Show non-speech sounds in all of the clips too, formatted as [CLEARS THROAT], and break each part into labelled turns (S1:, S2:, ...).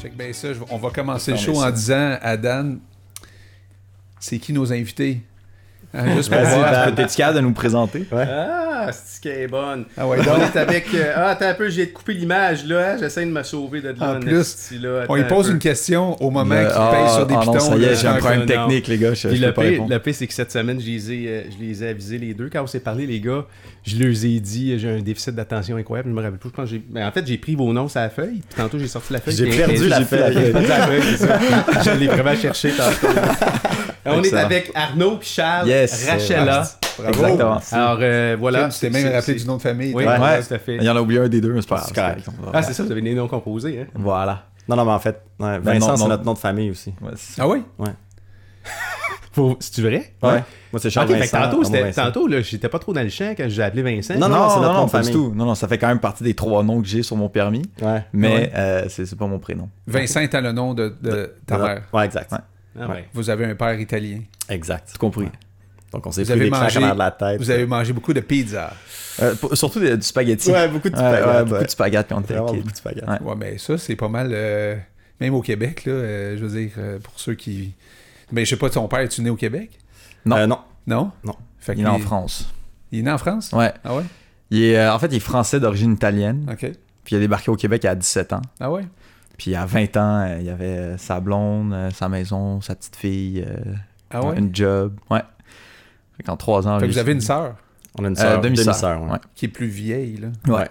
S1: Fait que ben ça, je- on va commencer le show en disant à Dan, c'est qui nos invités?
S2: [LAUGHS]
S1: Hein, juste pour
S3: Vas-y,
S1: voir.
S3: Dan.
S2: Peut-être capable de nous présenter.
S3: Ah, c'est qu'elle est bonne.
S1: Ah ouais,
S3: On
S1: donc,
S3: est avec. euh, ah, attends un peu, j'ai coupé l'image là. hein, J'essaie de me sauver de là.
S1: En plus,
S3: esti, là,
S1: on lui
S3: attends
S1: pose
S3: un peu.
S1: une question au moment
S2: Le-
S1: qu'il
S2: ah,
S1: paye sur des
S2: ah
S1: pitons.
S2: non, ça y
S1: là,
S2: est, j'ai un
S1: donc,
S2: problème
S3: non.
S2: technique, les gars. Je,
S3: Puis
S2: je
S3: le
S2: peux pas
S3: pire,
S2: répondre.
S3: le pire, c'est que cette semaine, je les, ai, euh, je les ai avisés les deux. Quand on s'est parlé, les gars, je leur ai dit euh, j'ai un déficit d'attention incroyable. Je me rappelle plus. Je pense que j'ai- mais en fait, j'ai pris vos noms sur la feuille. Puis tantôt, j'ai sorti la feuille.
S2: J'ai
S3: puis-
S2: perdu
S3: et-
S2: la
S3: j'ai
S2: feuille.
S3: J'ai perdu la
S1: [LAUGHS]
S3: feuille, c'est ça. Je l'ai vraiment cherché tantôt. [LAUGHS] on est
S2: Excellent.
S3: avec Arnaud, puis Charles,
S2: Yes.
S1: Ah,
S3: Rachela.
S2: Exactement.
S3: Alors euh, voilà.
S1: Kim, tu t'es même
S3: C'est-
S1: rappelé
S3: c'est-
S1: du nom de famille.
S3: Oui,
S1: toi.
S3: ouais,
S2: Ouais.
S3: tout à fait.
S2: Il y en a oublié un des deux, mais c'est pas grave.
S4: C'est
S3: Ah, c'est ça, vous avez des noms composés. Hein?
S2: Voilà.
S4: Non, non, mais en fait, ouais,
S2: Ben, non,
S4: Vincent, c'est
S2: non.
S4: notre nom de famille aussi.
S2: Ouais, c'est-
S1: Ah oui?
S3: Faut... C'est-tu vrai?
S4: Ouais. Moi,
S3: Ok,
S4: c'est Charles
S3: fait que
S4: Vincent.
S3: tantôt, c'était-
S4: Arnaud Vincent.
S3: tantôt, là, j'étais pas trop dans le champ quand j'ai appelé Vincent.
S4: Non, non, c'est notre nom de
S2: pas du
S4: famille.
S2: tout. Non, non, ça fait quand même partie des trois noms que j'ai sur mon permis,
S4: Ouais.
S2: mais
S1: Ouais.
S2: euh, c'est c'est pas mon prénom.
S1: Vincent est le nom de, de ta
S4: Ouais,
S1: mère.
S4: Ouais, exact.
S2: Ouais.
S3: Ah, ouais.
S1: Vous avez un père italien.
S4: Exact.
S2: Tout compris.
S4: Donc, on s'est
S1: Vous
S4: pris
S1: avez
S4: des claques
S1: mangé,
S4: en arrière de la tête.
S1: vous avez mangé beaucoup de pizza.
S2: Euh, pour- surtout des- du spaghetti.
S4: Ouais, beaucoup de
S2: Ouais, ouais,
S4: spaghetti.
S2: beaucoup de spaghetti quand on était
S4: Vraiment
S2: kid.
S4: beaucoup de spaghetti.
S2: Ouais.
S1: Ouais, mais ça, c'est pas mal. euh, même au Québec, là, euh, je veux dire, euh, pour ceux qui. Mais je sais pas, ton père, est tu né au Québec?
S2: Non.
S4: Euh, non.
S1: Non?
S4: Non.
S1: Fait
S2: Il est
S1: qu'il
S2: en France.
S1: Il est né en France?
S2: Ouais.
S1: Ah ouais?
S2: Il est, euh, en fait, il est français d'origine italienne,
S1: OK.
S2: puis il a débarqué au Québec à 17 ans.
S1: Ah ouais?
S2: Puis à 20 ans, euh, il y avait euh, sa blonde, euh, sa maison, sa petite fille, euh,
S1: Ah ouais?
S2: une job. Ouais. Fait qu'en 3 ans.
S1: Fait que
S2: lui,
S1: vous avez une
S2: c'est-
S1: sœur
S4: On a une
S2: Euh,
S4: sœur.
S2: demi-sœur.
S4: ouais.
S2: Ouais.
S1: qui est plus vieille, là.
S2: Ouais.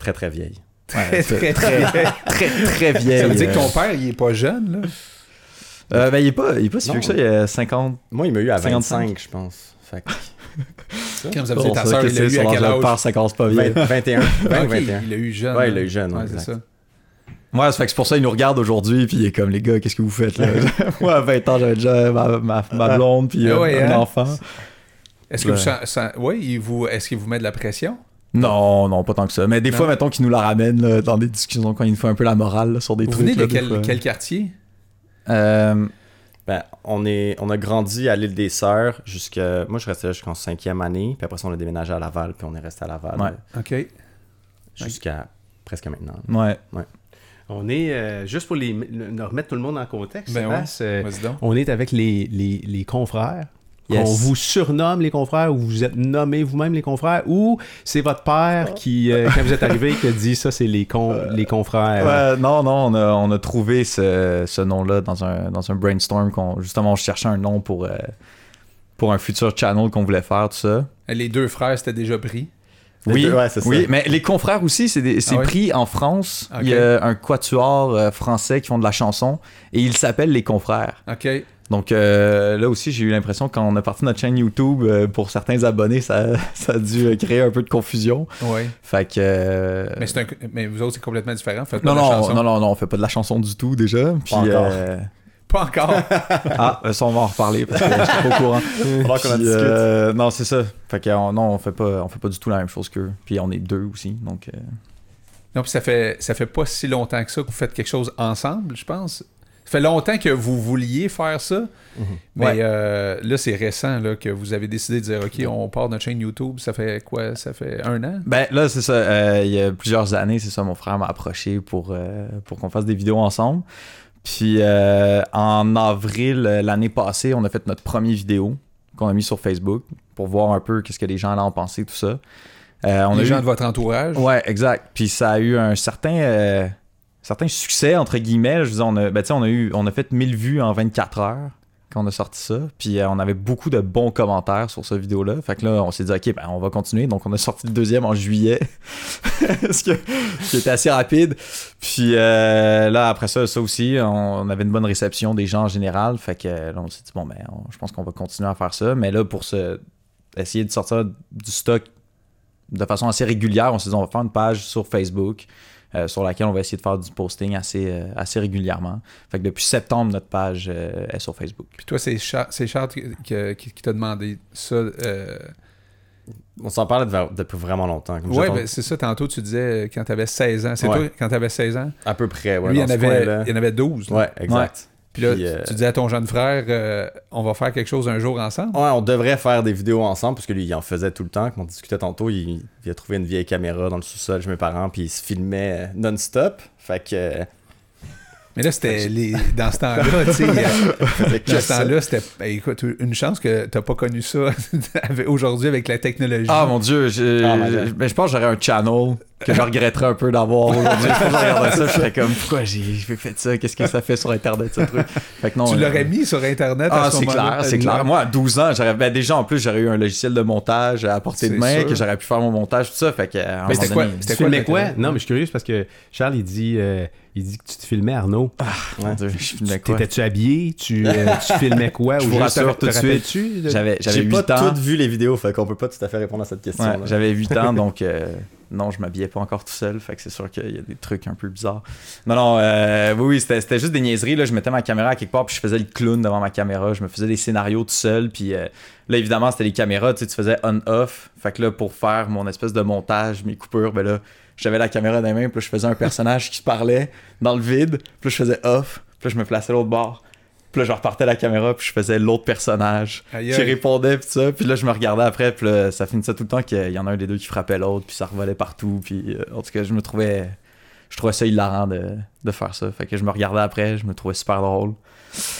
S4: Très, très vieille.
S2: [LAUGHS] Très,
S1: très, très vieille.
S2: très, très vieille.
S1: Ça veut dire que
S2: euh,
S1: ton père, il est pas jeune, là?
S2: euh, ben, il est pas, il est pas si
S4: Non.
S2: vieux que ça, il a 50.
S4: Moi, il m'a eu à
S2: 55.
S4: 25, je pense. Fait que
S1: Quand vous avez dit ta sœur, il l'a eu à quel âge?
S2: Père, ça casse pas bien.
S4: 20 21.
S1: Ah,
S4: 20,
S1: ok,
S4: 21.
S1: il l'a eu jeune.
S4: Ouais,
S1: hein.
S4: il l'a eu jeune,
S1: Ouais,
S4: ouais,
S1: c'est
S4: exact.
S1: ça.
S2: Ben, Ouais, ça fait que c'est pour ça qu'il nous regarde aujourd'hui, puis il est comme, les gars, qu'est-ce que vous faites [LAUGHS] là? Moi, à 20 ans, j'avais déjà ma, ma, ma blonde, puis euh,
S1: Ouais,
S2: un
S1: hein?
S2: enfant.
S1: Est-ce que vous
S2: Ouais.
S1: sent- sent- ouais, il vous, est-ce qu'il vous met de la pression?
S2: Non, non, pas tant que ça. Mais des
S1: Non.
S2: fois, mettons qu'il nous la ramène là, dans des discussions quand il nous fait un peu la morale là, sur des
S1: Vous
S2: trucs.
S1: venez de
S2: là, des fois.
S1: quel, quel quartier?
S2: Euh,
S4: Ben, on, est, on a grandi à l'île des Sœurs jusqu'à. Moi, je restais là jusqu'en cinquième année. Puis après ça, on a déménagé à Laval. Puis on est resté à Laval
S2: Ouais.
S4: euh,
S1: OK.
S4: jusqu'à presque maintenant.
S2: ouais.
S3: On est, euh, juste pour les, le- le remettre tout le monde en contexte,
S1: Ben
S3: Sébastien, euh,
S1: Vas-y donc.
S3: on est avec les, les, les confrères.
S2: Yes.
S3: On vous surnomme les confrères ou vous êtes nommé vous-même les confrères ou c'est votre père qui, euh, quand vous êtes arrivé, qui a dit ça, c'est les, con- les
S1: Euh,
S3: confrères.
S2: Ouais, non, non, on a, on a trouvé ce, ce nom-là dans un, dans un brainstorm. qu'on- justement, on cherchait un nom pour, euh, pour un futur channel qu'on voulait faire, tout ça.
S1: Les deux frères, c'était déjà pris.
S4: Les
S2: Oui,
S4: deux, ouais, c'est ça.
S2: oui, mais les confrères aussi, c'est des- c'est
S1: Ah ouais?
S2: pris en France.
S1: Ok.
S2: Il y a un quatuor euh, français qui font de la chanson et ils s'appellent les confrères.
S1: OK.
S2: Donc euh, là aussi, j'ai eu l'impression que quand on a parti notre chaîne YouTube, euh, pour certains abonnés, ça, [LAUGHS] ça a dû euh, créer un peu de confusion.
S1: Ouais.
S2: Fait que. euh,
S1: Mais, c'est un- mais vous autres, c'est complètement différent. Faites
S2: non,
S1: pas de la
S2: non,
S1: chanson.
S2: non, non, non, on fait pas de la chanson du tout déjà. Puis,
S4: encore.
S2: euh,
S1: Pas encore.
S2: Ah, euh, ça, on va en reparler parce que je suis pas au
S4: [LAUGHS]
S2: courant.
S4: Faudra qu'on en
S2: Puis,
S4: discute.
S2: euh, non, c'est ça. Fait que euh, non, on fait pas, on fait pas du tout la même chose qu'eux. Puis on est deux aussi, donc. euh,
S1: non, puis ça fait, ça fait pas si longtemps que ça que vous faites quelque chose ensemble, je pense. Ça fait longtemps que vous vouliez faire ça, mais
S2: Ouais.
S1: euh, là, c'est récent là, que vous avez décidé de dire OK, on part notre chaîne YouTube. Ça fait quoi Ça fait un an
S2: Ben là, c'est ça. euh, il y a plusieurs années, c'est ça, mon frère m'a approché pour, euh, pour qu'on fasse des vidéos ensemble. Puis euh, en avril euh, l'année passée, on a fait notre première vidéo qu'on a mis sur Facebook pour voir un peu qu'est-ce que les gens allaient en penser, tout ça. Euh, on
S1: Les
S2: a
S1: gens
S2: eu-
S1: de votre entourage.
S2: Ouais, exact. Puis ça a eu un certain, euh, certain succès, entre guillemets. Je veux dire, on a, ben, tu sais, on, a eu, on a fait 1000 vues en 24 heures quand on a sorti ça. Puis euh, on avait beaucoup de bons commentaires sur cette vidéo-là. Fait que là, on s'est dit, OK, ben, on va continuer. Donc on a sorti le deuxième en juillet, [LAUGHS] ce que- qui était assez rapide. Puis euh, là, après ça, ça aussi, on, on avait une bonne réception des gens en général. Fait que euh, là, on s'est dit, bon, ben, on- je pense qu'on va continuer à faire ça. Mais là, pour se, essayer de sortir du stock de façon assez régulière. On s'est dit, on va faire une page sur Facebook euh, sur laquelle on va essayer de faire du posting assez, euh, assez régulièrement. Fait que depuis septembre, notre page euh, est sur Facebook.
S1: Puis toi, c'est Char- c'est Charles qui, qui- qui- qui t'a demandé ça. euh,
S4: On s'en parle de- depuis vraiment longtemps. Comme
S1: Ouais,
S4: j'attends-
S1: ben, c'est ça. Tantôt, tu disais euh, quand t'avais 16 ans. C'est
S4: Ouais.
S1: toi quand t'avais 16 ans
S4: à peu près. Ouais,
S1: Lui, il y,
S4: dans
S1: en
S4: ce
S1: avait,
S4: coin-là.
S1: il y en avait 12. là.
S4: Ouais, exact.
S1: Puis là,
S4: Puis, euh,
S1: tu disais à ton jeune frère, euh, on va faire quelque chose un jour ensemble.
S4: Ouais, on devrait faire des vidéos ensemble parce que lui, il en faisait tout le temps. Comme on discutait tantôt, il, il a trouvé une vieille caméra dans le sous-sol chez mes parents, puis il se filmait euh, non-stop. Fait que. euh,
S1: Mais là, c'était les... dans [LAUGHS] ce temps-là, tu sais. euh, [LAUGHS] Dans ce temps-là, c'était. ben, écoute, une chance que t'as pas connu ça [LAUGHS] avec- aujourd'hui avec la technologie.
S2: Ah mon dieu, je,
S4: Ah, my God.
S2: je- ben, je pense que j'aurais un channel que je regretterais un peu d'avoir aujourd'hui. [LAUGHS] Je pense que je regarderais ça, je serais comme pourquoi j'ai j'ai fait ça, qu'est-ce que ça fait sur internet ce truc. Fait que non,
S1: tu
S2: euh,
S1: l'aurais mis sur Internet à
S2: Ah,
S1: ce
S2: c'est
S1: moment-là.
S2: clair, c'est clair. Moi, à 12 ans, j'aurais ben, déjà en plus, j'aurais eu un logiciel de montage à portée de
S1: C'est
S2: main
S1: sûr.
S2: que j'aurais pu faire mon montage tout ça, fait que à un
S1: Mais
S2: moment
S1: c'était quoi-
S2: donné-
S1: c'était
S3: Tu
S1: quoi
S3: filmais quoi?
S1: l'intérêt?
S3: Non, mais je suis curieux c'est parce que Charles, il dit, euh, il dit que tu te filmais, Arnaud.
S2: Mon Dieu, je filmais quoi
S3: T'étais-tu habillé? Tu, euh, tu filmais quoi? [LAUGHS]
S2: Je
S3: Ou
S2: vous
S3: juste,
S2: rassure
S3: te-
S2: tout de
S3: te
S2: suite.
S3: rappelles-tu de-
S2: J'avais j'avais
S4: J'ai
S2: 8
S4: pas
S2: ans.
S4: toutes vu les vidéos, fait qu'on peut pas tout à fait répondre à cette question.
S2: Ouais,
S4: là.
S2: j'avais 8
S4: [LAUGHS]
S2: ans, donc euh, non, je m'habillais pas encore tout seul. Fait que c'est sûr qu'il y a des trucs un peu bizarres. Non, non, euh, oui, oui, c'était c'était juste des niaiseries. Là. Je mettais ma caméra à quelque part, puis je faisais le clown devant ma caméra. Je me faisais des scénarios tout seul. Puis euh, là, évidemment, c'était les caméras, tu sais, tu faisais on-off. Fait que là, pour faire mon espèce de montage, mes coupures, ben là, j'avais la caméra dans les mains, puis là, je faisais un personnage qui parlait dans le vide. Puis là, je faisais off. Puis là, je me plaçais à l'autre bord. Puis là, je repartais la caméra, puis je faisais l'autre personnage
S1: Aïe,
S2: qui
S1: aïe.
S2: répondait puis ça puis là je me regardais après puis là, ça finissait tout le temps qu'il y en a un des deux qui frappait l'autre puis ça revolait partout puis euh, en tout cas je me trouvais je trouvais ça hilarant de, de faire ça fait que je me regardais après je me trouvais super drôle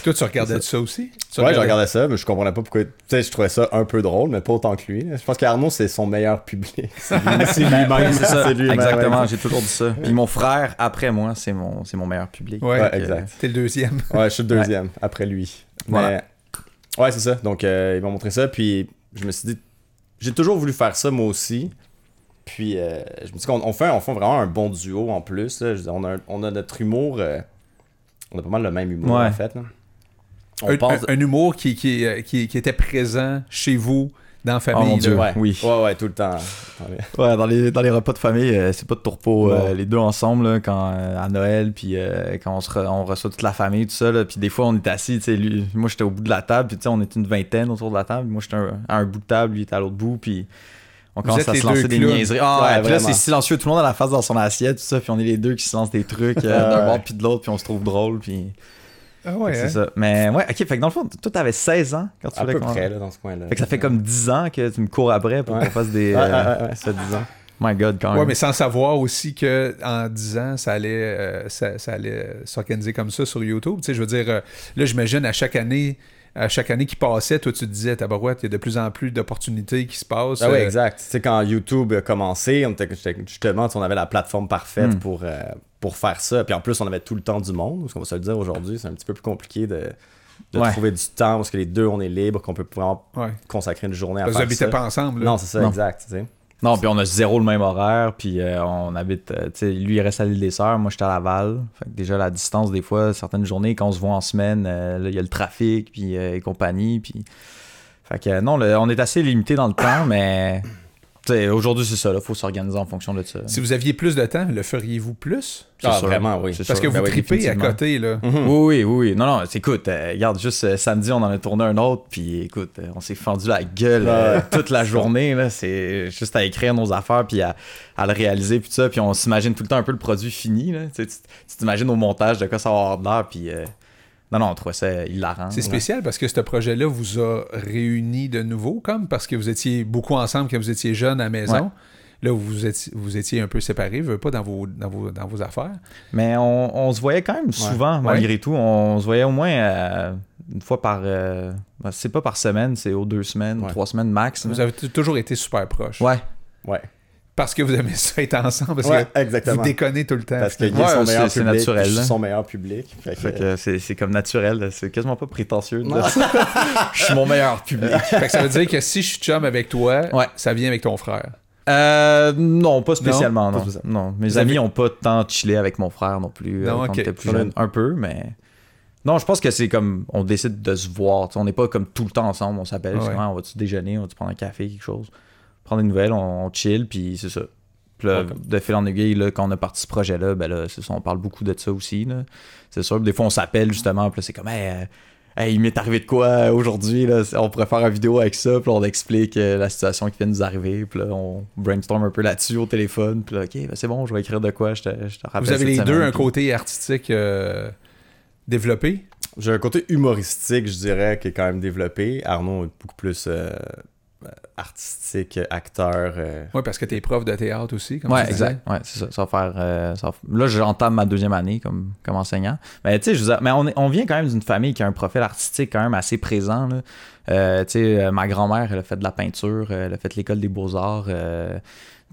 S1: Toi, tu regardais ça aussi? Tu
S4: Ouais, je
S1: regardais-
S4: regardais ça, mais je comprenais pas pourquoi. Tu sais, je trouvais ça un peu drôle, mais pas autant que lui. là. Je pense qu'Arnaud, c'est son meilleur public. [LAUGHS] C'est lui- c'est lui-même.
S2: c'est ça
S4: lui-même,
S2: exactement
S4: ouais.
S2: j'ai toujours dit ça puis mon frère après moi c'est mon c'est mon meilleur public
S1: Ouais.
S4: Ouais,
S2: Fait que,
S4: exact.
S1: T'es le deuxième.
S4: Ouais, je suis le deuxième après lui.
S2: Voilà.
S4: Mais- Ouais, c'est ça. Donc, euh, ils m'ont montré ça. Puis, je me suis dit, j'ai toujours voulu faire ça moi aussi. Puis, euh, je me suis dit qu'on on fait, on fait vraiment un bon duo en plus. là. Je veux dire, on, a, on a notre humour. euh, on a pas mal le même humour
S2: Ouais.
S4: en fait. là. On
S1: Un,
S4: pense.
S1: un- un humour qui, qui, euh, qui- qui était présent chez vous, dans la famille.
S2: Oh, mon Dieu.
S1: là.
S4: Ouais.
S2: Oui.
S4: ouais, ouais, tout le temps.
S2: Ouais, dans les, dans les repas de famille, euh, c'est pas de tourpeau. euh,
S4: Non.
S2: les deux ensemble, là, quand, euh, à Noël, puis euh, quand on, se re- on reçoit toute la famille, tout ça, là, puis des fois, on est assis, tu sais, lui- moi, j'étais au bout de la table, puis tu sais, on est une vingtaine autour de la table, moi, j'étais un- à un bout de table, lui, il était à l'autre bout, puis on commence
S1: êtes
S2: à
S1: les
S2: se lancer
S1: deux
S2: des
S1: clowns.
S2: niaiseries. Ah,
S4: Ouais,
S2: ouais, puis là,
S4: vraiment.
S2: c'est silencieux, tout le monde a la face dans son assiette, tout ça, puis on est les deux qui se lancent des trucs euh, d'un
S4: [LAUGHS] Ouais.
S2: bord puis de l'autre, puis on se trouve drôle, puis
S1: Ah
S2: fait
S1: ouais,
S2: que
S1: hein?
S2: c'est ça. Mais ouais, ok, fait que dans le fond, toi, t'avais 16 ans quand tu
S4: À
S2: voulais
S4: peu
S2: qu'on-
S4: près, là, dans ce coin-là.
S2: Fait que ça fait comme 10 ans que tu me cours après pour
S4: Ouais.
S2: qu'on fasse des.
S4: Ouais, ouais,
S2: euh,
S4: ouais, ouais, ça fait 10 ans.
S2: My God, quand
S1: Ouais,
S2: même.
S1: mais sans savoir aussi que en 10 ans, ça allait, euh, ça, ça allait euh, s'organiser comme ça sur YouTube. Tu sais, je veux dire, euh, là, j'imagine à chaque année, à chaque année qui passait, toi, tu te disais, tabarouette, il y a de plus en plus d'opportunités qui se passent.
S4: Ah oui,
S1: Euh,
S4: exact. Tu sais, quand YouTube a commencé, on était, j'étais- justement, tu sais, on avait la plateforme parfaite
S2: Mm.
S4: pour, euh, pour faire ça. Puis en plus, on avait tout le temps du monde, parce qu'on va se le dire aujourd'hui, c'est un petit peu plus compliqué de, de
S2: Ouais.
S4: trouver du temps, parce que les deux, on est libre, qu'on peut vraiment
S1: Ouais.
S4: consacrer une journée à
S1: Parce que vous
S4: faire
S1: n'habitez
S4: ça.
S1: pas ensemble. là.
S4: Non, c'est ça,
S2: Non.
S4: exact. tu sais.
S2: Non, puis on a zéro le même horaire, puis euh, on habite, euh, tu sais, lui il reste à l'île des Sœurs, moi j'étais à Laval. Fait que déjà la distance des fois, certaines journées quand on se voit en semaine, euh, là il y a le trafic puis euh, et compagnie, puis fait que euh, non, le- on est assez limité dans le temps, mais tu sais, aujourd'hui c'est ça, là, faut s'organiser en fonction de ça.
S1: Si vous aviez plus de temps, le feriez-vous plus?
S2: C'est
S4: Ah,
S2: sûr.
S4: vraiment, oui.
S2: C'est
S1: Parce
S2: sûr.
S1: que
S2: Ben
S1: vous
S2: oui,
S1: tripez à
S2: définitivement.
S1: côté, là.
S2: Oui,
S4: Mm-hmm.
S2: oui, oui. oui. Non, non, c'est- écoute, euh, regarde, juste euh, samedi, on en a tourné un autre, puis écoute, euh, on s'est fendu la gueule euh,
S1: [LAUGHS]
S2: toute la journée. là. C'est juste à écrire nos affaires, puis à, à le réaliser, puis tout ça. Puis on s'imagine tout le temps un peu le produit fini. Là. Tu sais, tu- tu t'imagines au montage de quoi ça va avoir de l'air, puis. euh, Non, non, on trouvait ça hilarant.
S1: C'est spécial parce que ce projet-là vous a réunis de nouveau, comme parce que vous étiez beaucoup ensemble quand vous étiez jeune à la maison. Là, vous étiez, vous étiez un peu séparés, veux pas, dans vos, dans vos, dans vos affaires.
S2: Mais on, on se voyait quand même souvent, malgré tout. On se voyait au moins euh, une fois par. euh, ben, c'est pas par semaine, c'est aux deux semaines,
S4: Ouais.
S2: trois semaines max.
S1: Vous
S2: là.
S1: avez t- toujours été super proches.
S2: Ouais.
S4: Ouais.
S1: Parce que vous aimez ça être ensemble, parce
S4: Ouais,
S1: que vous
S4: exactement.
S1: déconnez tout le temps.
S4: Parce qu'il y
S2: Ouais,
S4: a son
S2: c'est-
S4: meilleur public.
S2: c'est naturel,
S4: puis je suis
S2: hein.
S4: Son meilleur public. Fait que-
S2: Fait que euh, c'est c'est comme naturel, là. c'est quasiment pas prétentieux. de
S4: Non.
S2: [LAUGHS] dire ça. Je suis mon meilleur public.
S1: Fait que ça veut dire que si je suis chum avec toi,
S2: Ouais.
S1: ça vient avec ton frère.
S2: Euh, non, pas spécialement. Non,
S4: pas
S2: non.
S4: spécialement.
S2: mes
S1: Vous
S2: amis
S1: avez-
S2: ont pas tant chillé avec mon frère non plus.
S1: Non,
S2: euh,
S1: ok.
S2: quand on était plus
S4: Ça va
S2: jeune. Un peu, mais. Non, je pense que c'est comme on décide de se voir. tu sais, on n'est pas comme tout le temps ensemble. On s'appelle.
S1: Ouais.
S2: c'est comme, Ah, on va-tu déjeuner, on va-tu prendre un café, quelque chose. Prendre des nouvelles, on, on chill, puis c'est ça. Puis là,
S4: Ouais, comme-
S2: de fil en aiguille, là, quand on a parti ce projet-là, ben là, c'est ça, on parle beaucoup de ça aussi. là. C'est sûr. Puis Des fois, on s'appelle justement, puis là, c'est comme, hey, euh, Hey, il m'est arrivé de quoi euh, aujourd'hui? là? On pourrait faire une vidéo avec ça, puis on explique euh, la situation qui vient de nous arriver, puis là, on brainstorm un peu là-dessus au téléphone, puis là, ok, ben c'est bon, je vais écrire de quoi, je te, je te rappelle.
S1: vous avez
S2: cette
S1: les
S2: semaine,
S1: deux un
S2: puis-
S1: côté artistique euh, développé.
S4: J'ai un côté humoristique, je dirais, qui est quand même développé. Arnaud est beaucoup plus euh, artistique, acteur. euh,
S1: Oui, parce que t'es prof de théâtre aussi, comme tu
S2: Ouais,
S1: disais.
S2: exact. Ouais, c'est ça. Ça va faire. euh, ça va- Là, j'entame ma deuxième année comme, comme enseignant. Mais tu sais, je veux dire, mais on, est- on vient quand même d'une famille qui a un profil artistique quand même assez présent. là. Euh, tu sais, euh, ma grand-mère, elle a fait de la peinture, euh, elle a fait l'école des beaux-arts. euh,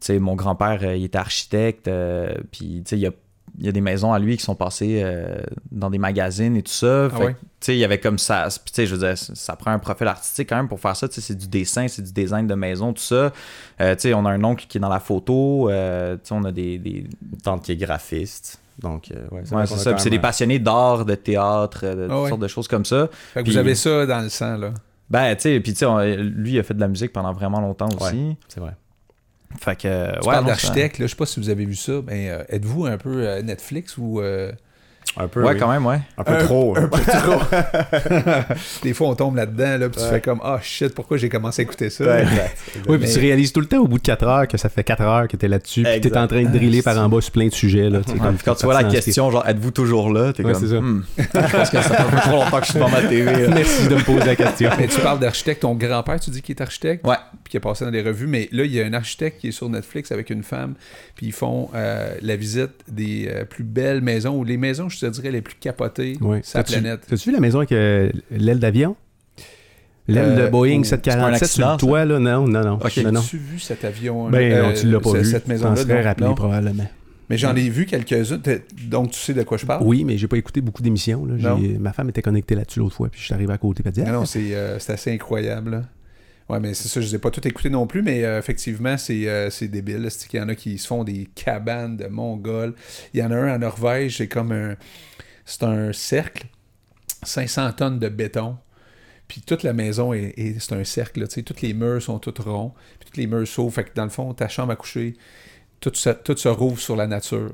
S2: tu sais, mon grand-père, euh, il était architecte. euh, puis, tu sais, il y a, il y a des maisons à lui qui sont passées euh, dans des magazines et tout ça.
S1: Ah
S2: Fait que,
S1: ouais?
S2: tu sais, il y avait comme ça. Puis, tu sais, je veux dire, ça prend un profil artistique quand même pour faire ça. Tu sais, c'est du dessin, c'est du design de maison, tout ça. Euh, tu sais, on a un oncle qui est dans la photo. euh, tu sais, on a des. des-
S4: tante qui est graphiste. Donc, euh, ouais,
S2: Ouais,
S4: vrai
S2: c'est
S4: qu'on a
S2: ça.
S4: quand
S2: Puis c'est des
S4: même
S2: passionnés d'art, de théâtre, euh, de
S1: Ah
S2: toutes
S1: ouais.
S2: sortes de choses comme ça.
S1: Fait que
S2: Puis-
S1: vous avez ça dans le sang, là.
S2: Ben, tu sais, puis tu sais, on- lui, il a fait de la musique pendant vraiment longtemps
S4: un-
S2: aussi.
S4: ouais, c'est vrai.
S2: Fait que. euh,
S1: Tu
S2: ouais,
S1: parles
S2: non, ça-
S1: d'architecte, là, je sais pas si vous avez vu ça, mais euh, êtes-vous un peu euh, Netflix ou... euh,
S4: Un peu,
S2: Ouais,
S4: oui.
S2: quand même,
S4: [LAUGHS]
S2: ouais.
S4: Un peu trop. hein.
S1: Des fois, on tombe là-dedans, là, puis tu fais comme « Ah, shit, pourquoi j'ai commencé à écouter ça?
S4: Ouais, exact.
S3: Oui, puis
S1: Mais-
S3: tu réalises tout le temps au bout de 4 heures que ça fait 4 heures que t'es là-dessus, puis t'es
S4: Exact.
S3: en train de driller par en bas sur plein de sujets. Là, tu sais, comme
S2: Puis [LAUGHS] quand tu vois la question, genre, êtes-vous toujours là? T'es
S3: Ouais,
S2: comme.
S3: c'est ça.
S2: Hmm, je pense que ça fait trop longtemps que je suis dans ma TV. là.
S3: [LAUGHS] Merci de me poser
S2: [LAUGHS]
S3: la question.
S1: [LAUGHS] Mais tu parles d'architecte, ton grand-père, tu dis qu'il est architecte,
S2: Ouais.
S1: puis qui est passé dans des revues, mais là, il y a un architecte qui est sur Netflix avec une femme, puis ils font euh, la visite des euh, plus belles maisons, ou les maisons, je te dirais, les plus capotées
S3: Ouais.
S1: sur la
S3: T'as-tu-
S1: planète.
S3: T'as-tu vu la maison avec euh, l'aile d'avion? L'aile
S1: Euh,
S3: de Boeing
S1: oh,
S3: 747
S2: c'est pas un
S3: sur
S2: accident,
S3: le toit, là? Non, non, non.
S2: Ok,
S3: non, non.
S1: As-tu vu cet avion?
S3: Ben
S1: euh,
S3: non, tu l'as pas
S1: ce-
S3: vu.
S1: Cette maison-là,
S3: T'en serais
S1: non,
S3: rappelé
S1: non.
S3: probablement.
S1: Mais j'en ai vu quelques-unes, T'es- donc tu sais de quoi je
S2: Ah.
S1: parle?
S3: Oui, mais j'ai pas écouté beaucoup d'émissions. là. J'ai-
S1: Non.
S3: Ma femme était connectée là-dessus l'autre fois, puis je suis arrivé à côté, puis
S2: Ben
S3: elle dit,
S1: Ah
S3: ah,
S1: non, c'est euh, c'est assez incroyable. là. Ouais, mais c'est ça, je ne les ai pas tout écoutés non plus, mais euh, effectivement, c'est euh, c'est débile. là. C'est qu'il y en a qui se font des cabanes de Mongols. Il y en a un en Norvège, c'est comme un. C'est un cercle, 500 tonnes de béton. Puis toute la maison, est, est- c'est un cercle. là, tu sais, Toutes les murs sont toutes ronds. Puis toutes les murs s'ouvrent. Fait que dans le fond, ta chambre à coucher, tout se, tout se rouvre sur la nature.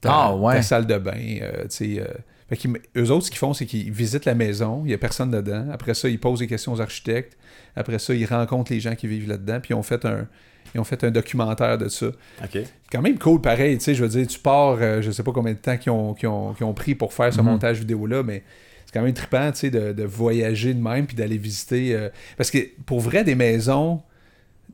S1: Ta,
S2: Ah, ouais.
S1: ta salle de bain, euh, tu sais. euh, fait qu'ils m- eux autres, ce qu'ils font, c'est qu'ils visitent la maison, il n'y a personne dedans. Après ça, ils posent des questions aux architectes. Après ça, ils rencontrent les gens qui vivent là-dedans. Puis ils ont fait un, ils ont fait un documentaire de ça
S4: OK.
S1: quand même cool pareil, tu sais, je veux dire, tu pars, euh, je sais pas combien de temps qu'ils ont, qu'ils ont, qu'ils ont pris pour faire ce
S2: Mhm.
S1: montage vidéo-là, mais c'est quand même trippant, tu sais, de, de voyager de même, puis d'aller visiter, euh, parce que pour vrai, des maisons,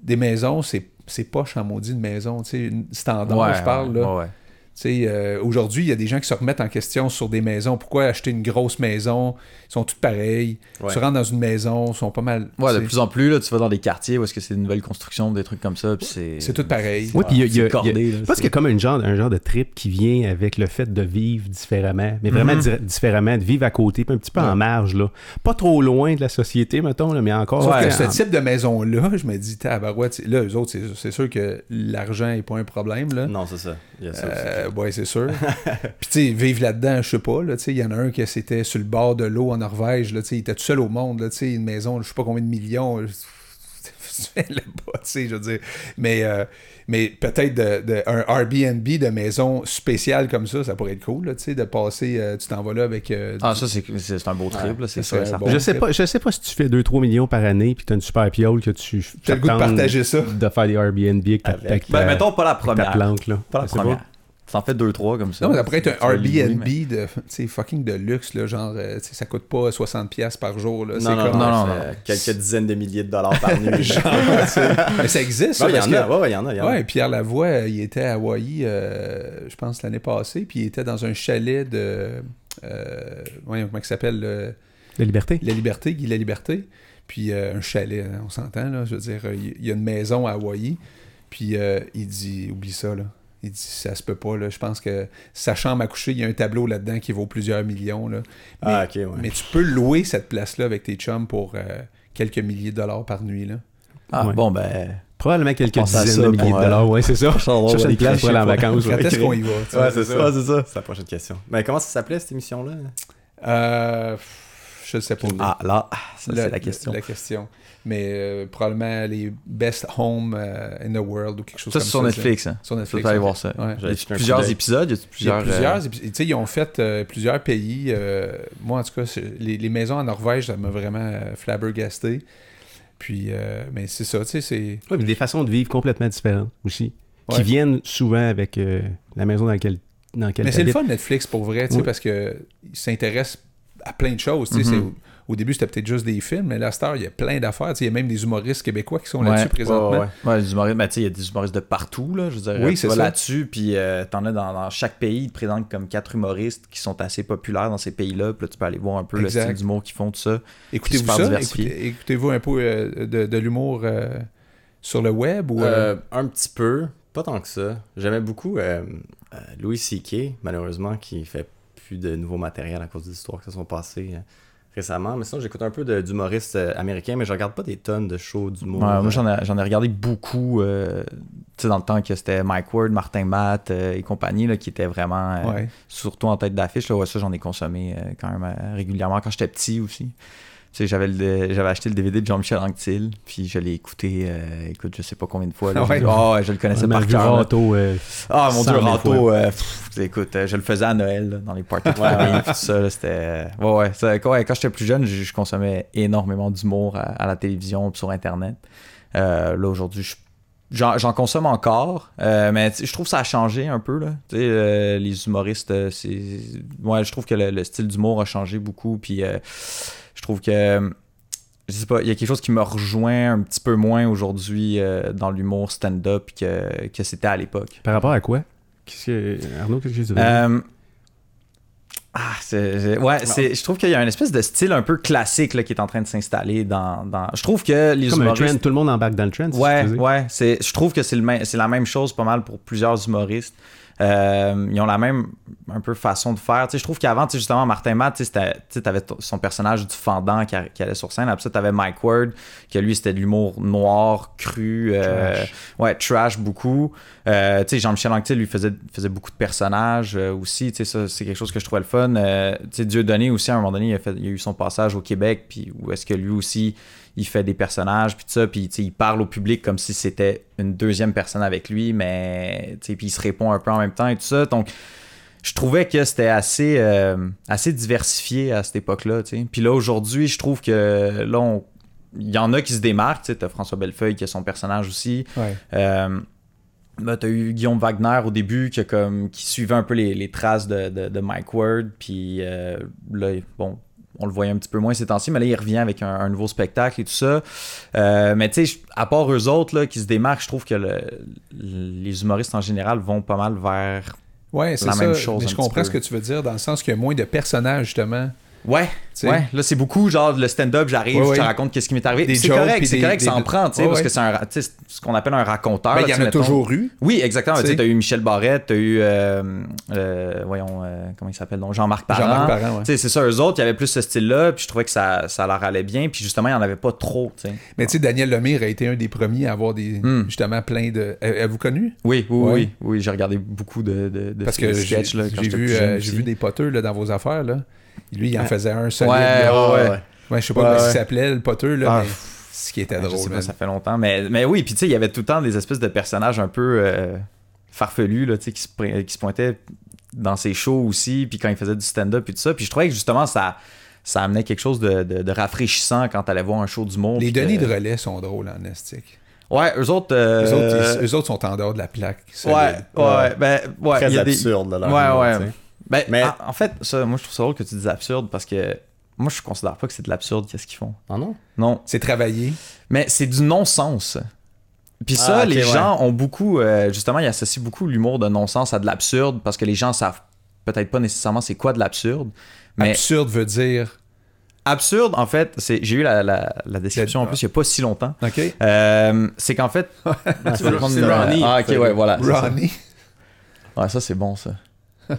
S1: des maisons, c'est c'est poche en maudit de maison, tu sais, une standard,
S2: Ouais,
S1: je parle,
S2: ouais,
S1: là.
S2: ouais, ouais.
S1: Tu sais, euh, aujourd'hui, il y a des gens qui se remettent en question sur des maisons. Pourquoi acheter une grosse maison? Ils sont toutes pareilles.
S4: Ouais.
S1: Tu rentres dans une maison, ils sont pas mal...
S2: Ouais, de
S1: c'est-
S2: plus en plus, là, tu vas dans des quartiers où est-ce que c'est des nouvelles constructions, des trucs comme ça, puis c'est...
S1: C'est tout pareil.
S3: Oui, puis il y a-
S2: Ah,
S3: il y a-
S2: c'est cordé,
S3: il y a-
S2: là,
S3: je pense
S2: c'est-
S3: qu'il y a comme une genre, un genre de trip qui vient avec le fait de vivre différemment, mais vraiment di- différemment, de vivre à côté, puis un petit peu en marge, là. Pas trop loin de la société, mettons, là, mais encore.
S1: Sauf
S3: Ouais,
S1: que ce
S3: en-
S1: type de maison-là, je me dis, tabarouette, là, eux autres, c'est- c'est sûr que l'argent n'est pas un problème, là.
S4: Non, c'est ça. Il y a ça aussi.
S1: Euh, ouais, c'est
S4: [LAUGHS]
S1: sûr. Puis, tu sais, vivre là-dedans, je sais pas, là, tu sais, il y en a un qui c'était sur le bord de l'eau en Norvège, là, tu sais, il était tout seul au monde, là, tu sais, une maison, je sais pas combien de millions, [LAUGHS] je- tu fais là-bas, tu sais, je veux dire. Mais, euh, mais peut-être de, de- un Airbnb de maison spéciale comme ça, ça pourrait être cool, là, tu sais, de passer, euh, tu t'en vas là avec... euh,
S2: Ah, ça, c'est c'est- c'est un beau trip, là, c'est
S1: ça
S2: ça.
S1: serait
S2: ça-
S1: bon.
S3: je, sais pas, je sais pas si tu fais 2-3 millions par année, puis t'as une super piole que tu.
S1: T'as le goût de
S3: t'attends
S1: partager ça.
S3: De faire des Airbnb avec ta,
S4: Avec-
S3: avec
S2: Ben,
S3: ta-
S2: mettons pas la
S3: avec ta
S2: première.
S3: planque, là.
S2: Pas la
S3: Je sais pas.
S2: première. T'en fais deux, trois comme ça.
S1: Non, mais ça pourrait être
S2: Tu
S1: un
S2: vas louer,
S1: Airbnb
S2: mais-
S1: de, tu sais, fucking de luxe, là, genre, euh, tu sais, ça coûte pas 60$ piastres par jour. Là, c'est
S4: Non, non,
S1: comme-
S4: non,
S2: non,
S4: c'est,
S2: non,
S4: euh, Quelques dizaines de milliers de dollars
S1: [LAUGHS]
S4: par nuit. Genre,
S1: Mais ça existe, ça,
S4: Ben, il y
S1: parce
S4: en a.
S1: que-
S4: Ouais, ouais, il y en a. il y en a.
S1: Ouais, Pierre Lavoie, euh, il était à Hawaï, euh, je pense, l'année passée, puis il était dans un chalet de. euh, voyons, comment il s'appelle le-
S3: La liberté.
S1: La Liberté, Guy La Liberté. Puis euh, un chalet, hein, on s'entend, là. Je veux dire, euh, il il y a une maison à Hawaï, puis euh, il dit, oublie ça, là. Il dit, ça se peut pas, là. Je pense que sa chambre à coucher, il y a un tableau là-dedans qui vaut plusieurs millions, là. Mais-
S4: Ah, ok, ouais.
S1: Mais tu peux louer cette place-là avec tes chums pour euh, quelques milliers de dollars par nuit. Là.
S2: Ah,
S3: Ouais.
S2: bon, ben...
S3: Probablement quelques
S2: Pense à
S3: dizaines
S2: ça
S3: de milliers
S2: pour,
S3: de
S2: euh,
S3: dollars, ouais,
S1: [LAUGHS]
S3: c'est ça. Cherche une place pour aller en vacances.
S1: Quand
S3: ouais.
S1: est-ce qu'on y va? tu sais?
S4: Ouais, c'est ça.
S2: Ouais, c'est ça.
S4: C'est la prochaine question. Mais comment ça s'appelait cette émission-là
S1: Euh, je sais pas.
S2: Ah, là, ça,
S1: Le-
S2: c'est la question.
S1: La question. Mais euh, probablement les best home euh, in the world ou quelque chose
S2: Ça,
S1: comme ça.
S2: c'est sur
S1: tu sais.
S2: Netflix, hein.
S1: Sur
S2: Faut
S1: Netflix.
S2: aller
S1: ok.
S2: voir ça.
S1: Ouais.
S2: Y a-tu
S4: J'ai jeté un coup
S2: plusieurs
S4: d'œil.
S2: épisodes, y a-tu
S1: Il y a
S2: plusieurs...
S1: plusieurs,
S2: euh,
S1: épi- tu sais, ils ont fait euh, plusieurs pays. euh, moi, en tout cas, c'est- les, les maisons en Norvège, ça m'a vraiment euh, flabbergasté. Puis, euh, mais c'est ça, tu sais, c'est...
S3: Ouais, puis des façons de vivre complètement différentes aussi,
S1: Ouais.
S3: qui viennent souvent avec euh, la maison dans laquelle, dans laquelle
S1: Mais c'est le
S3: t'habites.
S1: fun Netflix pour vrai, tu sais,
S3: Oui.
S1: parce que ils s'intéressent à plein de choses. tu sais,
S2: Mm-hmm.
S1: c'est- Au début, c'était peut-être juste des films, mais là, à cette heure, il y a plein d'affaires. tu sais, Il y a même des humoristes québécois qui sont
S2: Ouais,
S1: là-dessus
S2: ouais,
S1: présentement.
S4: ouais, ouais.
S2: Ouais, les humoristes, mais tu sais, il y a des humoristes de partout, là, je veux dire,
S1: Oui,
S2: tu
S1: c'est
S2: vas
S1: ça.
S2: là-dessus, puis euh, t'en as dans, dans chaque pays, ils te présentent comme quatre humoristes qui sont assez populaires dans ces pays-là, puis là, tu peux aller voir un peu
S1: Exact.
S2: le style d'humour qu'ils font, tout ça.
S1: Écoutez-vous
S2: Super
S1: ça?
S2: diversifié.
S1: Écoutez- Écoutez-vous un peu euh, de, de l'humour euh, sur le web ou... euh,
S4: Euh, un petit peu, pas tant que ça. J'aimais beaucoup euh, euh, Louis C.K., malheureusement, qui fait plus de nouveau matériel à cause des histoires qui se sont passées euh, récemment. Mais sinon, j'écoute un peu de- d'humoristes euh, américains, mais je regarde pas des tonnes de shows d'humour. euh,
S2: Ouais, moi, j'en ai, j'en ai regardé beaucoup, euh, tu sais, dans le temps que c'était Mike Ward, Martin Matt euh, et compagnie, là, qui étaient vraiment, euh,
S1: ouais.
S2: surtout en tête d'affiche, là, ouais, ça, j'en ai consommé euh, quand même euh, régulièrement, quand j'étais petit aussi. Tu sais, j'avais, le- j'avais acheté le DVD de Jean-Michel Anctil, puis je l'ai écouté, euh, écoute, je sais pas combien de fois. là.
S1: Ah ouais.
S2: Je- ah ouais, je le connaissais par cœur. là.
S3: euh,
S2: Ah mon dieu,
S3: 100 000
S2: Ranto, euh, pff, écoute, euh, je le faisais à Noël là, dans les parties de famille, tout ça, là, c'était... euh, Ouais, ouais, ça- quand, ouais, quand j'étais plus jeune, je, je consommais énormément d'humour à, à la télévision, puis sur Internet. Euh, là, aujourd'hui, je- j'en j'en consomme encore, euh, mais tu sais, je trouve que ça a changé un peu, là. Tu sais, euh, les humoristes, euh, c'est... Ouais, je trouve que le, le style d'humour a changé beaucoup, puis euh, je trouve que... Je sais pas, il y a quelque chose qui me rejoint un petit peu moins aujourd'hui euh, dans l'humour stand-up que, que c'était à l'époque.
S3: Par rapport à quoi Qu'est-ce que... Arnaud, qu'est-ce que tu veux dire?
S2: Euh, Ah, c'est, c'est- ouais, c'est, je trouve qu'il y a une espèce de style un peu classique là, qui est en train de s'installer dans, dans- Je trouve que les
S3: Comme un
S2: humoristes.
S3: trend, tout le monde embarque dans le trend. si
S2: Ouais,
S3: tu veux dire.
S2: ouais. C'est, je trouve que c'est, le même- c'est la même chose pas mal pour plusieurs humoristes. Euh, ils ont la même un peu façon de faire. Tu sais, je trouve qu'avant, tu sais, justement, Martin Matt, tu sais, c'était- tu sais, t'avais t- son personnage du fendant qui, a- qui allait sur scène. Après ça, t'avais Mike Ward, que lui, c'était de l'humour noir, cru, euh, ouais, trash beaucoup. Euh, tu sais, Jean-Michel Anctil, lui, faisait, faisait beaucoup de personnages euh, aussi. Tu sais, ça, c'est quelque chose que je trouvais le fun. Euh, tu sais, Dieu donné aussi, à un moment donné, il a, fait- il a eu son passage au Québec, puis où est-ce que lui aussi, il fait des personnages, puis tout ça, puis tu sais, il parle au public comme si c'était une deuxième personne avec lui, mais tu sais, puis il se répond un peu en même temps et tout ça. Donc, je trouvais que c'était assez, euh, assez diversifié à cette époque-là. tu sais. Puis là, aujourd'hui, je trouve que là, on- il y en a qui se démarquent. Tu sais, T'as François Bellefeuille qui a son personnage aussi.
S1: Ouais.
S2: Euh, ben, t'as eu Guillaume Wagner au début qui, a comme, qui suivait un peu les, les traces de, de- de Mike Ward. Puis euh, là, bon, on le voyait un petit peu moins ces temps-ci, mais là, il revient avec un, un nouveau spectacle et tout ça. Euh, mais tu sais, je- à part eux autres là, qui se démarquent, je trouve que le- les humoristes en général vont pas mal vers.
S1: Ouais, c'est
S2: la
S1: ça.
S2: même chose
S1: mais
S2: un
S1: je
S2: petit
S1: comprends
S2: peu.
S1: ce que tu veux dire dans le sens qu'il y a moins de personnages, justement.
S2: Ouais,
S1: sais.
S2: ouais. Là, c'est beaucoup genre le stand-up, j'arrive,
S1: Ouais,
S2: je te
S1: ouais.
S2: raconte qu'est-ce qui m'est arrivé.
S1: Des
S2: Puis C'est
S1: jokes,
S2: correct,
S1: puis
S2: c'est
S1: des-
S2: correct,
S1: des-
S2: ça en prend, tu sais,
S1: Ouais,
S2: parce
S1: ouais.
S2: que c'est un ra- tu sais, c'est ce qu'on appelle un raconteur.
S1: Ben,
S2: là,
S1: il y
S2: tu sais,
S1: en a
S2: mettons.
S1: toujours eu.
S2: Oui, exactement.
S1: Tu sais.
S2: Tu as eu Michel Barrette, tu as eu, euh, euh, voyons, euh, comment il s'appelle, donc Jean-Marc Parent.
S1: Jean-Marc Parent, ouais.
S2: Tu sais, C'est ça, eux autres, il y avait plus ce style-là, puis je trouvais que ça, ça leur allait bien, puis justement, il n'y en avait pas trop. tu sais.
S1: Mais tu sais, Daniel Lemire a été un des premiers à avoir des
S2: Hmm.
S1: justement plein de. Euh, Avez-vous connu?
S2: Oui, oui,
S1: Ouais.
S2: oui, oui, j'ai regardé beaucoup de, de, de
S1: Parce
S2: ces
S1: que j'ai
S2: sketchs, là, quand
S1: j'ai
S2: j'étais
S1: vu,
S2: plus jeune
S1: euh, j'ai
S2: aussi.
S1: vu des poteux là, dans vos affaires. Là. Lui, il en faisait un
S2: Ouais,
S1: seul.
S2: ouais, ouais.
S1: je sais pas comment
S2: Ouais,
S1: il
S2: ouais.
S1: s'appelait, le poteux. Là,
S2: Ah,
S1: mais ce qui était
S2: Ben, Je sais
S1: drôle.
S2: pas,
S1: man.
S2: ça fait longtemps. Mais, mais oui, puis tu sais, il y avait tout le temps des espèces de personnages un peu euh, farfelus là, tu sais, qui, se, pr- qui se pointaient dans ses shows aussi, puis quand il faisait du stand-up et tout ça. Puis je trouvais que justement, ça, ça amenait quelque chose de, de- de rafraîchissant quand t'allais voir un show du monde.
S1: Les
S2: puis
S1: Denis
S2: que-
S1: de relais sont drôles en estique.
S2: Ouais, eux autres. euh,
S1: Eux, autres, ils- eux autres sont en dehors de la plaque.
S2: ouais, ouais,
S1: solide.
S2: ouais, ben, ouais, il
S4: Très
S2: y a des-
S4: absurde, là, leur
S2: Ouais,
S4: humour,
S2: ouais.
S4: tu sais.
S2: Ben,
S4: Mais-
S2: en, en fait, ça, moi je trouve ça drôle que tu dises absurde parce que moi je considère pas que c'est de l'absurde qu'est-ce qu'ils font.
S4: Ah non?
S2: Non,
S1: C'est travaillé.
S2: Mais c'est du non-sens. Puis ça,
S4: Ah, ok,
S2: les
S4: ouais.
S2: gens ont beaucoup, euh, justement, ils associent beaucoup l'humour de non-sens à de l'absurde parce que les gens savent peut-être pas nécessairement c'est quoi de l'absurde. Mais
S1: Absurde veut dire.
S2: absurde, en fait, c'est, j'ai eu la, la- la description en plus il n'y a pas si longtemps.
S1: OK?
S2: Euh, c'est qu'en fait,
S1: Ah,
S2: tu vas
S4: c'est
S2: prendre, euh,
S4: Ronnie.
S2: Ah, ok, ouais, voilà. c'est ça.
S1: Ronnie.
S2: Ouais, ça c'est
S1: [LAUGHS]
S2: bon ça.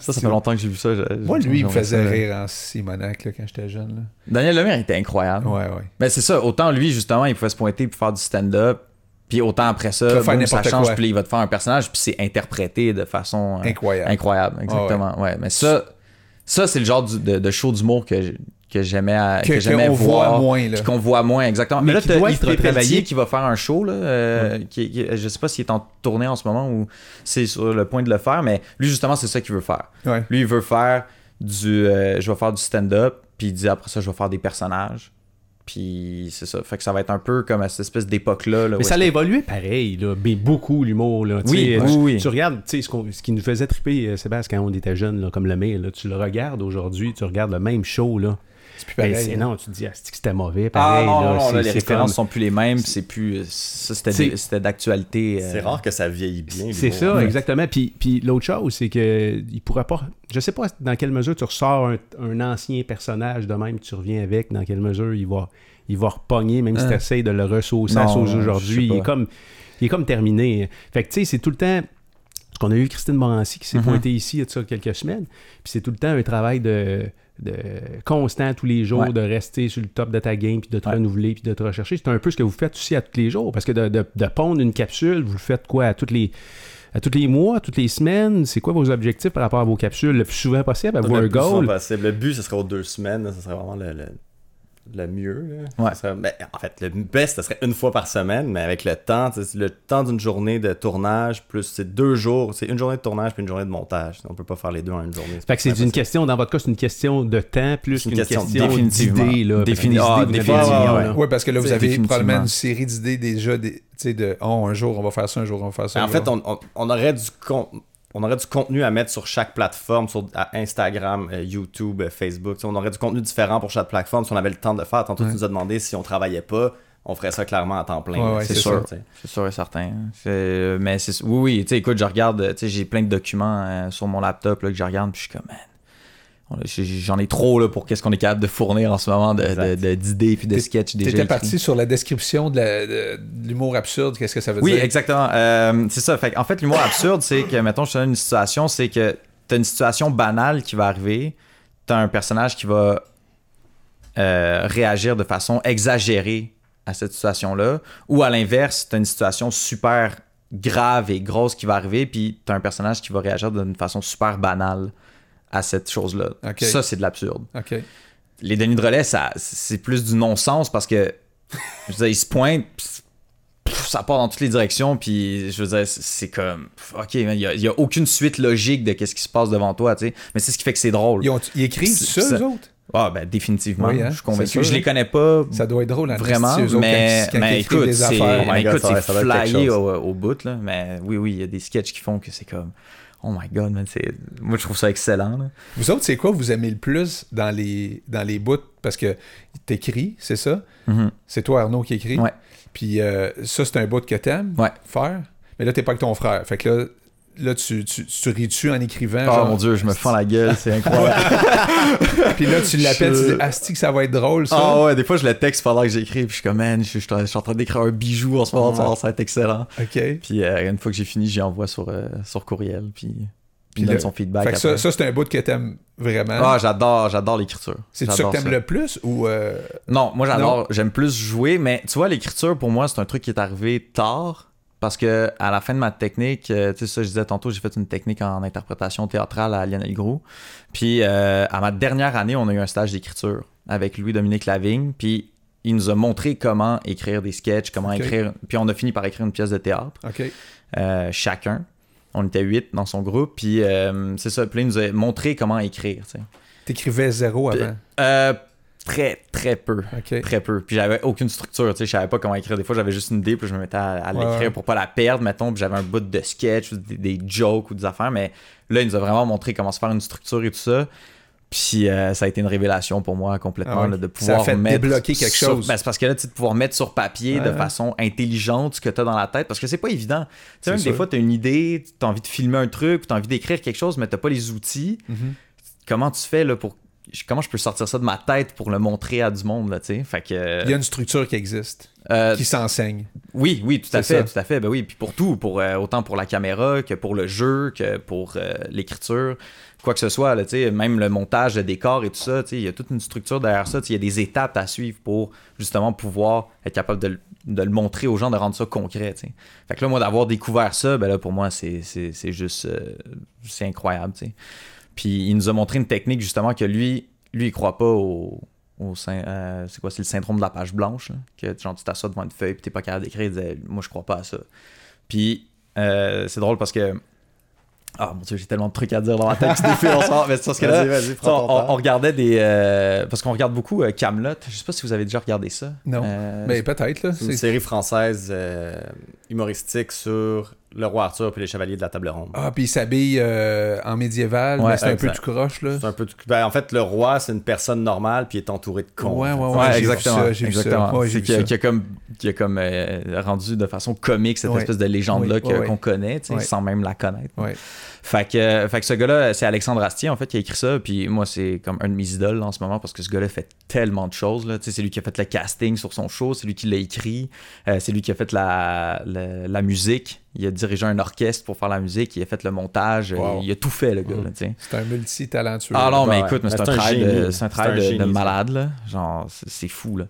S2: Ça, ça fait longtemps que j'ai vu ça. je-
S1: Moi, lui, il me
S2: j'aimerais
S1: faisait
S2: ça.
S1: rire en Simonac là, quand j'étais jeune.
S2: Daniel Lemire était
S1: Là.
S2: incroyable.
S1: Ouais, ouais.
S2: Mais Ben, c'est ça, autant lui, justement, il pouvait se pointer puis faire du stand-up. Puis autant après
S1: Il
S2: ça,
S1: peut faire
S2: boum, ça
S1: n'importe
S2: change,
S1: quoi.
S2: puis il va te faire un personnage, puis c'est interprété de façon euh,
S1: Incroyable. Ah
S2: incroyable. Exactement, ouais. Mais ça, ça c'est le genre du- de, de show d'humour que, j- que j'aimais à-
S1: Que-
S2: que j'aimais
S1: qu'on voit
S2: voir.
S1: moins, là.
S2: puis qu'on voit moins, exactement. Mais,
S3: Mais
S2: là,
S3: qui
S2: t'as
S3: doit
S2: Yves
S3: être
S2: Pépeltier
S3: retravaillé.
S2: qui va faire un show, là, euh, qui- qui- je sais pas s'il est en tournée en ce moment ou c'est sur le point de le faire, mais lui, justement, c'est ça qu'il veut faire.
S1: Ouais.
S2: Lui, il veut faire du. euh, je vais faire du stand-up, puis il dit après ça, je vais faire des personnages. Puis c'est ça. Fait que ça va être un peu comme à cette espèce d'époque-là. là, où
S3: Mais ça
S2: est-ce
S3: l'a évolué pareil, là, mais beaucoup l'humour. Là, tu
S2: Oui,
S3: sais,
S2: oui,
S3: tu,
S2: oui.
S3: tu regardes tu sais, ce, qu'on- ce qui nous faisait triper, euh, Sébastien, quand on était jeune, là, comme le mail, là, tu le regardes aujourd'hui, tu regardes le même show. Là.
S1: C'est plus
S3: Ben,
S1: pareil.
S3: c'est-
S1: là.
S3: non, tu te dis, ah, c'est que c'était mauvais.
S2: Ah
S3: Pareil,
S2: non,
S3: là,
S2: non,
S3: c'est-
S2: là, les
S3: c'est
S2: références sont
S3: comme-
S2: plus les mêmes, c'est plus. euh, Ça, c'était
S3: C'est-
S2: des- c'était d'actualité. euh,
S4: C'est rare que ça vieillit bien.
S3: C'est
S4: l'humour.
S3: ça, exactement. Puis, puis l'autre chose, c'est que il pourra pas. Je sais pas dans quelle mesure tu ressors un, un ancien personnage de même, tu reviens avec, dans quelle mesure il va, il va repogner, même si
S1: Hein.
S3: tu essaies de le ressaucer à
S2: Non,
S3: la sauce
S2: je sais
S3: aujourd'hui. Il est
S2: pas.
S3: comme il est comme terminé. Fait que tu sais, c'est tout le temps. Parce qu'on a eu Christine Morancy qui
S2: Mhm.
S3: s'est pointée ici il y a de ça quelques semaines. Puis c'est tout le temps un travail de, de constant tous les jours,
S2: Ouais.
S3: de rester sur le top de ta game, puis de te
S2: Ouais.
S3: renouveler, puis de te rechercher. C'est un peu ce que vous faites aussi à tous les jours. Parce que de, de- de pondre une capsule, vous le faites quoi à toutes les. À tous les mois, toutes les semaines, c'est quoi vos objectifs par rapport à vos capsules le plus souvent possible, à
S4: Le
S3: vous un
S4: plus souvent
S3: goal?
S4: possible. Le but, ce serait aux deux semaines. là, Ce serait vraiment le, le, le mieux. là.
S2: Ouais.
S4: Ce serait- mais en fait, le best, ce serait une fois par semaine, mais avec le temps, tu sais, le temps d'une journée de tournage, plus c'est deux jours. C'est une journée de tournage puis une journée de montage. On peut pas faire les deux en une journée.
S3: Fait que c'est une question, dans votre cas, c'est une question de temps plus
S4: C'est
S3: qu'une
S4: une
S3: question,
S4: question
S2: définitivement.
S3: d'idée. là. Parce que
S2: Défini-
S3: des
S2: ah,
S3: idées, vous en avez
S4: définitivement,
S3: millions,
S4: ouais.
S3: là.
S1: Oui, parce que là, vous
S2: C'est
S1: avez
S2: définitivement.
S1: probablement une série d'idées déjà, des- tu sais, de « Oh, un jour, on va faire ça, un jour, on va faire ça.
S4: En
S1: un
S4: fait,
S1: jour.
S4: on, on- on aurait du con- On aurait du contenu à mettre sur chaque plateforme, sur à Instagram, euh, YouTube, euh, Facebook. Tu sais, on aurait du contenu différent pour chaque plateforme si on avait le temps de le faire. Tantôt,
S1: Ouais.
S4: tu nous as demandé si on travaillait pas, on ferait ça clairement à temps plein.
S1: Ouais,
S4: là,
S1: ouais,
S2: c'est
S4: ça,
S2: sûr.
S4: tu sais.
S2: C'est sûr et certain. C'est- euh, Mais c'est oui, oui, tu sais, écoute, je regarde, tu sais, j'ai plein de documents euh, sur mon laptop là, que je regarde, puis je suis comme, man, on a- j'ai- j'en ai trop là, pour qu'est-ce qu'on est capable de fournir en ce moment de- de-
S4: Exact.
S2: de- d'idées, puis de
S1: T'es-
S2: sketchs déjà.
S1: T'étais
S2: écrits.
S1: parti sur la description de la- de de l'humour absurde, qu'est-ce que ça veut
S2: Oui,
S1: dire?
S2: exactement. Euh, c'est ça. Fait, en fait, l'humour absurde, c'est que, mettons, je te donne une situation, c'est que t'as une situation banale qui va arriver, t'as un personnage qui va euh, réagir de façon exagérée à cette situation-là, ou à l'inverse, t'as une situation super grave et grosse qui va arriver, puis t'as un personnage qui va réagir d'une façon super banale à cette chose-là.
S1: Ok.
S2: Ça, c'est de l'absurde
S1: OK.
S2: les Denis de relais, ça, c'est plus du non-sens parce que je veux dire, ils se pointent, pis c'est- pff, ça part dans toutes les directions, puis je veux dire, c'est- c'est comme, pff, ok, man, il n'y a, aucune suite logique de qu'est-ce qui se passe devant toi, tu sais. Mais c'est ce qui fait que c'est drôle.
S1: Ils, ont, ils écrivent ça,
S2: Ça-
S1: eux autres?
S2: Ah, ben, définitivement,
S1: Oui, hein,
S2: je suis
S1: c'est
S2: convaincu.
S1: sûr,
S2: Je
S1: hein.
S2: les connais pas
S1: Ça doit être drôle, en
S2: vraiment,
S1: esti, eux autres,
S2: mais,
S1: quand ils- quand
S2: mais
S1: ils écrivent
S2: écoute,
S1: des
S2: c'est
S1: affaires.
S4: Oh my
S2: mais
S4: God,
S2: écoute,
S4: ça va-
S2: c'est
S4: ça va être quelque
S2: flyé
S4: chose.
S2: au, au bout, là. Mais oui, oui, il y a des sketchs qui font que c'est comme, oh my god, man, c'est- moi, je trouve ça excellent, là.
S1: Vous autres, c'est quoi vous aimez le plus dans les, dans les bouts? Parce que t'écris, c'est ça?
S2: Mhm.
S1: C'est toi, Arnaud, qui écris.
S2: Ouais.
S1: Puis euh, ça, c'est un bout que t'aimes
S2: Ouais.
S1: faire. Mais là, t'es pas avec ton frère. Fait que là, là tu, tu, tu ris-tu en écrivant?
S2: Oh
S1: genre?
S2: mon dieu, je me fends la gueule,
S1: [LAUGHS]
S2: c'est incroyable.
S1: Puis là, tu l'appelles,
S2: Je-
S1: tu dis, Asti, que ça va être drôle, ça.
S2: Ah ouais, des fois je le texte pendant que j'écris, puis je suis comme man, je, je suis en- je suis en train d'écrire un bijou en ce moment, tu vas voir, ça va être excellent.
S1: OK. Fait
S2: Puis euh, une fois que j'ai fini, j'y envoie sur, euh, sur courriel, puis, puis il me donne
S1: le-
S2: son feedback.
S1: que
S2: après.
S1: ça, ça, c'est un bout que t'aimes vraiment.
S2: ah, j'adore, j'adore l'écriture.
S1: c'est ça que
S2: J'adore
S1: t'aimes le plus ou. euh,
S2: Non, moi j'adore, j'aime plus jouer, mais tu vois, l'écriture pour moi, c'est un truc qui est arrivé tard. Parce que à la fin de ma technique, euh, tu sais, ça je disais tantôt, j'ai fait une technique en interprétation théâtrale à Lionel Groux. Puis euh, à ma dernière année, on a eu un stage d'écriture avec Louis-Dominique Lavigne. Puis il nous a montré comment écrire des sketchs, comment
S1: Ok.
S2: écrire. Puis on a fini par écrire une pièce de théâtre
S1: OK.
S2: euh, chacun. On était huit dans son groupe. Puis euh, c'est ça, puis là, il nous a montré comment écrire. tu sais.
S1: T'écrivais zéro
S2: Puis-
S1: avant.
S2: Euh, très, très peu [LAUGHS]
S1: OK.
S2: très peu. Puis j'avais aucune structure, tu sais, je savais pas comment écrire. Des fois, j'avais juste une idée, puis je me mettais à, à
S1: Ouais,
S2: l'écrire
S1: ouais.
S2: pour pas la perdre, mettons, puis j'avais un bout de sketch, ou des, des jokes ou des affaires, mais là, il nous a vraiment montré comment se faire une structure et tout ça. Puis euh, ça a été une révélation pour moi complètement
S1: Ah ouais.
S2: là, de
S1: Ça a
S2: pouvoir
S1: fait
S2: mettre
S1: débloquer quelque
S2: sur-
S1: chose.
S2: Ben, c'est parce que là, tu sais, de pouvoir mettre sur papier
S1: Ouais,
S2: de
S1: ouais.
S2: façon intelligente ce que tu as dans la tête, parce que c'est pas évident. Tu sais,
S1: C'est
S2: même
S1: sûr.
S2: des fois, tu as une idée, tu as envie de filmer un truc, tu as envie d'écrire quelque chose, mais tu pas les outils
S1: Mhm.
S2: comment tu fais là pour je- comment je peux sortir ça de ma tête pour le montrer à du monde là tu sais fait que
S1: Il y a une structure qui existe,
S2: euh,
S1: qui s'enseigne.
S2: oui oui tout à
S1: C'est
S2: fait
S1: ça.
S2: tout à fait ben oui puis pour tout pour euh, autant pour la caméra que pour le jeu que pour euh, l'écriture quoi que ce soit là tu sais même le montage de décors et tout ça tu sais il y a toute une structure derrière ça tu sais, il y a des étapes à suivre pour justement pouvoir être capable de, le- de le montrer aux gens de rendre ça concret tu sais fait que là moi d'avoir découvert ça ben là pour moi c'est c'est- c'est juste euh, c'est incroyable tu sais puis il nous a montré une technique justement que lui, lui il croit pas au, au syn- euh, c'est quoi, c'est le syndrome de la page blanche, là, que genre tu t'assois devant une feuille puis t'es pas capable d'écrire, il disait moi je crois pas à ça. Puis euh, c'est drôle parce que ah mon dieu j'ai tellement de trucs à dire dans
S1: [LAUGHS]
S2: ma tête qui défilent en ce moment, mais [LAUGHS] c'est parce que là,
S4: Vas-y, vas-y,
S2: tu sais,
S4: prends
S2: on,
S4: ton
S2: on-
S4: temps.
S2: on regardait des euh, parce qu'on regarde beaucoup euh, Camelot, je sais pas si vous avez déjà regardé ça.
S1: Non.
S2: Euh,
S1: Mais peut-être, là.
S4: C'est une
S1: c'est-
S4: série française euh, humoristique sur le roi Arthur puis les chevaliers de la table ronde.
S1: Ah, puis il s'habille euh, en médiéval,
S2: Ouais,
S1: mais c'est un peu
S4: exact.
S1: tout croche, là.
S4: C'est un peu tout- ben, en fait, le roi, c'est une personne normale puis il est entouré de cons.
S1: Ouais, ouais, ouais.
S2: Ouais,
S1: j'ai vu
S2: exactement.
S1: ça, j'ai vu ça.
S2: exactement.
S1: Ouais, j'ai
S2: c'est
S1: vu
S2: qu'il a,
S1: ça.
S2: qu'il a comme, qu'il a comme euh, rendu de façon comique cette
S1: Ouais.
S2: espèce de légende-là
S1: Oui,
S2: que-
S1: ouais, ouais.
S2: qu'on connaît, tu sais,
S1: Ouais.
S2: sans même la connaître.
S1: Ouais.
S2: Fait que, euh, fait que ce gars-là, c'est Alexandre Astier, en fait, qui a écrit ça. Puis moi, c'est comme un de mes idoles en ce moment parce que ce gars-là fait tellement de choses. là. Tu sais, C'est lui qui a fait le casting sur son show, c'est lui qui l'a écrit, euh, c'est lui qui a fait la, la, la musique. Il a dirigé un orchestre pour faire la musique, il a fait le montage, euh,
S4: Wow.
S2: il a tout fait, le gars.
S4: Mm.
S2: là, tu sais.
S1: C'est un multi-talentueux.
S2: Ah non,
S4: Ouais,
S2: mais
S4: ouais.
S2: écoute, mais c'est
S4: C'est
S2: un
S4: un
S2: travail
S4: génie.
S2: de, c'est un
S4: C'est
S2: travail
S4: un
S2: de- de,
S4: génie, ça.
S2: malade, là. Genre, c'est c'est fou, là.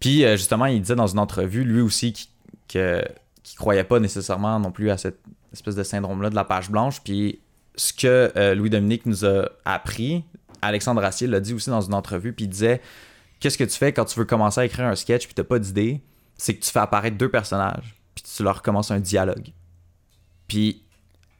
S2: Puis, euh, justement, il disait dans une entrevue, lui aussi, qui- que- qu'il croyait pas nécessairement non plus à cette espèce de syndrome-là de la page blanche. Puis, ce que euh, Louis-Dominique nous a appris, Alexandre Assier l'a dit aussi dans une entrevue, puis il disait Qu'est-ce que tu fais quand tu veux commencer à écrire un sketch puis t'as pas d'idée C'est que tu fais apparaître deux personnages, puis tu leur commences un dialogue. Puis,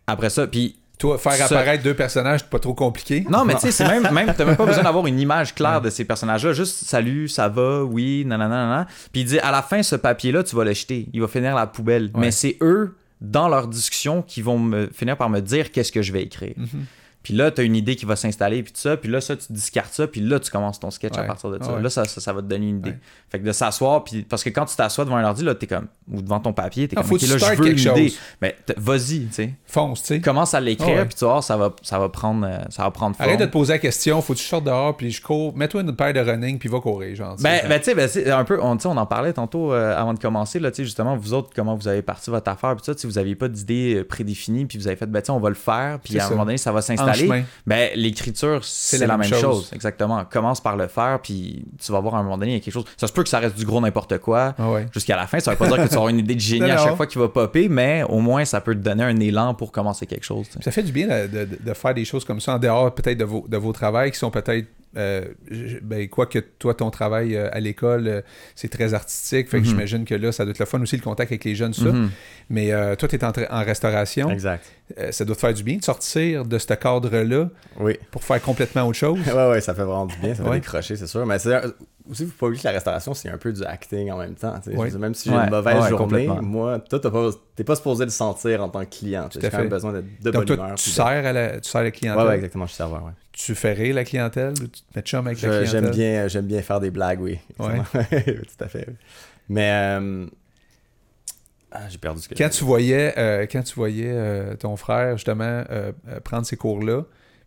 S2: après ça, puis
S1: Toi, faire
S2: Ça-
S1: apparaître deux personnages, c'est pas trop compliqué.
S2: non, mais tu sais, c'est même, même t'as même
S1: [LAUGHS]
S2: pas besoin d'avoir une image claire de ces personnages-là. Juste salut, ça va, oui, nanana, nanana. Puis il dit à la fin, ce papier-là, tu vas le jeter. Il va finir à la poubelle.
S1: Ouais.
S2: Mais c'est eux, dans leur discussion, qui vont me, finir par me dire qu'est-ce que je vais écrire.
S1: Mhm.
S2: Puis là, t'as une idée qui va s'installer, puis tout ça. Puis là, ça, tu discartes ça. Puis là, tu commences ton sketch à
S1: Ouais.
S2: partir de ça.
S1: Ouais.
S2: Là, ça, ça, ça va te donner une idée.
S1: Ouais.
S2: Fait que de s'asseoir, puis parce que quand tu t'assois devant un ordi, là, t'es comme, ou devant ton papier, t'es
S1: Ah,
S2: comme,
S1: faut
S2: OK,
S1: que tu
S2: là, je
S1: startes
S2: veux une
S1: quelque
S2: idée.
S1: chose.
S2: Mais t- vas-y, tu sais
S1: Fonce, tu sais.
S2: commence à l'écrire,
S1: Ah ouais.
S2: puis tu vas voir, ça va, ça va prendre, euh, ça va prendre forme.
S1: Arrête de te poser la question, faut que tu sortes dehors, puis je cours. Mets-toi une paire de running, puis va courir, genre. tu sais,
S2: ben,
S1: genre.
S2: ben, tu sais, ben, c'est un peu, on, tu sais, on en parlait tantôt euh, avant de commencer, là, tu sais, justement, vous autres, comment vous avez parti votre affaire, puis ça, tu sais, vous n'aviez pas d'idée euh, prédéfinie, puis vous avez fait, ben, tu sais, on va le faire, puis
S1: C'est
S2: à un
S1: ça.
S2: moment donné, ça va
S1: en
S2: s'installer.
S1: chemin.
S2: Ben, l'écriture, c'est la, même chose. Exactement. Commence par le faire, puis tu vas voir à un moment donné, il y a quelque chose. Ça se peut que ça reste du gros n'importe quoi.
S1: Ah ouais.
S2: Jusqu'à la fin, ça veut pas dire que tu auras une idée de
S1: [LAUGHS]
S2: génie
S1: Non,
S2: à
S1: non.
S2: chaque fois qui va popper, mais au moins ça peut te donner un élan pour commencer quelque chose. tu sais.
S1: Puis Ça fait du bien là, de, de- de faire des choses comme ça en dehors peut-être de vos, de vos travails qui sont peut-être. euh, je- ben, quoi que toi, ton travail euh, à l'école, euh, c'est très artistique. Fait que
S2: Mhm.
S1: j'imagine que là, ça doit être le fun aussi, le contact avec les jeunes, ça.
S2: Mhm.
S1: Mais euh, toi, tu es en, tra- en restauration.
S4: Exact.
S1: Euh, ça doit te faire du bien de sortir de ce cadre-là
S4: Oui. [LAUGHS]
S1: pour faire complètement autre chose.
S4: ouais, ouais, ça fait vraiment du bien, ça fait
S1: Ouais.
S4: décrocher, c'est sûr. Mais c'est euh, aussi, faut pas oublier que la restauration, c'est un peu du acting en même temps. tu sais. Je
S1: Ouais.
S4: veux dire, Même si j'ai
S2: Ouais,
S4: une mauvaise
S2: ouais,
S4: journée,
S2: complètement.
S4: moi, toi, t'as pas- t'es pas supposé le sentir en tant que client. tu sais.
S1: Tout à
S4: J'ai quand même
S1: fait.
S4: besoin d'être de
S1: Donc,
S4: bonne
S1: toi,
S4: humeur.
S1: tu
S4: puis de-
S1: sers, à la, tu sers la
S4: Ouais,
S1: clientèle.
S4: ouais, exactement, je suis serveur, ouais.
S1: Tu fais rire la clientèle ou tu te mets chum avec la
S4: Je-
S1: clientèle?
S4: J'aime bien, euh, j'aime bien faire des blagues, oui. [LAUGHS] exactement. Tout à fait. oui. Mais. euh, Ah, j'ai perdu ce que
S1: Quand tu voyais, euh, quand tu voyais euh, ton frère justement euh, euh, prendre ces cours-là,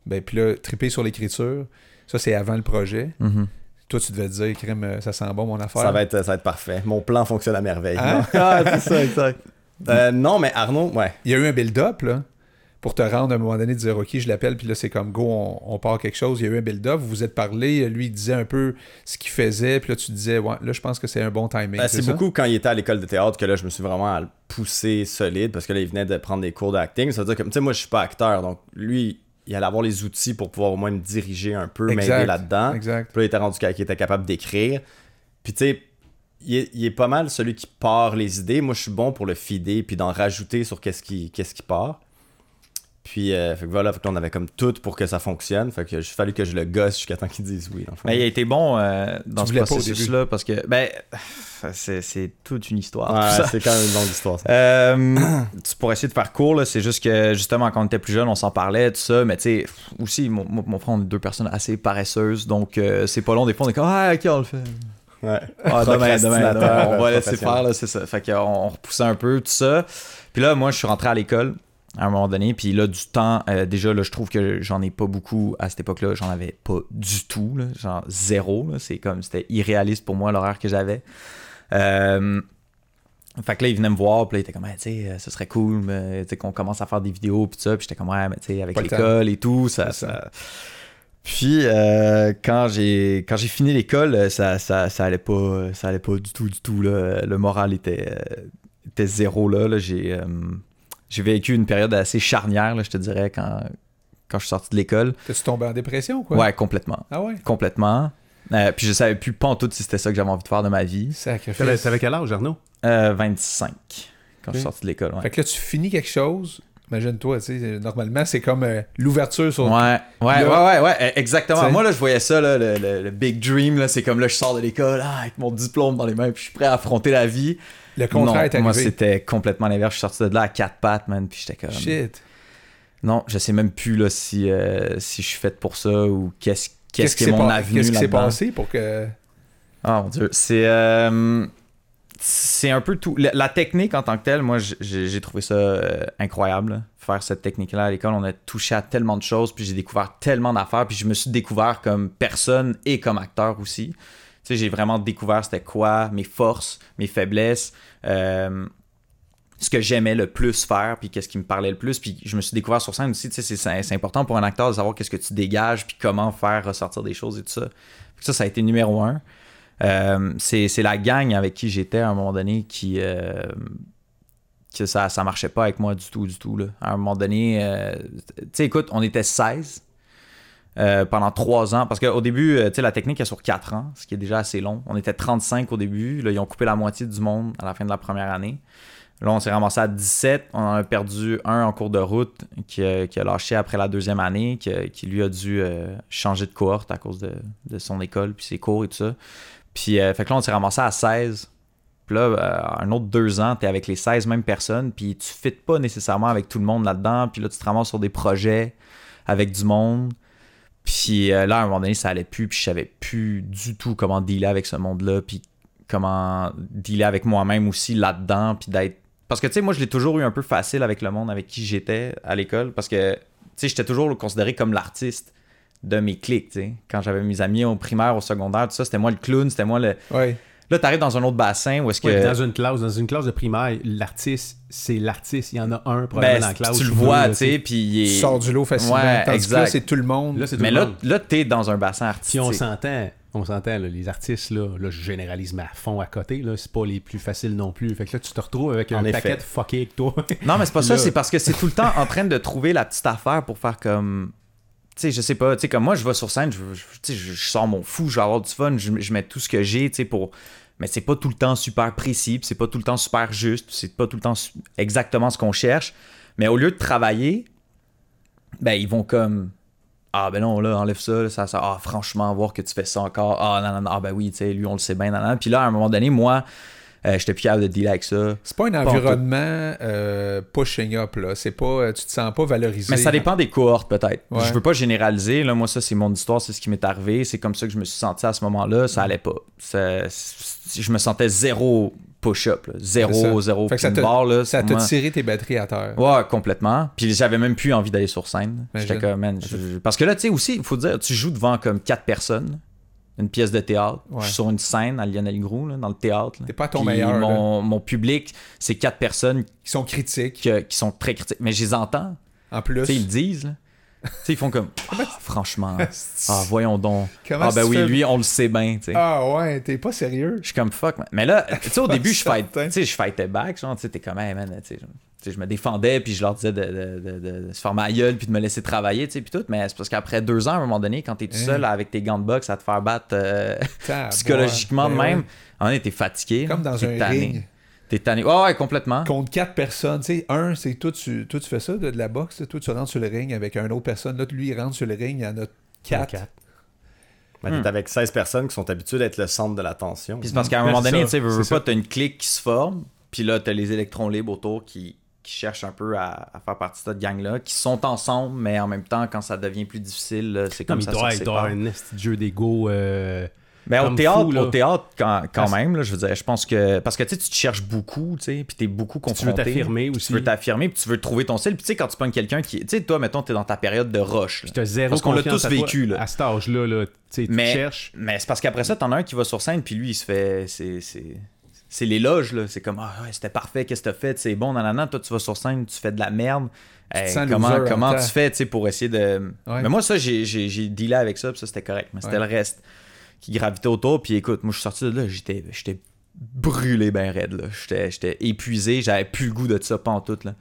S1: ben puis là, triper sur l'écriture, ça c'est avant le projet.
S2: Mhm.
S1: Toi, tu devais te dire, Crème, euh, ça sent bon mon affaire.
S4: Mm-hmm. Ça va, être, ça va être parfait. Mon plan fonctionne à merveille.
S1: Hein?
S4: Ah, c'est ça, exact. [LAUGHS] Euh, non, mais Arnaud, ouais.
S1: Il y a eu un build-up là, pour te rendre à un moment donné, de dire OK, je l'appelle, puis là c'est comme go, on, on part quelque chose. Il y a eu un build-up, vous vous êtes parlé, lui il disait un peu ce qu'il faisait, puis là tu disais, ouais, là je pense que c'est un bon timing.
S4: Ben, c'est
S1: ça?
S4: beaucoup quand il était à l'école de théâtre que là, je me suis vraiment à le pousser solide parce que là, il venait de prendre des cours d'acting. Ça veut dire que, tu sais, moi, je suis pas acteur. Donc, lui, il allait avoir les outils pour pouvoir au moins me diriger un peu, m'aider
S1: Exact,
S4: là-dedans.
S1: Exact.
S4: Puis là, il était rendu qu'il était capable d'écrire. Puis, tu sais, il est, il est pas mal celui qui part les idées. Moi, je suis bon pour le fider puis d'en rajouter sur qu'est-ce qui, qu'est-ce qui part. Puis, euh, fait que voilà, fait que là, on avait comme tout pour que ça fonctionne. Fait que il fallu que je le gosse jusqu'à temps qu'il dise oui. dans le fond.
S2: Mais il a été bon euh, dans
S1: Tu
S2: ce
S1: voulais pas au
S2: processus-là parce que ben [SIGHS] c'est c'est toute une histoire.
S4: Ouais,
S2: tout ça.
S4: Ah, c'est quand même une longue histoire. Ça.
S2: Euh, [CLEARS THROAT] tu pourrais essayer de faire court, là, c'est juste que justement quand on était plus jeune, on s'en parlait, tout ça, mais tu sais, pff, aussi, mon, mon- mon frère, on est deux personnes assez paresseuses, donc euh, c'est pas long, des fois on est comme Ah, ok, on le fait.
S4: Ouais. [LAUGHS]
S2: Ah, demain, demain,
S4: Procrastinateur,
S2: demain, on va
S4: euh,
S2: laisser
S4: professionnel.
S2: faire, là, c'est ça. Fait qu'on on repoussait un peu, tout ça. Puis là, moi, je suis rentré à l'école à un moment donné, puis là, du temps, euh, déjà, là, je trouve que j'en ai pas beaucoup à cette époque-là, j'en avais pas du tout, là, genre zéro, là. c'est comme, c'était irréaliste pour moi l'horaire que j'avais. Euh, fait que là, il venait me voir, puis là, il était comme, Hey, tu sais, euh, ce serait cool, mais, tu sais, qu'on commence à faire des vidéos, puis ça, puis j'étais comme, ouais, mais tu sais, avec
S1: Pas le temps.
S2: l'école et tout, ça.
S1: C'est
S2: ça- Puis, euh, quand j'ai quand j'ai fini l'école, euh, ça, ça, ça allait pas, ça allait pas du tout, du tout, là. Le moral était, euh, était zéro, là. là. J'ai euh, j'ai vécu une période assez charnière, là, je te dirais, quand, quand je suis sorti de l'école.
S1: T'es-tu tombé en dépression ou quoi?
S2: Ouais, complètement.
S1: Ah ouais?
S2: Complètement. Euh, puis, je savais plus pantoute si c'était ça que j'avais envie de faire de ma vie.
S3: T'avais
S1: Sacrifice.
S3: t'avais quel âge, Arnaud?
S2: Euh, 25, quand je suis
S1: Ok.
S2: sorti de l'école, ouais.
S1: Fait que là, tu finis quelque chose, Imagine-toi, tu sais, normalement, c'est comme euh, l'ouverture sur.
S2: Ouais, ouais, ouais,
S1: Là.
S2: ouais, ouais, euh, exactement.
S1: T'sais.
S2: Moi, là, je voyais ça, là, le, le- le big dream, là, c'est comme là, je sors de l'école ah, avec mon diplôme dans les mains, puis je suis prêt à affronter la vie.
S1: Le contraire
S2: non,
S1: est
S2: moi,
S1: arrivé.
S2: c'était complètement l'inverse. Je suis sorti de là à quatre pattes, man, puis j'étais comme...
S1: Shit.
S2: Non, je sais même plus, là, si, euh, si je suis faite pour ça ou qu'est-ce
S1: Qu'est-ce
S2: qu'est-ce
S1: qui
S2: que
S1: s'est
S2: mon
S1: pas-
S2: avenue
S1: qu'est-ce qui s'est
S2: là-dedans.
S1: passé pour que.
S2: Ah, mon Dieu. C'est... euh, c'est un peu tout. La, la technique en tant que telle, moi, j- j'ai j'ai trouvé ça euh, incroyable. là. Faire cette technique-là à l'école, on a touché à tellement de choses, puis j'ai découvert tellement d'affaires, puis je me suis découvert comme personne et comme acteur aussi. Tu sais, j'ai vraiment découvert c'était quoi mes forces, mes faiblesses, euh, ce que j'aimais le plus faire, puis qu'est-ce qui me parlait le plus. Puis je me suis découvert sur scène aussi. Tu sais, c'est- c'est c'est important pour un acteur de savoir qu'est-ce que tu dégages, puis comment faire ressortir des choses et tout ça. Fait que Ça, ça a été numéro un. Euh, c'est c'est la gang avec qui j'étais à un moment donné qui. euh, que ça, ça marchait pas avec moi du tout, du tout. là. À un moment donné, euh, tu sais, écoute, on était 16 euh, pendant 3 ans. Parce qu'au début, euh, tu sais, la technique est sur 4 ans, ce qui est déjà assez long. On était 35 au début. Là, ils ont coupé la moitié du monde à la fin de la première année. Là, on s'est ramassé à 17. On en a perdu un en cours de route qui, a- qui a lâché après la deuxième année, qui, a- qui lui a dû euh, changer de cohorte à cause de, de son école, puis ses cours et tout ça. Puis, euh, fait que là, on s'est ramassé à 16. Puis là, euh, un autre deux ans, t'es avec les 16 mêmes personnes, puis tu fites pas nécessairement avec tout le monde là-dedans. Puis là, tu te ramasses sur des projets avec du monde. Puis euh, là, à un moment donné, ça allait plus, puis je savais plus du tout comment dealer avec ce monde-là, puis comment dealer avec moi-même aussi là-dedans, puis d'être... Parce que, tu sais, moi, je l'ai toujours eu un peu facile avec le monde avec qui j'étais à l'école, parce que, tu sais, j'étais toujours considéré comme l'artiste de mes clics, tu sais. Quand j'avais mes amis au primaire, au secondaire, tout ça, c'était moi le clown, c'était moi le...
S1: Ouais.
S2: Là, t'arrives dans un autre bassin où est-ce que.
S3: Ouais, Dans une classe, dans une classe de primaire, l'artiste, c'est l'artiste. Il y en a un probablement
S2: ben,
S3: dans la classe.
S2: tu le
S3: ou deux,
S2: vois,
S3: là,
S2: tu sais, puis il
S1: Tu
S2: est-
S1: sors du lot facilement.
S2: Ouais,
S1: tandis que là,
S2: exact.
S1: c'est tout le monde.
S3: Là, c'est tout
S2: Mais
S3: le
S2: là,
S3: monde.
S2: là t'es dans un bassin
S3: Puis
S2: artistique.
S3: on s'entend, on s'entend, là, les artistes, là, là, je généralise mais à fond à côté, là, c'est pas les plus faciles non plus. Fait que là, tu te retrouves avec
S4: En
S3: un
S4: effet.
S3: paquet de fucké avec toi.
S2: [LAUGHS] Non, mais c'est pas ça,
S3: Là.
S2: c'est parce que c'est tout le temps en train de trouver la petite affaire pour faire comme. Tu sais, je sais pas, tu sais, comme moi, je vais sur scène, je, je- tu sais, je- je sors mon fou, je vais avoir du fun, je, je mets tout ce que j'ai, tu sais, pour. Mais c'est pas tout le temps super précis, puis c'est pas tout le temps super juste, puis c'est pas tout le temps su- exactement ce qu'on cherche. Mais au lieu de travailler, ben, ils vont comme. Ah, ben non, là, enlève ça, là, ça, ça. Ah, franchement, voir que tu fais ça encore. Ah, non, non, non, ah, ben oui, tu sais, lui, on le sait bien, non, non. Puis là, à un moment donné, moi, euh, j'étais plus capable de dealer avec ça.
S1: C'est pas un
S2: en tout.
S1: environnement euh, pushing up, là. C'est pas. euh, Tu te sens pas valorisé.
S2: Mais ça dépend des cohortes, peut-être.
S1: Ouais.
S2: Je veux pas généraliser. Là, moi, ça, c'est mon histoire, c'est ce qui m'est arrivé. C'est comme ça que je me suis senti à ce moment-là. Ça allait pas. Ça- c- je me sentais zéro push-up, là.
S1: C'est
S2: zéro,
S1: ça.
S2: zéro
S1: Fait que ça te-
S2: pin-bar, là.
S1: Ça t'a
S2: Moi-
S1: tiré tes batteries à terre.
S2: Ouais, complètement. Puis j'avais même plus envie d'aller sur scène.
S1: Imagine.
S2: J'étais comme, man, je- je- Parce que là, tu sais, aussi, il faut dire, tu joues devant comme quatre personnes, une pièce de théâtre.
S1: Ouais.
S2: Je suis sur une scène à Lionel Groux, là, dans le théâtre. là.
S1: T'es pas à ton
S2: Puis
S1: meilleur,
S2: Mon, mon public, c'est quatre personnes
S1: Ils sont critiques.
S2: que- qui sont très critiques. Mais je les entends.
S1: En
S2: Tu sais, ils le
S1: plus.
S2: disent, là. Tu sais, ils
S1: [LAUGHS]
S2: font comme, Ah, franchement, ah,
S1: Ah,
S2: voyons donc.
S1: Comment
S2: ah, ben
S1: tu
S2: oui,
S1: fais-
S2: lui, on le sait bien, tu sais.
S1: Ah ouais, t'es pas sérieux.
S2: Je suis comme fuck, man. Mais là, tu
S1: [LAUGHS]
S2: sais, au début, je fight,
S1: Certain.
S2: tu sais, je fightais back, genre, tu sais, t'es comme, hey, man, tu sais, je- tu sais, je me défendais, puis je leur disais de, de- de- de- de se faire ma gueule, puis de me laisser travailler, tu sais, puis tout. Mais c'est parce qu'après deux ans, à un moment donné, quand t'es tout
S1: Hein.
S2: seul avec tes gants de boxe à te faire battre euh,
S1: Tabarouette.
S2: psychologiquement de
S1: Ben
S2: même,
S1: ouais.
S2: on est t'es fatigué.
S1: Comme dans
S2: t'es
S1: un
S2: tanné.
S1: ring.
S2: T'es tanné. Ouais, ouais,
S1: [LAUGHS]
S2: complètement.
S1: Contre quatre personnes, tu sais, un, c'est toi tu, toi, tu fais ça de, de la boxe, toi, tu rentres sur le ring avec un autre personne, l'autre, lui, il rentre sur le ring, il y en a quatre.
S4: Ben, t'es avec 16 personnes qui sont habituées d'être le centre de l'attention.
S2: Hmm. Puis c'est parce qu'à un
S3: Ouais,
S2: moment donné,
S3: Mm-hmm. c'est ça,
S2: tu sais, veux,
S3: c'est
S2: veux
S3: ça.
S2: pas, t'as une clique qui se forme, puis là, t'as les électrons libres autour qui, qui cherchent un peu à, à faire partie de cette gang-là, qui sont ensemble, mais en même temps, quand ça devient plus difficile, là, c'est
S3: Non, [LAUGHS]
S2: comme
S3: mais il
S2: ça.
S3: doit,
S2: ça
S3: il doit avoir un esti de jeu d'ego. euh,
S2: mais au
S3: comme
S2: théâtre,
S3: fou, là.
S2: au théâtre, quand, quand
S3: Ah,
S2: même, là, je veux dire, je pense que. Parce que tu sais, tu te cherches beaucoup, tu sais, puis t'es beaucoup
S3: tu veux
S2: confronté.
S3: t'affirmer aussi.
S2: Tu veux t'affirmer, puis tu veux trouver ton style. Puis tu sais, quand tu pognes quelqu'un qui. Tu sais, toi, mettons, t'es dans ta période de rush. là.
S3: Puis t'as zéro
S2: Parce qu'on l'a
S3: confiance
S2: tous
S3: à toi.
S2: vécu, là.
S3: À cet âge-là, là, tu sais, tu
S2: Mais-
S3: cherches.
S2: Mais c'est parce qu'après ça, t'en as un qui va sur scène, puis lui, il se fait. C'est, c'est, c'est l'éloge, là. C'est comme, ah, ouais, c'était parfait, qu'est-ce que t'as fait, c'est bon, nanana. Toi, tu vas sur scène, tu fais de la merde. Hey,
S1: sens
S2: comment
S1: loser en
S2: comment
S1: même
S2: tu
S1: temps.
S2: fais, tu sais, pour essayer de.
S1: Ouais.
S2: Mais moi, ça, j'ai, j'ai, j'ai dealé avec ça, puis ça, c'était correct. Mais c'était
S1: Ouais.
S2: le reste qui gravitait autour, puis écoute, moi, je suis sorti de là, j'étais, j'étais brûlé ben raide, là. J'étais, j'étais épuisé, j'avais plus le goût de ça, pas en tout, là.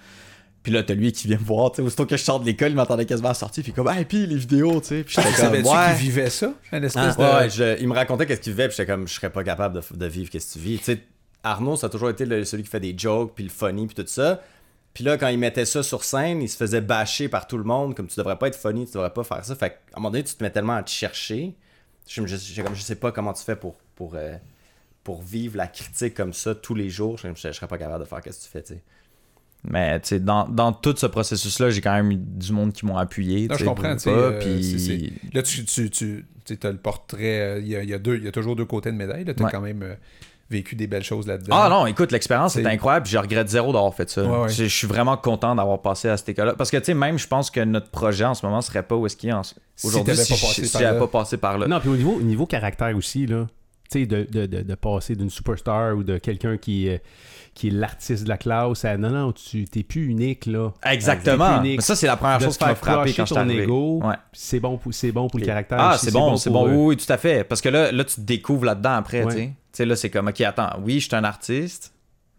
S2: Puis là, t'as lui qui vient me voir, tu sais, aussitôt que je sors de l'école, il m'attendait quasiment à la sortie, puis comme, hey, puis les vidéos, tu sais. Puis j'étais comme,
S1: Savais-tu
S2: ouais.
S1: qu'il vivait ça? Un espèce
S4: Ah,
S1: de.
S4: ouais, ouais, je- il me racontait qu'est-ce qu'il vivait, puis j'étais comme, je serais pas capable de, de vivre qu'est-ce que tu vis. Tu sais, Arnaud, ça a toujours été le- celui qui fait des jokes, puis le funny, puis tout ça. Puis là, quand il mettait ça sur scène, il se faisait bâcher par tout le monde, comme tu devrais pas être funny, tu devrais pas faire ça. Fait qu'à un moment donné, tu te mets tellement à te chercher. Je, je- je- comme, je sais pas comment tu fais pour, pour, euh, pour vivre la critique comme ça tous les jours. Je, je- je serais pas capable de faire quest ce que tu fais, tu sais.
S2: Mais tu sais, dans, dans tout ce processus-là, j'ai quand même eu du monde qui m'ont appuyé.
S1: Non,
S2: tu
S1: je
S2: sais,
S1: comprends,
S2: veux
S1: tu sais,
S2: pas,
S1: euh,
S2: puis-
S1: c'est- c'est- Là, tu, tu, tu as le portrait. euh, Il y, a, il y a deux, il y a toujours deux côtés de médaille. Tu as
S2: Ouais.
S1: quand même euh, vécu des belles choses là-dedans.
S2: Ah non, écoute, l'expérience est
S1: C'est-
S2: incroyable. puis Je regrette zéro d'avoir fait ça.
S1: Ouais, ouais.
S2: Je je suis vraiment content d'avoir passé à cette école-là. Parce que, tu sais, même, je pense que notre projet en ce moment serait pas où est-ce qu'il est en ce-
S1: Si
S2: aujourd'hui
S1: t'avais
S2: si,
S1: pas
S2: je-
S1: passé
S2: si
S1: par
S2: j'avais
S1: là.
S2: pas passé par là.
S3: Non, puis au niveau, au niveau caractère aussi, là, tu sais, de, de, de, de passer d'une superstar ou de quelqu'un qui, est- qui est l'artiste de la classe à non, non, tu t'es plus unique, là.
S2: Exactement.
S3: T'es plus Ah, unique.
S2: Mais ça, c'est la première
S3: De
S2: Ah, chose
S3: te
S2: qui m'a
S3: faire
S2: frappé
S3: crusher
S2: quand je suis
S3: ton
S2: arrivé.
S3: ego.
S2: Ouais.
S3: C'est bon, pour- c'est bon pour le caractère.
S2: Ah,
S3: aussi,
S2: c'est bon, c'est bon.
S3: pour, euh,
S2: Oui, oui, tout à fait. Parce que là, là tu te découvres là-dedans après.
S3: Ouais.
S2: tu sais. Tu sais, là, c'est comme, OK, attends, oui, je suis un artiste,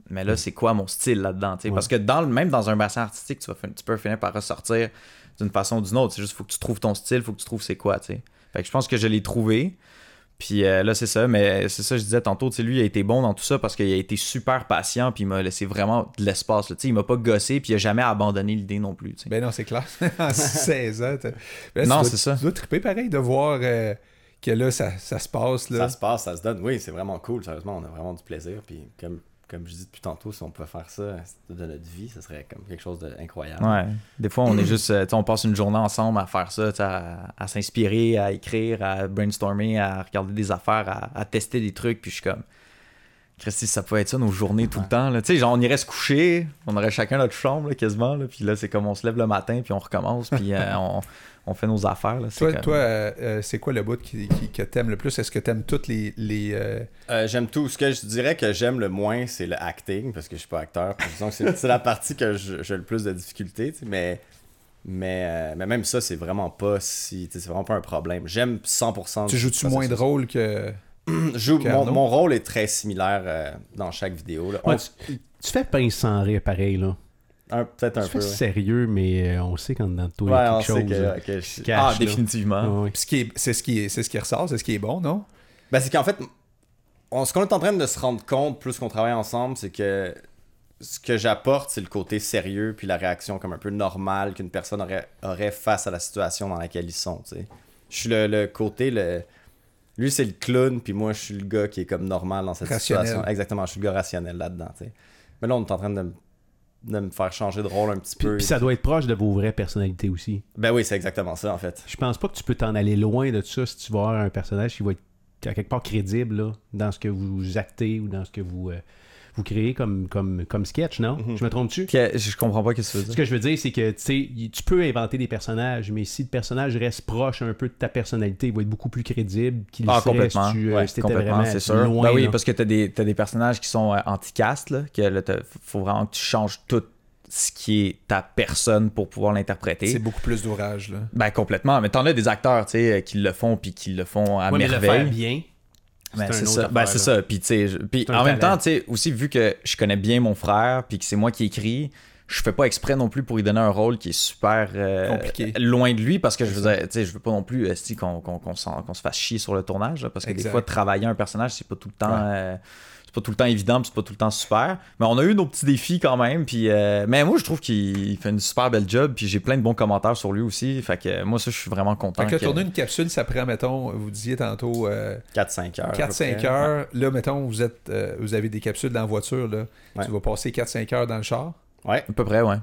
S2: mais là, c'est quoi mon style là-dedans? tu sais?
S3: Ouais.
S2: Parce que dans le, même dans un bassin artistique, tu, vas, fin- tu peux finir par ressortir d'une façon ou d'une autre. C'est juste, faut que tu trouves ton style, faut que tu trouves c'est quoi. tu sais. Fait que je pense que je l'ai trouvé. Puis euh, là, c'est ça, mais c'est ça, je disais tantôt, tu sais, lui, il a été bon dans tout ça parce qu'il a été super patient, puis il m'a laissé vraiment de l'espace. là. Tu sais, Il m'a pas gossé, puis il a jamais abandonné l'idée non plus. tu sais.
S1: Ben non, c'est clair. [LAUGHS] en 16 ans. t'as- Ben,
S2: Non,
S1: tu dois-
S2: c'est ça.
S1: Tu dois triper pareil de voir euh, que là, ça, ça se passe. Là.
S4: Ça se passe, ça se donne. Oui, c'est vraiment cool. Sérieusement, on a vraiment du plaisir. Puis comme, comme je dis depuis tantôt, si on pouvait faire ça de notre vie, ce serait comme quelque chose d'incroyable.
S2: Ouais. Des fois, on est juste, euh, tu sais, on passe une journée ensemble à faire ça, tu sais, à, à s'inspirer, à écrire, à brainstormer, à regarder des affaires, à, à tester des trucs. Puis je suis comme, Christy, ça pouvait être ça nos journées tout le temps. là. Tu sais, genre, on irait se coucher, on aurait chacun notre chambre là, quasiment. là. puis là, c'est comme on se lève le matin, puis on recommence, puis euh, on, on fait nos affaires. Là, C'est
S1: Toi,
S2: comme-
S1: toi euh, euh, c'est quoi le bout qui, qui- que t'aimes le plus? Est-ce que t'aimes toutes les... les euh,
S4: Euh, j'aime tout. Ce que je dirais que j'aime le moins, c'est le acting, parce que je suis pas acteur. Puis disons que c'est, c'est la partie que je- j'ai le plus de difficultés, tu sais, mais, mais, euh, mais même ça, c'est vraiment pas si. tu sais, C'est vraiment pas un problème. J'aime 100%.
S1: tu joues-tu moins de rôle que...
S4: Je joue- mon,
S1: qu'Arnaud?
S4: mon rôle est très similaire euh, dans chaque vidéo. là. On-
S3: ouais, tu, tu fais pince sans rire pareil, là.
S4: un- peut-être un
S3: tu fais
S4: peu. ouais.
S3: sérieux, mais euh, on sait qu'en dedans de toi, il y
S4: Ouais,
S3: a
S4: on
S3: quelque
S4: sait
S3: chose.
S4: que-
S3: là.
S4: que je-
S3: qui se
S2: Ah,
S3: cache, là.
S2: définitivement.
S3: Ouais, ouais.
S1: Puis ce qui est- C'est ce, qui est- c'est ce qui ressort, c'est ce qui est bon, non?
S4: Ben, c'est qu'en fait, on- ce qu'on est en train de se rendre compte, plus qu'on travaille ensemble, c'est que ce que j'apporte, c'est le côté sérieux, puis la réaction comme un peu normale qu'une personne aurait, aurait face à la situation dans laquelle ils sont. tu sais. Je suis le, le côté, le... lui c'est le clown, puis moi je suis le gars qui est comme normal dans cette
S1: Rationnel.
S4: situation. Exactement, je suis le gars rationnel là-dedans. tu sais. Mais là, on est en train de, me- de me faire changer de rôle un petit
S3: Puis,
S4: peu.
S3: puis ça doit être proche de vos vraies personnalités aussi.
S4: Ben oui, c'est exactement ça en fait.
S3: Je pense pas que tu peux t'en aller loin de ça si tu vas avoir un personnage qui va être à quelque part crédible là, dans ce que vous actez ou dans ce que vous, euh, vous créez comme, comme, comme sketch, non?
S2: Mhm.
S3: Je me trompe-tu?
S2: Que- je comprends pas ce que tu veux dire.
S3: Ce que je veux dire, c'est que tu sais, y- tu peux inventer des personnages, mais si le personnage reste proche un peu de ta personnalité, il va être beaucoup plus crédible qu'il
S2: Ah,
S3: serait
S2: complètement.
S3: si tu euh,
S2: Ouais,
S3: si t'étais
S2: complètement,
S3: vraiment
S2: c'est sûr.
S3: loin.
S2: Ben oui,
S3: là.
S2: parce que t'as des, t'as des personnages qui sont euh, anti-caste, là, que là, t'as- faut vraiment que tu changes tout ce qui est ta personne pour pouvoir
S1: C'est
S2: l'interpréter.
S1: beaucoup plus d'ourage, là.
S2: Ben complètement, mais t'en as des acteurs, tu sais, euh, qui le font puis qui le font à
S3: Ouais, mais le faire
S2: merveille.
S3: bien,
S2: Ben,
S3: c'est
S2: c'est
S3: une
S2: ça.
S3: autre
S2: Ben,
S3: affaire,
S2: c'est
S3: là.
S2: ça. Puis tu sais, je- puis
S3: C'est un
S2: en même
S3: talent.
S2: temps, tu sais, aussi vu que je connais bien mon frère puis que c'est moi qui écris, je fais pas exprès non plus pour lui donner un rôle qui est super euh,
S1: Compliqué.
S2: loin de lui parce que je veux dire, tu sais, je veux pas non plus euh, si, qu'on qu'on- qu'on s'en- qu'on se fasse chier sur le tournage là, parce que des
S1: Exact.
S2: fois travailler un personnage c'est pas tout le temps euh, c'est pas tout le temps évident puis c'est pas tout le temps super mais on a eu nos petits défis quand même puis euh, mais moi je trouve qu'il il fait une super belle job puis j'ai plein de bons commentaires sur lui aussi fait que euh, moi ça je suis vraiment content
S1: Fait que là,
S2: que-
S1: tourner une capsule, ça prend, mettons, vous disiez tantôt... euh,
S4: 4-5 heures. à peu
S1: 4-5
S4: près.
S1: heures, là, mettons, vous êtes euh, vous avez des capsules dans la voiture, là.
S4: Ouais.
S1: Tu vas passer 4-5 heures dans le char, [LAUGHS]
S4: Ouais.
S2: à peu près ouais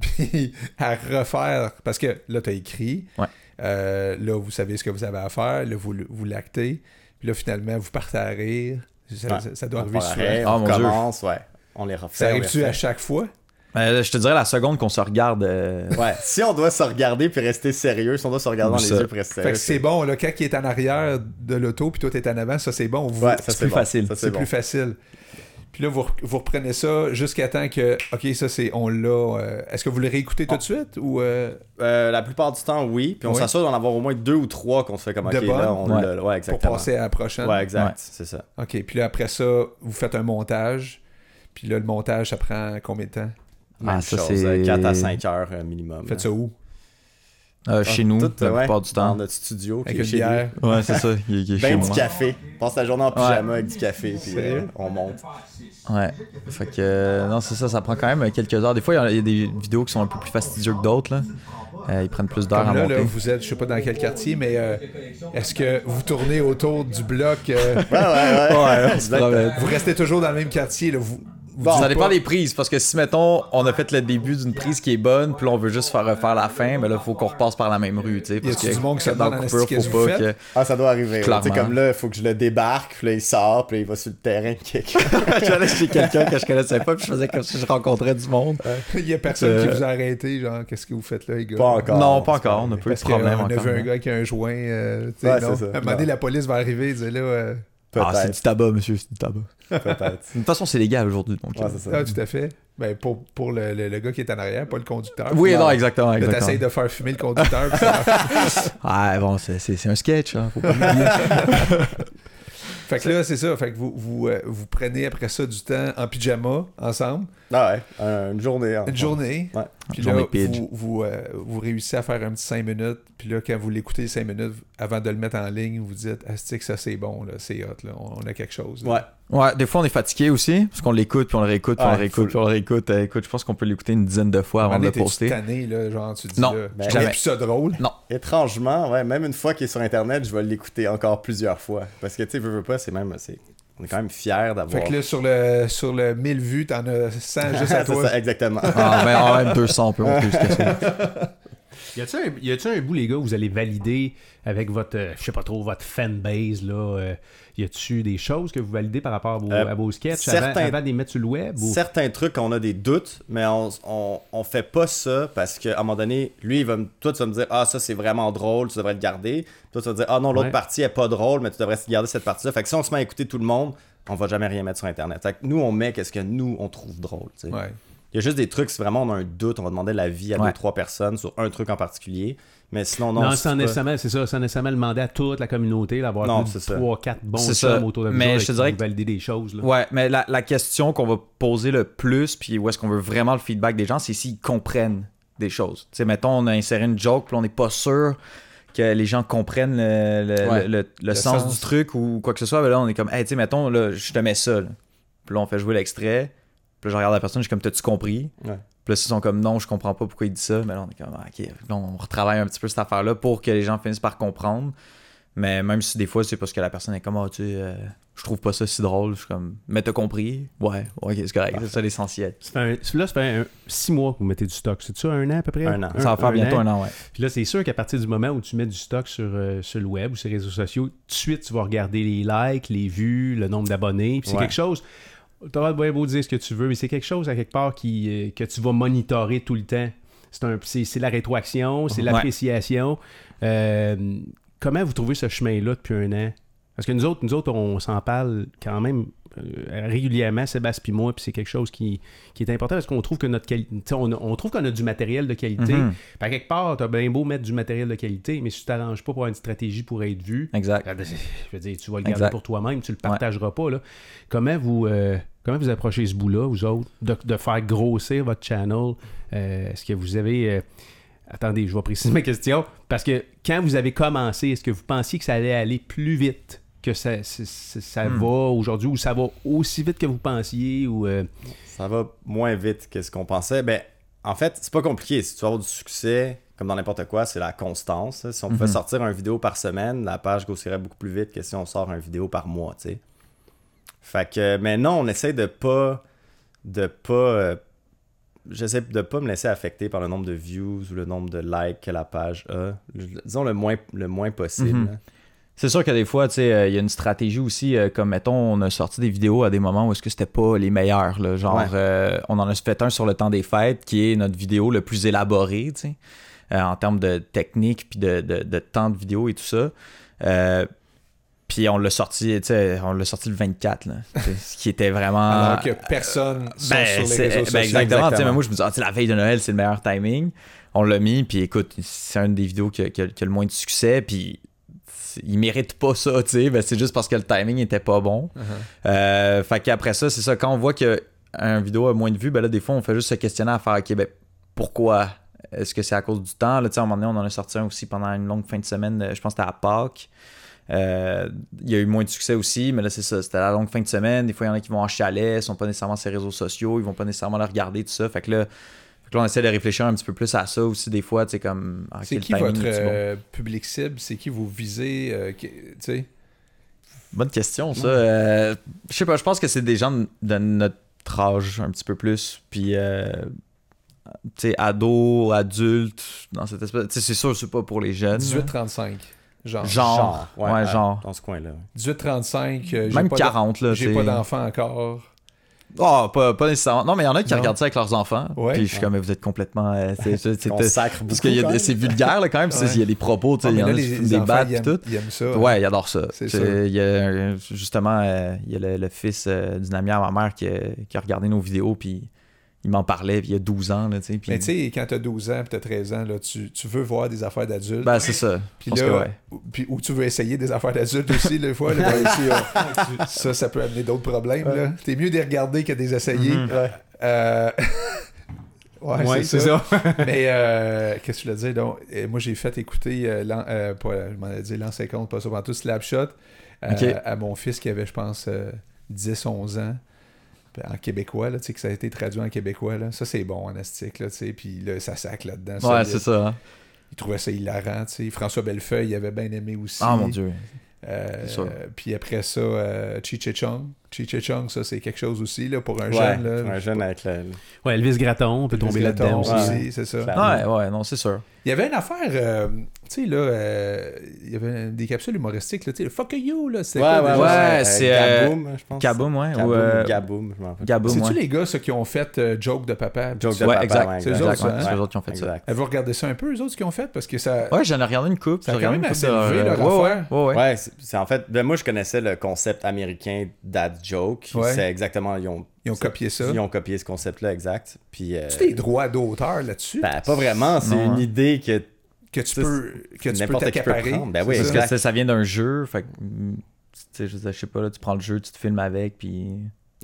S1: puis à refaire, parce que là, tu as écrit,
S2: Ouais.
S1: Euh, là, vous savez ce que vous avez à faire, là, vous, vous l'actez, puis là, finalement, vous partez à rire. Ça,
S4: Ouais.
S1: ça doit
S4: On
S1: arriver
S4: part
S1: souvent.
S4: arrêt,
S2: Ah,
S4: On
S2: mon Dieu.
S4: commence, ouais. On les refait.
S1: Ça
S4: on les
S1: arrive-tu
S4: refait.
S1: à chaque fois?
S2: Euh, je te dirais la seconde qu'on se regarde euh,
S4: Ouais, [LAUGHS] si on doit se regarder puis rester sérieux, si on doit se regarder dans
S2: Ou
S4: les
S2: ça.
S4: yeux puis rester
S1: Fait
S4: sérieux.
S1: que c'est bon, là, quand il est en arrière de l'auto, puis toi, t'es en avant, ça, c'est bon. Vous,
S4: Ouais, ça,
S2: plus facile.
S4: Ça,
S1: c'est
S4: bon.
S1: plus facile. Puis là, vous, re- vous reprenez ça jusqu'à temps que, OK, ça, c'est, on l'a. euh, Est-ce que vous le réécoutez
S4: Ah.
S1: tout de suite ou. euh,
S4: Euh, la plupart du temps, oui. Puis on
S1: Oui.
S4: s'assure d'en avoir au moins deux ou trois qu'on se fait comme
S1: De
S4: OK, là, on
S2: bonne.
S4: l'a- Ouais,
S1: pour
S4: exactement.
S1: passer à la prochaine.
S4: Ouais, exact.
S2: Ouais.
S4: C'est ça.
S1: OK, puis là, après ça, vous faites un montage. Puis là, le montage, ça prend combien de temps?
S2: Ah,
S4: Même
S2: ça,
S4: chose,
S2: c'est-
S4: 4 à 5 heures euh, minimum. Ah,
S1: Faites ça où?
S2: Euh, chez nous,
S4: Tout,
S2: la
S4: ouais,
S2: plupart du temps.
S4: Dans notre studio.
S1: Avec
S4: qui est
S1: une
S4: chez
S1: bière.
S4: lui.
S2: Ouais, c'est ça. Il, il est chez
S4: Ben du
S2: moi.
S4: café. Passe la journée en pyjama avec du café, puis
S1: Sérieux?
S4: euh, on monte.
S2: Ouais. Fait que, euh, non, c'est ça, ça prend quand même quelques heures. Des fois, il y en a- il y, a des vidéos qui sont un peu plus fastidieuses que d'autres. là. Euh, ils prennent plus d'heures à
S1: Comme là,
S2: monter.
S1: là, vous êtes, je sais pas dans quel quartier, mais euh, est-ce que vous tournez autour du bloc euh,
S4: Ouais, ouais, [LAUGHS] ouais.
S2: [LAUGHS] on se promène.
S1: Vous restez toujours dans le même quartier, là, vous. vous
S4: Bon,
S1: dites
S2: ça dépend
S1: pas-
S2: des prises, parce que si, mettons, on a fait le début d'une prise qui est bonne, puis là, on veut juste faire refaire la fin, mais là, faut qu'on repasse par la même rue, tu sais. Parce
S1: Y a-tu
S2: que
S1: du monde qui se
S2: dans
S1: demande
S2: le
S1: en
S2: coupure,
S1: esti qu'est-ce que
S2: faut
S1: vous
S2: pas que.
S1: faites?
S4: Ah, ça dout arriver. là. Tu sais,
S2: Clairement.
S4: comme là, il faut que je le débarque, puis là, il sort, puis là, il va sur le terrain. [LAUGHS] Kick.
S2: Ah, J'allais chez quelqu'un que je connaissais pas, puis je faisais comme si je rencontrais du monde.
S1: [LAUGHS] Il y a personne
S2: Euh,
S1: qui vous a arrêté, genre, qu'est-ce que vous faites là, les gars?
S4: Pas encore.
S2: non, pas encore, on n'a pas eu de
S1: Parce
S2: problème
S1: qu'on a
S2: encore.
S1: vu un gars qui a un joint. euh, tu sais,
S4: Ouais,
S1: non?
S4: c'est ça.
S1: À un moment donné,
S4: Non.
S1: la police va arriver et dire là, euh,
S2: Ah, c'est
S4: Peut-être.
S2: du tabac, monsieur, c'est du tabac.
S4: peut-être.
S2: [LAUGHS] De toute façon, c'est légal aujourd'hui, donc.
S4: Ouais, c'est ça.
S1: ah, tout à fait. Ben, pour pour le, le- le gars qui est en arrière, pas le conducteur.
S2: oui, non,
S1: Là,
S2: exactement.
S1: Là,
S2: exactement.
S1: t'essayes de faire fumer le conducteur. puis ça-
S4: [LAUGHS]
S2: Ah, bon, c'est- c'est c'est un sketch, hein, faut pas
S1: fait que là, c'est ça. Fait que vous, vous, euh, vous prenez après ça du temps en pyjama ensemble,
S4: Ah ouais, euh, une journée. hein.
S1: une journée.
S4: Ouais.
S1: Puis
S2: Une journée
S1: là,
S2: pidge.
S1: vous, vous, euh, vous réussissez à faire un petit 5 minutes. Puis là, quand vous l'écoutez 5 minutes avant de le mettre en ligne, vous dites Astic, ça c'est bon, là, c'est hot, là, on, on a quelque chose. là.
S4: Ouais.
S2: Ouais, des fois on est fatigué aussi, parce qu'on l'écoute, puis on le réécoute, puis on
S4: Ouais,
S2: le réécoute,
S4: full.
S2: puis on le réécoute. Euh, écoute, je pense qu'on peut l'écouter une dizaine de
S1: À
S2: fois
S1: un
S2: avant
S1: moment
S2: de le
S1: donné, t'es-tu
S2: poster.
S1: tanné, là, genre, tu dis
S2: Non,
S1: là,
S4: ben,
S1: je trouvais
S2: jamais.
S1: plus ça drôle.
S4: Étrangement, ouais, même une fois qu'il est sur Internet, je vais l'écouter encore plusieurs fois. Parce que, tu sais, veux, veux pas, c'est même. c'est- On est quand même fiers d'avoir. [LAUGHS]
S1: Fait que là, sur le, sur le 1000 vues, t'en as
S2: [LAUGHS]
S1: 100 juste à
S4: C'est
S1: toi.
S4: ça, exactement. [LAUGHS]
S2: Ah, ben, ah, même 200, on peut monter jusqu'à ça.
S3: Y a-tu un, y a-tu un bout, les gars, où vous allez valider avec votre, euh, je sais pas trop, votre fanbase, là? euh, y a-tu des choses que vous validez par rapport à vos,
S4: Euh,
S3: à vos sketchs
S4: certains-
S3: avant, avant de les mettre sur le web? Ou...
S4: Certains trucs, on a des doutes, mais on, on, on fait pas ça parce qu'à un moment donné, lui, il va me, toi, tu vas me dire Ah, ça, c'est vraiment drôle, tu devrais le garder. Toi, tu vas me dire Ah, non, l'autre
S3: Ouais.
S4: partie est pas drôle, mais tu devrais garder cette partie-là. Fait que si on se met à écouter tout le monde, on va jamais rien mettre sur Internet. Fait que nous, on met qu'est-ce que nous, on trouve drôle. tu sais.
S1: Ouais.
S4: Il y a juste des trucs, si vraiment on a un doute, on va demander l'avis à
S2: Ouais.
S4: deux, trois personnes sur un truc en particulier. Mais sinon, non.
S3: Non,
S4: c'est
S3: sans
S4: pas-
S3: nécessairement, c'est ça, sans nécessairement demander à toute la communauté d'avoir
S4: Non,
S3: plus de
S4: c'est ça.
S3: 3 4 bons
S2: C'est
S3: chums
S2: ça.
S3: autour de vous
S2: Mais
S3: autres
S2: je te
S3: qui
S2: dirais
S3: vous
S2: que-
S3: valider des choses. Là.
S2: Ouais, mais la, la question qu'on va poser le plus, puis où est-ce qu'on veut vraiment le feedback des gens, c'est s'ils comprennent des choses. Tu sais, mettons, on a inséré une joke, puis on n'est pas sûr que les gens comprennent le, le-
S1: Ouais.
S2: le- le sens,
S1: sens.
S2: du truc ou quoi que ce soit. Ben là, on est comme, hey, tu sais, mettons, là, je te mets ça. là. Puis là, on fait jouer l'extrait. Puis là, je regarde la personne, je suis comme, t'as-tu compris?
S4: Ouais.
S2: Puis là, s'ils sont comme, non, je comprends pas pourquoi il dit ça. Mais là, on est comme, Ah, ok, Là, on retravaille un petit peu cette affaire-là pour que les gens finissent par comprendre. Mais même si des fois, c'est parce que la personne est comme, ah, tu sais, euh, je trouve pas ça si drôle. Je suis comme, mais t'as compris? Ouais, ok, c'est correct, c'est ça l'essentiel.
S3: Ça fait un- Là, ça fait 6 mois que vous mettez du stock. C'est ça, un an à peu près?
S4: Un an.
S2: Ça va faire bientôt un an, ouais.
S3: Puis là, c'est sûr qu'à partir du moment où tu mets du stock sur, euh, sur le web ou sur les réseaux sociaux, tout de suite, tu vas regarder les likes, les vues, le nombre d'abonnés. Puis c'est
S4: Ouais.
S3: quelque chose. Tu vas bien beau dire ce que tu veux, mais c'est quelque chose à quelque part qui, euh, que tu vas monitorer tout le temps. C'est un- C'est c'est la rétroaction, c'est
S2: Ouais.
S3: l'appréciation. Euh, comment vous trouvez ce chemin-là depuis un an? Parce que nous autres, nous autres, on s'en parle quand même euh, régulièrement, Sébastien puis moi, puis c'est quelque chose qui, qui est important parce qu'on trouve que notre quali- tu sais, on, on trouve qu'on a du matériel de qualité.
S2: Mhm.
S3: Fait que quelque part, t'as bien beau mettre du matériel de qualité, mais si tu t'arranges pas pour avoir une stratégie pour être vu,
S2: Exact.
S3: ben, je veux dire, tu vas le garder
S2: Exact.
S3: pour toi-même, tu le partageras pas. Là. Comment vous euh, comment vous approchez ce bout-là, vous autres, de, de faire grossir votre channel? Euh, Est-ce que vous avez. euh, Attendez, je vais préciser [LAUGHS] ma question. Parce que quand vous avez commencé, est-ce que vous pensiez que ça allait aller plus vite que ça, ça- ça- ça
S2: Hmm.
S3: va aujourd'hui ou ça va aussi vite que vous pensiez? Ou, euh,
S4: Ça va moins vite que ce qu'on pensait. Ben, en fait, c'est pas compliqué. Si tu veux avoir du succès, comme dans n'importe quoi, c'est la constance. hein. Si on pouvait
S2: Mhm.
S4: sortir une vidéo par semaine, la page grossirait beaucoup plus vite que si on sort une vidéo par mois, tu sais. Fait que, mais non, on essaie de pas, de pas, euh, j'essaie de pas me laisser affecter par le nombre de views ou le nombre de likes que la page a. Je- Disons le moins, le moins possible. hein.
S2: Mhm. C'est sûr que des fois, tu sais, euh, il y a une stratégie aussi, euh, comme mettons, on a sorti des vidéos à des moments où est-ce que c'était pas les meilleurs, là. genre,
S4: Ouais.
S2: euh, on en a fait un sur le temps des fêtes, qui est notre vidéo le plus élaborée, tu sais, euh, en termes de technique, puis de, de- de temps de vidéo et tout ça. Euh, puis on l'a sorti, tu sais, on l'a sorti le 24, là, Tu sais, ce qui était vraiment...
S1: Alors que personne sont
S2: Ben,
S1: sur
S2: c'est-
S1: les réseaux
S2: ben,
S1: sociaux.
S2: exactement. Tu sais,
S4: exactement.
S2: mais moi, je me disais, Ah, tu sais, la veille de Noël, c'est le meilleur timing. On l'a mis, puis écoute, c'est une des vidéos qui a, qui a- qui a le moins de succès, puis c'est- il mérite pas ça, tu sais. Ben, c'est juste parce que le timing était pas bon.
S1: Uh-huh.
S2: Euh, fait qu'après ça, c'est ça, quand on voit que un vidéo a moins de vues, ben là, des fois, on fait juste se questionner à faire, OK, ben, pourquoi Est-ce que c'est à cause du temps? Là, tu sais, à un moment donné, on en a sorti un aussi pendant une longue fin de semaine. euh, Je pense que c'était à Pâques. Euh, il y a eu moins de succès aussi, mais là, c'est ça. C'était la longue fin de semaine. Des fois, il y en a qui vont en chalet, ils sont pas nécessairement sur les réseaux sociaux, ils vont pas nécessairement le regarder, tout ça. Fait que là, fait que là, on essaie de réfléchir un petit peu plus à ça aussi, des fois, tu sais, comme. ah,
S1: C'est
S2: quel
S1: qui
S2: timing
S1: votre
S2: est-tu bon?
S1: euh, public cible? C'est qui vous visez? euh, qui- tu sais?
S2: Bonne question, ça. Euh, je sais pas, je pense que c'est des gens de, de notre âge un petit peu plus. Puis, euh, tu sais, ados, adultes, dans cette espèce. Tu sais, c'est sûr, c'est pas pour les jeunes.
S1: 18-35, genre.
S2: Hum. Genre. Ouais,
S4: à-
S2: genre.
S4: Dans ce coin-là. ouais.
S1: 18-35, euh, j'ai
S2: Même
S1: pas
S2: 40,
S1: d'en-
S2: là.
S1: J'ai
S2: t'sais.
S1: pas d'enfant encore.
S2: Ah, pas, pas nécessairement. Non, mais il y en a qui
S1: Non.
S2: regardent ça avec leurs enfants.
S1: Ouais.
S2: puis je suis comme, mais vous êtes complètement. euh, c'est- c'est- c'est-
S4: On sacre
S2: parce que y a
S4: beaucoup,
S2: des- c'est vulgaire, là, quand même. c'est- Il y a des propos, tu sais.
S1: Ah,
S2: Il
S1: mais
S2: y en
S1: là,
S2: a qui
S1: les-
S2: se
S1: les
S2: font des
S1: enfants,
S2: battes,
S1: ils
S2: et
S1: aiment-
S2: tout.
S1: Ils aiment ça.
S2: Ouais, il adore ça.
S1: C'est
S2: Tu sais,
S1: sûr.
S2: il y a- justement, euh, il y a le, le fils euh, d'une amie à ma mère qui, a- qui a regardé nos vidéos, puis il m'en parlait, puis il y a 12 ans. Là, tu sais, puis,
S1: Mais tu sais, quand t'as 12 ans et t'as 13 ans, là, tu, tu veux voir des affaires d'adultes.
S2: ben, c'est ça.
S1: puis
S2: je pense
S1: là,
S2: que ouais.
S1: ou- puis, ou tu veux essayer des affaires d'adultes aussi, des fois. là, ben, si, euh, ça, ça peut amener d'autres problèmes. là. T'es mieux de les regarder que de les essayer. Euh, [LAUGHS] ouais,
S3: Ouais,
S1: c'est ça. Mais euh, qu'est-ce que je voulais dire? Donc, euh, moi, j'ai fait écouter, euh, l'an- euh, pas- je m'en ai dit l'an 50, pas ça, pendant tout Slapshot, euh,
S2: Ok.
S1: à mon fils qui avait, je pense, 10-11 ans. Ben, En québécois, là, tu sais, que ça a été traduit en québécois, là. ça c'est bon en astique, là, tu sais, puis là, ça sac là-dedans.
S2: Ouais,
S1: solide.
S2: c'est ça. hein.
S1: Il trouvait ça hilarant, tu sais. François Bellefeuille, il avait bien aimé aussi.
S2: Ah, mon Dieu.
S1: Euh,
S2: C'est sûr.
S1: puis après ça, euh, Cheech et Chong. Cheech et Chong, ça c'est quelque chose aussi, là, pour un
S4: Ouais,
S1: jeune, là.
S4: un jeune avec le. le-
S3: Ouais, Elvis Gratton, on peut tomber
S1: Elvis Graton
S3: là-dedans aussi. hein?
S4: ouais.
S1: c'est ça.
S2: Ouais, ouais, non, c'est sûr.
S1: Il y avait une affaire, euh, tu sais, là, euh, il y avait des capsules humoristiques, là, tu sais, le fuck you, là, c'était quoi,
S2: ouais,
S1: déjà?
S2: ouais,
S4: euh,
S2: c'est, euh,
S4: Gaboum, je pense.
S2: Kaboom, ouais.
S4: Kaboom,
S2: ou, euh,
S4: Gaboom, je m'en rappelle.
S2: Gaboum,
S1: C'est-tu
S2: ouais.
S1: les gars, ceux qui ont fait euh, Joke de papa?
S4: Joke de
S2: Ouais,
S4: papa,
S2: exact.
S1: C'est eux autres,
S2: Exact, ouais,
S1: ça,
S2: c'est
S4: ouais.
S2: eux autres qui ont fait ça.
S4: Exact.
S1: Avez-vous regardé ça un peu, eux autres, ce qu'ils ont fait? Parce que ça...
S2: Ouais, j'en ai regardé une coupe.
S1: Ça a
S2: j'ai
S1: quand
S2: regardé
S1: même
S2: une
S1: assez
S2: couple de-
S1: élevé, leur
S2: Ouais, ouais,
S1: affaire.
S2: ouais, ouais.
S4: Ouais, c'est c'est en fait, ben, moi je connaissais le concept américain dad joke.
S1: Ouais.
S4: C'est exactement, ils ont,
S1: Ils ont copié ça.
S4: ils ont copié ce concept-là, exact. Puis, euh,
S1: Tu des droits d'auteur là-dessus?
S4: ben, pas vraiment, c'est
S2: Non,
S4: une
S2: hein.
S4: idée que
S1: que tu
S4: ça,
S1: peux que tu peux
S4: n'importe qui peut
S1: t'accaparer.
S4: prendre. Ben oui,
S1: c'est
S2: Parce
S1: ça?
S2: que ça- ça vient d'un jeu. Fait que, mm, tu sais, je veux dire, je sais pas, là, tu prends le jeu, tu te filmes avec, puis.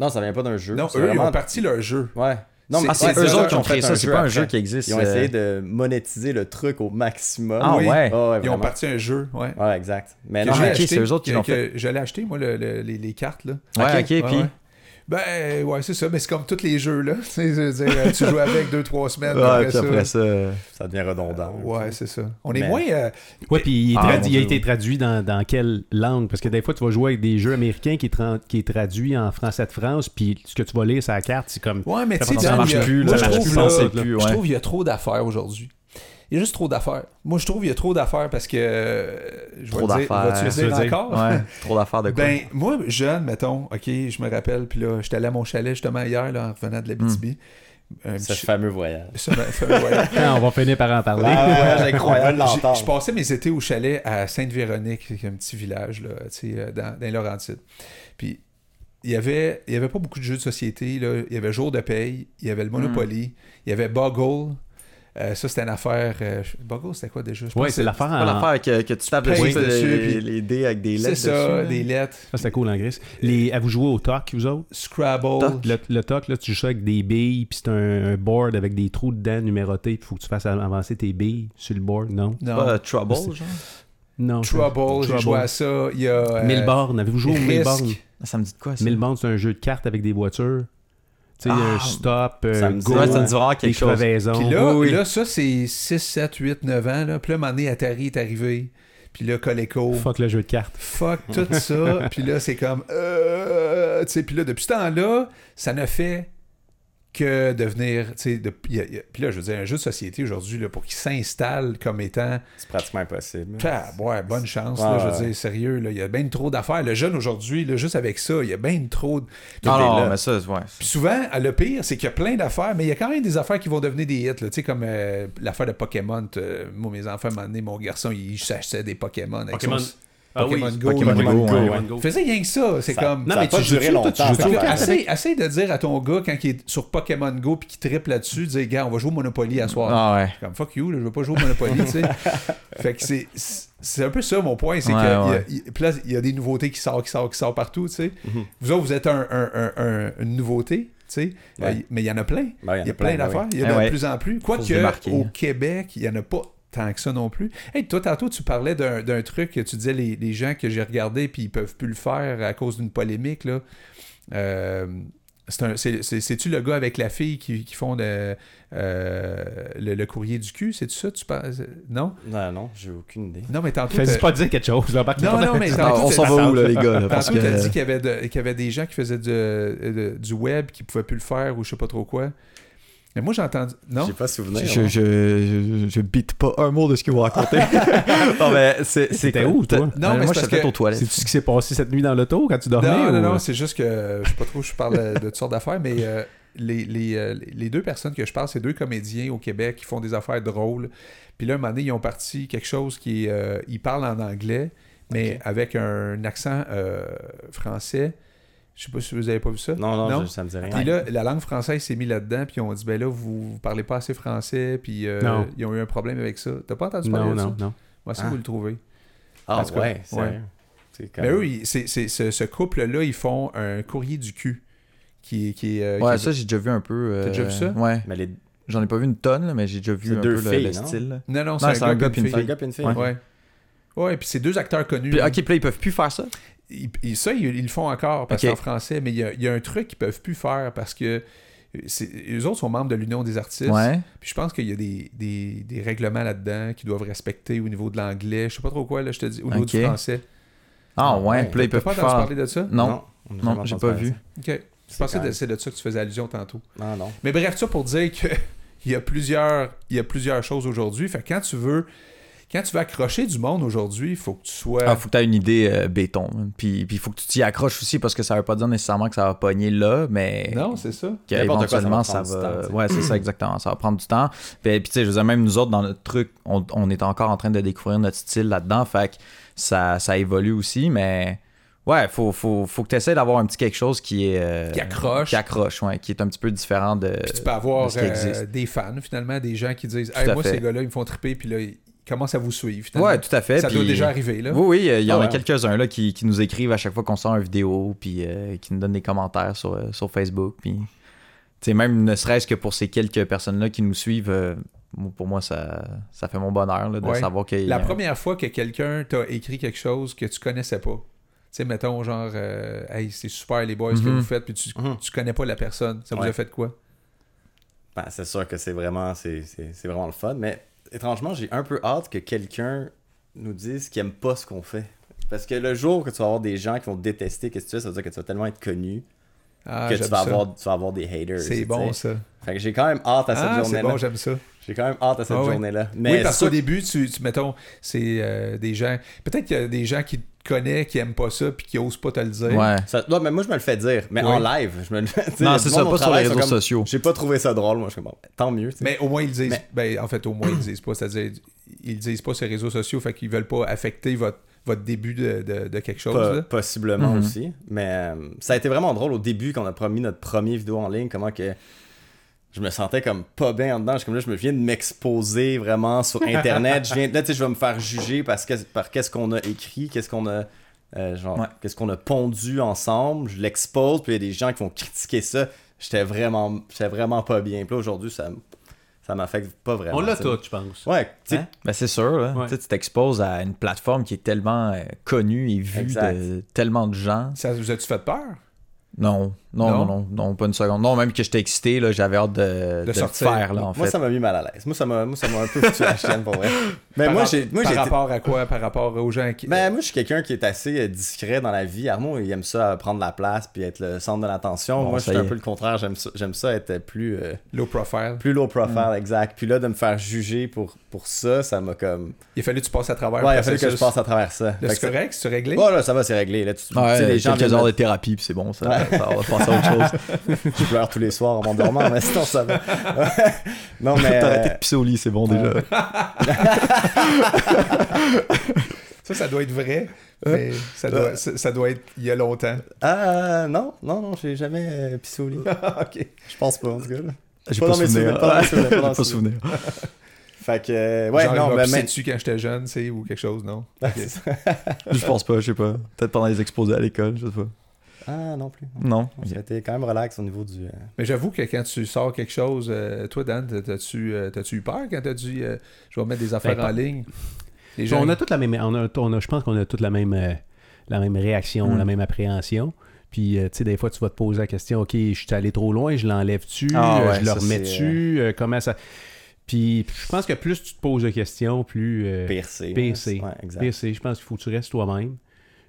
S4: non, ça vient pas d'un jeu.
S1: Non,
S4: c'est
S1: eux, ils
S4: vraiment-
S1: ont parti leur jeu.
S4: Ouais. Non,
S1: C'est-
S4: mais
S2: Ah, c'est
S4: ouais,
S2: eux autres qui ont
S4: fait
S2: créé ça, c'est pas un
S4: après.
S2: jeu qui existe.
S4: Ils ont
S2: euh,
S4: essayé de monétiser le truc au maximum.
S2: Ah,
S1: Oui.
S2: ouais.
S4: Ah, ouais,
S1: Ils ont
S4: vraiment.
S1: parti un jeu, ouais.
S4: Ouais, exact. Mais
S1: Que
S4: non,
S2: j'ai-
S1: j'allais
S2: ok, c'est eux autres qui
S1: que-
S2: l'ont
S1: que J'allais acheter, moi, le- le- les, les cartes, là.
S2: Ouais, ok,
S1: Ouais,
S2: puis.
S1: ouais. Ben, ouais, c'est ça, mais c'est comme tous les jeux, là. [LAUGHS] Tu sais, je veux dire, euh, tu joues avec deux, trois semaines,
S2: Ouais,
S1: après
S2: Ah, puis après
S1: ça.
S2: ça. euh,
S4: ça devient redondant.
S1: Ouais, c'est ça. On est
S4: Mais-
S1: moins... euh,
S3: Ouais, puis il, est
S2: Ah,
S3: tradu-
S2: mon
S3: il
S2: Dieu.
S3: a été traduit dans, dans quelle langue? Parce que des fois, tu vas jouer avec des jeux américains qui est, tran- qui est traduit en français de France, puis ce que tu vas lire sur la carte, c'est comme...
S1: Ouais, mais tu sais,
S3: Ça
S1: Dan,
S3: marche
S1: il y a-
S3: plus, là.
S1: moi, je
S3: Ça marche
S1: trouve,
S3: plus,
S1: là,
S3: on sait
S2: plus,
S1: Je
S2: ouais.
S1: trouve qu'il y a trop d'affaires aujourd'hui. Il y a juste trop d'affaires. Moi, je trouve qu'il y a trop d'affaires parce que. euh, Je
S2: Trop
S1: vais le dire,
S2: d'affaires.
S1: vas-tu le
S3: Tu veux
S1: dire
S3: dire?
S1: encore?
S2: Ouais, trop d'affaires de quoi.
S1: [LAUGHS] Ben, moi, jeune, mettons, OK, je me rappelle, puis là, j'étais allé à mon chalet justement hier, là, en revenant de la BTB.
S4: Ce fameux voyage.
S3: Ah, on va finir par en parler.
S4: Ah, [LAUGHS] ouais, voyage incroyable
S1: ben, J'ai-
S4: l'entendre.
S1: Je passais mes étés au chalet à Sainte-Véronique, qui est un petit village là, tu sais, euh, dans, dans les Laurentides. Puis il y avait, il y avait pas beaucoup de jeux de société. Là. Il y avait Jour de paye, il y avait le Monopoly,
S4: Mm.
S1: il y avait Boggle. Euh, ça, c'était une affaire. euh, je- Buggle, c'était quoi déjà Je pense
S3: [LAUGHS] Ouais,
S1: que
S3: c'est l'affaire
S2: Pas
S3: en-
S2: l'affaire que, que tu tapes
S1: Tu
S2: dessus,
S1: pèses
S2: puis
S1: dessus,
S2: les,
S1: puis-
S2: les dés avec des
S1: C'est
S2: lettres.
S1: ça,
S2: dessus,
S1: des lettres.
S3: Ça, c'était cool en Grèce. Les, à vous jouer au TOC, vous autres?
S1: Scrabble.
S3: Le, le TOC, là, tu joues ça avec des billes, puis c'est un, un board avec des trous dedans numérotés, puis faut que tu fasses avancer tes billes sur le board, non?
S1: Non.
S2: Pas euh, Trouble, genre.
S3: Non. ça-
S1: Trouble, j'ai joué à ça. Il y a. euh,
S3: Mille bornes, avez-vous joué au Mille
S1: Risk.
S3: bornes?
S2: Ça me dit de quoi, ça?
S3: Mille bornes, c'est un jeu de cartes avec des voitures. Tu sais,
S2: Ah,
S3: un stop,
S4: ça
S3: un
S4: me dit-
S3: go, euh,
S2: Ouais, ça me dit vraiment
S3: des
S2: quelque chose.
S3: crevaisons.
S1: Puis là,
S2: Oui, oui.
S1: là, ça, c'est 6, 7, 8, 9 ans. Là. Puis là, à un moment donné, Atari est arrivé. Puis là, Coleco.
S3: Fuck le jeu de cartes.
S1: fuck tout ça. puis là, c'est comme, euh, tu sais, puis là, depuis ce temps-là, ça ne fait que devenir, tu sais, de- y a- y a- puis là, je veux dire, un jeu de société aujourd'hui, là, pour qu'il s'installe comme étant,
S4: C'est pratiquement impossible.
S1: Ah, ouais, bonne chance,
S4: Ouais,
S1: là, je
S4: ouais.
S1: veux dire, sérieux, là, il y a bien trop d'affaires. Le jeune aujourd'hui, là, juste avec ça, il y a bien trop de...
S2: Non,
S1: des
S2: non,
S1: lettres.
S2: mais ça, ouais.
S1: Puis souvent, à le pire, c'est qu'il y a plein d'affaires, mais il y a quand même des affaires qui vont devenir des hits. là. Tu sais, comme euh, l'affaire de Pokémon. t- euh, moi, mes enfants, à un moment donné, mon garçon, il s'achetait des Pokémon. avec
S3: Pokémon-
S1: son-
S3: Ah oui,
S1: Pokémon Go.
S2: Pokémon
S1: là.
S2: Go, ouais.
S1: Il faisait rien que ça. C'est
S4: Ça-
S1: comme.
S4: ça a
S3: mais
S4: pas
S3: tu
S4: duré
S3: joues-tu, toi, tu
S4: longtemps.
S3: joues-tu?
S1: Fait
S4: Ouais.
S1: que essaye, essaye de dire à ton gars quand il est sur Pokémon Go puis qu'il triple là-dessus, dire gars, on va jouer au Monopoly à soir.
S2: Ah ouais.
S1: Comme fuck you, là, je veux pas jouer au Monopoly, tu sais. Fait que c'est- c'est c'est un peu ça mon point, c'est
S2: Ouais,
S1: que il y a-
S2: ouais.
S1: il- puis là, il y a des nouveautés qui sortent, qui sortent, qui sortent partout, tu sais. Vous autres, vous êtes un, un- un- un- une nouveauté. sais.
S4: Ouais.
S1: Euh, mais il y en a plein.
S4: Ben,
S1: Il y a plein d'affaires. Il y en
S2: Ah
S1: a de
S2: ouais.
S1: plus en plus.
S2: se
S1: Quoique,
S2: démarquer.
S1: au Québec, il n'y en a pas tant que ça non plus. Hey, toi, tantôt, tu parlais d'un d'un truc que tu disais les, les gens que j'ai regardés puis ils peuvent plus le faire à cause d'une polémique. là. Euh, c'est un- c'est- c'est- C'est-tu le gars avec la fille qui, qui font le, euh, le, le courrier du cul? C'est-tu ça? Tu penses? Non?
S4: oui. Non, non, j'ai aucune idée.
S1: Non, mais tantôt...
S3: Fais
S1: t'as-
S3: juste pas dire quelque chose. là, embarque
S1: Non,
S3: pas dans-
S1: non, mais
S2: Ah,
S1: tantôt,
S2: on
S1: t'as-
S2: s'en va où, là, les gars? là, parce
S1: Tantôt, t'as
S2: que-
S1: dit qu'il y, avait de- qu'il y avait des gens qui faisaient de- euh, de- du web qui pouvaient plus le faire ou je sais pas trop quoi. Mais moi, j'ai entendu... Non?
S4: J'ai pas souvenir.
S2: Je, je, je, je bite pas un mot de ce que vous racontez. [LAUGHS] non, mais c'est.
S3: C'était où, toi? Euh,
S2: Non,
S1: Non, mais
S2: mais moi,
S1: c'est
S2: je
S1: parce
S2: peut-être
S1: que-
S2: aux toilettes.
S3: C'est-tu ce qui s'est passé cette nuit dans l'auto quand tu dormais?
S1: Non,
S3: ou- euh?
S1: non, non, c'est juste que je sais pas trop, je parle de, de toutes sortes d'affaires, mais euh, les, les, euh, les deux personnes que je parle, c'est deux comédiens au Québec qui font des affaires drôles. Puis là, un moment donné, ils ont parti quelque chose qui. est, euh, ils parlent en anglais, mais avec un accent euh, français. Je sais pas si vous avez pas vu ça.
S4: Non, non, je- ça me dit rien.
S1: Puis là, la langue française s'est mise là-dedans, puis on dit ben là, vous, vous parlez pas assez français, puis euh,
S3: Non.
S1: ils ont eu un problème avec ça. T'as pas entendu parler
S3: non,
S1: de ça?
S3: non, non.
S1: Moi, si
S4: Ah.
S1: vous le trouvez.
S4: ah,
S1: en tout cas,
S4: ouais, c'est
S1: ouais. Ben
S4: vrai. C'est quand
S1: Mais
S4: même-
S1: eux, ils- c'est- c'est- ce, ce couple-là, ils font un courrier du cul. Qui, est- qui est, euh,
S2: Ouais,
S1: qui est-
S2: ça, j'ai déjà vu un peu. euh,
S1: T'as déjà vu ça?
S2: Ouais.
S4: Mais les...
S2: J'en ai pas vu une tonne, là, mais j'ai déjà vu
S4: C'est
S2: un
S4: deux
S2: peu le-
S4: filles,
S2: le
S4: non?
S2: style. là.
S1: Non, non, c'est
S2: Non,
S1: un,
S2: c'est un
S1: gars puis une
S4: un
S1: fille.
S4: gars puis une fille.
S1: Ouais. Ouais, puis c'est deux acteurs connus.
S2: Puis, ok, puis là, ils peuvent plus faire ça.
S1: Ils- ils- ça, ils, ils le font encore parce
S2: Ok.
S1: qu'en français, mais il y, a- il y a un truc qu'ils peuvent plus faire parce que euh, c'est- eux autres sont membres de l'Union des artistes.
S2: Ouais.
S1: Puis je pense qu'il y a des, des- des règlements là-dedans qu'ils doivent respecter au niveau de l'anglais, je sais pas trop quoi, là, je te dis, au niveau
S2: Ok.
S1: du français.
S2: Ah,
S4: Ah, ouais.
S2: ouais. Puis là, ils
S1: T'as
S2: peuvent
S1: pas
S2: plus
S1: entendu
S2: faire.
S1: parler de ça?
S2: Non,
S4: on n'a jamais
S2: non, j'ai
S4: entendu
S2: pas
S4: parler
S2: vu.
S4: de ça.
S1: Ok. Je pensais
S4: quand
S1: que
S4: même-
S1: c'est de ça que tu faisais allusion tantôt.
S4: Non, non.
S1: Mais bref, ça pour dire que [LAUGHS] il y a plusieurs il y a plusieurs choses aujourd'hui. Fait que quand tu veux quand tu veux accrocher du monde aujourd'hui, il faut que tu sois
S2: Ah, faut que tu aies une idée euh, béton. man. Puis il faut que tu t'y accroches aussi parce que ça veut pas dire nécessairement que ça va pogner là, mais.
S1: Non, c'est ça.
S2: que euh,
S4: N'importe quoi, ça va
S2: éventuellement ça
S4: prendre du temps,
S2: va.
S4: tu sais.
S2: ouais, c'est ça, exactement. Ça va prendre du temps. Puis, puis, tu sais, je veux dire, même nous autres, dans notre truc, on, on est encore en train de découvrir notre style là-dedans. Fait que ça, ça évolue aussi, mais. Ouais, faut, faut, faut que tu essaies d'avoir un petit quelque chose qui est. euh,
S1: Qui accroche.
S2: Qui accroche, ouais, qui est un petit peu différent de.
S1: Puis tu peux avoir
S2: de ce qui
S1: euh,
S2: existe.
S1: des fans finalement, des gens qui disent
S2: Tout
S1: Hey,
S2: à
S1: moi
S2: fait.
S1: ces gars-là, ils me font triper puis là ils commencent à vous suivre. finalement.
S2: Ouais, tout à fait.
S1: ça doit
S2: puis-
S1: déjà arriver là.
S2: Oui, oui, euh, il y en
S4: Ah
S2: a
S4: ouais.
S2: quelques-uns là, qui, qui nous écrivent à chaque fois qu'on sort une vidéo, puis euh, qui nous donnent des commentaires sur, euh, sur Facebook. Puis, tu sais, même ne serait-ce que pour ces quelques personnes-là qui nous suivent, euh, moi, pour moi, ça, ça fait mon bonheur là, de
S1: Ouais.
S2: savoir qu'il y
S1: La
S2: a un-
S1: première fois que quelqu'un t'a écrit quelque chose que tu connaissais pas. Tu sais, mettons genre euh, Hey, c'est super les boys ce que
S2: Mhm.
S1: vous faites puis tu,
S4: Mhm.
S1: tu connais pas la personne. Ça vous
S4: Ouais.
S1: a fait quoi?
S4: Ben, c'est sûr que c'est vraiment, c'est, c'est- c'est vraiment le fun, mais étrangement, j'ai un peu hâte que quelqu'un nous dise qu'il aime pas ce qu'on fait. Parce que le jour que tu vas avoir des gens qui vont te détester, qu'est-ce que tu fais, ça veut dire que tu vas tellement être connu
S1: Ah,
S4: que
S1: j'aime
S4: tu vas,
S1: ça.
S4: avoir, tu vas avoir des haters. tu
S1: C'est
S4: sais.
S1: bon ça.
S4: Fait que j'ai quand même hâte à cette
S1: Ah, c'est
S4: journée-là.
S1: bon, j'aime ça.
S4: J'ai quand même hâte à cette
S1: Ah ouais.
S4: journée-là. Mais
S1: oui, parce
S4: sûr-
S1: qu'au début, tu, tu- mettons, c'est euh, des gens. Peut-être qu'il y a des gens qui te connaissent, qui aiment pas ça, puis qui osent pas te le dire.
S2: Ouais.
S4: ça- non, mais moi, je me le fais dire. Mais
S1: Oui.
S4: en live, je me le fais tu sais,
S2: Non,
S4: le
S2: c'est
S4: monde
S2: ça,
S4: au
S2: pas sur les
S4: travail sont
S2: réseaux
S4: comme,
S2: sociaux.
S4: J'ai pas trouvé ça drôle, moi. Je suis comme, bon, tant mieux. tu sais.
S1: Mais au moins, ils disent.
S4: Mais-
S1: Ben, en fait, au moins, ils disent pas. C'est-à-dire, ils disent pas sur les réseaux sociaux, fait qu'ils veulent pas affecter votre, votre début de, de- de quelque chose.
S4: Po-
S1: là.
S4: possiblement
S2: Mhm.
S4: aussi. Mais euh, ça a été vraiment drôle au début quand on a promis notre premier vidéo en ligne, comment que je me sentais comme pas bien en dedans. Je, suis comme là, je me viens de m'exposer
S2: [LAUGHS]
S4: vraiment sur Internet. je viens, là, tu sais, je vais me faire juger parce que, par qu'est-ce qu'on a écrit, qu'est-ce qu'on a. euh, genre,
S2: Ouais.
S4: qu'est-ce qu'on a pondu ensemble, je l'expose, puis il y a des gens qui vont critiquer ça. J'étais vraiment, j'étais vraiment pas bien. Puis là, aujourd'hui, ça, m- ça m'affecte pas vraiment.
S3: On l'a
S4: tu sais.
S3: tout, je pense.
S4: Ouais, tu sais,
S2: Hein? Ben, c'est sûr, là.
S3: Ouais.
S2: Tu sais, tu t'exposes à une plateforme qui est tellement euh, connue et vue
S4: Exact.
S2: de tellement de gens.
S1: Ça vous a-tu fait peur?
S2: Non,
S1: Non?
S2: non, non, non, non, pas une seconde. Non, même que j'étais excité, là, j'avais hâte de, le
S1: sortir.
S2: faire, là, en
S4: moi,
S2: fait.
S4: ça m'a mis mal à l'aise. Moi, ça m'a, moi, ça m'a
S2: [LAUGHS]
S4: un peu foutu la chaîne pour vrai. Mais
S1: par
S4: Ben, moi,
S1: rap-
S4: j'ai, moi,
S1: par
S4: j'ai été-
S1: rapport à quoi? Par rapport aux gens qui.
S2: euh,
S1: euh,
S4: Ben, moi, je suis quelqu'un qui est assez euh, discret dans la vie. Armand, il aime ça euh, prendre la place puis être le centre de l'attention.
S2: Bon,
S4: moi, je
S2: ça
S4: suis
S2: y
S4: un
S2: est.
S4: peu le contraire. J'aime ça, j'aime ça être plus, euh,
S1: low profile.
S4: plus low
S2: Mm.
S4: profile, exact. Puis là, de me faire juger pour, pour ça, ça m'a comme.
S1: Il a fallu que tu passes à travers.
S4: Ouais, il a fallu que je passe à travers ça. Fait que
S1: C'est
S4: ça-
S1: correct? C'est réglé?
S4: Ouais, là, ça va, c'est réglé. Là, tu, tu sais,
S2: Ouais,
S4: les gens
S2: quelques
S4: viennent
S2: heures
S4: me-
S2: de thérapie, puis c'est bon, ça, ça, on va passer à autre chose.
S4: [LAUGHS] Je pleure tous les soirs en m'endormant, mais sinon, ça
S2: [LAUGHS]
S4: va. non, mais.
S2: T'as
S4: euh,
S2: arrêté de pisser au lit, c'est bon déjà.
S1: Ça, ça doit être vrai.
S4: Euh,
S1: Mais ça doit, ça, ça doit être il y a longtemps.
S4: Ah, non, non, non, j'ai jamais euh,
S2: [LAUGHS]
S4: pissé au lit.
S1: ok.
S4: Je pense pas, en tout cas. là.
S2: J'ai
S4: Pas
S2: pas,
S4: dans mes
S2: souvenir.
S4: souvenirs, pas dans
S2: [LAUGHS]
S4: mes
S2: J'ai
S4: souvenirs, pas dans
S2: pas
S4: mes
S2: souvenir.
S4: Fait que, euh, ouais,
S1: Genre, il
S4: non,
S1: m'a
S4: mais.
S1: pissé
S4: mais-
S1: dessus quand j'étais jeune, tu sais, ou quelque chose, non?
S2: Je pense pas, je sais pas. Peut-être pendant les exposés à l'école, je sais pas.
S4: [LAUGHS] Ah, non plus.
S2: Non.
S4: On s'était quand même relax au niveau du. euh,
S1: Mais j'avoue que quand tu sors quelque chose, euh, toi, Dan, t'as- t'as-tu euh, t'as-tu eu peur quand t'as dit euh, je vais mettre des affaires
S3: Ben,
S1: en
S3: pas-
S1: ligne Les gens.
S3: On a toute la même, on a- on a- je pense qu'on a toute la même, euh, la même réaction,
S2: Hmm.
S3: la même appréhension. Puis, euh, tu sais, des fois, tu vas te poser la question, OK, je suis allé trop loin, je l'enlève-tu,
S2: Ah
S3: Euh,
S2: ouais,
S3: je le
S2: ça, c'est,
S3: remets-tu, Euh, comment ça... Puis, je pense que plus tu te poses de questions, plus... euh,
S4: PRC.
S3: PC.
S4: Ouais, exact.
S3: PC, je pense qu'il faut que tu restes toi-même,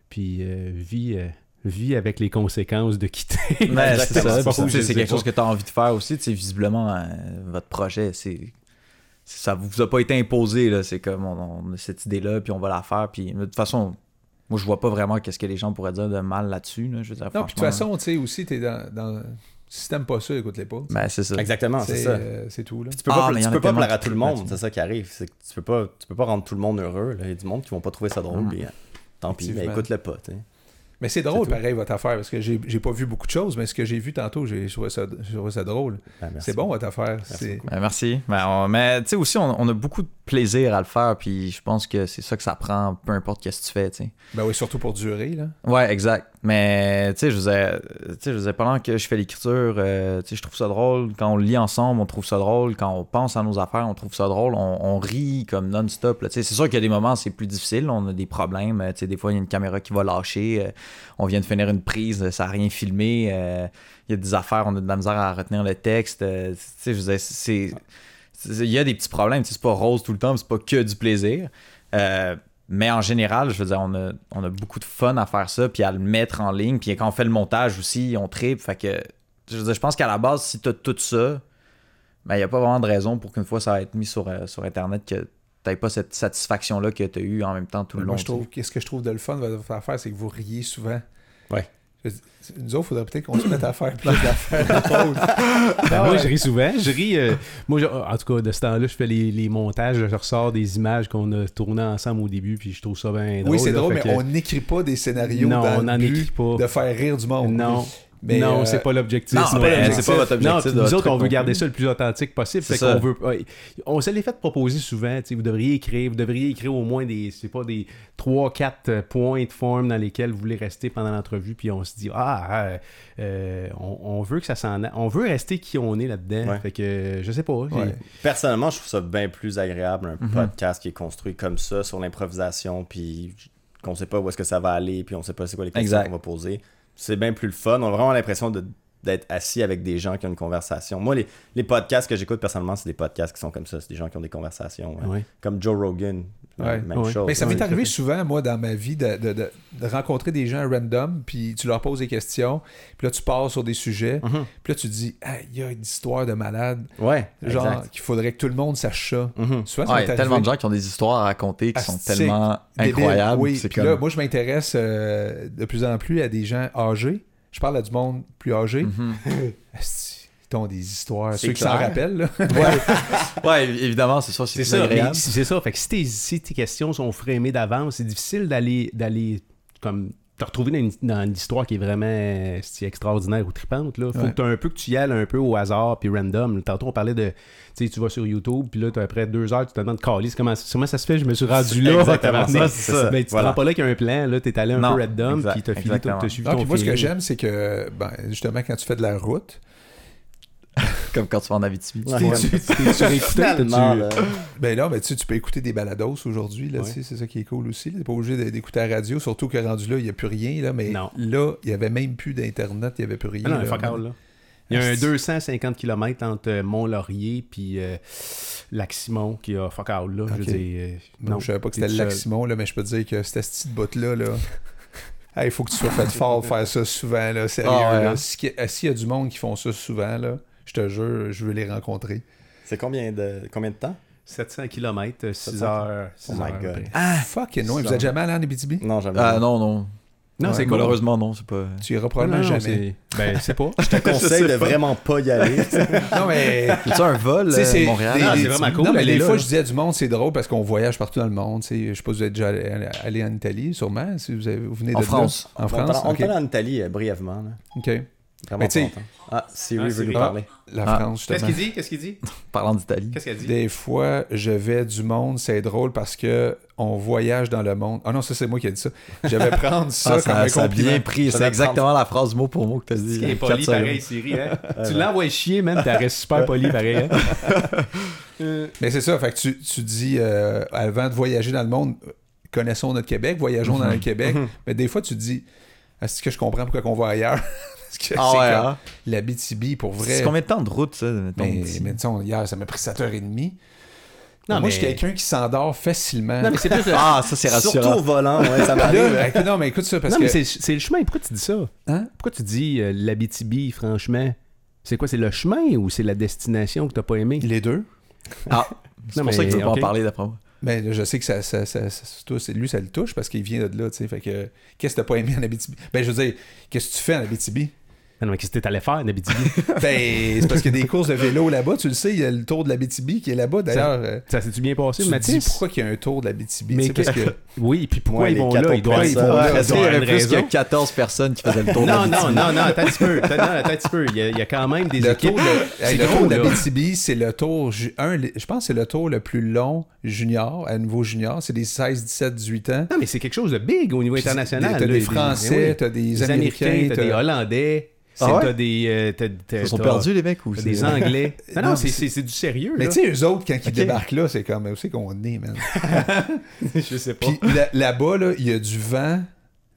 S3: puis euh, vis, euh, vis avec les conséquences
S1: [LAUGHS]
S3: de quitter.
S2: Mais
S4: Exactement.
S2: c'est ça,
S4: C'est pas
S2: puis ça,
S4: cool,
S2: tu sais,
S4: je
S2: c'est
S4: sais
S2: quelque
S4: pas.
S2: chose que tu as envie de faire aussi. Tu sais, visiblement, euh, votre projet, c'est ça vous a pas été imposé. là. C'est comme on, on a cette idée-là, puis on va la faire. Puis de toute façon, moi, je vois pas vraiment qu'est-ce que les gens pourraient dire de mal là-dessus. là. Je veux dire,
S1: Non, puis de toute façon, tu sais, aussi, t'es dans, dans. Si t'aimes pas ça, écoute-les pas.
S2: Ben, c'est ça.
S4: Exactement, c'est
S1: C'est
S4: ça.
S1: euh, c'est tout, là.
S4: Puis tu peux
S2: Ah,
S4: pas,
S2: mais il y
S4: tu
S2: en a
S4: peux pas
S2: tellement
S4: plaire à
S2: qui
S4: tout le
S2: trippent
S4: monde,
S2: là-dessus.
S4: c'est ça qui arrive. C'est que tu peux pas, tu peux pas rendre tout le monde heureux. là. Il y a du monde qui vont pas trouver ça drôle. puis, euh, tant pis, mais
S1: Effectivement.
S4: écoute le pas. tu sais.
S1: Mais c'est drôle,
S4: tout.
S1: pareil, votre affaire, parce que j'ai j'ai pas vu beaucoup de choses, mais ce que j'ai vu tantôt, j'ai je trouvais ça, je trouvais ça drôle.
S4: Ben, merci.
S1: C'est bon, votre affaire. C'est
S2: Ben, merci. Ben, on- mais tu sais aussi, on, on a beaucoup de plaisir à le faire, puis je pense que c'est ça que ça prend, peu importe qu'est-ce que tu fais. tu sais.
S1: Ben oui, surtout pour durer, là.
S2: Ouais, exact. Mais tu sais, je disais, tu sais, je disais, pendant que je fais l'écriture, euh, tu sais, je trouve ça drôle. Quand on le lit ensemble, on trouve ça drôle. Quand on pense à nos affaires, on trouve ça drôle. On, on rit comme non-stop. là. Tu sais, c'est sûr qu'il y a des moments, c'est plus difficile. On a des problèmes. euh, Tu sais, des fois, il y a une caméra qui va lâcher. euh, on vient de finir une prise, euh, ça n'a rien filmé. euh, il y a des affaires, on a de la misère à retenir le texte. euh, tu sais, je disais, c'est c'est- il y a des petits problèmes. tu sais, C'est pas rose tout le temps, c'est pas que du plaisir. Euh, mais en général, je veux dire, on a, on a beaucoup de fun à faire ça, puis à le mettre en ligne. Puis quand on fait le montage aussi, on tripe. Fait que, je veux dire, je pense qu'à la base, si t'as tout ça, ben, il n'y a pas vraiment de raison pour qu'une fois ça va être mis sur, euh, sur Internet que t'aies pas cette satisfaction-là que t'as eu en même temps tout le
S1: Ben, Moi,
S2: long.
S1: je trouve, qu'est-ce que je trouve de le fun de votre affaire, c'est que vous riez souvent.
S4: Ouais.
S1: Je- Nous autres, il faudrait peut-être qu'on se mette à faire plus d'affaires drôles.
S3: Ben, moi, je ris souvent. Je ris. euh, [LAUGHS] moi, je- en tout cas, de ce temps-là, je fais les, les montages, je ressors des images qu'on a tournées ensemble au début, puis je trouve ça bien drôle.
S1: Oui, c'est
S3: là,
S1: drôle, mais
S3: fait que-
S1: on n'écrit pas des scénarios
S3: Non,
S1: dans
S3: on
S1: le
S3: en
S1: but
S3: écrit pas.
S1: de faire rire du monde.
S3: Non,
S1: Mais,
S3: non
S1: euh,
S3: c'est pas l'objectif.
S2: non, c'est
S3: non.
S2: pas
S3: Euh,
S1: l'objectif, c'est pas votre
S2: objectif
S3: Non,
S2: de
S3: nous autres,
S2: truc
S3: on veut
S2: non
S3: garder
S2: plus.
S3: ça le plus authentique possible.
S2: C'est
S3: Fait
S2: ça.
S3: qu'on veut, ouais, on se l'est fait proposer souvent. tu sais, Vous devriez écrire, vous devriez écrire au moins des, je sais pas, des 3-4 points de forme dans lesquels vous voulez rester pendant l'entrevue. Puis on se dit, ah, euh, euh, on, on veut que ça s'en, a- on veut rester qui on est là-dedans.
S4: Ouais.
S3: Fait que euh, je sais pas. j'ai-
S1: Ouais.
S4: Personnellement, je trouve ça bien plus agréable un
S2: Mhm.
S4: podcast qui est construit comme ça sur l'improvisation, puis qu'on sait pas où est-ce que ça va aller, puis on sait pas c'est quoi les questions
S2: Exact.
S4: qu'on va poser. C'est bien plus le fun. On a vraiment l'impression de- d'être assis avec des gens qui ont une conversation. Moi, les, les podcasts que j'écoute personnellement, c'est des podcasts qui sont comme ça. C'est des gens qui ont des conversations. hein.
S3: Ouais.
S4: Comme Joe Rogan.
S1: Ouais.
S4: Même
S3: Ouais.
S4: chose. hein.
S1: Mais ça
S4: Ouais.
S1: m'est arrivé souvent, moi, dans ma vie, de, de- de- de rencontrer des gens random, puis tu leur poses des questions, puis là, tu pars sur des sujets, puis là, tu dis, Ah, il y a une histoire de malade,
S4: Ouais.
S1: genre,
S4: exact.
S1: qu'il faudrait que tout le monde sache ça.
S4: Mhm.
S1: Souvent, ça m'est
S2: Ouais, il y a
S1: arrivé.
S2: tellement de gens qui ont des histoires à raconter qui sont
S1: Astique,
S2: tellement
S1: Débile.
S2: incroyables.
S1: Oui,
S2: c'est
S1: puis
S2: comme-
S1: là, moi, je m'intéresse euh, de plus en plus à des gens âgés. Je parle à du monde plus âgé. [LAUGHS]
S2: Mhm.
S1: Asti, Ils ont des histoires,
S4: C'est
S1: ceux qui s'en
S4: clair.
S1: rappellent, là.
S2: Ouais, évidemment, c'est ça, c'est
S3: C'est
S2: plus
S3: ça.
S2: agréable.
S3: mais C'est c'est ça. Fait que si tes, si tes questions sont frémées d'avance, c'est difficile d'aller d'aller comme te retrouver dans une, dans une histoire qui est vraiment euh, si extraordinaire ou tripante. Là. Faut
S1: Ouais.
S3: que t'as un peu que tu y ailles un peu au hasard puis random. Tantôt on parlait de tu sais, tu vas sur YouTube puis là t'as- après deux heures tu te demandes Calice, comment, comment ça se fait je me suis rendu là
S4: exactement ça, c'est ça.
S3: Mais tu te
S4: Voilà.
S3: rends pas là qu'il y a un plan, là, t'es allé un
S2: Non,
S3: peu random
S2: exact,
S3: puis t'as fini
S2: exactement.
S3: t'as suivi
S1: Ah,
S3: ton
S1: puis moi, ce que
S3: feeling.
S1: j'aime, c'est que, ben, justement, quand tu fais de la route,
S2: Comme quand tu vas en Abitibi.
S4: Ouais. euh,
S3: T'es- tu-
S1: [LAUGHS]
S3: t'es surécouté, t'as-tu-
S4: Finalement, là.
S1: ben là, ben, tu, sais, tu peux écouter des balados aujourd'hui, là, tu sais, c'est ça qui est cool aussi. Tu n'es pas obligé d'é- d'écouter la radio, surtout que rendu là, il n'y a plus rien, là, mais
S3: Non.
S1: là, il n'y avait même plus d'Internet, il n'y avait plus rien.
S3: Ah non,
S1: là.
S3: fuck all, là. Ah, Il y a un
S1: Asti.
S3: 250 km entre euh, Mont-Laurier puis euh, Lac-Simon qui a fuck all, là. Je
S1: Ok.
S3: veux dire, euh,
S1: Non, je savais pas que c'était
S3: t'es
S1: le
S3: tout
S1: lac
S3: seul.
S1: Simon, là, mais je peux te dire que cette petite botte-là, là. [LAUGHS] Il faut que tu sois fait fort pour faire ça souvent, là, sérieux.
S2: Ah ouais,
S1: là.
S2: hein?
S1: Si- S'il y a du monde qui font ça souvent, là, je te jure, je veux les rencontrer.
S4: C'est combien de, combien de temps
S3: 700 km, 6
S4: 700.
S3: heures. euh, six
S4: Oh my
S3: heures,
S4: God.
S3: ben.
S1: Ah! Fucking non, vous êtes jamais allé en Abitibi?
S4: Non, jamais.
S2: Ah non, non.
S3: Non,
S1: Ouais,
S3: c'est
S2: C'est
S3: cool.
S2: malheureusement non, c'est pas.
S1: Tu iras
S3: Non,
S1: probablement
S3: non,
S1: jamais.
S3: c'est-
S1: [LAUGHS]
S3: Ben, c'est pas.
S4: je te conseille de vraiment pas y aller.
S1: Non, mais.
S2: C'est un vol
S1: Tu sais,
S2: euh,
S1: c'est
S2: Montréal.
S1: des-
S3: Ah,
S1: des-
S3: c'est vraiment cool,
S1: Non, mais
S3: elle est
S1: des
S3: là,
S1: fois,
S3: là.
S1: je disais à du monde, c'est drôle parce qu'on voyage partout dans le monde. tu sais. Je sais pas si vous êtes déjà allé, allé en Italie, sûrement, si vous, avez- vous venez
S2: En
S1: de là.
S2: France.
S1: En France.
S4: On
S1: ok.
S4: est allé en Italie euh, brièvement. là.
S1: Ok.
S4: Vraiment
S1: Mais tu sais-
S4: content. Ah, Siri
S3: Ah,
S4: veut
S3: Siri.
S4: nous parler.
S1: La
S2: Ah.
S1: France,
S3: Qu'est-ce
S1: justement.
S3: qu'il dit? Qu'est-ce qu'il dit?
S2: Parlant d'Italie.
S3: Qu'est-ce qu'elle dit?
S1: Des fois, je vais du monde, c'est drôle parce que on voyage dans le monde. Ah non, ça c'est moi qui ai dit ça. Je vais prendre ça
S2: Ah,
S1: comme un
S2: a
S1: compliment.
S2: bien pris.
S4: Ça
S2: C'est
S4: va
S2: exactement la phrase mot pour mot que t'as
S3: Ce
S2: dit.
S3: qui est
S2: hein,
S3: poli
S2: quatre secondes.
S3: pareil, Siri.
S1: [LAUGHS]
S3: Hein? tu l'envoies chier, man. T'as resté super poli pareil. Hein? Euh,
S1: Mais c'est ça, fait que tu, tu dis euh, avant de voyager dans le monde, connaissons notre Québec, voyageons dans le
S3: Mhm.
S1: Québec. Mais des fois, tu te dis, est-ce que je comprends pourquoi qu'on va ailleurs? [LAUGHS] Parce que
S2: Ah
S1: c'est
S2: ouais,
S1: comme
S2: hein?
S1: la BTB pour vrai.
S2: C'est combien de temps de route, ça, mettons,
S1: Mais,
S2: d'ici?
S1: mais disons, hier, ça m'a pris 7h30.
S3: Non,
S1: moi, je suis
S3: mais-
S1: quelqu'un qui s'endort facilement.
S3: Non, mais c'est plus. le-
S2: Ah, ça, c'est
S4: Surtout
S2: rassurant.
S4: au volant, ouais,
S1: Là, ben,
S4: ça m'arrive.
S1: écoute, non, mais écoute ça, parce
S3: non, mais
S1: que
S3: c'est- c'est le chemin. Pourquoi tu dis ça?
S1: Hein?
S3: Pourquoi tu dis euh, l'Abitibi, franchement? C'est quoi? C'est le chemin ou c'est la destination que t'as pas aimé?
S1: les deux.
S2: Ah, c'est
S3: Non,
S2: pour ça que tu
S3: mais-
S2: veux pas en
S3: ok.
S2: parler d'après moi.
S1: Mais ben, là, je sais que ça, ça, ça- ça- ça- toi, c'est- lui, ça le touche parce qu'il vient de là, tu sais. Fait que, qu'est-ce que t'as pas aimé en Abitibi? Ben, je veux dire, qu'est-ce que tu fais en Abitibi?
S3: Ah Non, mais qu'est-ce que t'es allé faire en Abitibi?
S1: Ben, c'est parce qu'il y a des courses de vélo là-bas, tu le sais, il y a le tour de l'Abitibi qui est là-bas. D'ailleurs, euh,
S3: ça s'est-tu bien passé,
S1: tu te dis
S3: Mathis?
S1: pourquoi qu'il y a un tour de l'Abitibi?
S3: Mais
S1: tu sais, parce
S3: [LAUGHS]
S1: que...
S3: Oui, puis pourquoi
S4: Ouais,
S3: ils
S4: les
S3: vont là?
S4: 14
S3: Ils doivent ils
S4: personnes.
S3: vont là.
S4: Ouais,
S3: ils
S2: Est-ce qu'il
S3: doivent
S2: y
S3: avoir
S2: avait
S3: une
S2: plus
S3: raison.
S2: que 14 personnes qui faisaient le tour de
S3: Non,
S2: la
S3: non,
S2: Bitibi?
S3: non, non, attends un petit peu. Attends, non, attends un petit peu. Il y a, il y a quand même des
S1: Le
S3: équipes.
S1: tour, de,
S3: [LAUGHS] C'est
S1: hey, le
S3: gros,
S1: tour
S3: là.
S1: d'Abitibi, c'est le tour, ju- un, les- je pense que c'est le tour le plus long junior, à nouveau junior. C'est des 16, 17, 18 ans.
S3: Non, mais c'est quelque chose de big au niveau
S1: Puis
S3: international.
S1: t'as
S3: là.
S1: des
S3: Il ben y a
S1: Français,
S3: mais
S1: t'as des
S3: Des
S1: Américains,
S3: t'as des
S1: t'as-
S3: Hollandais,
S2: Ah
S3: c'est-
S2: ouais?
S3: t'as des. euh, t'as- t'as-
S2: Ils sont
S3: t'as-
S2: perdus, les mecs, ou
S3: t'as
S2: c'est-
S3: des Anglais. Non,
S1: Non,
S3: non, c'est-
S1: mais
S3: c'est c'est du sérieux.
S1: Mais
S3: là.
S1: tu sais, eux autres, quand ils
S2: Ok.
S1: débarquent là, c'est comme, où c'est qu'on est, man?
S3: [LAUGHS] je sais pas.
S1: Puis là- là-bas, là, il y a du vent.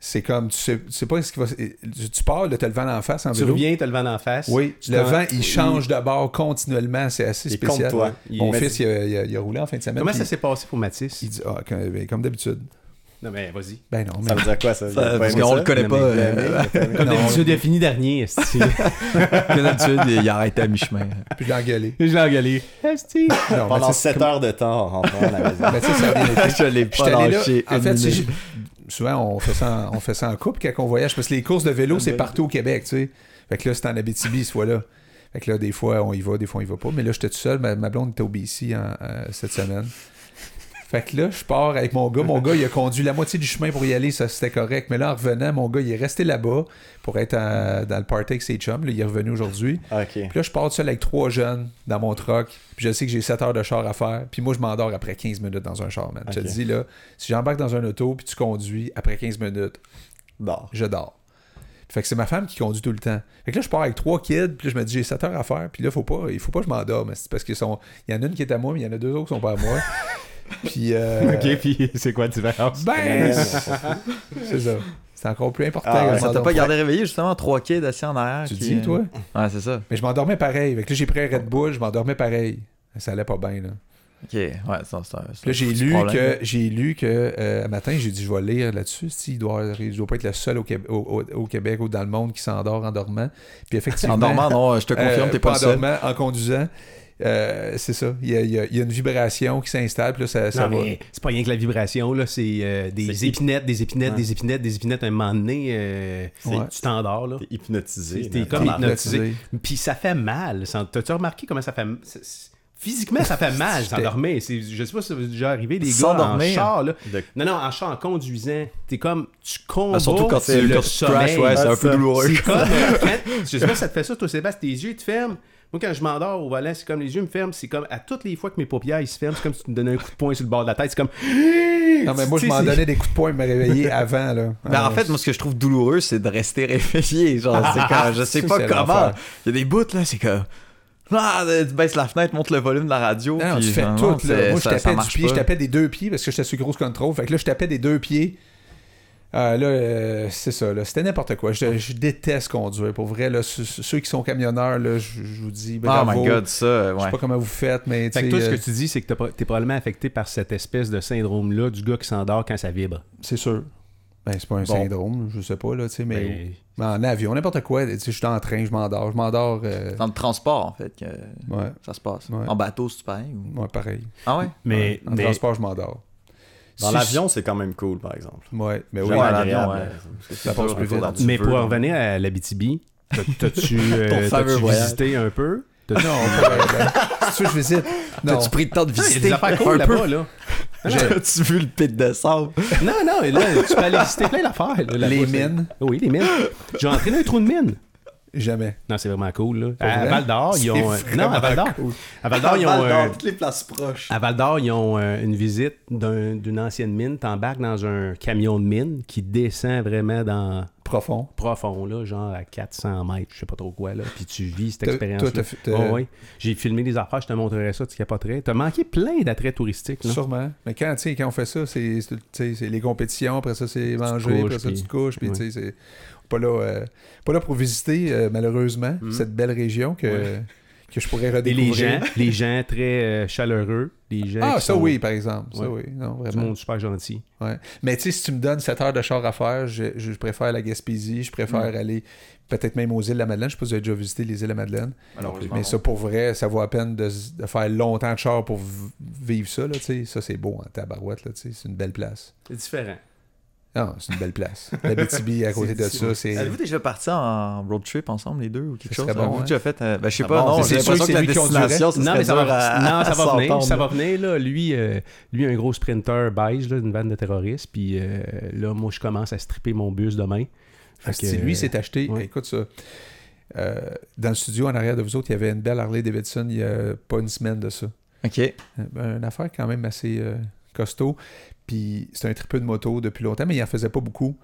S1: C'est comme, tu sais, tu sais pas ce qui va. Tu, tu pars, là, t'as le vent en face en
S3: tu
S1: vélo.
S3: reviens, t'as le vent en face.
S1: Oui,
S3: Tu
S1: le
S3: t'en-
S1: vent, il change de bord continuellement. C'est assez
S4: Il
S1: spécial.
S4: compte toi.
S1: Ouais. Mon
S4: Il-
S1: fils, il a, il a- il a roulé en fin de semaine.
S3: Comment
S1: puis
S3: ça s'est passé pour Mathis
S1: Il dit, ah, comme, ben, comme d'habitude.
S3: Non, mais vas-y.
S1: Ben non, mais.
S4: Ça veut dire quoi, ça? Vous avez
S2: Ça,
S4: pas
S2: Parce
S4: aimé
S2: qu'on
S4: ça?
S2: le connaît
S3: Non,
S2: pas.
S3: mais-
S2: euh,
S3: Comme d'habitude, il a fini dernier. esti.
S2: Comme d'habitude, il arrête à mi-chemin.
S1: Puis [LAUGHS] je
S4: [LAUGHS]
S1: l'ai engueulé.
S3: Je l'ai engueulé. Esti.
S1: Non, mais
S4: Pendant
S1: tu sais,
S4: 7 heures de temps en rentrant à la
S1: [LAUGHS]
S4: maison.
S1: ben, tu sais, ça a bien été.
S2: Je l'ai
S1: J'étais
S2: pas
S1: allé là.
S2: lâché.
S1: En
S2: une
S1: fait, tu sais,
S2: minute.
S1: je- souvent, on fait, ça en, on fait ça en couple quand on voyage. Parce que les courses de
S2: Ah,
S1: vélo,
S2: ben
S1: c'est partout au Québec, tu sais. Fait que là, c'est en Abitibi, ce fois-là. Fait que là, des fois, on y va, des fois, on y va pas. Mais là, j'étais tout seul. Ma, ma blonde était au BC en- euh, cette semaine. Fait que là, je pars avec mon gars. Mon gars, il a conduit la moitié du chemin pour y aller. Ça, c'était correct. Mais là, en revenant, mon gars, il est resté là-bas pour être à- dans le party avec ses chums. Là, il est revenu aujourd'hui.
S4: Ah, Ok.
S1: Puis là, je pars tout seul avec trois jeunes dans mon truck. Puis je sais que j'ai 7 heures de char à faire. Puis moi, je m'endors après 15 minutes dans un char, man. Je te
S4: Ok.
S1: dis, là, si j'embarque dans un auto, puis tu conduis, après 15 minutes,
S4: Bon.
S1: je dors. Fait que c'est ma femme qui conduit tout le temps. Fait que là, je pars avec trois kids, puis là, je me dis, j'ai 7 heures à faire. Puis là, faut pas, il faut pas que je m'endorme. C'est parce qu'ils sont... Il y en a une qui est à moi, mais il y en a deux autres qui sont pas à
S3: [LAUGHS]
S1: moi. puis... euh,
S3: Ok, puis c'est quoi la différence
S1: Ben, c'est ça. C'est encore plus important.
S4: Ah,
S1: que
S4: ouais,
S1: je
S2: Ça t'a
S1: m'endorme.
S2: pas gardé réveillé, justement, trois kids assis en arrière.
S1: Tu
S2: qui,
S1: dis,
S2: euh,
S1: toi?
S2: Ouais, c'est ça.
S1: Mais je m'endormais pareil. Fait que là, j'ai pris un Red Bull, je m'endormais pareil. Ça allait pas bien, là.
S2: Ok, ouais, c'est un- c'est un.
S1: Puis Là, j'ai
S2: petit
S1: lu
S2: problème, là.
S1: que j'ai lu que euh, un matin, j'ai dit je vais lire là-dessus. Si, Il doit, il doit pas être le seul au, Québec- au- au- au Québec ou dans le monde qui s'endort en dormant.
S2: [LAUGHS]
S1: Puis effectivement,
S2: En dormant, non, je te confirme,
S1: euh,
S2: t'es pas le
S1: en
S2: seul.
S1: dormant, en conduisant, euh, c'est ça. Il y, a, il y a- il y a une vibration qui s'installe, puis là, ça, ça
S3: Non,
S1: va.
S3: mais c'est pas rien que la vibration, là, c'est euh, des
S4: C'est-
S3: épinettes, des épinettes,
S4: Ouais.
S3: des épinettes, des épinettes. À un moment donné, euh,
S1: Ouais.
S3: tu t'endors, là.
S4: T'es hypnotisé.
S3: T'es
S4: man.
S3: comme
S4: Ah,
S3: hypnotisé.
S1: hypnotisé.
S3: Puis ça fait mal. ça- T'as-tu remarqué comment ça fait... c'est- c'est- Physiquement, ça fait mal
S1: J'étais-
S3: s'endormir. C'est- Je sais pas si ça vous est déjà arrivé, les gars, en
S2: S'endormir.
S3: char, là.
S4: De-
S3: Non, non, en char, en conduisant, t'es comme... Tu combats
S2: Ben, Surtout quand
S3: c'est
S2: tu
S3: le
S2: quand tu
S3: sommeil.
S2: crashes, ouais, c'est un peu
S4: ça.
S2: douloureux.
S3: C'est [LAUGHS] comme, euh, quand- je sais pas si ça te fait ça, toi, Sébastien, tes yeux, ils te ferment. Moi, quand je m'endors au volant, c'est comme les yeux me ferment. C'est comme à toutes les fois que mes paupières, ils se ferment, c'est comme si tu me donnais un coup de poing sur le bord de la tête. C'est comme.
S1: Non, mais moi, je
S3: Tu sais,
S1: m'en
S3: c'est-
S1: donnais des coups de poing, et me réveiller [LAUGHS] avant, là.
S2: Mais Ben, en
S1: Alors,
S2: fait, moi, ce que je trouve douloureux, c'est de rester [LAUGHS] réveillé. Genre, c'est quand je sais
S1: Ça,
S2: pas
S1: c'est
S2: comment.
S1: l'enfer.
S2: Il y a des bouts, là, c'est comme. Ah, tu baisses la fenêtre, monte le volume de la radio.
S1: Non, non,
S2: puis
S1: tu fais
S2: genre, non,
S1: tout. Là.
S2: c'est-
S1: Moi, je
S2: ça- ça
S1: tapais du
S2: marche
S1: pied,
S2: pas. Oh
S1: je tapais des deux pieds parce que j'étais sur grosse contrôle. Fait que là, je tapais des deux pieds. Ah, là, euh, c'est ça. là. C'était n'importe quoi. Je, je déteste conduire. Pour vrai, là, ceux- ceux qui sont camionneurs, là, je, je vous dis
S2: Oh
S1: bravo.
S2: my god, ça,
S1: Je sais
S2: ouais.
S1: pas comment vous faites, mais tu
S3: Fait
S1: sais,
S3: que toi, ce
S1: euh,
S3: que tu dis, c'est que t'as pas- t'es probablement affecté par cette espèce de syndrome-là du gars qui s'endort quand ça vibre.
S1: c'est sûr. Ben, c'est pas un
S4: Bon.
S1: syndrome, je sais pas, là, tu sais, mais...
S3: Ben,
S1: mais en avion, n'importe quoi, tu sais, je suis en train, je m'endors, je m'endors, euh,
S2: C'est dans le transport, en fait, que
S1: ouais,
S2: ça se passe.
S1: Ouais.
S2: En bateau, c'est pareil. ou-
S1: ouais, pareil.
S2: Ah ouais?
S3: Mais,
S1: En
S3: mais
S1: transport, je m'endors.
S4: Dans
S1: Si-
S4: l'avion, c'est quand même cool, par exemple.
S1: Ouais, mais
S4: J'aime
S1: oui,
S2: Ouais,
S4: l'avion,
S2: l'avion,
S4: ouais.
S2: ouais.
S1: Ça passe plus vite.
S3: mais pour en revenir à l'Abitibi, t'as- t'as-tu euh,
S2: fameux
S3: t'as-tu
S2: voyage.
S3: visité un peu? T'as-
S1: Non, ben, si tu veux, je visite. Non.
S2: T'as-tu pris le temps de
S3: Ah, Il y a
S2: visiter
S3: des affaires cool
S2: un peu?
S3: là-bas, là.
S2: T'as-tu vu le pit de sable?
S3: Non, non, et là, tu peux aller visiter plein d'affaires. là, là-bas,
S1: Les
S3: c'est-
S1: mines.
S3: Oui, les mines. J'ai entré dans un trou de mine.
S1: Jamais.
S3: Non, c'est vraiment cool. Là.
S1: Pas
S3: À,
S1: vrai?
S3: Val d'Or, ils ont. euh,
S1: C'est
S3: Non, à Val d'Or.
S1: vraiment cool.
S3: À Val d'Or, ils ont. Ah, euh,
S4: toutes les places proches.
S3: À Val d'Or, ils ont euh, une visite d'un- d'une ancienne mine. T'embarques dans un camion de mine qui descend vraiment dans
S1: Profond.
S3: profond, là, genre à 400 mètres, je sais pas trop quoi, là, puis tu vis cette
S1: T'as-
S3: expérience-là.
S1: toi, t'as fait, euh,
S3: Oh, oui. J'ai filmé des affaires, je te montrerai ça, tu capoterais. T'as manqué plein d'attraits touristiques, là.
S1: Sûrement. Mais quand, tu sais, quand on fait ça, c'est c'est- tu sais, c'est les compétitions, après ça, c'est manger,
S3: couches,
S1: après ça,
S3: puis-
S1: tu te couches. Puis,
S3: Ouais.
S1: tu sais, c'est pas là, euh, pas là pour visiter, euh, malheureusement, cette belle région que,
S3: Mm-hmm. Ouais.
S1: que je pourrais
S3: Et
S1: redécouvrir.
S3: les gens, les gens très euh, chaleureux, les gens
S1: Ah,
S3: qui
S1: ça
S3: sont-
S1: oui, par exemple. Ça
S3: Ouais.
S1: oui, non,
S3: du
S1: vraiment.
S3: monde super gentil.
S1: Ouais. Mais tu sais, si tu me donnes 7 heures de char à faire, je, je préfère la Gaspésie, je préfère aller peut-être même aux îles de la Madeleine. Je sais pas si vous avez déjà visité les îles de la Madeleine.
S2: Malheureusement,
S1: Mais
S2: non.
S1: ça, pour vrai, ça vaut la peine de, s- de faire longtemps de char pour v- vivre ça. Là, tu sais. ça, c'est beau en tabarouette. Là, tu sais. c'est une belle place.
S3: C'est différent.
S1: Non, c'est une belle
S2: [LAUGHS]
S1: place. La BTB à côté de ça, c'est.
S2: Avez-vous déjà parti en road trip ensemble, les deux, ou quelque
S1: Ça
S2: chose?
S1: serait bon,
S2: Avez-vous
S1: hein?
S2: déjà fait... euh, ben, je sais
S4: Ah
S2: pas,
S4: bon,
S2: non,
S1: mais
S2: j'ai
S1: c'est sûr
S2: l'impression
S1: que
S2: que
S1: c'est
S2: la
S1: lui qui conduirait.
S2: destination, ce
S3: Non,
S2: serait
S3: mais ça va,
S2: dur à- [LAUGHS]
S3: non,
S2: à
S3: ça va venir.
S2: s'entendre.
S3: Ça va venir, là. Lui, euh, lui un gros sprinter beige, là, une vanne de terroriste. Puis euh, là, moi, je commence à stripper mon bus demain. Fait
S1: Asti,
S3: que,
S1: Ah, lui s'est acheté.
S3: ouais.
S1: Écoute ça. euh, dans le studio en arrière de vous autres, il y avait une belle Harley Davidson il y a pas une semaine de ça.
S2: OK.
S1: Euh, ben, Une affaire quand même assez euh, costaud. Puis c'est un triple de moto depuis longtemps, mais il en faisait pas beaucoup.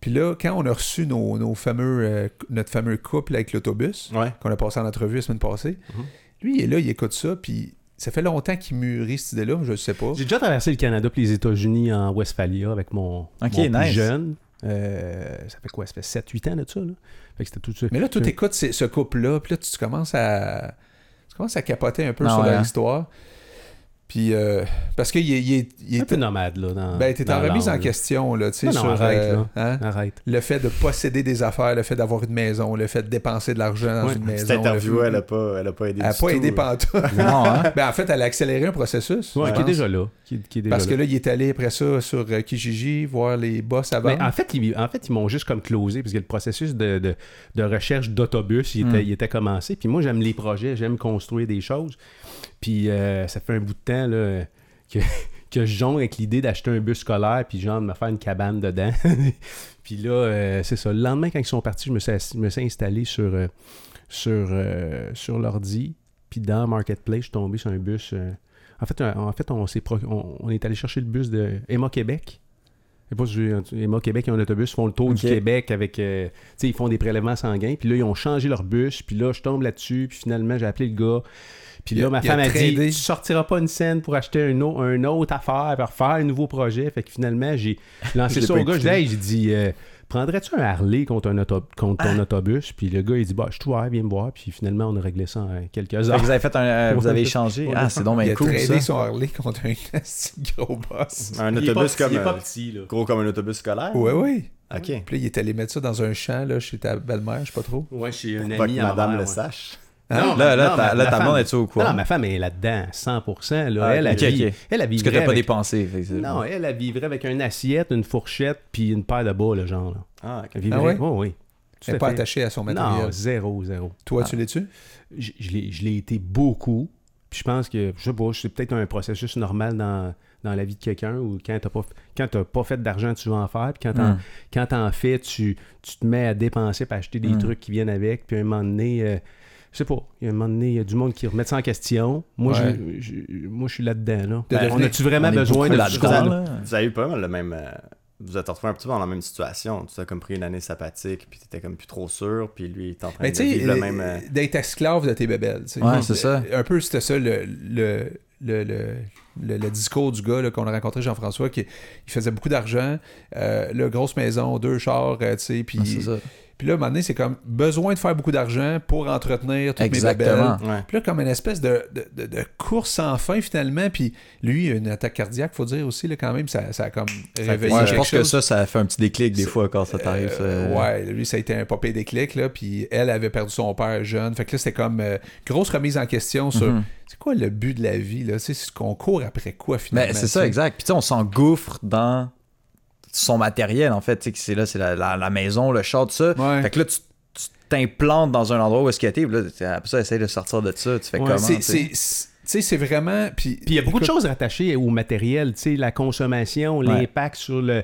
S1: Puis là, quand on a reçu nos, nos fameux, euh, notre fameux couple avec l'autobus,
S4: Ouais.
S1: qu'on a passé en entrevue la semaine passée,
S3: Mhm.
S1: lui, il est là, il écoute ça, puis ça fait longtemps qu'il mûrit cette idée-là, je sais pas.
S3: J'ai déjà traversé le Canada puis les États-Unis en Westphalia avec mon,
S2: Ok,
S3: mon plus
S2: nice.
S3: jeune. Euh, ça fait quoi? Ça fait 7-8 ans de ça, là? Fait que c'était tout de suite.
S1: Mais là, tu écoutes ce, ce couple-là, puis là, tu, commences à, tu commences à capoter un
S3: Ah
S1: peu
S2: Non,
S1: sur leur
S3: hein.
S2: ouais.
S1: histoire. Puis, euh, parce qu'il est. Il est, il
S3: un
S1: est
S3: peu nomade, là. Dans,
S1: ben, t'es en
S3: dans l'âme,
S1: remise en
S3: là.
S1: question, là, tu sais,
S3: Non, non,
S1: sur.
S3: arrête,
S1: euh,
S3: là.
S1: hein,
S3: Arrête.
S1: le fait de posséder des affaires, le fait d'avoir une maison, le fait de dépenser de l'argent dans
S3: Ouais,
S1: une
S4: Cette
S1: maison.
S4: interview,
S1: le-
S4: elle a pas, elle a pas aidé.
S1: elle a
S4: du
S1: pas
S4: tout,
S1: aidé
S4: là.
S1: pantoute.
S2: Non,
S1: [LAUGHS]
S2: hein?
S1: ben, en fait, elle a accéléré un processus.
S3: Ouais,
S1: je
S3: qui est
S1: pense.
S3: déjà là. Qui, qui est déjà
S1: Parce
S3: là.
S1: que là, il est allé après ça sur euh, Kijiji, voir les boss avant.
S3: Mais en fait, ils, en fait, ils m'ont juste comme closé, parce que le processus de, de- de recherche d'autobus, il, était, il était commencé. Puis moi, j'aime les projets, j'aime construire des choses. Puis euh, ça fait un bout de temps là, que, [LAUGHS] que je jongle avec l'idée d'acheter un bus scolaire, puis genre de me faire une cabane dedans. [LAUGHS] puis là, euh, c'est ça. Le lendemain, quand ils sont partis, je me suis, assis- me suis installé sur, euh, sur, euh, sur l'ordi. Puis dans Marketplace, je suis tombé sur un bus. euh, en fait, un- en fait on, s'est pro- on, on est allé chercher le bus de Emma Québec. Je sais pas si j'ai- Emma Québec, ils ont un autobus, ils font le tour
S2: Ok.
S3: du Québec avec. euh, tu sais, ils font des prélèvements sanguins. Puis là, ils ont changé leur bus. Puis là, je tombe là-dessus. Puis finalement, j'ai appelé le gars. Puis
S1: Il
S3: là,
S1: a-
S3: ma
S1: il
S3: femme
S1: a
S3: a dit
S1: tradé.
S3: Tu sortiras pas une scène pour acheter un, au- un autre affaire, pour faire un nouveau projet. Fait que finalement, j'ai lancé
S2: Je l'ai
S3: ça
S2: pas
S3: au gars. Je dis
S2: écouté.
S3: Hey, j'ai dit euh, Prendrais-tu un Harley contre, un auto- contre ton autobus Puis le gars, il dit Bah, je suis ouvert, viens me voir. Puis finalement, on a réglé ça en quelques [LAUGHS]
S2: Fait que
S3: heures.
S2: Vous avez fait un... euh, Vous avez échangé.
S3: Ouais.
S2: Ah, c'est donc
S1: il
S2: bien
S1: a
S2: cool, ça.
S1: tradé son Harley contre un [LAUGHS] asti de gros boss.
S4: Un autobus comme. euh,
S3: petit, là.
S4: Gros comme un autobus scolaire.
S1: Ouais, oui.
S4: Ok.
S1: Puis là, il est allé mettre ça dans un champ, là, chez ta belle-mère, je sais pas trop.
S3: Ouais, chez une
S4: Pas que
S3: amie à
S4: madame
S3: Anvers,
S4: le
S3: ouais.
S4: sache.
S3: Non,
S2: Là, là, ta,
S3: non, ma-
S2: là,
S3: ma
S2: ta
S3: femme-
S2: blonde, est tu au
S3: Non,
S2: courant?
S3: ma femme est là-dedans, 100%. Là.
S2: Ah,
S3: elle,
S2: ok,
S3: elle, vit-
S2: ok.
S3: elle, elle
S2: Parce que
S3: vivrait
S2: t'as pas
S3: avec-
S2: dépensé. fait que c'est-
S3: Non, elle, elle vivrait avec une assiette, une fourchette, puis une paire de bas, le genre. là.
S4: Ah, ok.
S3: Elle vivrait...
S1: Ah ouais?
S3: Oh, oui. Tout
S1: Il n'est
S3: à
S1: pas
S3: fait.
S1: attaché à son matériel.
S3: Non, zéro, zéro.
S1: Toi, tu l'es-tu?
S3: Je, je l'ai- je l'ai été beaucoup. Puis je pense que, je sais pas, c'est peut-être un processus normal dans, dans la vie de quelqu'un où quand t'as pas, quand t'as pas fait d'argent, tu vas en faire. Puis quand t'en,
S2: Mm.
S3: quand t'en fais, tu, tu te mets à dépenser puis à acheter des
S2: Mm.
S3: trucs qui viennent avec. Puis à un moment donné, euh, je sais pas, il y a un moment donné, il y a du monde qui remet ça en question. Moi,
S1: Ouais.
S3: je, je- moi, je suis là-dedans. Là.
S1: De
S3: Ben, on
S1: devenir-
S3: a-tu vraiment
S2: On est
S3: besoin
S2: beaucoup
S3: de ce
S2: là-dedans,
S3: qu'on-
S2: là.
S4: Vous avez eu pas mal le même. euh, Vous êtes retrouvé un petit peu dans la même situation. Tu as comme pris une année sabbatique, puis t'étais comme plus trop sûr, puis lui, il est en train
S1: Mais
S4: de
S1: tu sais,
S4: vivre le
S1: euh,
S4: même. euh,
S1: d'être esclave de tes bébelles. tu sais.
S2: Ouais, c'est ça.
S1: Un peu, c'était ça le, le, le, le, le- le discours du gars là, qu'on a rencontré, Jean-François, qui il faisait beaucoup d'argent, euh, là, grosse maison, deux chars, euh, tu sais, puis,
S2: Ah, c'est ça.
S1: puis là, à un moment donné, c'est comme besoin de faire beaucoup d'argent pour entretenir toutes mes bébelles.
S2: Exactement.
S4: Ouais.
S1: Puis là, comme une espèce de, de, de- de course sans fin, finalement. Puis lui, une attaque cardiaque, faut dire aussi, là, quand même, ça, ça a comme réveillé
S2: Ouais, je
S1: quelque
S2: pense que
S1: chose.
S2: ça, ça fait un petit déclic des fois quand ça t'arrive. ça.
S1: Euh, ouais, lui, ça a été un popé déclic, là. Puis elle avait perdu son père jeune. Fait que là, c'était comme euh, grosse remise en question sur
S2: Mhm.
S1: c'est quoi le but de la vie, là? Tu sais, C'est ce qu'on court après quoi, finalement?
S2: Mais Ben, c'est ça,
S1: tu sais?
S2: exact. Puis tu sais, on s'engouffre dans son matériel, en fait. Tu sais, que c'est là, c'est la, la- la maison, le char, tout ça.
S1: Ouais.
S2: Fait que là, tu tu t'implantes dans un endroit où est-ce qu'il y a t'es, puis là, t'es- après ça, essaye de sortir de ça. Tu fais
S3: Ouais,
S2: comment,
S1: C'est-
S2: tu sais.
S1: c'est- c'est- sais, c'est vraiment. Puis
S3: Puis il y a beaucoup de choses rattachées au matériel, tu sais, la consommation,
S2: Ouais.
S3: l'impact sur le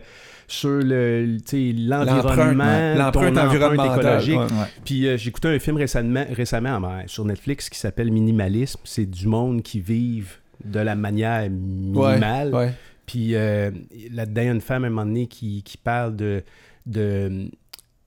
S3: sur le tu sais,
S1: L'empreinte,
S3: l'environnement,
S1: ouais. L'empreinte
S3: ton empreinte
S1: environnementale,
S3: écologique.
S1: ouais.
S3: Puis euh, j'ai écouté un film récemment, récemment euh, sur Netflix qui s'appelle Minimalisme, c'est du monde qui vivent de la manière
S1: Ouais,
S3: minimale.
S1: ouais.
S3: Puis euh, là-dedans, il y a une femme à un moment donné qui, qui parle de, de.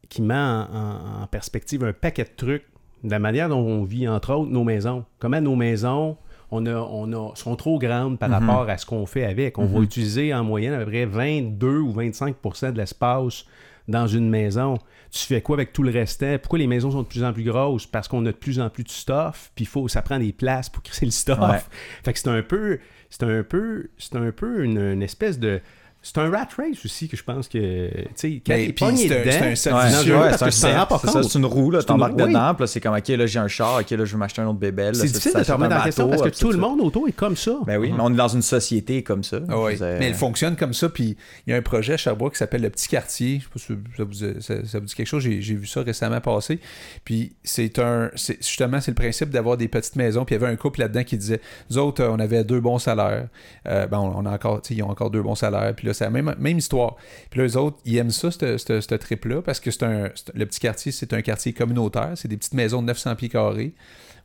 S3: qui met en, en- en perspective un paquet de trucs de la manière dont on vit, entre autres, nos maisons. Comment nos maisons on a, on a- sont trop grandes par rapport à ce qu'on fait avec. On va utiliser en moyenne à peu près 22 ou 25 de l'espace dans une maison. Tu fais quoi avec tout le restant? Pourquoi les maisons sont de plus en plus grosses? Parce qu'on a de plus en plus de stuff, puis faut, ça prend des places pour créer le stuff.
S2: Ouais.
S3: Fait que c'est un peu, c'est un peu, c'est un peu une, une espèce de, c'est un rat race aussi que je pense que, tu sais, quand
S1: Ben,
S3: t'es
S1: puis
S3: pogné
S1: c'est un-
S3: dedans,
S1: c'est un cercle
S3: c'est
S1: vicieux,
S3: dangereux
S1: ouais,
S3: parce que tu t'en rends pas
S2: c'est ça,
S3: compte.
S2: c'est une roue, là,
S3: C'est une
S2: t'embarques
S3: roue, oui.
S2: dedans, puis là, c'est comme, ok, là, j'ai un char, ok, là, je vais m'acheter un autre bébé.
S3: C'est difficile de te remettre en question parce que tout le monde autour est comme ça.
S2: Ben oui, mais on est dans une société comme ça.
S1: Ah oui.
S2: Je veux dire, euh,
S1: Mais elle fonctionne comme ça. Puis il y a un projet à Sherbrooke qui s'appelle Le Petit Quartier. Je sais pas si ça vous, ça- ça vous dit quelque chose. J'ai j'ai vu ça récemment passer. Puis c'est un. c'est- Justement, c'est le principe d'avoir des petites maisons. Puis il y avait un couple là-dedans qui disait Nous autres, euh, on avait deux bons salaires. Euh, ben, on, on a encore. tu sais, Ils ont encore deux bons salaires. Puis là, c'est la même, même histoire. Puis là, eux autres, ils aiment ça, cette- cette cette trip-là, parce que c'est un. c'est- Le Petit Quartier, c'est un quartier communautaire. C'est des petites maisons de 900 pieds carrés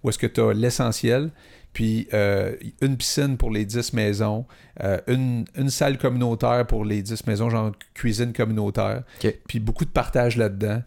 S1: où est-ce que tu as l'essentiel, puis euh, une piscine pour les 10 maisons, euh, une, une salle communautaire pour les 10 maisons, genre cuisine communautaire,
S2: OK.
S1: puis beaucoup de partage là-dedans.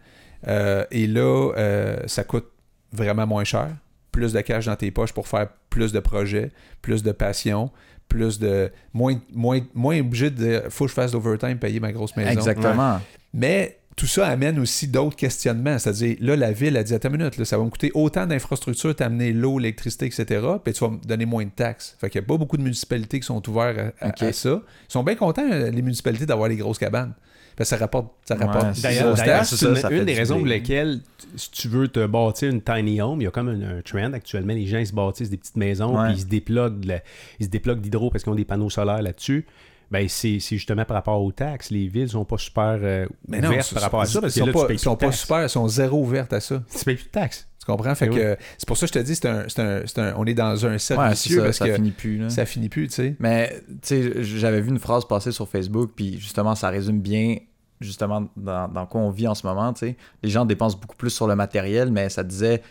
S1: Euh, et là, euh, ça coûte vraiment moins cher, plus de cash dans tes poches pour faire plus de projets, plus de passion, plus de... moins, moins, moins obligé de dire, faut que je fasse d'overtime, payer ma grosse maison.
S2: Exactement.
S1: Mais tout ça amène aussi d'autres questionnements. C'est-à-dire, là, la ville a dit, attends une minute, là, ça va me coûter autant d'infrastructures, t'amener l'eau, l'électricité, etc., puis tu vas me donner moins de taxes. Fait qu'il n'y a pas beaucoup de municipalités qui sont ouvertes à, à-
S2: Ok.
S1: à ça. Ils sont bien contents, euh, les municipalités, d'avoir les grosses cabanes. Parce que ça rapporte, ça
S2: Ouais,
S1: rapporte
S2: c'est
S3: D'ailleurs,
S1: aux
S2: ça,
S3: d'ailleurs,
S1: taxes.
S2: c'est
S3: c'est
S2: ça,
S3: une,
S2: ça
S3: une
S2: fait
S3: des
S2: du
S3: raisons pour
S2: bruit.
S3: lesquelles, t- si tu veux te bâtir une tiny home, il y a comme un, un trend actuellement, les gens ils se bâtissent des petites maisons,
S2: Ouais.
S3: puis ils se déploguent, de la- ils se déploguent d'hydro parce qu'ils ont des panneaux solaires là-dessus. Ben, c'est c'est justement par rapport aux taxes. Les villes sont pas super euh,
S1: Mais non,
S3: ouvertes
S1: c'est-
S3: par rapport à ça parce que
S1: ils
S3: là,
S1: sont pas,
S3: tu payes
S1: ils sont
S3: plus de
S1: pas
S3: taxes. Eh
S1: super, ils sont zéro ouvertes à ça.
S3: Tu payes plus de taxes.
S1: Tu comprends? Fait
S3: Mais
S1: que euh, c'est pour ça que je te dis, c'est un, c'est un- c'est un- on est dans un cercle
S2: Ouais, c'est
S1: vicieux
S2: ça,
S1: parce
S2: ça
S1: que
S2: finit plus, là.
S1: ça finit plus, tu sais.
S2: Mais tu sais, j'avais vu une phrase passer sur Facebook, puis justement, ça résume bien justement dans, dans quoi on vit en ce moment. tu sais. Les gens dépensent beaucoup plus sur le matériel, mais ça disait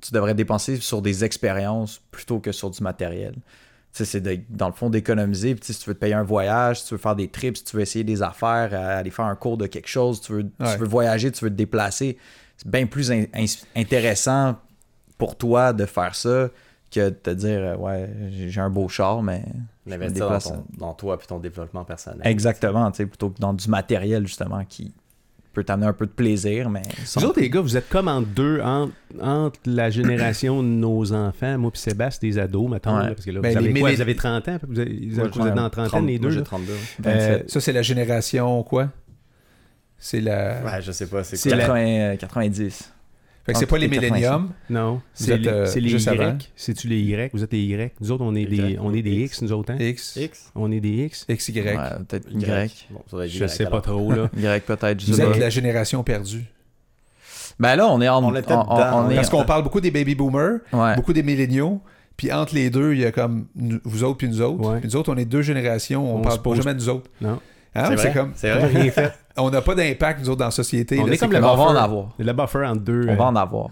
S2: tu devrais dépenser sur des expériences plutôt que sur du matériel. Tu sais, C'est de- dans le fond d'économiser. Puis tu sais, Si tu veux te payer un voyage, si tu veux faire des trips, si tu veux essayer des affaires, euh, aller faire un cours de quelque chose, tu veux,
S1: Ouais.
S2: tu veux voyager, tu veux te déplacer, c'est bien plus in- ins- intéressant pour toi de faire ça que de te dire euh, Ouais, j'ai j'ai un beau char, mais
S4: L'investir dans,
S2: déplace, hein.
S4: ton- dans toi puis ton développement personnel.
S2: ah, Exactement, tu sais, plutôt que dans du matériel, justement, qui peut t'amener un peu de plaisir, mais sans-
S3: Vous autres, les gars, vous êtes comme en deux, entre, entre la génération de nos enfants, moi puis Sébastien, des ados, mettons.
S2: Ouais.
S3: là, parce que là,
S1: Ben,
S3: vous, avez
S1: les
S3: quoi,
S1: millen-
S3: vous avez 30 ans, vous, avez- vous
S2: Moi,
S3: êtes dans la trentaine,
S4: 30
S3: les
S4: moi,
S3: deux.
S4: j'ai
S3: là.
S4: 32.
S3: Euh,
S1: Ça, c'est la génération quoi? C'est la.
S4: Ouais, je sais pas, c'est
S2: c'est euh,
S4: quoi.
S2: 80, 90.
S1: Fait que c'est pas les
S2: 38,
S1: milléniums.
S3: Non,
S1: Vous
S3: c'est
S1: êtes,
S3: les,
S1: euh,
S3: c'est les
S1: juste avant.
S3: Y. C'est-tu les Y? Vous êtes les Y. Nous autres, on est,
S4: Les
S3: des,
S4: Y.
S3: on est des X, nous autres. Hein?
S1: X,
S4: X.
S3: On est des X.
S1: XY.
S2: Ouais, peut-être grec.
S4: Bon, ça doit être
S3: Je
S4: grec,
S3: sais pas
S4: alors.
S3: trop, là.
S2: Grec, peut-être. je
S1: Vous
S2: sais
S1: êtes
S2: pas.
S1: la génération perdue.
S2: Ben là, on est en.
S4: On est peut-être dans-
S2: est-
S1: Parce qu'on parle beaucoup des baby boomers,
S2: Ouais.
S1: beaucoup des milléniaux, puis entre les deux, il y a comme nous- vous autres puis nous autres.
S3: Ouais.
S1: Puis nous autres, on est deux générations, on,
S3: On
S1: parle
S3: se
S1: pas
S3: pose-
S1: jamais de nous autres.
S3: [LAUGHS] Non.
S1: Hein?
S4: C'est
S1: C'est
S4: vrai?
S1: comme,
S4: C'est vrai.
S3: Rien fait.
S1: on n'a pas d'impact, nous autres, dans la société.
S3: On
S1: là,
S3: est
S1: c'est
S3: comme
S2: Mais
S3: le
S2: on va en avoir.
S3: Le buffer entre deux.
S2: On va
S3: euh,
S2: en avoir.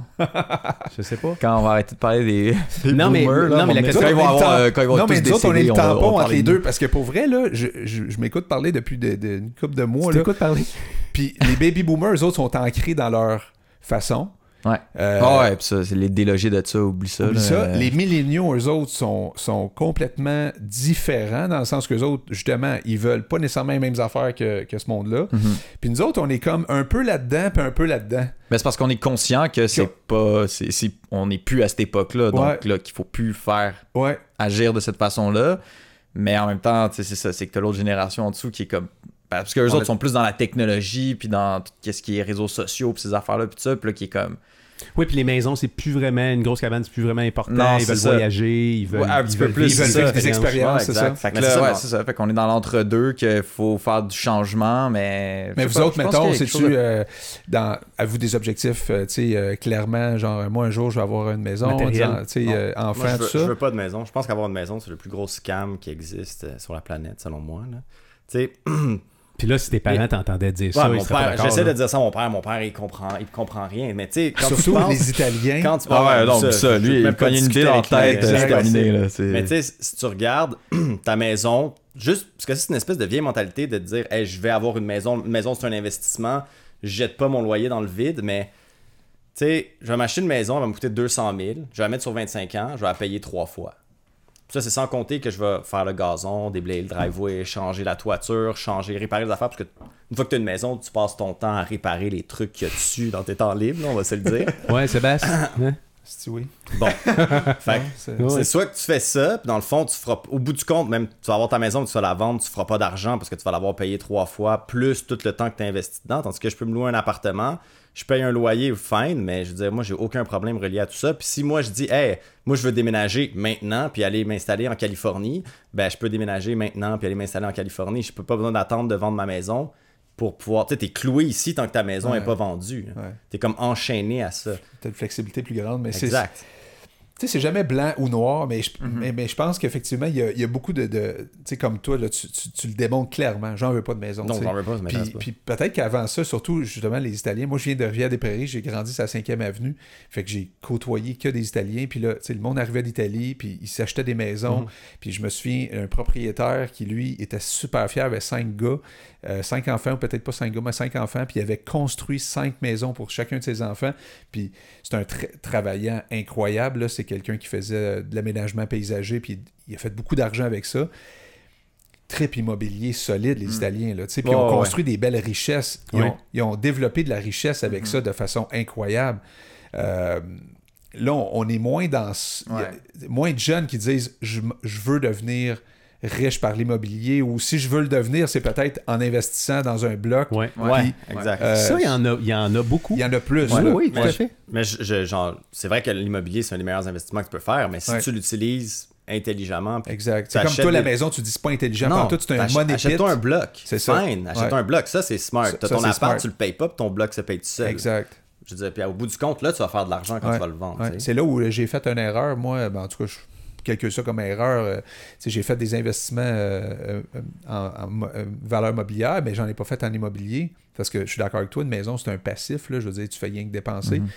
S3: Je sais pas.
S2: Quand on va arrêter de
S1: [LAUGHS]
S2: parler des. des
S3: Non, mais-
S2: boomers, là,
S3: non, mais la
S2: on est-
S3: question-
S2: Quand ils vont
S1: on est le
S2: avoir,
S1: tam-
S2: euh, quand ils vont
S1: non,
S2: tous
S1: mais nous autres, on est
S2: décéder,
S1: le
S2: va-
S1: tampon
S2: va
S1: entre
S2: parler
S1: les
S2: de
S1: deux. Parce que pour vrai, là, je, je- je m'écoute parler depuis de- de- une couple de mois.
S3: Tu
S1: là.
S3: t'écoutes parler.
S1: Puis les baby boomers, eux autres, sont ancrés dans leur façon.
S2: nous. Ouais.
S1: Euh,
S2: Ah ouais, puis ça, c'est les déloger de ça, oublie ça.
S1: Oublie
S2: là,
S1: ça,
S2: euh,
S1: les milléniaux, eux autres, sont, sont complètement différents dans le sens que autres, justement, ils veulent pas nécessairement les mêmes affaires que, que ce monde-là.
S2: Mhm.
S1: Puis nous autres, on est comme un peu là-dedans, puis un peu là-dedans.
S2: Mais Ben, c'est parce qu'on est conscient que c'est pas. c'est- c'est- on n'est plus à cette époque-là. Donc
S1: Ouais.
S2: là, qu'il faut plus faire
S1: Ouais.
S2: agir de cette façon-là. Mais en même temps, tu sais, c'est ça, c'est que t'as l'autre génération en dessous qui est comme ben, Parce que les
S4: On
S2: autres
S4: a-
S2: sont plus dans la technologie, puis dans tout ce qui est réseaux sociaux, puis ces affaires-là, puis tout ça, puis là, qui est comme.
S3: Oui, puis les maisons, c'est plus vraiment. Une grosse cabane, c'est plus vraiment important.
S2: Non,
S3: ils
S2: c'est
S3: veulent
S2: ça.
S3: voyager, ils veulent.
S2: Ouais, un
S3: ils
S2: petit peu
S3: veulent
S2: plus,
S3: vivre
S2: c'est
S3: une
S2: ça,
S1: des expériences. Ouais, c'est ça.
S2: Fait que
S4: Mais
S2: là,
S4: c'est ça,
S2: ouais,
S4: dans-
S2: c'est ça. Fait qu'on est dans l'entre-deux, qu'il faut faire du changement, mais.
S1: Mais
S2: je sais
S1: vous
S2: pas,
S1: autres,
S2: je pense
S1: mettons,
S2: qu'il y a quelque
S1: sais-tu,
S2: chose de-
S1: euh, dans, à vous des objectifs, euh, tu sais, euh, clairement, genre, moi, un jour, je vais avoir une maison,
S3: Matériel.
S1: disant, tu sais,
S4: Non.
S1: euh, enfant,
S4: Moi, je,
S1: tout
S4: veux,
S1: ça.
S4: je veux pas de maison. Je pense qu'avoir une maison, c'est le plus gros scam qui existe euh, sur la planète, selon moi. là. Tu sais,
S3: Puis là, si tes parents t'entendaient dire
S4: ouais,
S3: ça, ils
S4: mon
S3: seraient pas
S4: père-
S3: d'accord,
S4: j'essaie
S3: là.
S4: de dire ça à mon père. Mon père, il comprend, il comprend rien. Mais tu sais, quand tu
S1: Surtout
S4: penses,
S1: les Italiens.
S4: quand tu
S2: Ah ouais,
S4: penses-
S2: non, ça,
S4: je veux
S2: lui,
S4: même
S2: il
S4: pas
S2: cogne une
S4: discuter
S2: idée dans la
S4: avec lui,
S2: tête, euh,
S4: là,
S2: c'est
S1: exact.
S2: terminé, là. c'est-
S4: Mais tu sais, si si tu regardes [CLEARS THROAT] ta maison, juste parce que c'est une espèce de vieille mentalité de te dire Hey, je vais avoir une maison, une maison c'est un investissement, je jette pas mon loyer dans le vide, mais tu sais, je vais m'acheter une maison, elle va me coûter 200 000, je vais la mettre sur 25 ans, je vais la payer trois fois. Puis Ça, c'est sans compter que je vais faire le gazon, déblayer le driveway, changer la toiture, changer, réparer les affaires, parce que une fois que tu as une maison, tu passes ton temps à réparer les trucs qu'il y a dessus dans tes temps libres, là, on va se le dire.
S1: [COUGHS]
S3: Ouais, Sébastien. hein?
S1: C'est- oui.
S4: Fait que-
S1: C'est-
S3: Ouais.
S4: C'est soit que tu fais ça, puis dans le fond, tu feras, au bout du compte, même tu vas avoir ta maison, tu vas la vendre, tu feras pas d'argent parce que tu vas l'avoir payé trois fois, plus tout le temps que tu investis dedans. Tandis que je peux me louer un appartement, je paye un loyer, fine, mais je veux dire, moi, j'ai aucun problème relié à tout ça. Puis si moi, je dis, hey, moi, je veux déménager maintenant, puis aller m'installer en Californie, ben, je peux déménager maintenant, puis aller m'installer en Californie. Je peux pas besoin d'attendre de vendre ma maison pour pouvoir. Tu sais, t'es cloué ici tant que ta maison
S1: Ouais.
S4: est pas vendue.
S1: Ouais.
S4: T'es comme enchaîné à ça.
S1: T'as une flexibilité plus grande, mais c'est.
S4: Exact.
S1: Tu sais, c'est jamais blanc ou noir, mais je,
S4: Mhm.
S1: mais, mais je pense qu'effectivement, il y a, il y a beaucoup de. de- tu sais, comme toi, là, tu, tu- tu le démontres clairement. J'en veux pas de maison.
S4: Donc,
S1: tu sais.
S4: j'en veux pas, ça
S1: Puis,
S4: m'intéresse pas.
S1: puis peut-être qu'avant ça, surtout justement les Italiens, moi je viens de Rivière-des-Prairies, j'ai grandi sur la 5e avenue, fait que j'ai côtoyé que des Italiens, puis là, tu sais, le monde arrivait d'Italie, puis il s'achetait des
S4: Mhm.
S1: maisons, puis je me souviens, un propriétaire qui, lui, était super fier, avait cinq gars, euh, cinq enfants, ou peut-être pas cinq gars, mais cinq enfants, puis il avait construit cinq maisons pour chacun de ses enfants, puis c'est un tra- travaillant incroyable, là. c'est quelqu'un qui faisait euh, de l'aménagement paysager, puis il a fait beaucoup d'argent avec ça, trip immobilier solide,
S3: Hmm.
S1: les Italiens. Là, tu sais, puis ils ont
S4: Ouais, ouais.
S1: construit des belles richesses. Ils,
S3: Ouais.
S1: ont, ils ont développé de la richesse
S3: Hmm.
S1: avec ça de façon incroyable. Euh, là, on, on est moins dans... ce- il y a moins de jeunes qui disent je, m- je veux devenir riche par l'immobilier » ou « si je veux le devenir, c'est peut-être en investissant dans un bloc
S3: Ouais.
S4: Ouais, exact.
S1: Euh,
S3: Ça, il y en a- il y en a beaucoup.
S1: Il y en a plus.
S3: Oui,
S1: là.
S3: oui, tout
S4: Mais
S3: à
S4: je-
S3: fait.
S4: Mais je, je- genre, c'est vrai que l'immobilier, c'est un des meilleurs investissements que tu peux faire, mais si
S1: Ouais.
S4: tu l'utilises intelligemment, puis
S1: Exact. C'est comme
S4: T'achètes
S1: toi, la
S4: des-
S1: maison, tu dis c'est pas intelligent.
S4: non,
S1: toi, c'est un
S4: t'ach-
S1: money pit.
S4: achète-toi un bloc.
S1: C'est ça.
S4: Fine, achète-toi
S1: Ouais.
S4: un bloc. Ça, c'est smart.
S1: Ça-
S4: T'as
S1: ça,
S4: ton
S1: c'est
S4: appart,
S1: smart.
S4: tu le payes pas, puis ton bloc se paye tout seul.
S1: Exact.
S4: Je veux dire, puis au bout du compte, là, tu vas faire de l'argent quand
S1: Ouais.
S4: tu vas le vendre.
S1: Ouais.
S4: tu sais.
S1: C'est là où j'ai fait une erreur, moi, ben, en tout cas, je calcule ça comme erreur. euh, tu sais, j'ai fait des investissements euh, euh, en, en mo- euh, valeur mobilière, mais j'en ai pas fait en immobilier. Parce que je suis d'accord avec toi, une maison, c'est un passif, là, je veux dire, tu fais rien que dépenser.
S4: Mhm.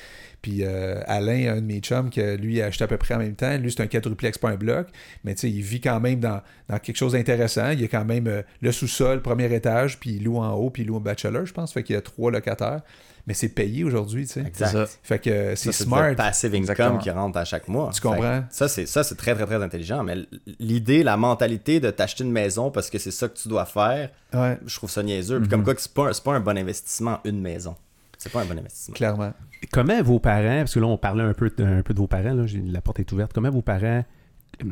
S1: Puis euh, Alain, un de mes chums, que lui a acheté à peu près en même temps, lui, c'est un quadruplex, pas un bloc, mais tu sais, il vit quand même dans, dans quelque chose d'intéressant. Il y a quand même euh, le sous-sol, premier étage, puis il loue en haut, puis il loue au bachelor, je pense. Fait qu'il y a trois locataires, mais c'est payé aujourd'hui, tu sais.
S4: Exact.
S2: C'est ça.
S1: Fait que euh,
S4: Ça,
S1: c'est
S4: c'est
S1: smart.
S4: le passive income
S2: Exactement.
S4: qui rentre à chaque mois.
S1: Tu comprends?
S4: Fait que Ça, c'est ça, c'est très, très, très intelligent. Mais l- l'idée, la mentalité de t'acheter une maison parce que c'est ça que tu dois faire,
S1: Ouais.
S4: je trouve ça niaiseux. Puis comme quoi, que c'est pas, c'est pas un bon investissement, une maison. C'est pas un bon
S1: [LAUGHS]
S4: investissement.
S1: Clairement.
S3: Comment vos parents, parce que là on parlait un peu, un peu de vos parents, là, j'ai- la porte est ouverte, comment vos parents euh,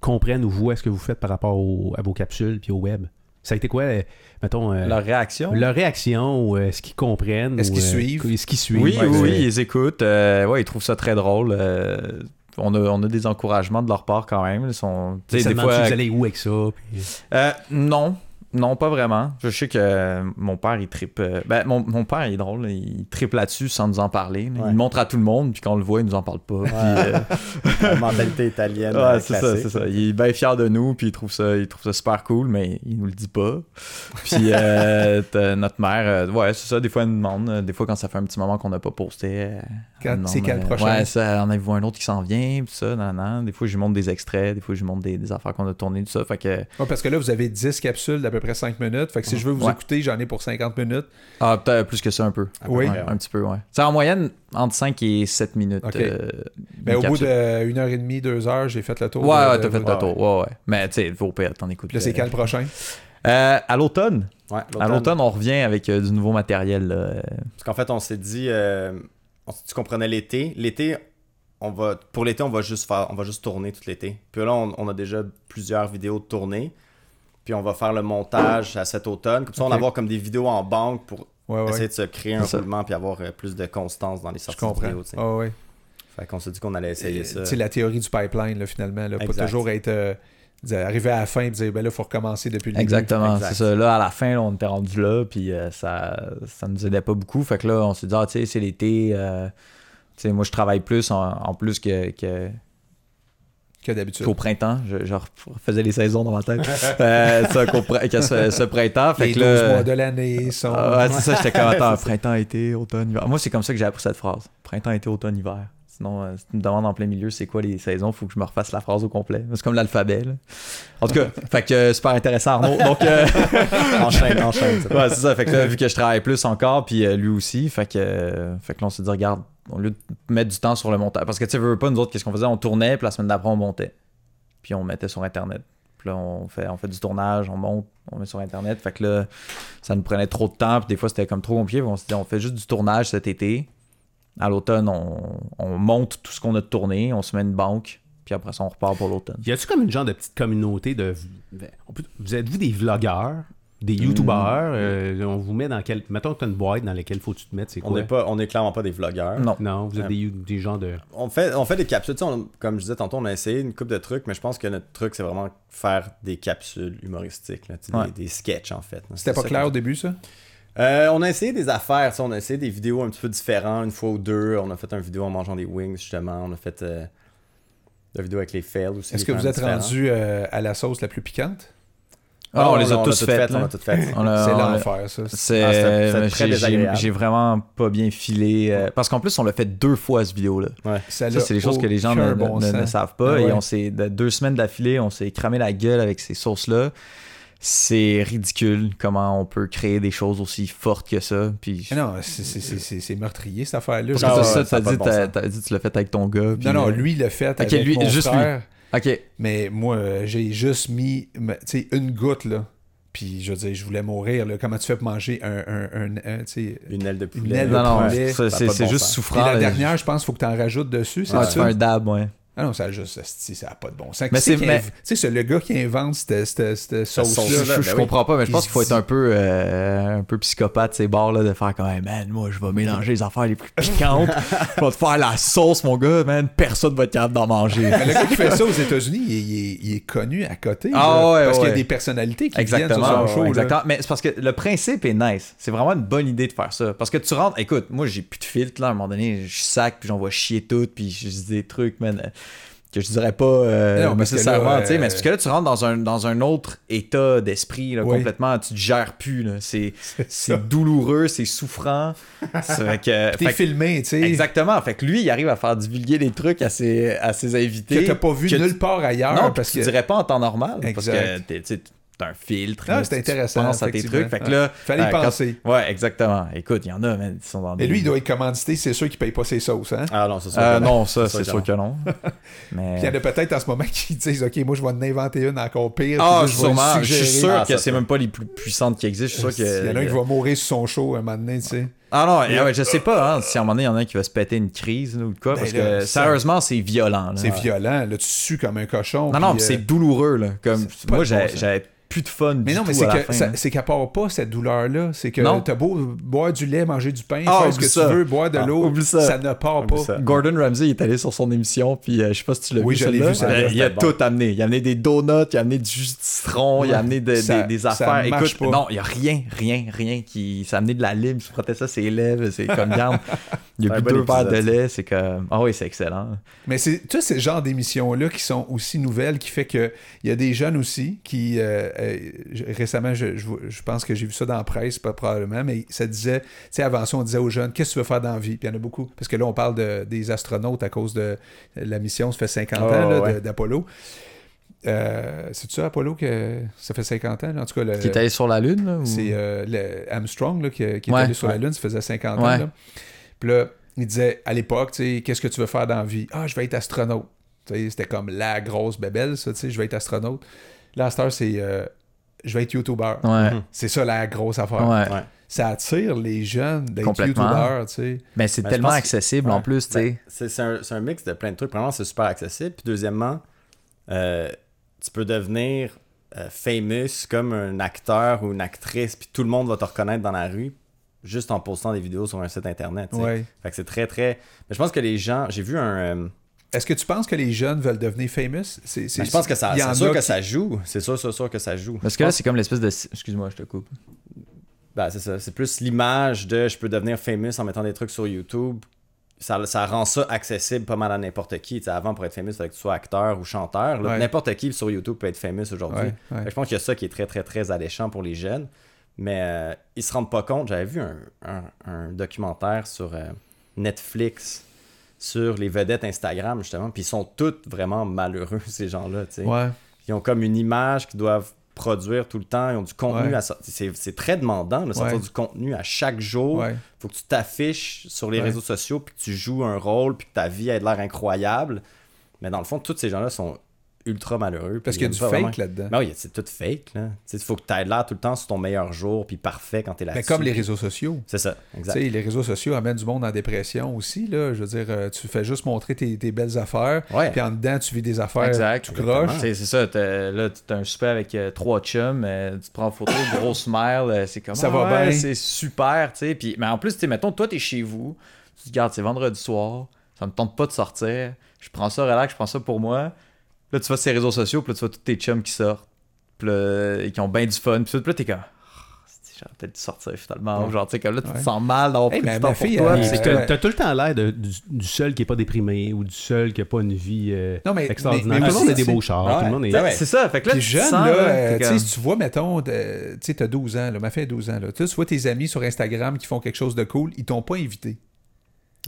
S3: comprennent ou voient ce que vous faites par rapport au- à vos capsules puis au web? Ça a été quoi, euh, mettons, euh,
S2: Leur réaction?
S3: leur réaction ou euh, ce qu'ils comprennent?
S1: Est-ce
S3: ou,
S1: qu'ils
S3: euh,
S1: suivent?
S3: Est-ce qu'ils suivent?
S2: Oui,
S3: Ouais,
S2: oui, oui,
S3: c'est-
S2: ils écoutent. euh, ouais, ils trouvent ça très drôle. euh, on, a, on a des encouragements de leur part quand même. Ils sont, tu sais,
S3: Ça
S2: des
S3: demande
S2: fois,
S3: si vous allez où avec ça? puis-
S2: Euh, non. Non, pas vraiment. Je sais que euh, mon père, il tripe. euh, ben, mon, mon père, il est drôle. Il tripe là-dessus sans nous en parler. là. Il
S4: Ouais.
S2: le montre à tout le monde, puis quand on le voit, il nous en parle pas. puis, euh,
S4: La mentalité italienne.
S2: ouais,
S1: ben,
S4: euh,
S2: c'est ça,
S4: classique.
S2: c'est ça. Il est bien fier de nous, puis il trouve ça, il trouve ça super cool, mais il nous le dit pas. Puis
S1: [LAUGHS]
S2: euh, t'as notre mère, euh, ouais, c'est ça. Des fois, elle nous demande. euh, Des fois, quand ça fait un petit moment qu'on n'a pas posté. euh,
S1: Quand-
S2: elle nous
S1: c'est
S2: demande,
S1: quand le
S2: euh,
S1: prochain?
S2: Ouais, ça, en avez-vous un autre qui s'en vient, puis ça, nan, nan. Des fois, je lui montre des extraits, des fois, je lui montre des, des affaires qu'on a tournées, tout ça. Fait que.
S1: Ouais, parce que là, vous avez 10 capsules d'à peu près 5 minutes. Fait que si je veux vous
S2: Ouais.
S1: écouter, j'en ai pour 50 minutes.
S2: Ah, peut-être plus que ça un peu.
S1: oui.
S4: près, ouais.
S2: Un petit peu, ouais. C'est en moyenne entre 5 et 7 minutes.
S1: Ok.
S2: euh,
S1: Mais Ben,
S2: une
S1: au bout
S2: capsule.
S1: d'une heure et demie, deux heures, j'ai fait le tour.
S2: Ouais,
S1: de-
S2: ouais,
S1: de-
S2: t'as fait
S1: de-
S2: le tour. Ouais, ouais. Mais tu sais, vos pères, t'en écoutes.
S1: Puis là, c'est
S2: euh,
S1: quand le prochain?
S2: euh, à l'automne.
S4: Ouais,
S2: À l'automne, on revient avec euh, du nouveau matériel. là, euh,
S4: Parce qu'en fait, on s'est dit, euh, on- tu comprenais l'été. L'été, on va, pour l'été, on va juste faire, on va juste tourner tout l'été. Puis là, on, on a déjà plusieurs vidéos de tournée. Puis on va faire le montage à cet automne. Comme ça, on va
S1: Ok.
S4: avoir comme des vidéos en banque pour
S1: Ouais, ouais.
S4: essayer de se créer un
S2: C'est ça.
S4: roulement puis avoir euh, plus de constance dans les
S1: Je
S4: sorties
S1: comprends.
S4: vidéo. tu sais.
S1: Ah ouais.
S4: Fait qu'on s'est dit qu'on allait essayer
S1: Euh,
S4: ça.
S1: tu sais, la théorie du pipeline, là, finalement. Là, pas
S4: Exact.
S1: toujours être euh, dire, arrivé à la fin et dire, ben là, il faut recommencer depuis le
S2: Exactement,
S4: Exact.
S2: c'est ça. Là, à la fin, là, on était rendu là, puis euh, ça, ça nous aidait pas beaucoup. Fait que là, on s'est dit, ah, tu sais, c'est l'été. euh, tu sais, moi, je travaille plus en, en plus que- que,
S1: début que d'habitude.
S2: qu'au printemps. Je, je refaisais les saisons dans ma
S1: [LAUGHS]
S2: tête. Euh, ça, qu'au pr- que ce, ce printemps. Fait
S1: Les
S2: que
S1: 12
S2: là,
S1: mois de l'année sont.
S2: ah ouais, c'est ça, j'étais [LAUGHS] comme attends, printemps, été, automne, hiver. Moi, c'est comme ça que j'ai appris cette phrase. Printemps, été, automne, hiver. Sinon, euh, si tu me demandes en plein milieu c'est quoi les saisons, faut que je me refasse la phrase au complet. C'est comme l'alphabet. là. En [LAUGHS] tout cas, fait que euh, super intéressant, Arnaud. Donc, [LAUGHS] euh,
S4: enchaîne, enchaîne. ça.
S2: ouais, c'est ça. Fait que là, vu que je travaille plus encore, puis euh, lui aussi, fait que, euh, fait que là, on s'est dit, regarde, au lieu de mettre du temps sur le montage, parce que tu sais, veux veux pas, nous autres, qu'est-ce qu'on faisait On tournait, puis la semaine d'après, on montait. Puis on mettait sur Internet. Puis là, on fait, on fait du tournage, on monte, on met sur Internet. Fait que là, ça nous prenait trop de temps, puis des fois, c'était comme trop compliqué. Puis on s'est dit, on fait juste du tournage cet été. À l'automne, on, on monte tout ce qu'on a tourné, on se met une banque, puis après ça, on repart pour l'automne.
S3: Y a-tu comme une genre de petite communauté de. ben, on peut- Vous êtes-vous des vlogueurs, des
S2: Hmm.
S3: youtubeurs euh, On vous met dans quel. Mettons que t'as une boîte dans laquelle faut que tu te mettre, c'est
S4: On
S3: quoi
S4: n'est pas, on est clairement pas des vlogueurs.
S2: Non.
S3: Non, vous êtes des, you- des gens de.
S4: On fait, on fait des capsules. Tu sais, on- comme je disais tantôt, on a essayé une coupe de trucs, mais je pense que notre truc, c'est vraiment faire des capsules humoristiques, là, tu sais, des-
S2: Ouais.
S4: des, sketchs en fait.
S1: C'était pas clair au début, ça?
S4: Euh, on a essayé des affaires, tu sais, on a essayé des vidéos un petit peu différentes, une fois ou deux. On a fait une vidéo en mangeant des wings, justement. On a fait euh, la vidéo avec les fails aussi.
S1: Est-ce que
S4: quand
S1: vous
S4: même
S1: êtes
S4: différent.
S1: rendu euh, à la sauce la plus piquante?
S2: Ah, on les a
S4: l'a
S2: tous
S4: toutes
S2: faites,
S4: on
S2: là.
S4: a toutes faites.
S2: On a-
S1: c'est
S2: on-
S1: l'enfer, ça.
S2: C'est
S4: Ah, c'était- c'était
S2: euh,
S4: très
S2: j'ai-
S4: désagréable.
S2: j'ai j'ai vraiment pas bien filé euh, parce qu'en plus on l'a fait deux fois cette vidéo là. Ça c'est des choses que les gens ne, ne- ne savent
S1: Ah
S2: pas
S1: ouais.
S2: et on s'est de deux semaines d'affilée on s'est cramé la gueule avec ces sauces là. C'est ridicule comment on peut créer des choses aussi fortes que ça. Puis
S1: Mais Ah Non, c'est- c'est- c'est c'est- c'est meurtrier, cette affaire-là.
S2: parce que
S4: Ah
S2: t'as
S4: ouais,
S1: Genre,
S2: ça,
S4: ça a
S2: t'as
S4: pas
S2: dit,
S4: de bon
S2: t'as-
S4: sens.
S2: t'as dit tu l'as fait avec ton gars. puis,
S1: Non, non,
S2: euh,
S1: lui, il l'a fait avec
S2: lui,
S1: mon
S2: juste lui.
S1: frère.
S2: Ok.
S1: Mais moi, euh, j'ai juste mis, ma- tu sais, une goutte, là. Puis, je veux dire, je voulais mourir, là. Comment tu fais pour manger un, un, un, un, tu sais...
S4: Une aile de poulet.
S1: aile de
S2: Non non,
S1: poulet,
S2: ça,
S4: Ah ça a
S2: c'est
S4: pas de
S2: c'est
S4: bon
S2: juste
S4: sens.
S1: Puis
S2: souffrant.
S1: la
S2: là.
S1: dernière, je pense, faut que t'en rajoutes dessus, c'est
S2: Ouais, tu fais
S1: ça?
S2: un dab ouais.
S1: Ah non, ça a juste, esti, ça a pas de bon sens.
S2: Mais
S1: Mais c'est
S2: c'est- mais-
S1: Tu sais, c'est le gars qui invente cette, cette, cette
S4: sauce-là.
S1: sauce-là.
S2: je, je- je
S4: ben oui.
S2: comprends pas, mais je
S1: Il
S2: pense
S1: se
S2: qu'il faut être
S1: dit-
S2: un peu, euh, un peu psychopathe, ces bars là de faire comme, hey, man, moi, je vais mélanger les affaires les plus piquantes. [LAUGHS] je vais te faire la sauce, mon gars, man, personne va être capable d'en manger.
S1: Mais le gars qui fait ça aux États-Unis, il, est- il est- il est connu à côté.
S2: Ah
S1: là,
S2: ouais,
S1: parce qu'il y a
S2: ouais.
S1: des personnalités qui viennent sur
S2: Exactement.
S1: son show. là.
S2: exactement. Mais c'est parce que le principe est nice. C'est vraiment une bonne idée de faire ça. Parce que tu rentres, écoute, moi j'ai plus de filtre là, à un moment donné, je sac, puis j'envoie chier tout, puis je dis des trucs, man, euh, que je dirais pas euh,
S1: Non, parce que
S2: nécessairement,
S1: là,
S2: tu sais.
S1: euh,
S2: Mais c'est parce que là, tu rentres dans un, dans un autre état d'esprit, là,
S1: Oui.
S2: complètement, tu te gères plus, là. C'est,
S1: [LAUGHS] ça.
S2: c'est douloureux,
S1: [LAUGHS]
S2: c'est souffrant. C'est fait que-
S1: T'es
S2: fait que-
S1: filmé, tu sais.
S2: Exactement. Fait que lui, il arrive à faire divulguer des trucs à ses, à ses invités.
S1: Que t'as pas vu
S2: que
S1: nulle part ailleurs.
S2: non,
S1: parce
S2: parce tu
S1: que.
S2: dirais pas en temps normal. Parce que
S1: Exact.
S2: t'es- tu sais, t'as un filtre.
S1: Ah,
S2: là,
S1: c'est
S2: tu- tu
S1: intéressant,
S2: penses à tes
S1: effectivement.
S2: trucs. Fait que là,
S1: Fallait y
S2: euh, quand-
S1: penser.
S2: Ouais, exactement. Écoute, il y en a, man, qui sont dans
S1: Mais
S2: des-
S1: lui, il doit être commandité, c'est sûr qu'il paye pas ses sauces. Hein?
S4: Ah non, c'est sûr.
S2: Euh,
S4: que
S2: non, ça,
S4: C'est
S2: c'est
S4: sûr
S2: sûr
S1: [LAUGHS]
S2: que non. Mais.
S1: Puis Il y en a peut-être en ce moment [LAUGHS] qui disent Ok, moi, je vais en inventer une encore pire.
S2: Ah,
S1: puis là, vais
S2: sûrement.
S1: le
S2: Je suis
S1: suggérer.
S2: sûr
S4: Ah, ça,
S2: que c'est
S4: ça.
S2: même pas les plus puissantes qui existent. Je suis sûr que.
S1: Il y en a un qui va mourir sur son show un moment donné, tu sais.
S2: Ah non, eh ouais, je sais pas hein, si à un moment donné, il y en a un qui va se péter une crise là, ou de quoi.
S1: Ben
S2: parce
S1: là,
S2: que
S1: ça-
S2: sérieusement, c'est violent. là.
S1: C'est violent, là, tu sues comme un cochon.
S2: Non, non,
S1: puis,
S2: puis c'est
S1: euh,
S2: douloureux. Là. Comme,
S1: c'est pas
S2: moi,
S1: de
S2: j'avais
S1: bon sens.
S2: j'avais plus de fun.
S1: Mais
S2: du
S1: non, mais
S2: tout
S1: c'est
S2: à la
S1: que
S2: fin,
S1: ça-
S2: là.
S1: c'est qu'elle part pas, cette douleur-là. C'est que
S2: Non.
S1: t'as beau boire du lait, manger du pain,
S2: Ah,
S1: faire ce que
S2: oublie ça.
S1: tu veux, boire de
S2: Ah,
S1: l'eau,
S2: oublie ça.
S1: ça. ne part
S4: Oublie
S1: pas.
S4: ça.
S2: Gordon Ramsay il est allé sur son émission, puis euh, je sais pas si tu l'as
S1: Oui,
S2: vu.
S1: je l'ai
S2: celle-là.
S1: vu, celle-là,
S2: Euh, Il a
S4: c'était bon.
S2: tout amené. Il a amené des donuts, il a amené du jus de citron, il
S1: Ouais.
S2: a amené de-
S1: Ça-
S2: des, des
S1: ça
S2: affaires.
S1: marche
S2: Écoute,
S1: pas.
S2: non, il y a rien, rien, rien qui. Ça a amené de la lime, il se frottait ça ses lèvres, c'est [LAUGHS] comme garde. Il y a
S4: C'est un
S2: plus
S4: bon
S2: deux verres de
S4: épisode,
S2: lait, c'est comme. Ah oui, c'est excellent.
S1: Mais c'est tous ces genres d'émissions-là qui sont aussi nouvelles, qui fait que il y a des jeunes aussi qui, euh, euh, je- récemment, je, je, je pense que j'ai vu ça dans la presse, pas probablement, mais ça disait, tu sais, avant ça, on disait aux jeunes, qu'est-ce que tu veux faire dans la vie? Puis il y en a beaucoup, parce que là, on parle de- des astronautes à cause de la mission, ça fait 50
S4: Oh,
S2: Ah,
S1: ans là,
S4: ouais.
S1: de- d'Apollo. Euh, C'est-tu ça, Apollo, que ça fait 50 ans? là? En tout cas, le,
S2: Qui est allé sur la Lune, là, ou-
S1: c'est euh, le Armstrong là, qui, qui
S2: Hmm. Ouais,
S1: est allé sur la
S2: ouais.
S1: Lune, ça faisait 50 ans.
S2: Ouais.
S1: là. Puis là, il disait à l'époque, tu sais, qu'est-ce que tu veux faire dans la vie? Ah, je vais être astronaute. Tu sais, C'était comme la grosse bébelle, ça, tu sais, je vais être astronaute. Là, à cette heure, c'est euh, je vais être youtubeur.
S2: Ouais.
S1: C'est ça la grosse affaire.
S2: Ouais.
S4: Ouais.
S1: Ça attire les jeunes d'être
S2: Complètement.
S1: youtubeur, tu sais.
S2: Mais c'est
S4: Ben, je
S2: tellement
S4: pense que-
S2: accessible en
S4: Ouais.
S2: plus, tu
S4: Ben,
S2: sais.
S4: c'est, c'est un, c'est un mix de plein de trucs. Premièrement, c'est super accessible. Puis deuxièmement, euh, tu peux devenir euh, famous comme un acteur ou une actrice, puis tout le monde va te reconnaître dans la rue juste en postant des vidéos sur un site internet. tu sais.
S1: Ouais.
S4: Fait que c'est très, très. Mais je pense que les gens. J'ai vu un. euh,
S1: Est-ce que tu penses que les jeunes veulent devenir famous? C'est, c'est-
S4: ben, je pense que ça,
S1: il y en
S4: c'est sûr
S1: a
S4: que
S1: qui-
S4: ça joue. C'est sûr, sûr, sûr que ça joue.
S2: Parce que là, c'est comme l'espèce de. Excuse-moi, je te coupe.
S4: Ben, c'est ça. C'est plus l'image de je peux devenir famous en mettant des trucs sur YouTube. Ça, ça rend ça accessible pas mal à n'importe qui. Tu sais, avant, pour être famous, il fallait que tu sois acteur ou chanteur. là.
S1: Ouais.
S4: N'importe qui sur YouTube peut être famous
S1: Ouais,
S4: aujourd'hui.
S1: ouais.
S4: Fait que Je pense qu'il y a ça qui est très, très, très alléchant pour les jeunes. Mais euh, ils se rendent pas compte. J'avais vu un, un- un documentaire sur euh, Netflix sur les vedettes Instagram, justement. Puis ils sont toutes vraiment malheureux, [LAUGHS] ces gens-là. tu sais.
S1: Ouais.
S4: Ils ont comme une image qu'ils doivent produire tout le temps. Ils ont du contenu
S1: Ouais.
S4: à sortir. C'est, c'est très demandant de sortir
S1: Ouais.
S4: du contenu à chaque jour.
S1: Ouais.
S4: faut que tu t'affiches sur les
S1: Ouais.
S4: réseaux sociaux, puis que tu joues un rôle, puis que ta vie ait de l'air incroyable. Mais dans le fond, tous ces gens-là sont ultra malheureux. puis
S1: Parce qu'il y a
S4: ils
S1: du
S4: aiment pas
S1: fake
S4: vraiment- Ben,
S1: là-dedans.
S4: Mais oui, c'est tout fake. Là. Il faut que tu aies l'air tout le temps sur ton meilleur jour, puis parfait quand t'es
S1: Mais
S4: là-dessus.
S1: Ben, comme les réseaux sociaux.
S4: C'est ça,
S1: Tu
S4: exact.
S1: sais, les réseaux sociaux amènent du monde en dépression aussi. Là. Je veux dire, euh, tu fais juste montrer tes, tes belles affaires,
S4: Ouais.
S1: puis en dedans, tu vis des affaires,
S2: Exact.
S1: tu croches.
S2: C'est c'est ça, t'as- là, tu as un super avec euh, trois chums, euh, tu te prends en photo, [COUGHS] grosse smile, euh, c'est comme
S1: Ça
S2: ah
S1: va
S2: ouais,
S1: bien.
S2: C'est super, tu sais. Puis, mais en plus, tu sais, mettons, toi, t'es chez vous, tu te gardes, c'est vendredi soir, ça me tente pas de sortir, je prends ça relax, je prends ça pour moi. Là, tu vas sur ces réseaux sociaux, puis là, tu vois tous tes chums qui sortent, puis là, et qui ont bien du fun, puis tout, puis là, t'es comme. Ah, c'est- J'aurais peut-être dû sortir finalement.
S1: Ouais.
S2: Genre, tu sais, comme là, tu te
S1: Ouais.
S2: sens mal d'avoir
S1: Hey,
S2: pris
S1: mais
S2: du temps
S1: ma
S2: pour
S1: fille,
S2: toi.
S1: elle-
S2: puis
S3: Puis
S2: c'est
S3: T'as
S1: euh,
S3: t'as tout le temps l'air de- du, du seul qui n'est pas déprimé ou du seul qui n'a pas une vie euh,
S1: Non, mais-
S3: extraordinaire.
S1: mais- mais
S3: tout le monde a
S1: aussi,
S3: des beaux
S1: c'est-
S3: chars.
S4: Ah
S3: Tout le
S4: ouais.
S3: monde est...
S4: Ah ouais.
S2: C'est ça, fait que là,
S1: Puis
S2: tu te
S1: jeune,
S2: sens,
S1: là, euh,
S2: t'es
S1: tu sais,
S2: comme-
S1: si tu vois, mettons, de- tu sais, t'as 12 ans, là, ma fille a 12 ans, là, tu sais, tu vois tes amis sur Instagram qui font quelque chose de cool, ils t'ont pas invité.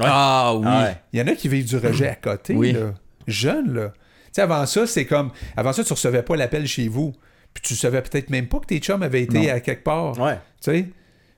S2: Ah oui.
S4: Ah ouais.
S1: Il y en a qui vivent du rejet à côté,
S2: Oui.
S1: là. Jeune, là. Tu sais, avant ça, c'est comme. Avant ça, tu recevais pas l'appel chez vous. Puis tu savais peut-être même pas que tes chums avaient été
S2: Non.
S1: à quelque part.
S4: Ouais.
S1: Tu sais?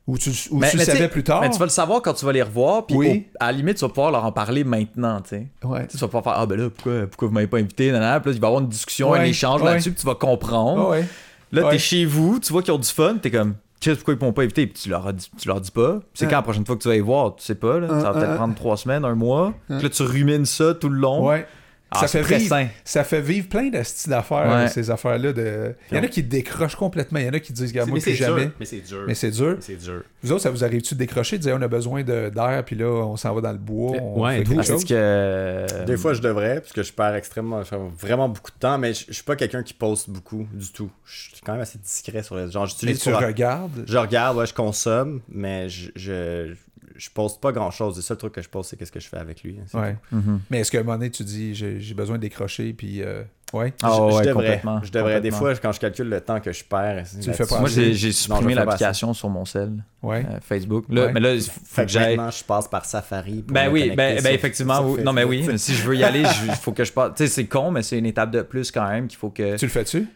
S1: Ou tu, ou tu le
S2: tu sais,
S1: savais plus tard.
S2: Mais tu vas le savoir quand tu vas les revoir, puis
S1: Oui.
S2: au- à la limite, tu vas pouvoir leur en parler maintenant, tu sais.
S1: Ouais.
S2: Tu sais, tu vas pouvoir faire Ah, ben là, pourquoi, pourquoi vous m'avez pas invité nan, nan. Puis là, il va y avoir une discussion, un
S1: Ouais,
S2: échange
S1: ouais.
S2: là-dessus, puis tu vas comprendre.
S1: Ah ouais.
S2: Là,
S1: Ouais.
S2: t'es chez vous, tu vois qu'ils ont du fun, t'es comme Chris, pourquoi ils m'ont pas invité, puis tu leur, as dit- tu leur dis pas. Puis c'est
S1: Hein.
S2: quand la prochaine fois que tu vas les voir, tu sais pas,
S1: Euh,
S2: là, ça va peut-être prendre trois semaines, un mois. Puis là, tu rumines ça tout le long.
S1: Ouais.
S2: Ah,
S1: ça,
S2: c'est
S1: fait
S2: très
S1: vivre,
S2: sain.
S1: ça fait vivre plein de styles d'affaires,
S2: Ouais.
S1: là, ces affaires-là. De... Il y en a qui décrochent complètement. Il y en a qui disent, regarde, moi,
S5: mais c'est
S1: plus jamais.
S5: dur. Mais c'est dur.
S1: Mais c'est dur.
S5: Mais c'est dur.
S1: Vous autres, ça vous arrive-tu de décrocher, de dire, on a besoin de- d'air, puis là, on s'en va dans le bois, on
S3: Ouais,
S1: fait
S3: d'où-
S1: quelque
S2: Ah, c'est
S1: chose?
S2: que. euh,
S4: Des fois, je devrais, parce que je perds extrêmement, je perds vraiment beaucoup de temps, mais je, je suis pas quelqu'un qui poste beaucoup du tout. Je suis quand même assez discret sur les gens.
S1: Et
S4: J'utilise
S1: tu
S4: pour-
S1: regardes.
S4: Je regarde, ouais, je consomme, mais je, je, je poste pas grand chose. Le seul truc que je poste, c'est qu'est-ce que je fais avec lui. hein, C'est
S1: Ouais.
S4: tout.
S2: mhm.
S1: Mais est-ce qu'à un moment donné, tu dis, j'ai j'ai besoin de décrocher, puis... euh, Ouais.
S2: Ah,
S4: je, je
S2: ouais,
S4: devrais.
S2: complètement,
S4: Je devrais. Des
S2: complètement.
S4: fois, quand je calcule le temps que je perds,
S1: le fais pas.
S2: Moi, j'ai j'ai
S4: Non,
S2: supprimé
S4: je fais pas
S2: l'application sur mon cell,
S1: Ouais.
S2: euh, Facebook. Là,
S1: Ouais.
S2: Mais là, il faut
S4: Fait
S2: que
S4: que
S2: j'aille.
S4: maintenant, je passe par Safari. Pour
S2: Ben
S4: me
S2: oui,
S4: connecter
S2: ben,
S4: sur-
S2: ben effectivement,
S4: sur
S2: oui.
S4: Facebook.
S2: non mais oui, mais si je veux y aller, il faut que je parte. Tu sais, c'est con, mais c'est une étape de plus quand même qu'il faut que.
S1: Tu le fais-tu?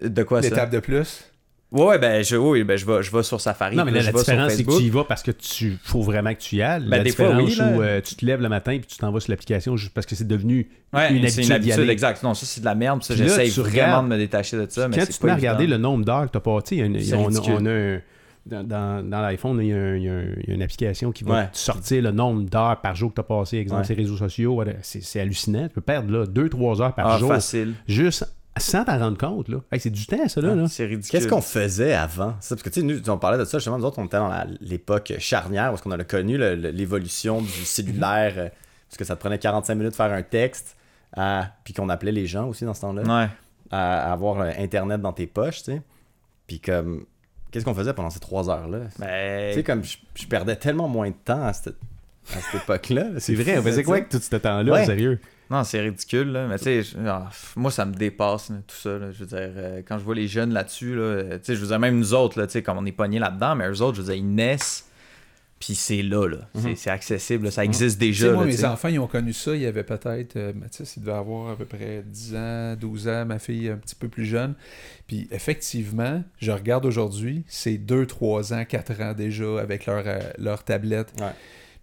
S2: De quoi ça
S1: L'étape de plus?
S2: Ouais, ouais, ben je, oui, ben je vais, je vais sur Safari.
S3: Non, mais là,
S2: puis
S3: la
S2: je vais sur
S3: différence, c'est que
S2: Facebook.
S3: tu y vas parce que tu faut vraiment que tu y ailles.
S2: Ben,
S3: la
S2: des fois,
S3: différence
S2: oui, là.
S3: où euh, tu te lèves le matin et tu t'en vas sur l'application juste parce que c'est devenu
S2: Ouais,
S3: une
S2: c'est
S3: habitude
S2: une
S3: d'y
S2: habitude,
S3: aller.
S2: exact. Non, ça c'est de la merde. Ça,
S3: Puis là,
S2: j'essaye
S3: tu
S2: vraiment
S3: regardes-
S2: de me détacher de ça, mais
S3: Quand
S2: c'est
S3: tu te
S2: pas
S3: mets à regarder
S2: évident.
S3: le nombre d'heures que tu as passé, il y a une-
S2: C'est
S3: on, a-
S2: ridicule.
S3: on a un- Dans, dans- dans l'iPhone, il y, a un- il y a un- il y a une application qui va
S4: Ouais.
S3: te sortir le nombre d'heures par jour que tu as passé, exemple,
S4: Ouais.
S3: ces réseaux sociaux. voilà. C'est c'est hallucinant. Tu peux perdre 2-3 heures par
S2: Ah,
S3: jour
S2: facile.
S3: juste sans t'en rendre compte. là. Hey, Ah, c'est du temps, ça. Là, là.
S2: C'est ridicule.
S4: Qu'est-ce qu'on faisait avant? Ça, parce que tu sais, nous, on parlait de ça, justement, nous autres, on était dans la- l'époque charnière, parce qu'on a connu le- le- l'évolution du cellulaire, euh, parce que ça te prenait 45 minutes de faire un texte, à- puis qu'on appelait les gens aussi dans ce temps-là.
S2: Ouais.
S4: à avoir euh, Internet dans tes poches, tu sais. Puis comme, qu'est-ce qu'on faisait pendant ces trois heures-là?
S2: Ben,
S4: Tu sais, comme, je, je perdais tellement moins de temps à cette, à
S2: [LAUGHS]
S4: cette époque-là.
S3: C'est vrai, on faisait quoi avec tout ce temps-là,
S4: Ouais.
S3: sérieux?
S2: Non, c'est ridicule, là. Mais tu sais, je- ah, pff, moi, ça me dépasse, là, tout ça. là. Je veux dire, euh, quand je vois les jeunes là-dessus, là, euh, tu sais, je veux dire, même nous autres, là, tu sais, comme on est pognés là-dedans, mais eux autres, je veux dire, ils naissent, puis c'est là, là. C'est- C'est accessible, là. ça existe
S1: Tu sais,
S2: déjà.
S1: moi,
S2: là,
S1: mes
S2: tu sais.
S1: enfants, ils ont connu ça. Il y avait peut-être, euh, Mathis, il devait avoir à peu près 10 ans, 12 ans, ma fille un petit peu plus jeune. Puis effectivement, je regarde aujourd'hui, c'est 2, 3 ans, 4 ans déjà avec leur, euh, leur tablette.
S4: Ouais.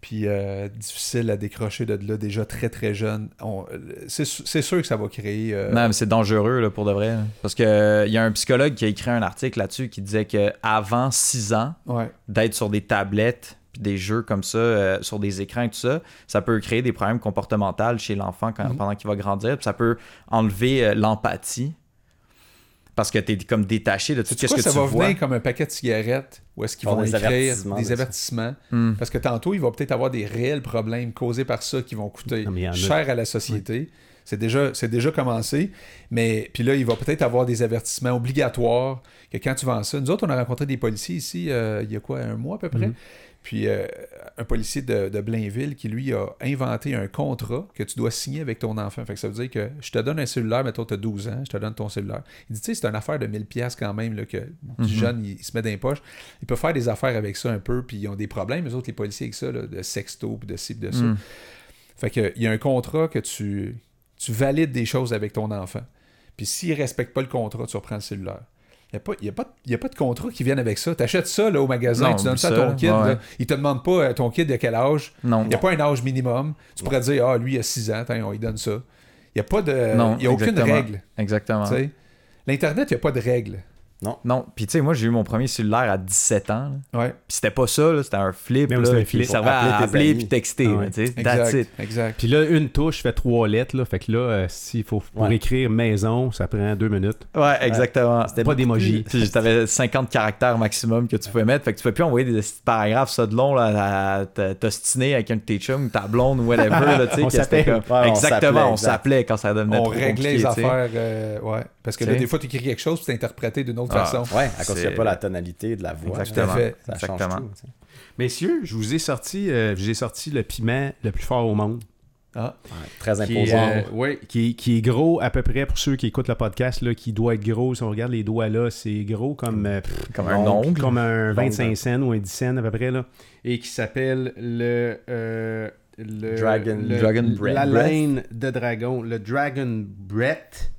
S1: Puis euh, difficile à décrocher de là déjà très très jeune. On- euh, C'est su- c'est sûr que ça va créer. euh,
S2: Non, mais c'est dangereux là, pour de vrai. là. Parce que euh, il y a un psychologue qui a écrit un article là-dessus qui disait que avant 6 ans,
S1: ouais.
S2: d'être sur des tablettes puis des jeux comme ça, euh, sur des écrans et tout ça, ça peut créer des problèmes
S1: Mhm.
S2: comportementaux chez l'enfant quand- pendant qu'il va grandir. Puis ça peut enlever euh, l'empathie. parce que t'es comme détaché de
S1: Tu
S2: tout ce
S1: sais
S2: que
S1: quoi, ça
S2: tu
S1: va
S2: vois.
S1: venir comme un paquet de cigarettes où est-ce qu'ils
S4: Ils
S1: vont
S4: vont des
S1: écrire
S4: avertissements
S1: des
S4: de ça.
S1: avertissements.
S2: Hmm.
S1: Parce que tantôt, il va peut-être avoir des réels problèmes causés par ça qui vont coûter
S3: Non, mais il y en a.
S1: cher à la société. C'est déjà, c'est déjà commencé. Mais puis là, il va peut-être avoir des avertissements obligatoires que quand tu vends ça. Nous autres, on a rencontré des policiers ici euh, il y a quoi, un mois à peu près. Puis euh, un policier de, de Blainville qui, lui, a inventé un contrat que tu dois signer avec ton enfant. Fait que ça veut dire que je te donne un cellulaire, mettons, tu as 12 ans, je te donne ton cellulaire. Il dit, tu sais, c'est une affaire de 1000 pièces quand même là, que du jeune, il, il se met dans les poches. Il peut faire des affaires avec ça un peu, puis ils ont des problèmes, eux autres, les policiers, avec ça, là, de sexto, puis de ci, puis de ça.
S2: Mm.
S1: Fait que, il y a un contrat que tu, tu valides des choses avec ton enfant. Puis s'il ne respecte pas le contrat, tu reprends le cellulaire. Il n'y a, pas- y a pas de- y a pas de contrat qui vienne avec ça. Tu achètes ça là, au magasin,
S2: Non,
S1: tu donnes ça à
S2: ça,
S1: ton kid.
S2: ouais.
S1: là. Il te demande pas euh, ton kid de quel âge.
S2: Non.
S1: Il n'y a pas un âge minimum. Tu pourrais dire, ah, lui, il a 6 ans, tiens, on lui donne ça. Il n'y a pas de.
S2: Non,
S1: euh, il y a aucune
S2: exactement.
S1: règle.
S2: Exactement.
S1: tu sais. L'Internet, il n'y a pas de règle.
S2: Non, puis tu sais, moi j'ai eu mon premier cellulaire à 17 ans. là.
S1: Ouais.
S2: Puis c'était pas ça, là, c'était un flip.
S3: Mais oui,
S2: là,
S3: c'était un
S2: puis
S3: flip.
S2: Ça
S4: Pour
S2: va
S4: appeler
S2: appeler,
S4: tes amis.
S2: puis texter.
S3: Ah
S2: là,
S3: ouais.
S2: tu sais, that's
S1: Exact.
S2: it.
S1: Exact.
S3: Puis là, une touche fait trois lettres. Là. Fait que là, euh, s'il faut pour
S4: Ouais.
S3: écrire maison, ça prend deux minutes.
S2: Ouais, exactement.
S3: Pas beaucoup d'émoji.
S2: Puis t'avais 50 caractères maximum que tu pouvais mettre. Fait que tu pouvais plus envoyer des petits paragraphes ça de long là, à t- t'ostiner avec un de tes chums, ta blonde, whatever. Là, tu sais,
S3: On
S2: que c'était
S3: s'appelait.
S2: comme-
S4: Ouais, [LAUGHS] on
S2: exactement,
S4: s'appelait,
S2: on
S4: exact.
S2: s'appelait quand ça devenait
S1: on
S2: trop
S1: réglait les
S2: compliqué, tu sais.
S1: affaires. euh, ouais. Parce que là,
S2: T'sais.
S1: des fois, tu écris quelque chose, puis c'est interprété d'une autre
S2: Ah,
S1: façon.
S4: Ouais, à cause qu'il n'y
S2: C'est-
S4: a pas la tonalité de la voix.
S2: Exactement.
S1: Tout à fait.
S4: Ça change
S2: Exactement.
S4: tout, tu sais.
S3: Messieurs, je vous ai sorti, euh, j'ai sorti le piment le plus fort au monde.
S1: Ah.
S4: Ouais, très
S3: qui,
S4: imposant.
S3: est, euh, ouais, qui, qui est gros à peu près pour ceux qui écoutent le podcast, là, qui doit être gros. Si on regarde les doigts là, c'est gros comme, euh, pff,
S2: Comme un
S3: donc,
S2: ongle.
S3: Comme un 25 cents ou un 10 cents à peu près. Là, et qui s'appelle le, euh, le-
S4: Dragon-
S3: le-
S2: Dragon
S3: La
S2: Breath.
S3: laine de dragon, le Dragon Breath.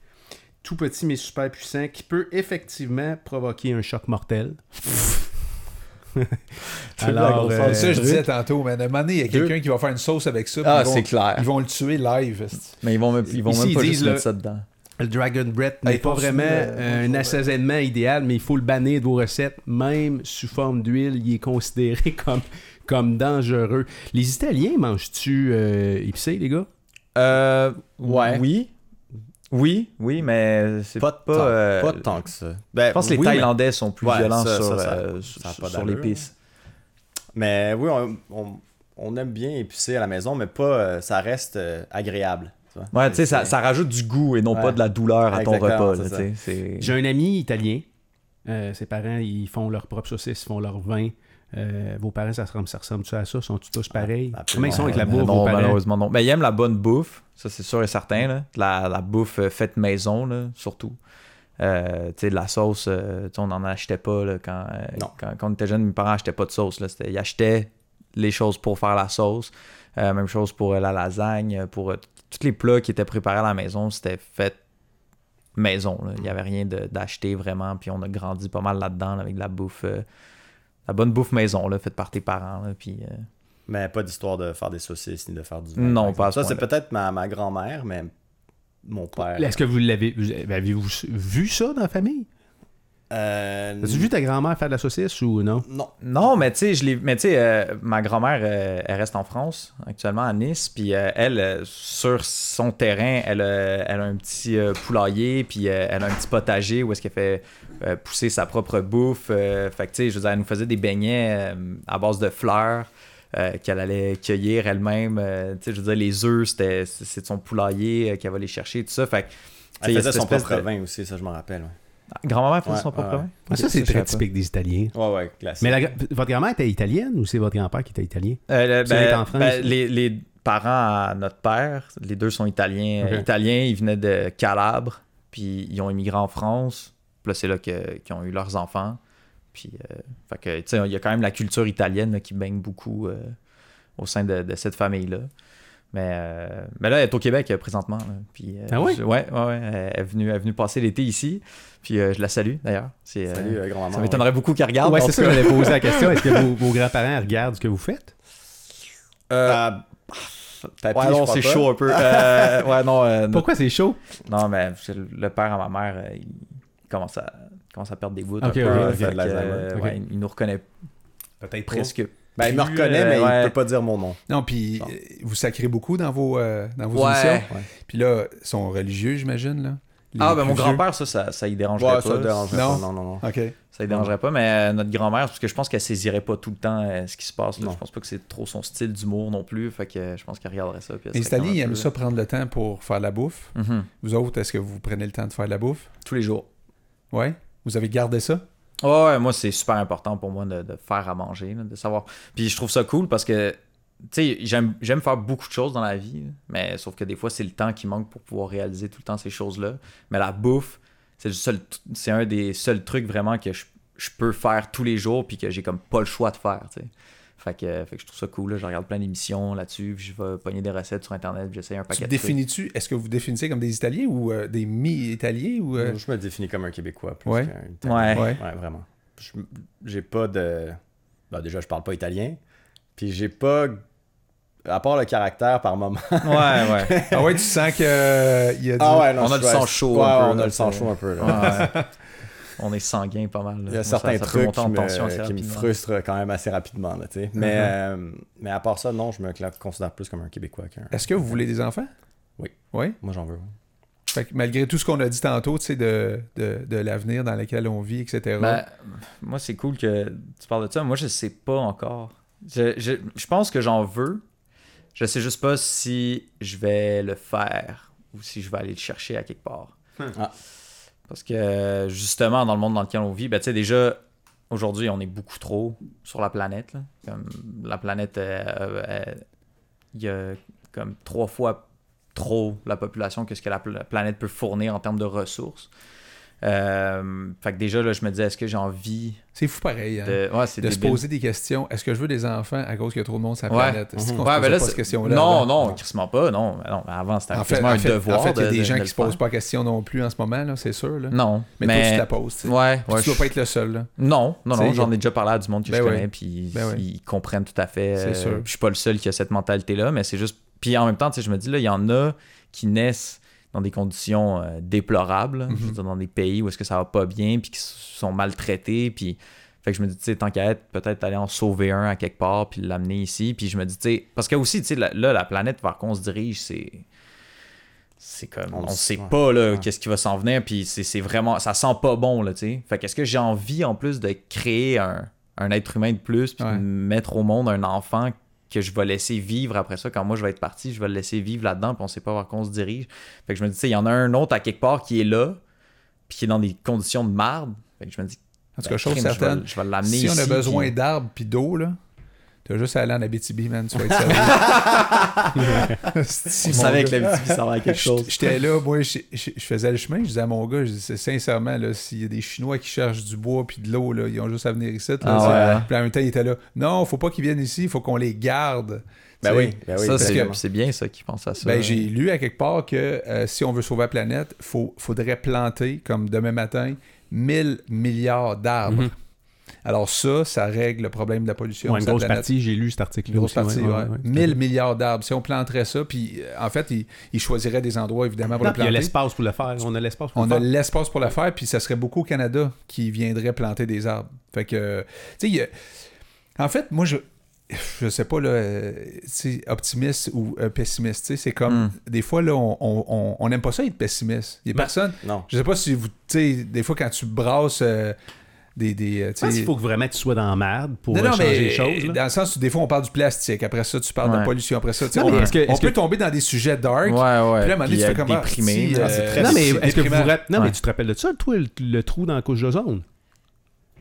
S3: Tout petit mais super puissant qui peut effectivement provoquer un choc mortel.
S4: Toute la
S3: euh,
S4: grosseur
S2: euh,
S1: ça, je
S4: truc.
S1: disais tantôt, man. À un moment donné, il y a quelqu'un qui va faire une sauce avec ça. puis
S2: Ah,
S1: ils vont-
S2: c'est clair.
S1: [LAUGHS] Ils vont le tuer live. esti.
S2: Mais ils vont, même- ils vont
S3: Ici,
S2: même pas
S3: ils
S2: juste
S3: disent,
S2: mettre
S3: là-
S2: ça dedans.
S3: Le Dragon Breath n'est
S1: Hey,
S3: pas
S1: continue,
S3: vraiment
S1: euh,
S3: euh, un assaisonnement idéal, mais il faut le bannir de vos recettes, même sous forme d'huile, il est considéré [LAUGHS] comme, comme dangereux. Les Italiens mangent-tu euh, épicé, les gars?
S2: Euh,
S4: Ouais.
S2: Oui. Oui, oui, mais c'est pas.
S4: Pas, tant,
S2: euh,
S4: pas tant que ça. Ben,
S2: Je pense que les Thaïlandais sont plus
S4: Ouais,
S2: violents
S4: ça, ça,
S2: sur,
S4: ça-
S2: euh,
S4: ça a
S2: sur-
S4: pas
S2: sur
S4: d'allure,
S2: l'épice.
S4: Mais oui, on, on- on aime bien épicer à la maison, mais pas euh, ça reste euh, agréable. tu vois.
S2: Ouais, tu sais,
S4: C'est-
S2: ça, ça rajoute du goût et non
S4: Ouais.
S2: pas de la douleur à ton
S4: Exactement,
S2: repas. là,
S4: c'est
S2: tu
S4: ça.
S2: sais, c'est-
S3: J'ai un ami italien. Euh, ses parents, ils font leur propre saucisse, ils font leur vin. Euh, vos parents, ça ressemble, ça ressemble-tu à ça? Sont-ils tous pareils?
S4: absolument.
S3: Comment ils sont avec la
S2: Euh, Ah,
S3: bouffe,
S2: Non,
S3: vos parents?
S2: malheureusement, non. Mais ils aiment la bonne bouffe, ça c'est sûr et certain. là. De La, la bouffe euh, faite maison, là, surtout. Euh, tu sais, de la sauce, euh, tu sais, on n'en achetait pas là, quand, euh,
S4: Non.
S2: quand, quand on était jeune. Mes parents n'achetaient pas de sauce. Là, C'était- ils achetaient les choses pour faire la sauce. Euh, même chose pour euh, la lasagne, pour euh, tous les plats qui étaient préparés à la maison, c'était fait maison. là. Il n'y avait rien de- d'acheté vraiment. Puis on a grandi pas mal là-dedans là, avec de la bouffe. euh, la bonne bouffe maison, là, faite par tes parents. là, puis, euh,
S4: Mais pas d'histoire de faire des saucisses ni de faire du vin.
S2: Non,
S4: par exemple.
S2: pas à ce
S4: Ça, c'est
S2: point-là.
S4: peut-être ma, ma grand-mère, mais mon père.
S3: Est-ce que vous l'avez... vous- Avez-vous vu ça dans la famille?
S4: Euh,
S2: Mm.
S3: As-tu vu ta grand-mère faire de la saucisse ou non?
S4: Non.
S2: Non, mais tu sais, je l'ai- mais tu sais, euh, ma grand-mère, euh, elle reste en France, actuellement à Nice, puis euh, elle, euh, sur son terrain, elle, euh, elle a un petit euh, poulailler, puis euh, elle a un petit potager où est-ce qu'elle fait euh, pousser sa propre bouffe. euh, fait que tu sais, je veux dire, elle nous faisait des beignets euh, à base de fleurs. euh, qu'elle allait cueillir elle-même. euh, tu sais, je veux dire, les œufs, c'était, c'est c'est de son poulailler euh, qu'elle va les chercher, tout ça. Fait que, tu sais, il
S4: Elle
S2: y a
S4: faisait
S2: cette
S4: son
S2: espèce
S4: propre
S2: de-
S4: vin aussi, ça je m'en rappelle. Ouais,
S2: Grand-maman faisait
S4: Ouais,
S2: son propre
S4: ouais.
S2: vin?
S3: Ah, ça,
S2: Ok,
S3: c'est
S2: je
S3: très
S2: savais pas.
S3: typique des Italiens.
S4: ouais, ouais classique.
S3: Mais la gra- votre grand-mère était italienne ou c'est votre grand-père qui était italien?
S2: Euh, le-
S3: Tu
S2: ben,
S3: l'es en France?
S2: ben, les, les parents à notre père, les deux sont italiens.
S3: Ok.
S2: Italiens, ils venaient de Calabre, puis ils ont immigré en France. Puis là, c'est là que- qu'ils ont eu leurs enfants. Puis, euh, fait que, tu sais, il y a quand même la culture italienne là, qui baigne beaucoup euh, au sein de, de cette famille-là. Mais, euh, mais là, elle est au Québec euh, présentement. là. Puis, euh,
S3: Ah oui?
S2: je- ouais, ouais, ouais. Elle est venue, elle est venue passer l'été ici. Puis euh, je la salue d'ailleurs. C'est, euh,
S4: Salut, euh, grand-maman.
S2: ça m'étonnerait beaucoup qu'elle
S1: Ah,
S2: regarde.
S3: ouais,
S2: en
S3: c'est
S2: tout
S3: ça
S2: cas.
S3: que j'allais poser la
S1: [LAUGHS]
S3: question. Est-ce que vos, vos grands-parents regardent ce que vous faites?
S4: ouais. Euh, papy,
S2: Ouais,
S4: je
S2: non,
S4: crois
S2: c'est
S4: pas.
S2: chaud un peu. Euh, ouais, non, euh, non.
S3: Pourquoi c'est chaud?
S2: Non, mais parce que le père à ma mère, euh, il commence à, il commence à perdre des bouts.
S3: Ok,
S2: un peu,
S3: ouais,
S2: là, fait
S4: il fait de
S2: que,
S4: l'Alzheimer.
S2: euh,
S3: Ok.
S2: ouais, il nous reconnaît
S3: Peut-être
S2: presque.
S4: Ben, il me
S2: plus,
S4: reconnaît,
S2: euh,
S4: mais
S2: ouais.
S4: il peut pas dire mon nom.
S1: Non, puis
S4: Bon.
S1: euh, vous sacrez beaucoup dans vos, euh, dans vos
S2: Ouais.
S1: émissions.
S4: Ouais.
S1: Puis là, ils sont religieux, j'imagine. là. Les
S2: Ah, ben
S1: plus
S2: mon
S1: vieux?
S2: grand-père, ça, ça, Ah, ça y dérangerait
S4: Ouais,
S2: pas.
S4: ça te dérangerait
S1: Non.
S4: pas. Non, non, non.
S1: OK.
S2: Ça y dérangerait pas, mais euh, notre grand-mère, parce que je pense qu'elle saisirait pas tout le temps euh, ce qui se passe. là.
S4: Non.
S2: Je pense pas que c'est trop son style d'humour non plus. Fait que euh, je pense qu'elle regarderait ça. puis elle
S1: Et
S2: serait
S1: Stanley,
S2: comme un
S1: il aime
S2: peu-
S1: ça prendre le temps pour faire de la bouffe.
S2: Mhm.
S1: Vous autres, est-ce que vous prenez le temps de faire de la bouffe?
S2: Tous les jours.
S1: Ouais? Vous avez gardé ça?
S2: Ouais, ouais, moi, c'est super important pour moi de, de faire à manger, là, de savoir. Puis je trouve ça cool parce que, tu sais, j'aime j'aime faire beaucoup de choses dans la vie, là, mais sauf que des fois, c'est le temps qui manque pour pouvoir réaliser tout le temps ces choses-là. Mais la bouffe, c'est le seul t- c'est un des seuls trucs vraiment que je, je peux faire tous les jours puis que j'ai comme pas le choix de faire, tu sais. Fait que, fait que je trouve ça cool, là, je regarde plein d'émissions là-dessus, puis je vais pogner des recettes sur Internet, puis j'essaye un
S1: Tu
S2: paquet de trucs.
S1: définis-tu, est-ce que vous définissez comme des Italiens ou euh, des mi-Italiens? ou euh,
S4: Je me définis comme un Québécois plus
S1: Ouais.
S4: qu'un Italien.
S2: Ouais.
S1: Ouais.
S4: Ouais, vraiment. Je- J'ai pas de. Ben, déjà, je parle pas italien. Puis j'ai pas. À part le caractère par moment.
S2: Ouais, ouais.
S1: Ah ouais, tu sens que euh, il y a du...
S4: [LAUGHS] non,
S2: On a le
S4: je-
S2: sang
S4: ouais,
S2: chaud
S4: Ouais,
S2: un peu,
S4: on
S2: là,
S4: a le sang
S2: c'est-
S4: chaud un peu. là.
S2: [LAUGHS] Ouais, ouais. On est sanguin pas mal. là.
S4: Il y
S2: Moi,
S4: a
S2: ça-
S4: certains
S2: ça peut
S4: trucs
S2: monter
S4: qui
S2: en
S4: me,
S2: tension assez
S4: qui me
S2: rapidement. Uh-huh.
S4: frustrent euh, quand même assez rapidement. Là, tu sais. mais, euh, mais à part ça, non, je me cla- considère plus comme un Québécois qu'un.
S1: Est-ce que vous voulez des enfants?
S4: Oui.
S1: Oui?
S4: Moi, j'en veux. ouais.
S1: Fait que malgré tout ce qu'on a dit tantôt, tu sais, de, de, de l'avenir dans lequel on vit, etc.
S2: Ben, moi, c'est cool que tu parles de ça. Moi, je sais pas encore. Je, je- je pense que j'en veux. Je sais juste pas si je vais le faire ou si je vais aller le chercher à quelque part.
S4: Ah.
S2: Parce que justement, dans le monde dans lequel on vit, ben, tu sais, déjà, aujourd'hui, on est beaucoup trop sur la planète. là. Comme la planète, euh, euh, euh, il y a comme trois fois trop la population que ce que la pla- planète peut fournir en termes de ressources. Euh, fait que déjà, là, je me disais, est-ce que j'ai envie
S1: c'est fou pareil, hein,
S2: de. Ouais, c'est
S1: de se
S2: débile.
S1: poser des questions. Est-ce que je veux des enfants à cause qu'il y a trop de monde sur la
S2: Ouais.
S1: planète? Est-ce qu'on
S2: Ouais,
S1: se
S2: ben
S1: posait
S2: là,
S1: pas
S2: c'est-
S1: cette question-là?
S2: non,
S1: avant?
S2: non, crissement pas, non, Ah non. Avant, c'était
S1: En fait,
S2: quasiment
S1: en
S2: un
S1: fait,
S2: devoir.
S1: en fait, il y a
S2: de-
S1: des
S2: de-
S1: gens
S2: de
S1: qui
S2: le
S1: se posent
S2: faire.
S1: pas la question non plus en ce moment, là, c'est sûr. Là.
S2: Non,
S1: mais,
S2: mais,
S1: toi, tu te la poses. tu sais.
S2: Ouais,
S1: Puis
S2: ouais,
S1: tu dois
S2: je-
S1: pas être le seul. Là.
S2: Non, non,
S1: Tu sais,
S2: non, j'en ai déjà parlé à du monde que
S1: Ben
S2: je
S1: ouais.
S2: connais, puis
S1: Ben ouais.
S2: ils comprennent tout à fait.
S1: C'est
S2: euh,
S1: sûr.
S2: puis Je suis pas le seul qui a cette mentalité-là, mais c'est juste. Puis en même temps, tu sais, je me dis, là, il y en a qui naissent dans des conditions euh, déplorables, je veux
S1: Mhm.
S2: dire, dans des pays où est-ce que ça va pas bien, puis qui s- sont maltraités, puis. Fait que je me dis, tu sais, tant qu'à être, peut-être aller en sauver un à quelque part, puis l'amener ici. Puis je me dis, tu sais, parce que aussi, tu sais, la- là, la planète vers qu'on se dirige, c'est. C'est comme.
S4: On
S2: On,
S4: le
S2: sait
S4: sait, ouais.
S2: pas, là,
S4: Ouais.
S2: qu'est-ce qui va s'en venir, puis c'est c'est vraiment. Ça sent pas bon, là, tu sais. Fait que est-ce que j'ai envie, en plus, de créer un, un être humain de plus, puis
S1: Ouais.
S2: de mettre au monde un enfant que je vais laisser vivre après ça, quand moi je vais être parti, je vais le laisser vivre là-dedans, puis on sait pas voir qu'on se dirige. Fait que je me dis, tu sais, il y en a un autre à quelque part qui est là, puis qui est dans des conditions de marde. Fait que je me dis,
S1: En tout
S2: ben,
S1: cas, chose
S2: crime, je vais-
S1: certaine,
S2: je vais, l'amener
S1: si on a
S2: ici,
S1: besoin
S2: puis-
S1: d'arbres puis d'eau, là, t'as juste à aller en Abitibi, man, tu vas
S2: [LAUGHS]
S1: être sérieux. [LAUGHS]
S4: On
S1: Si, mon
S4: savait
S1: gars.
S4: que l'Abitibi, ça va [LAUGHS] quelque chose.
S1: J'étais là, moi, je, je- je faisais le chemin, je disais à mon gars, je disais, sincèrement, là, s'il y a des Chinois qui cherchent du bois puis de l'eau, là, ils ont juste à venir ici. Là,
S2: Ah
S1: c'est-
S2: ouais, hein.
S1: Puis en même temps, il était là, non, faut pas qu'ils viennent ici, il faut qu'on les garde.
S4: Ben
S1: Tu sais,
S4: oui, ben oui.
S2: Ça, c'est
S4: absolument.
S2: c'est bien ça qui pense à ça.
S1: Ben, j'ai lu à quelque part que euh, si on veut sauver la planète, faut, faudrait planter, comme demain matin, 1000 milliards d'arbres.
S3: Mhm.
S1: Alors ça, ça règle le problème de la pollution.
S3: Ouais, une
S1: sur la
S3: grosse
S1: planète.
S3: partie, j'ai lu cet article-là.
S1: Une grosse
S3: aussi,
S1: partie,
S3: ouais, ouais,
S1: ouais.
S3: ouais, tout à
S1: 1000
S3: fait.
S1: milliards d'arbres. Si on planterait ça, puis euh, en fait, ils il choisiraient des endroits évidemment pour
S3: Non,
S1: le
S3: puis Il y a
S1: planter.
S3: l'espace pour le faire. On a l'espace pour
S1: On
S3: le
S1: a
S3: faire.
S1: l'espace pour le faire, puis ça serait beaucoup au Canada qui viendrait planter des arbres. Fait que, tu sais, il y a- en fait, moi, je je sais pas, là, euh, tu sais, optimiste ou euh, pessimiste, tu sais, c'est comme,
S2: Mm.
S1: des fois, là, on- on on- on n'aime pas ça être pessimiste. Il y a
S3: Ben,
S1: personne,
S4: Non.
S1: je sais pas si vous, tu sais, des fois, quand tu brasses euh, des, des euh, tu
S3: Je pense
S1: sais-
S3: qu'il faut que vraiment tu sois dans la merde pour
S1: non,
S3: euh,
S1: non,
S3: changer
S1: mais
S3: les choses. là.
S1: Dans le sens où des fois on parle du plastique, après ça tu parles de la
S2: Ouais.
S1: pollution, après ça tu sais,
S3: Non,
S1: on,
S3: mais est-ce que-
S1: on
S3: est-ce
S1: peut
S3: que-
S1: tomber dans des sujets dark.
S2: Ouais, ouais.
S1: Puis là, à un moment donné,
S2: Puis
S1: tu fais
S2: être
S1: comment,
S2: déprimé,
S1: si,
S2: là,
S1: euh,
S2: c'est très
S3: Non, mais
S1: c'est
S3: est-ce que vous vous
S1: déprimant.
S3: rappelez- non,
S2: Ouais.
S3: mais tu te rappelles de ça, toi, le, le trou dans la couche d'ozone?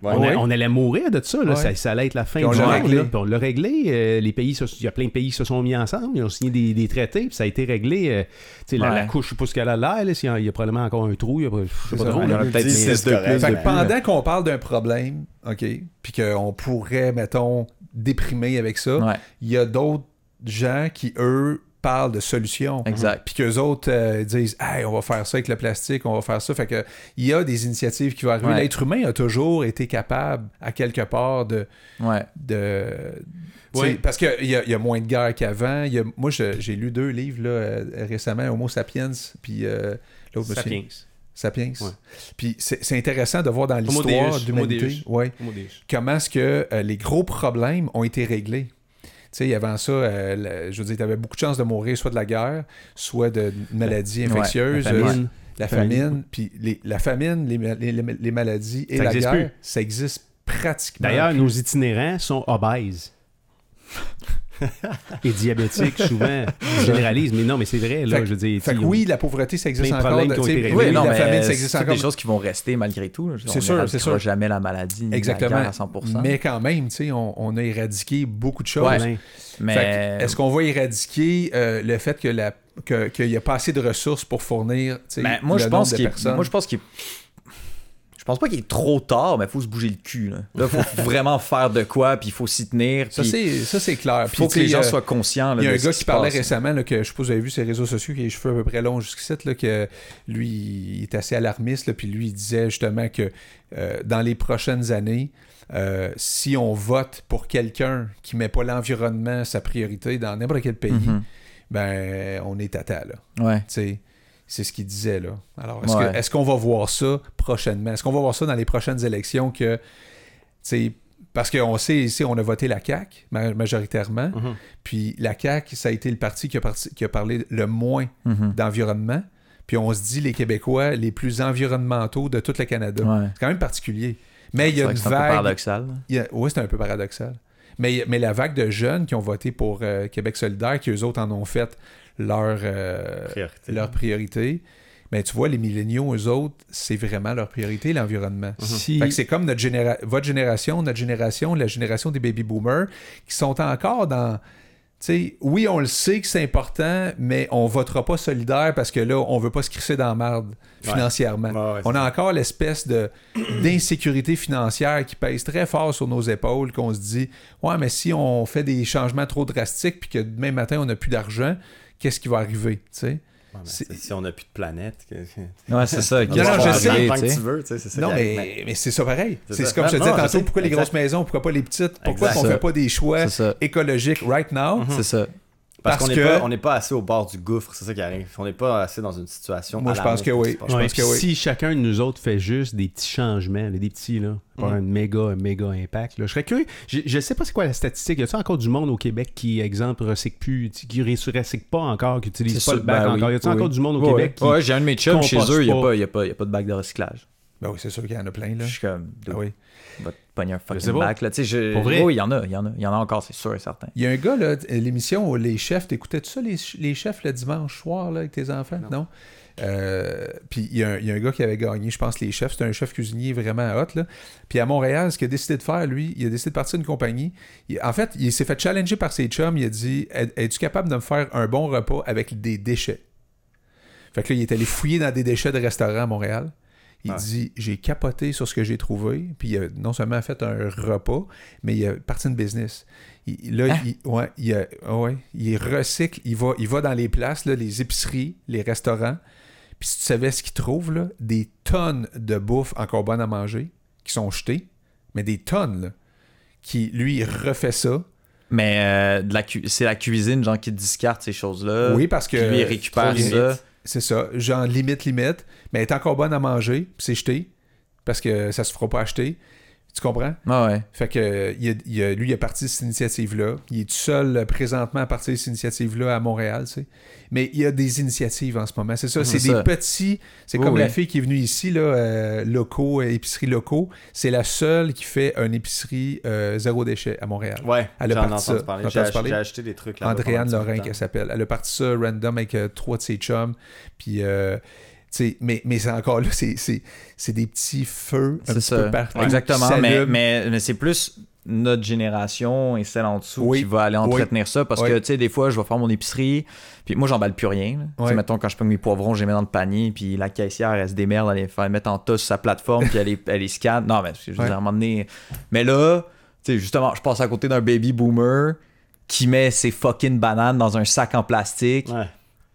S4: Ouais.
S3: On, a- on allait mourir de ça, là.
S1: Ouais.
S3: ça, ça allait être la fin
S1: Puis on
S3: du
S1: l'a
S3: monde,
S1: réglé.
S3: là. Puis on l'a réglé. euh, les pays, se- il y a plein de pays qui se sont mis ensemble, ils ont signé des, des traités, puis ça a été réglé. euh, tu sais, la,
S2: Ouais.
S3: la couche, je sais pas ce qu'elle a l'air, là, s'il y a- il y, a probablement encore un trou, il y a pas- je sais pas
S1: ça,
S3: trop,
S1: on
S3: là.
S2: en a peut-être
S4: Dix,
S2: six
S4: c'est
S2: de
S4: correct,
S2: plus
S1: Fait que
S4: mais-
S1: pendant qu'on parle d'un problème, OK, puis qu'on pourrait, mettons, déprimer avec ça,
S2: Ouais,
S1: il y a d'autres gens qui, eux, parlent de solutions.
S2: exact.
S1: Puis qu'eux autres euh, disent, hey, on va faire ça avec le plastique, on va faire ça. Fait que il y a des initiatives qui vont arriver.
S2: Ouais.
S1: L'être humain a toujours été capable, à quelque part, de.
S2: Ouais.
S1: de
S3: Oui.
S1: tu sais, Parce qu'il y, a- il y a moins de guerres qu'avant. Il y a- Moi, je- j'ai lu deux livres là, euh, récemment, Homo sapiens, puis euh, l'autre monsieur-
S3: Sapiens.
S1: Sapiens.
S3: Ouais.
S1: Puis c'est c'est intéressant de voir dans
S3: Homo
S1: l'histoire
S3: Deus,
S1: de l'humanité
S3: Homo Deus.
S1: ouais, comment est-ce que euh, les gros problèmes ont été réglés. sais, avant ça, euh, la- je veux dire, t'avais beaucoup de chances de mourir soit de la guerre, soit de maladies
S2: Ouais,
S1: infectieuses.
S2: la
S1: euh,
S2: famine.
S1: la
S2: Famine.
S1: famine, puis les- la famine, les, ma- les- les- les maladies et
S3: Ça
S1: la
S3: existe
S1: guerre,
S3: plus.
S1: ça existe pratiquement.
S3: D'ailleurs, nos itinérants sont
S1: [LAUGHS]
S3: obèses. Et diabétiques, souvent. Je généralise, mais non, mais c'est vrai, là,
S1: Fait que-
S3: je veux dire.
S1: Fait que
S3: ils ont-
S1: oui, la pauvreté, ça existe
S3: plein de
S1: encore.
S3: problèmes
S1: de-
S3: qui ont
S1: tu sais,
S3: été réglés.
S1: oui,
S2: Oui, non,
S1: la
S2: mais
S1: famine,
S2: euh,
S1: ça
S2: c'est
S1: existe
S2: toutes
S1: encore.
S2: des choses qui vont rester malgré tout.
S1: C'est sûr, c'est sûr.
S2: jamais la maladie. ni la
S1: Exactement.
S2: guerre à 100%.
S1: Mais quand même, tu sais, on, on a éradiqué beaucoup de choses.
S2: Ouais.
S3: Plein.
S2: Mais- euh,
S1: Fait que, Est-ce qu'on va éradiquer euh, le fait que la que- qu'il n'y a pas assez de ressources pour fournir tu sais,
S2: Ben, moi,
S1: le
S2: je pense
S1: nombre de
S2: qu'il est-
S1: personnes?
S2: Moi, je pense qu'il est- Je pense pas qu'il est trop tard, mais il faut se bouger le cul. Là, il
S1: [LAUGHS]
S2: faut vraiment faire de quoi, puis il faut s'y tenir.
S1: ça,
S2: puis
S1: c'est, ça, c'est clair.
S2: faut
S1: Puis,
S2: que
S1: tu
S2: les
S1: sais,
S2: gens
S1: euh,
S2: soient conscients. là,
S1: Il y a
S2: de
S1: un
S2: ce
S1: gars
S2: se
S1: qui parlait
S2: passe.
S1: récemment, là, que je suppose vous avez vu ses réseaux sociaux, qui a les cheveux à peu près longs jusqu'ici, là, que lui, il est assez alarmiste, là, puis lui, il disait justement que euh, dans les prochaines années, euh, si on vote pour quelqu'un qui met pas l'environnement sa priorité dans n'importe quel pays,
S2: Mhm.
S1: ben on est tata, là.
S2: Ouais.
S1: Tu sais, c'est ce qu'il disait, là. Alors, est-ce
S2: Ouais.
S1: que- est-ce qu'on va voir ça prochainement? Est-ce qu'on va voir ça dans les prochaines élections que, tu sais, parce qu'on sait ici, on a voté la CAQ ma- majoritairement,
S3: Mhm.
S1: puis la CAQ, ça a été le parti qui a, parti- qui a parlé le moins
S2: Mhm.
S1: d'environnement, puis on se dit les Québécois les plus environnementaux de tout le Canada.
S2: Ouais.
S1: C'est quand même particulier. Mais il y
S2: C'est
S1: a
S2: vrai
S1: une
S2: que c'est un peu
S1: vague...
S2: paradoxal. là.
S1: il y a- Oui, c'est un peu paradoxal. Mais, mais la vague de jeunes qui ont voté pour euh, Québec solidaire, qui eux autres en ont fait leur... euh,
S4: Priorité.
S1: leur priorité. Mais tu vois, les milléniaux, eux autres, c'est vraiment leur priorité, l'environnement.
S4: Mhm.
S3: Si-
S1: Fait que c'est comme notre généra- votre génération, notre génération, la génération des baby boomers, qui sont encore dans. tu sais, oui, on le sait que c'est important, mais on votera pas solidaire parce que là, on veut pas se crisser dans la marde
S4: Ouais.
S1: financièrement.
S4: Ouais, ouais,
S1: on a encore l'espèce de [CLEARS THROAT] d'insécurité financière qui pèse très fort sur nos épaules, qu'on se dit Ouais, mais si on fait des changements trop drastiques puis que demain matin, on n'a plus d'argent, qu'est-ce qui va arriver? tu sais?
S4: Ouais, mais
S1: C'est-
S4: c'est- Si on n'a plus de planète, que- que-
S2: Ouais, c'est
S1: [LAUGHS]
S2: ça.
S1: Non, non, je sais,
S4: Tant
S2: tu
S4: que
S2: sais.
S4: tu veux, tu sais, c'est ça.
S1: Non,
S4: qui arrive.
S1: mais, mais c'est ça pareil.
S4: C'est
S1: C'est
S4: ça.
S1: comme je te
S4: Non,
S1: disais
S4: non, je
S1: tantôt,
S4: sais.
S1: pourquoi les
S4: Exact.
S1: grosses maisons, pourquoi pas les petites, pourquoi
S4: Exact.
S1: on fait pas des choix
S2: C'est ça. Mm-hmm.
S1: écologiques right now?
S2: C'est ça.
S4: Parce,
S1: Parce
S4: qu'on n'est
S1: que-
S4: pas, on n'est pas assez au bord du gouffre, c'est ça qui arrive. On n'est pas assez dans une situation.
S1: Moi, je pense que oui. Je
S3: Ouais,
S1: pense que
S3: puis
S1: oui.
S3: Si chacun de nous autres fait juste des petits changements, là, des petits, là,
S2: Mm.
S3: pas un méga, un méga impact, là. je serais curieux. Je, je sais pas c'est quoi la statistique. Y a-t-il encore du monde au Québec qui, exemple, recycle plus, tu- qui ne recycle pas encore, qui utilise pas
S2: C'est
S3: le
S2: sûr,
S3: bac
S1: hein,
S2: ben oui,
S3: encore? Y a-t-il
S2: oui.
S3: encore du monde au
S2: Ouais,
S3: Québec qui.
S2: Ouais, j'ai un de mes chums chez
S3: composte
S2: eux, il n'y a,
S3: pas.
S2: pas- y a pas y a pas de bac de recyclage.
S1: Ben oui, c'est sûr qu'il y en a plein, là.
S2: Je suis comme,
S1: Ah
S2: dude,
S1: oui.
S2: va te pogner un
S3: sais
S2: fucking
S3: pas.
S2: bac. là. Tu sais, je-
S3: Pour vrai?
S2: Oui, il y en a, il y en a. Il y en a encore, c'est sûr et certain.
S1: Il y a un gars, là, t- l'émission où Les Chefs, t'écoutais-tu ça, les, ch- les Chefs, le dimanche soir, là, avec tes enfants? Non. Euh, puis il y, a un- il y a un gars qui avait gagné, je pense, Les Chefs. C'était un chef cuisinier vraiment hot, là. Puis à Montréal, ce qu'il a décidé de faire, lui, il a décidé de partir d'une compagnie. Il- en fait, il s'est fait challenger par ses chums. Il a dit « Es-tu capable de me faire un bon repas avec des déchets? » Fait que là, il est allé fouiller dans des déchets de restaurants à Montréal. Il
S4: Ouais.
S1: dit J'ai capoté sur ce que j'ai trouvé. Puis il a non seulement fait un repas, mais il a parti de business. Il- là, il, ouais, il, a- ah ouais, il recycle. Il va, il va dans les places, là, les épiceries, les restaurants. Puis si tu savais ce qu'il trouve, là, des tonnes de bouffe encore bonne à manger qui sont jetées, mais des tonnes, là, qui lui il refait ça.
S2: Mais euh, de la cu- c'est la cuisine, genre, qui discarte ces choses-là.
S1: oui, parce
S2: Euh, Qui
S1: que.
S2: lui il récupère
S4: trop limite.
S2: ça.
S1: C'est ça. Genre, limite, limite. Mais elle est encore bonne à manger, puis c'est jeté, parce que ça se fera pas acheter. Tu comprends?
S2: Ah ouais.
S1: Fait que euh, il a- il a- lui, il est parti de cette initiative-là. Il est tout seul euh, présentement à partir de cette initiative-là à Montréal, tu sais. Mais il y a des initiatives en ce moment. C'est ça,
S2: Mhm.
S1: c'est
S2: C'est
S1: des
S2: ça.
S1: petits. C'est
S2: Oui,
S1: comme
S2: oui.
S1: la fille qui est venue ici, là, euh, locaux, euh, épicerie locaux. C'est la seule qui fait une épicerie euh, zéro déchet à Montréal.
S4: Ouais,
S1: Elle a
S4: j'en ai
S1: parti
S4: entendu
S1: ça.
S4: parler.
S1: T'as
S4: J'ai
S1: entendu
S4: ach-
S1: parler?
S4: j'ai acheté des trucs là.
S1: Andréane Lorrain, qu'elle s'appelle. Elle a parti ça random avec euh, trois de ses chums. Puis, euh, tu sais, mais, mais c'est encore là, c'est, c'est, c'est des petits feux un
S2: C'est
S1: petit
S2: ça.
S1: peu partout.
S2: Exactement.
S1: qui
S2: Mais,
S1: s'allument.
S2: mais, mais c'est plus notre génération et celle en dessous
S1: Oui.
S2: qui va aller entretenir ça. Parce
S1: Oui.
S2: que, tu sais, des fois, je vais faire mon épicerie, puis moi, j'emballe plus rien. là. Tu sais,
S1: Oui.
S2: mettons, quand je prends mes poivrons, je les mets dans le panier, puis la caissière, elle se démerde, elle les fait mettre en tas sur sa plateforme, puis elle les, elle les scanne. Non, mais je veux dire,
S1: Ouais.
S2: à un moment donné. Mais là, tu sais, justement, je passe à côté d'un baby boomer qui met ses fucking bananes dans un sac en plastique.
S4: Ouais.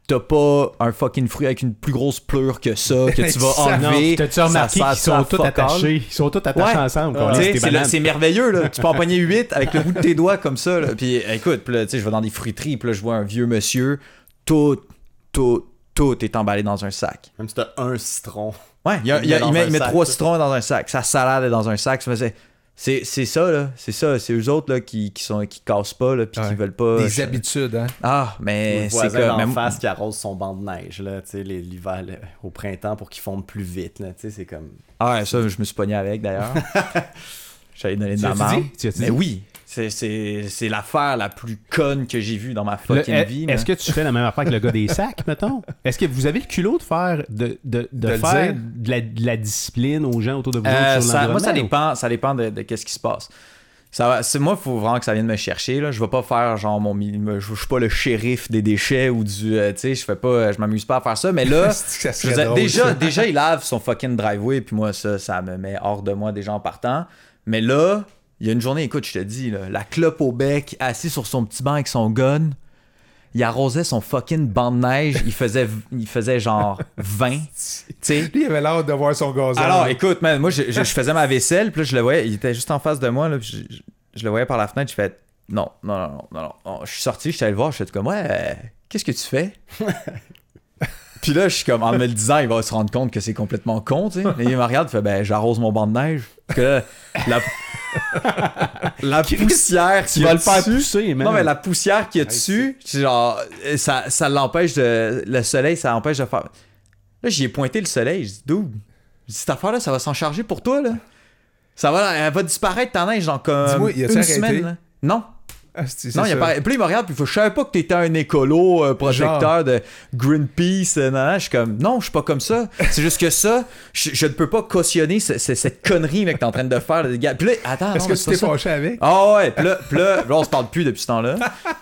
S2: T'as pas un fucking fruit avec une plus grosse pleure que ça,
S1: [LAUGHS]
S2: que tu vas
S1: Ça,
S3: Non,
S2: enlever.
S3: t'as-tu
S2: Ça
S3: remarqué
S2: sert
S3: qu'ils sont
S2: fuck
S3: tous
S2: all.
S3: attachés? Ils sont tous attachés
S2: Ouais. Ah,
S3: ensemble.
S2: Tu
S3: quand
S2: sais,
S3: c'est des
S2: c'est, le-
S3: bananes.
S2: c'est merveilleux, là. Tu peux en pogner 8 avec le bout de tes doigts comme ça. là. Puis écoute, puis là, tu sais, je vais dans des fruiteries, puis là, je vois un vieux monsieur. Tout, tout, tout est emballé dans un sac.
S4: Même si t'as un citron.
S2: Ouais, il, y a- il y a-
S4: Il met
S2: il met,
S4: dans
S2: il met
S4: un sac,
S2: trois
S4: ça.
S2: citrons dans un sac. Sa salade est dans un sac. Ça faisait- C'est c'est ça, là. C'est ça. C'est eux autres là, qui, qui, sont, qui cassent pas, là, puis
S1: Ouais.
S2: qui veulent pas.
S1: Des
S2: je-
S1: habitudes, hein.
S2: Ah,
S4: Ou
S2: mais
S4: le
S2: c'est
S4: voisin
S2: comme.
S4: d'en
S2: mais moi-
S4: face qui arrose son banc de neige, là, tu sais, les- l'hiver, là, au printemps, pour qu'ils fondent plus vite, là, tu sais, c'est comme...
S2: Ah, ouais, ça, je me suis pogné avec
S3: [LAUGHS]
S2: d'ailleurs. J'allais donner de
S3: Tu
S2: la
S3: as-tu
S2: marde.
S3: dit? Tu as-tu
S2: Mais
S3: dit?
S2: oui, c'est- c'est c'est l'affaire la plus conne que j'ai vue dans ma
S3: Le-
S2: fucking
S3: est-
S2: vie.
S3: Est-ce
S2: mais-
S3: que tu fais la même affaire que le gars
S2: [LAUGHS]
S3: des sacs, mettons? Est-ce que vous avez le culot de faire de, de, de
S1: De le
S3: faire
S1: dire.
S3: de la, de la discipline aux gens autour de vous
S2: Euh,
S3: autres sur
S2: ça- moi, ça
S3: l'environnement,
S2: dépend, ça dépend de, de qu'est-ce qui se passe. Ça va, c'est, moi, il faut vraiment que ça vienne me chercher. Là. Je vais pas faire genre mon. mi- me- Je je suis pas le shérif des déchets ou du. euh, tu sais, je fais pas. Je m'amuse pas à faire ça,
S1: [LAUGHS]
S2: mais
S3: [LAUGHS]
S2: là.
S1: C'est-tu que ça serait
S2: je veux dire,
S1: drôle,
S2: déjà,
S1: ça?
S2: déjà, il lave son fucking driveway, puis moi, ça, ça me met hors de moi déjà en partant. Mais là, il y a une journée, écoute, je te dis, là, la clope au bec, assis sur son petit banc avec son gun. Il arrosait son fucking banc de neige, il faisait, il faisait
S1: [LAUGHS]
S2: genre 20. tu sais.
S1: Lui, il avait l'air de voir son gazon.
S2: Alors,
S1: là.
S2: écoute, man, moi, je, je- je faisais ma vaisselle, puis là, je le voyais, il était juste en face de moi, là, puis je, je- je le voyais par la fenêtre, je fais non, non, non, non, non, non, non. Je suis sorti, je suis allé le voir, je suis comme, ouais, euh, qu'est-ce que tu
S3: [LAUGHS]
S2: fais? puis là, je suis comme, en me le disant, il va se rendre compte que c'est complètement con, tu sais. Et il me regarde, il fait, ben, j'arrose mon banc de neige. Puis là, la, [LAUGHS] la poussière qui
S3: Tu vas
S2: va
S3: le faire pousser, man.
S2: non, mais la poussière qu'il y a dessus, c'est genre, euh, ça, ça l'empêche de. Le soleil, ça l'empêche de faire. Là, j'y ai pointé le soleil. Je dis, dude, je dis, cette affaire-là, ça va s'en charger pour toi, là. Ça va, elle va disparaître ta neige dans comme
S1: Dis-moi, y
S2: une
S1: a-t-il arrêté?
S2: semaine. là. Non,
S1: Ah, c'est- c'est
S2: non, il y a
S1: ça.
S2: pas. Puis là, il me regarde, puis il fait, je savais pas que t'étais un écolo euh, protecteur de Greenpeace. euh, nan, nan. Je suis comme, non, je suis pas comme ça. C'est juste que ça, je, je ne peux pas cautionner ce- ce- cette connerie, mec, que t'es en train de faire. là, les gars. Puis là, attends,
S1: Est-ce
S2: non,
S1: que
S2: mais
S1: tu
S2: c'est pas
S1: t'es
S2: ça.
S1: fâché avec?
S2: Ah ouais, puis là, puis là, là, on se parle plus depuis ce temps-là.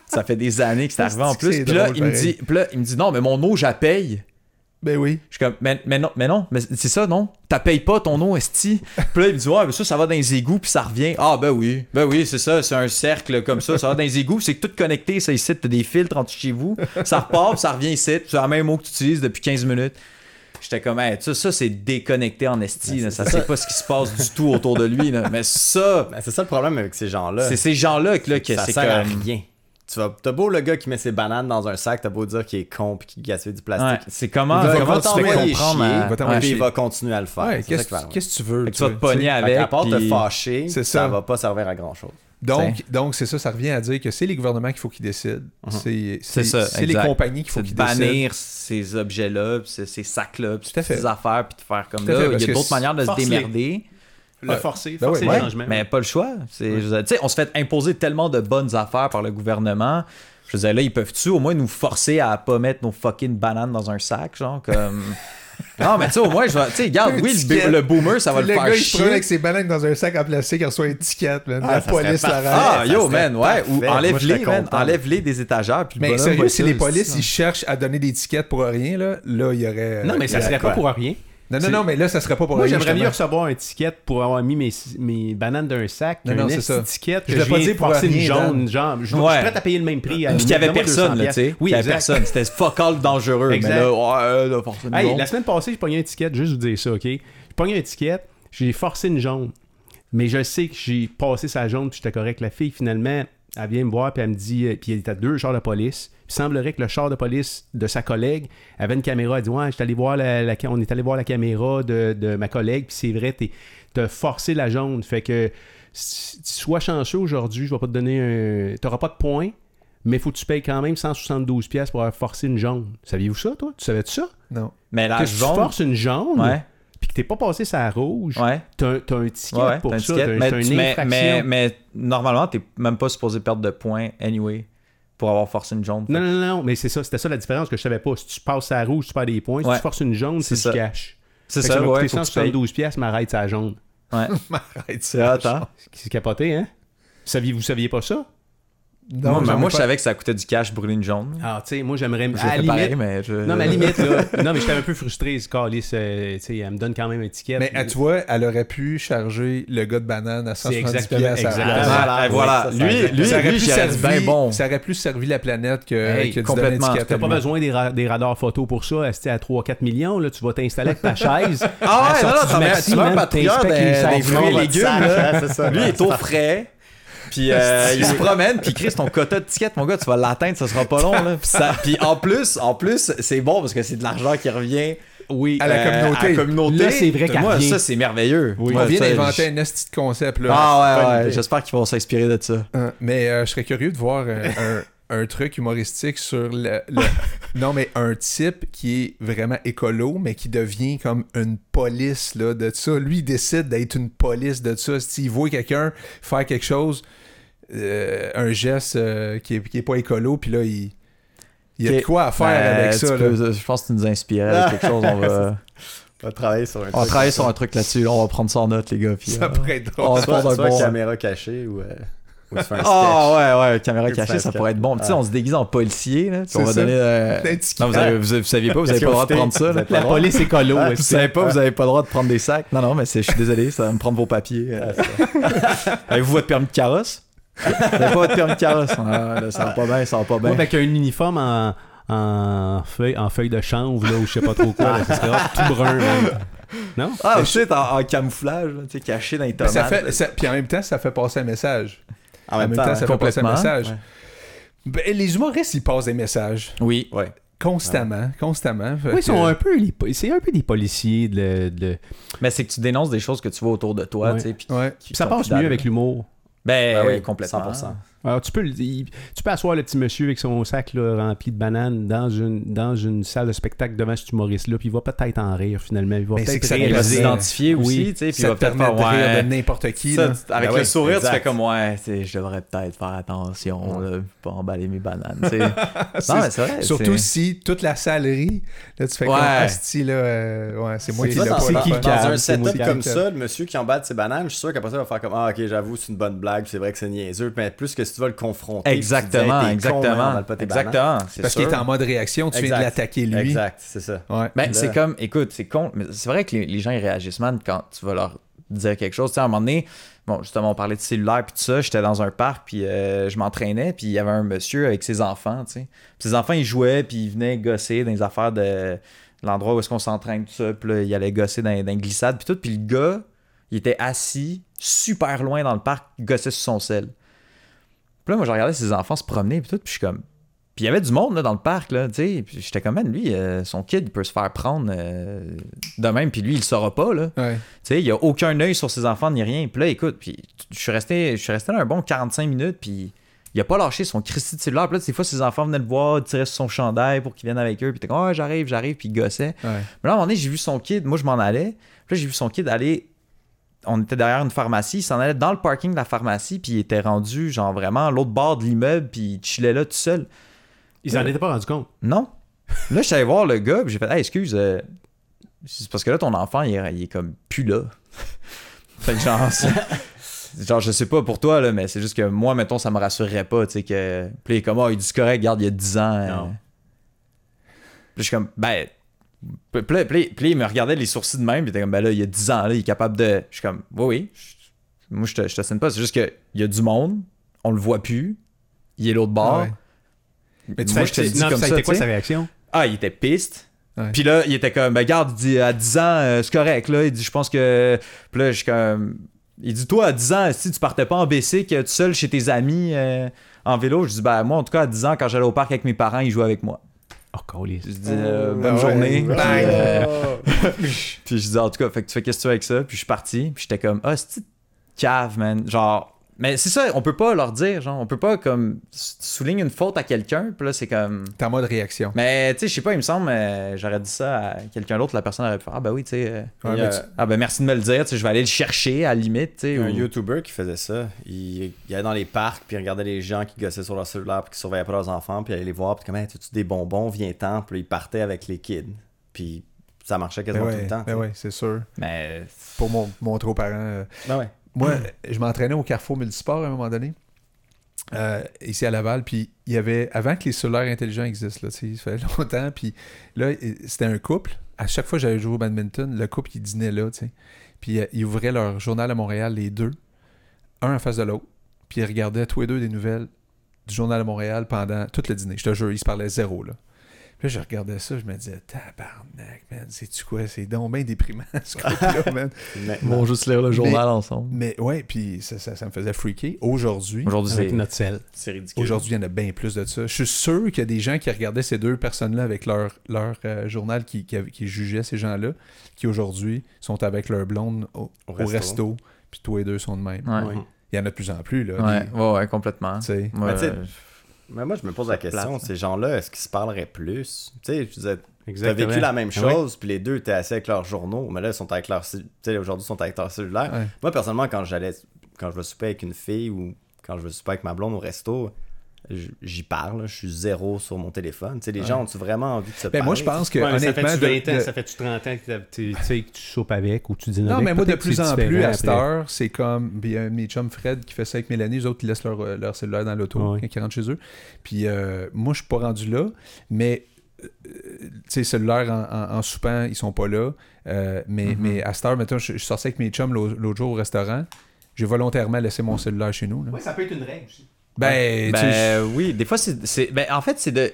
S2: Ça fait des années que c'est arrivé en
S1: C'est
S2: plus. Puis là,
S1: drôle,
S2: il me
S1: pareil.
S2: dit, puis là, il me dit non, mais mon eau, je la paye.
S1: Ben oui.
S2: Je suis comme, mais, mais non, mais non, mais c'est ça, non? T'as payes pas ton eau, esti. Puis là, il me dit, ouais, mais ça, ça va dans les égouts, puis ça revient. Ah, ben oui, ben oui, c'est ça, c'est un cercle comme ça, ça va dans les égouts, c'est tout connecté, ça ici, t'as des filtres en dessous de chez vous, ça repart, puis ça revient ici, c'est la même eau que tu utilises depuis 15 minutes. J'étais comme, hey, ça, ça c'est déconnecté en
S1: Ben,
S2: esti, là, ça sait pas ce qui se passe du tout autour de lui, là. mais ça,
S4: Ben, c'est ça le problème avec ces gens-là.
S2: c'est ces gens-là que, là, que
S4: ça
S2: c'est
S4: sert à
S2: comme-
S4: rien. Tu vas, t'as beau le gars qui met ses bananes dans un sac, t'as beau dire qu'il est con puis qu'il gaspille du
S2: Ouais,
S4: plastique.
S2: c'est comment,
S4: il va,
S2: comment
S4: va
S2: tu fais
S4: t'envoyer
S2: comprendre hein?
S4: chier,
S2: à-
S1: va t'envoyer
S2: ouais,
S4: puis il
S1: chier.
S4: va continuer à le faire.
S1: Ouais,
S4: C'est ça
S1: qu'est-ce
S4: qui va arriver.
S1: qu'est-ce que tu veux?
S2: Fait que tu vas te
S1: sais?
S2: pogner
S4: Fait qu'à
S2: avec.
S4: part te
S2: puis-
S4: fâcher,
S1: C'est
S4: ça.
S1: ça.
S4: va pas servir à grand-chose.
S1: Donc, donc c'est ça, ça revient à dire que c'est les gouvernements qu'il faut qu'ils décident. C'est-
S2: Mhm.
S1: C'est
S2: C'est ça,
S1: c'est les
S2: exact.
S1: compagnies qu'il faut
S2: C'est de
S1: qu'ils décident.
S2: bannir ces objets-là, puis ces, ces sacs-là, puis
S1: Tout à fait.
S2: ces affaires, puis de faire comme
S1: Tout à fait,
S2: là. Il
S1: parce
S2: y a
S1: que
S2: d'autres
S1: c'est-
S2: manières de se
S3: force-les.
S2: démerder,
S3: Le
S1: Ouais.
S3: forcer,
S1: Ben
S3: forcer
S1: oui,
S3: les
S1: ouais.
S3: changements.
S2: mais pas le choix. C'est- je veux dire, tu sais, on se fait imposer tellement de bonnes affaires par le gouvernement. Je veux dire, là, ils peuvent-tu au moins nous forcer à pas mettre nos fucking bananes dans un sac, genre,
S1: [LAUGHS]
S2: comme... non, mais tu sais, au moins, je vais- tu sais, regarde, oui, le,
S1: Petit
S2: bo- le boomer, ça va le,
S1: le
S2: faire
S1: gars, il se
S2: chier.
S1: promène avec ses bananes dans un sac en plastique, il reçoit une étiquette, man.
S4: Ah,
S1: la
S4: ça serait
S1: police
S4: parfait.
S1: la
S2: Ah,
S4: Ouais, ça
S2: yo,
S4: serait
S2: man, ouais. Ou
S4: parfait. Moi,
S2: enlève-les,
S4: je serais
S2: man.
S4: content.
S2: Enlève-les des étagères. Puis le
S1: Mais
S2: bonhomme
S1: sérieux,
S2: va
S1: si les
S2: ça,
S1: polices,
S2: ça.
S1: ils cherchent à donner des étiquettes pour rien, là, là, il y aurait...
S3: Non, mais ça
S1: il y aurait
S3: serait pas
S1: Euh, quoi.
S3: pour rien.
S1: Non, non, non, mais là, ça serait pas pour
S3: Moi,
S1: rien,
S3: j'aimerais mieux
S1: justement.
S3: recevoir un ticket pour avoir mis mes, mes bananes d'un sac
S1: Non,
S3: qu'un
S1: non, c'est ça.
S3: ticket
S1: Je
S3: que
S1: l'ai
S3: je
S1: pas
S3: viens
S1: dit
S3: de
S1: pour
S3: forcer une
S1: rien, Dan.
S3: jaune. Genre, je, je suis
S2: Ouais.
S3: prêt à payer le même prix. à-
S2: Puis qu'il y avait
S3: donne-moi 200
S2: personne, là, tu sais.
S3: piastres. Oui,
S2: Qu'il y avait
S3: exact.
S2: personne. C'était fuck all dangereux.
S3: Exact.
S2: Mais là, ouais, euh, là, forcément.
S3: Hey,
S2: bon.
S3: la semaine passée, j'ai pogné un ticket, juste vous dire ça, OK? J'ai pogné un ticket, j'ai forcé une jaune. Mais je sais que j'ai passé sa jaune, puis j'étais correct. La fille, finalement, elle vient me voir, puis elle me dit... euh, Puis il était deux chars de police. Puis il semblerait que le char de police de sa collègue avait une caméra. Elle dit, ouais, j'étais allé voir la, la ca- on est allé voir la caméra de, de ma collègue, puis c'est vrai, t'es- t'as forcé la jaune. Fait que si- si- sois chanceux aujourd'hui, je vais pas te donner un... T'auras pas de points, mais faut que tu payes quand même 172$ piastres pour avoir forcé une jaune. Saviez-vous ça, toi? Tu savais-tu ça?
S1: Non.
S2: Mais la
S3: que si tu
S2: jaune.
S3: forces une jaune,
S2: Ouais.
S3: puis que t'es pas passé sa rouge,
S2: Ouais.
S3: t'as un- t'as un ticket
S2: Ouais, ouais,
S3: pour
S2: t'as une
S3: ça,
S2: ticket.
S3: t'as
S2: mais,
S3: t'as
S2: tu-
S3: une
S2: mais,
S3: infraction.
S2: mais, mais normalement, t'es même pas supposé perdre de points anyway pour avoir forcé une jaune.
S3: Non, non, non, non, mais c'est ça, c'était ça la différence que je savais pas. Si tu passes sa rouge, tu perds des points. Si
S2: Ouais.
S3: tu forces une jaune, c'est
S2: C'est
S3: du
S2: ça.
S3: cash.
S2: C'est
S3: Fait que ça
S2: ça,
S3: m'a
S2: ouais.
S3: coûté
S2: Faut que tu payes.
S3: 172 pièces m'arrête sa jaune.
S2: Ouais.
S1: Arrête
S2: C'est
S1: ça.
S2: attends.
S3: C'est capoté, hein? Saviez, vous saviez pas ça?
S1: Non,
S2: Moi, mais
S1: j'en ai
S2: moi, je
S1: pas-
S2: savais que ça coûtait du cash brûler une jaune.
S3: Ah, tu sais, moi j'aimerais.
S2: Je
S3: À la
S2: fais pareil,
S3: limite.
S2: mais euh, je.
S3: Non, mais à la
S2: [LAUGHS]
S3: limite, là. Non, mais j'étais un peu frustré, ce calice. euh, tu sais, elle me donne quand même un ticket.
S2: euh,
S1: Mais ah, tu vois, elle aurait pu charger le gars de banane à
S3: C'est
S1: 170
S3: exactement-
S1: piastres à la
S3: exactement.
S1: place.
S2: Voilà,
S4: Ouais,
S2: voilà.
S4: ça, ça
S2: Lui,
S4: aurait-
S2: lui,
S1: ça aurait
S2: lui,
S1: plus
S2: j'aurais dit,
S1: servi,
S2: ben bon.
S1: ça aurait plus servi la planète que,
S2: Hey,
S1: que de
S2: complètement.
S1: donner une étiquette
S3: T'as
S1: à
S3: pas
S1: lui.
S3: besoin des, ra- des radars photo pour ça, c'était à 3-4 millions, là, tu vas t'installer avec
S2: [LAUGHS]
S3: ta chaise.
S2: Ah
S3: À
S2: ouais,
S3: la
S2: non, non,
S3: sortie
S2: t'en
S3: du
S2: mets-
S3: maxi,
S2: tu mets un
S3: man,
S2: patrouilleur
S3: t'inspectes
S2: des-
S3: les
S2: des
S3: sacs,
S2: fruits et
S3: non,
S2: légumes.
S4: sac,
S2: là.
S4: hein, c'est ça.
S2: Lui, il est au frais.
S4: Puis euh,
S2: [LAUGHS] il se promène, puis Chris, ton quota de tickets, mon gars, tu vas l'atteindre, ça sera pas long. Là. Puis, ça- puis en plus, en plus, c'est bon parce que c'est de l'argent qui revient
S3: Oui.
S1: À la communauté.
S2: euh, à la communauté.
S3: Là, c'est vrai qu'elle
S2: Moi,
S3: revient.
S2: ça, c'est merveilleux.
S1: On
S2: Moi,
S1: vient
S2: ça,
S1: d'inventer
S2: je-
S1: un esti de concept. Là.
S2: Ah
S4: Bonne
S2: ouais,
S4: idée.
S2: ouais. J'espère qu'ils vont s'inspirer de ça.
S1: Hein, mais euh, je serais curieux de voir
S2: [LAUGHS]
S1: euh, un, un truc humoristique sur le, le- Non, mais un type qui est vraiment écolo, mais qui devient comme une police là, de ça. Lui, il décide d'être une police de ça. S'il voit quelqu'un faire quelque chose, euh, un geste euh, qui, est, qui est pas écolo, puis là, il. Il y a
S2: Ok.
S1: de quoi à faire
S2: Euh,
S1: avec
S2: tu
S1: ça. là.
S2: peux- Je pense que tu nous inspirais avec quelque chose. On
S1: [LAUGHS]
S2: va,
S4: on va travailler sur un
S2: on va
S4: truc.
S2: travailler sur un truc là-dessus. On va prendre ça en note, les gars. Puis,
S1: Ça
S2: euh,
S1: pourrait être drôle.
S2: on va se
S4: Soit,
S2: prendre un
S4: soit
S2: bon.
S4: caméra cachée ou, euh, ou tu fais un
S2: [LAUGHS]
S4: sketch.
S2: Ah ouais, ouais, caméra
S4: Tu fais
S2: cachée,
S4: un
S2: ça
S4: sketch.
S2: pourrait être bon. Puis, Tu sais,
S4: Ah.
S2: on se déguise en policier. Là, puis
S1: C'est
S2: on va
S1: ça.
S2: donner.
S1: [LAUGHS]
S2: euh,
S1: Un petit-
S2: Non, vous, avez- vous, vous saviez pas, vous avez
S4: Qu'est-ce
S2: pas le
S4: que
S2: droit de
S4: vous
S2: prendre
S4: faites?
S2: ça. là.
S4: Vous
S2: Ah,
S4: êtes pas
S3: La police écolo.
S2: Vous savez pas, vous avez pas le droit de prendre des sacs. Non, non, mais c'est- je suis désolé, ça va me prendre vos papiers. euh.
S1: Ah,
S2: [LAUGHS] Avez-vous votre permis de carrosse? Vous avez pas votre permis de carrosse? Ah, là, ça va pas bien, ça va pas bien.
S3: Moi, avec un uniforme en, en, feuille, en feuille de chanvre, là, ou je sais pas trop quoi, là, ça serait hot, tout brun. hein. là. Non?
S2: Ah, shit, en, en camouflage, là, tu sais, caché dans les tomates.
S1: Ça fait, ça- puis en même temps, ça fait passer un message.
S4: En même temps, hein.
S1: ça fait passer un
S2: complètement.
S1: message. Ben, les humoristes, ils passent des messages.
S2: Oui.
S4: Ouais.
S1: Constamment, constamment. Fait
S3: Oui, ils sont
S1: que-
S3: un peu, les po- c'est un peu des policiers. De, de-
S2: Mais c'est que tu dénonces des choses que tu vois autour de toi,
S3: Ouais.
S2: tu sais. puis
S1: Ouais.
S2: qui
S3: Ça
S2: sont
S3: passe
S2: fidables.
S3: mieux avec l'humour.
S2: Ben,
S4: Ben
S2: oui,
S4: oui,
S2: complètement.
S4: 100%.
S3: Alors, tu peux, le- il- tu peux asseoir le petit monsieur avec son sac là, rempli de bananes dans une, dans une salle de spectacle devant cet humoriste-là, puis il va peut-être en rire finalement. Il va
S1: Mais c'est que
S3: peut-être
S1: ça
S2: Il va
S1: Exact.
S2: s'identifier aussi, tu sais. Puis il
S1: Ça
S2: va
S1: te
S2: peut-être
S1: permet
S2: faire,
S1: de rire
S2: ouais,
S1: de n'importe qui.
S2: Ça,
S1: là.
S2: tu- avec
S4: Ben
S2: le
S4: oui,
S2: sourire,
S4: exact.
S2: tu fais comme ouais, tu sais, je devrais peut-être faire attention, là, pas emballer mes bananes. tu sais. non, mais c'est vrai.
S1: Surtout
S2: c'est-
S1: si toute la salerie, là, tu fais
S2: Ouais.
S1: comme Asti, là, euh, ouais, c'est moi
S3: C'est
S1: qui
S4: Tu
S1: l'ai
S4: vois,
S1: pas.
S4: dans,
S3: C'est
S4: dans-
S3: qui le
S1: fait.
S4: dans
S3: calme,
S4: un
S3: c'est moi
S4: setup
S3: qui
S1: le
S4: comme
S1: calme.
S4: ça, le monsieur qui emballe ses bananes, je suis sûr qu'après ça, il va faire comme Ah, ok, j'avoue, c'est une bonne blague, c'est vrai que c'est niaiseux, mais plus que si tu vas le confronter. puis tu dis, Hey, t'es con,
S2: Exactement,
S4: hein,
S2: exactement.
S4: emballe pas tes bananes.
S2: Exactement, c'est
S1: Parce
S2: sûr.
S1: qu'il est en mode réaction, tu viens
S4: Exact.
S1: de l'attaquer lui.
S4: Exact, c'est ça.
S1: Ouais.
S2: Ben,
S4: Là.
S2: c'est comme, écoute, c'est con, mais c'est vrai que les, les gens ils réagissent mal quand tu vas leur dire quelque chose. Tu sais, à un moment donné, bon, justement, on parlait de cellulaire puis tout ça, j'étais dans un parc puis euh, je m'entraînais puis il y avait un monsieur avec ses enfants, tu sais. Puis ses enfants, ils jouaient puis ils venaient gosser dans les affaires de l'endroit où est-ce qu'on s'entraîne, tout ça. Puis là, ils allaient gosser dans, dans les glissades puis tout. Puis le gars, il était assis super loin dans le parc, il gossait sur son sel. Puis là, moi, je regardais ses enfants se promener puis tout, puis je suis comme... Puis il y avait du monde là, dans le parc, là, tu sais. Puis j'étais comme, man, lui, euh, son kid, il peut se faire prendre euh, de même, puis lui, il le saura pas, là.
S1: Ouais.
S2: Tu sais, il y a aucun œil sur ses enfants ni rien. Puis là, écoute, puis t- je suis resté, je suis resté là un bon 45 minutes, puis il a pas lâché son Christy de cellulaire. Puis là, des fois, ses enfants venaient le voir, tiraient sur son chandail pour qu'il vienne avec eux, puis t'es comme, ah, j'arrive, j'arrive, puis il gossait.
S1: Ouais.
S2: Mais là, à un moment donné, j'ai vu son kid, moi je m'en allais. Puis là, j'ai vu son kid aller. On était derrière une pharmacie, il s'en allait dans le parking de la pharmacie, puis il était rendu, genre vraiment, à l'autre bord de l'immeuble, puis il chillait là tout seul.
S3: Ils s'en étaient pas rendus compte.
S2: Non. Là, je suis allé voir le gars, puis j'ai fait, hey, excuse, euh, c'est parce que là, ton enfant, il est, il est comme plus là. [LAUGHS] fait que genre, c'est- genre, je sais pas pour toi, là, mais c'est juste que moi, mettons, ça me rassurerait pas, tu sais, que. Puis il est comme, oh, il dit correct, regarde, il y a 10 ans. euh.
S3: Non.
S2: Puis je suis comme, ben. Puis là, puis là- puis là, il me regardait les sourcils de même, puis il était comme, ben là, il y a 10 ans, là, il est capable de. Je suis comme, oui, oui. je- Moi, je te, je te signe pas, c'est juste que il y a du monde, on le voit plus, il est l'autre bord.
S1: Ouais.
S2: Mais
S1: tu
S2: moi,
S1: sais,
S2: je te le dis
S3: non,
S2: comme
S3: ça a
S2: ça.
S3: été quoi
S2: tu sais.
S3: sa réaction?
S2: Ah, il était piste.
S1: Ouais.
S2: Puis là, il était comme, ben, regarde, il dit, à 10 ans, euh, c'est correct. Là, il dit, je pense que. Puis là, je suis comme. Il dit, toi, à 10 ans, si tu partais pas en BC, que tu seul chez tes amis euh, en vélo, je dis, ben, moi, en tout cas, à 10 ans, quand j'allais au parc avec mes parents, ils jouaient avec moi.
S3: Oh, calé.
S2: Je dis, euh,
S4: Oh,
S2: bonne
S4: ah ouais.
S2: journée.
S4: Bye.
S2: Puis, euh,
S4: Oh. [LAUGHS]
S2: puis je dis, en tout cas, fait que tu fais qu'est-ce que tu veux avec ça. Puis je suis parti. Puis j'étais comme, ah, c'est cave, man. Genre. Mais c'est ça, on peut pas leur dire, genre, on peut pas comme s- souligner une faute à quelqu'un, puis là c'est comme
S1: T'es en mode réaction.
S2: mais tu sais, je sais pas, il me semble, euh, j'aurais dit ça à quelqu'un d'autre, la personne aurait pu faire Ah, ben oui, tu sais. euh,
S1: Ouais,
S4: Il y
S1: mais
S4: a-
S1: tu-
S2: Ah, ben merci de me le dire, tu sais, je vais aller le chercher à la limite, tu sais.
S4: Il y a un
S2: ou-
S4: YouTuber qui faisait ça. Il, il allait dans les parcs, puis il regardait les gens qui gossaient sur leur cellulaire, puis qui surveillaient pas leurs enfants, puis il allait les voir, puis comme, hey, tu des bonbons, viens-t'en, puis là, il partait avec les kids. Puis ça marchait
S1: Ben
S4: quasiment tout
S1: ouais,
S4: le temps.
S1: ben ouais, c'est sûr.
S2: Mais.
S1: Pour mon, montrer aux parents. euh,
S4: tu sais. Ben ouais.
S1: Moi, je m'entraînais au Carrefour Multisport à un moment donné, euh, ici à Laval. Puis il y avait, avant que les solaires intelligents existent, là, tu sais, ça fait [LAUGHS] longtemps. Puis là, il- c'était un couple. À chaque fois que j'allais jouer au badminton, le couple, il dînait là, tu sais. Puis euh, ils ouvraient leur journal à Montréal, les deux, un en face de l'autre. Puis ils regardaient tous les deux des nouvelles du journal à Montréal pendant tout le dîner. Je te jure, ils se parlaient zéro, là. Puis là, je regardais ça, je me disais, tabarnak, man, c'est-tu quoi? C'est donc bien déprimant, [LAUGHS] ce groupe-là, man.
S2: Ils vont juste lire le journal ensemble.
S1: Mais ouais, puis ça, ça, ça me faisait freaker. Aujourd'hui,
S2: Aujourd'hui,
S3: Avec
S2: c'est.
S3: notre sel.
S4: C'est ridicule.
S1: aujourd'hui, il y en a bien plus de ça. Je suis sûr qu'il y a des gens qui regardaient ces deux personnes-là avec leur, leur euh, journal, qui, qui, avaient- qui jugeaient ces gens-là, qui aujourd'hui sont avec leur blonde au, au
S4: Au resto.
S1: resto, puis tous les deux sont de même.
S2: Ouais.
S3: Oui.
S1: Il y en a de plus en plus, là.
S2: Ouais,
S1: des-
S2: ouais, ouais, complètement.
S1: tu sais.
S2: Ouais,
S4: Mais tu sais,
S2: euh,
S4: Mais moi, je me pose la
S2: plate, hein.
S4: question,
S2: ça.
S4: ces gens-là, est-ce qu'ils se parleraient plus? Tu sais, je disais, t'as
S3: Exactement.
S4: vécu la même
S3: Ah oui.
S4: chose, puis les deux étaient assis avec leurs journaux, mais là, ils sont avec leur... cell- Tu sais, aujourd'hui, ils sont avec leur cellulaire.
S1: Ouais.
S4: Moi, personnellement, quand j'allais... Quand je vais souper avec une fille ou quand je vais souper avec ma blonde au resto, j- j'y parle, je suis zéro sur mon téléphone. Tu sais, les gens ont-tu vraiment envie de se
S1: Ben,
S4: parler?
S1: moi, je pense que,
S3: Ouais, mais
S1: honnêtement,
S3: ça fait-tu
S1: de-
S3: 20 ans,
S1: de-
S3: ça fait-tu 30 ans que, t'as- t'es- tu sais, que tu soupes avec ou tu dînes
S1: Non,
S3: avec?
S1: mais moi, de
S3: Peut-être que
S1: plus
S3: c'est
S1: en plus,
S3: différent
S1: à cette
S3: après.
S1: heure, c'est comme. Puis, il y a un de mes chums Fred qui fait ça avec Mélanie, eux autres, ils laissent leur, euh, leur cellulaire dans l'auto
S3: Ouais.
S1: quand ils rentrent chez eux. Puis, euh, moi, je suis pas rendu là, mais. euh, Tu sais, cellulaire en, en, en soupant, ils sont pas là. Euh, mais,
S3: Mm-hmm.
S2: Mhm.
S1: mais à cette heure, mettons, je, je sortais avec mes chums l'au- l'autre jour au restaurant. J'ai volontairement laissé mon cellulaire chez nous. là.
S3: Ouais, ça peut être une règle aussi.
S1: Ben, tu sais,
S2: Ben oui, des fois, c'est. c'est- Ben, en fait, c'est de.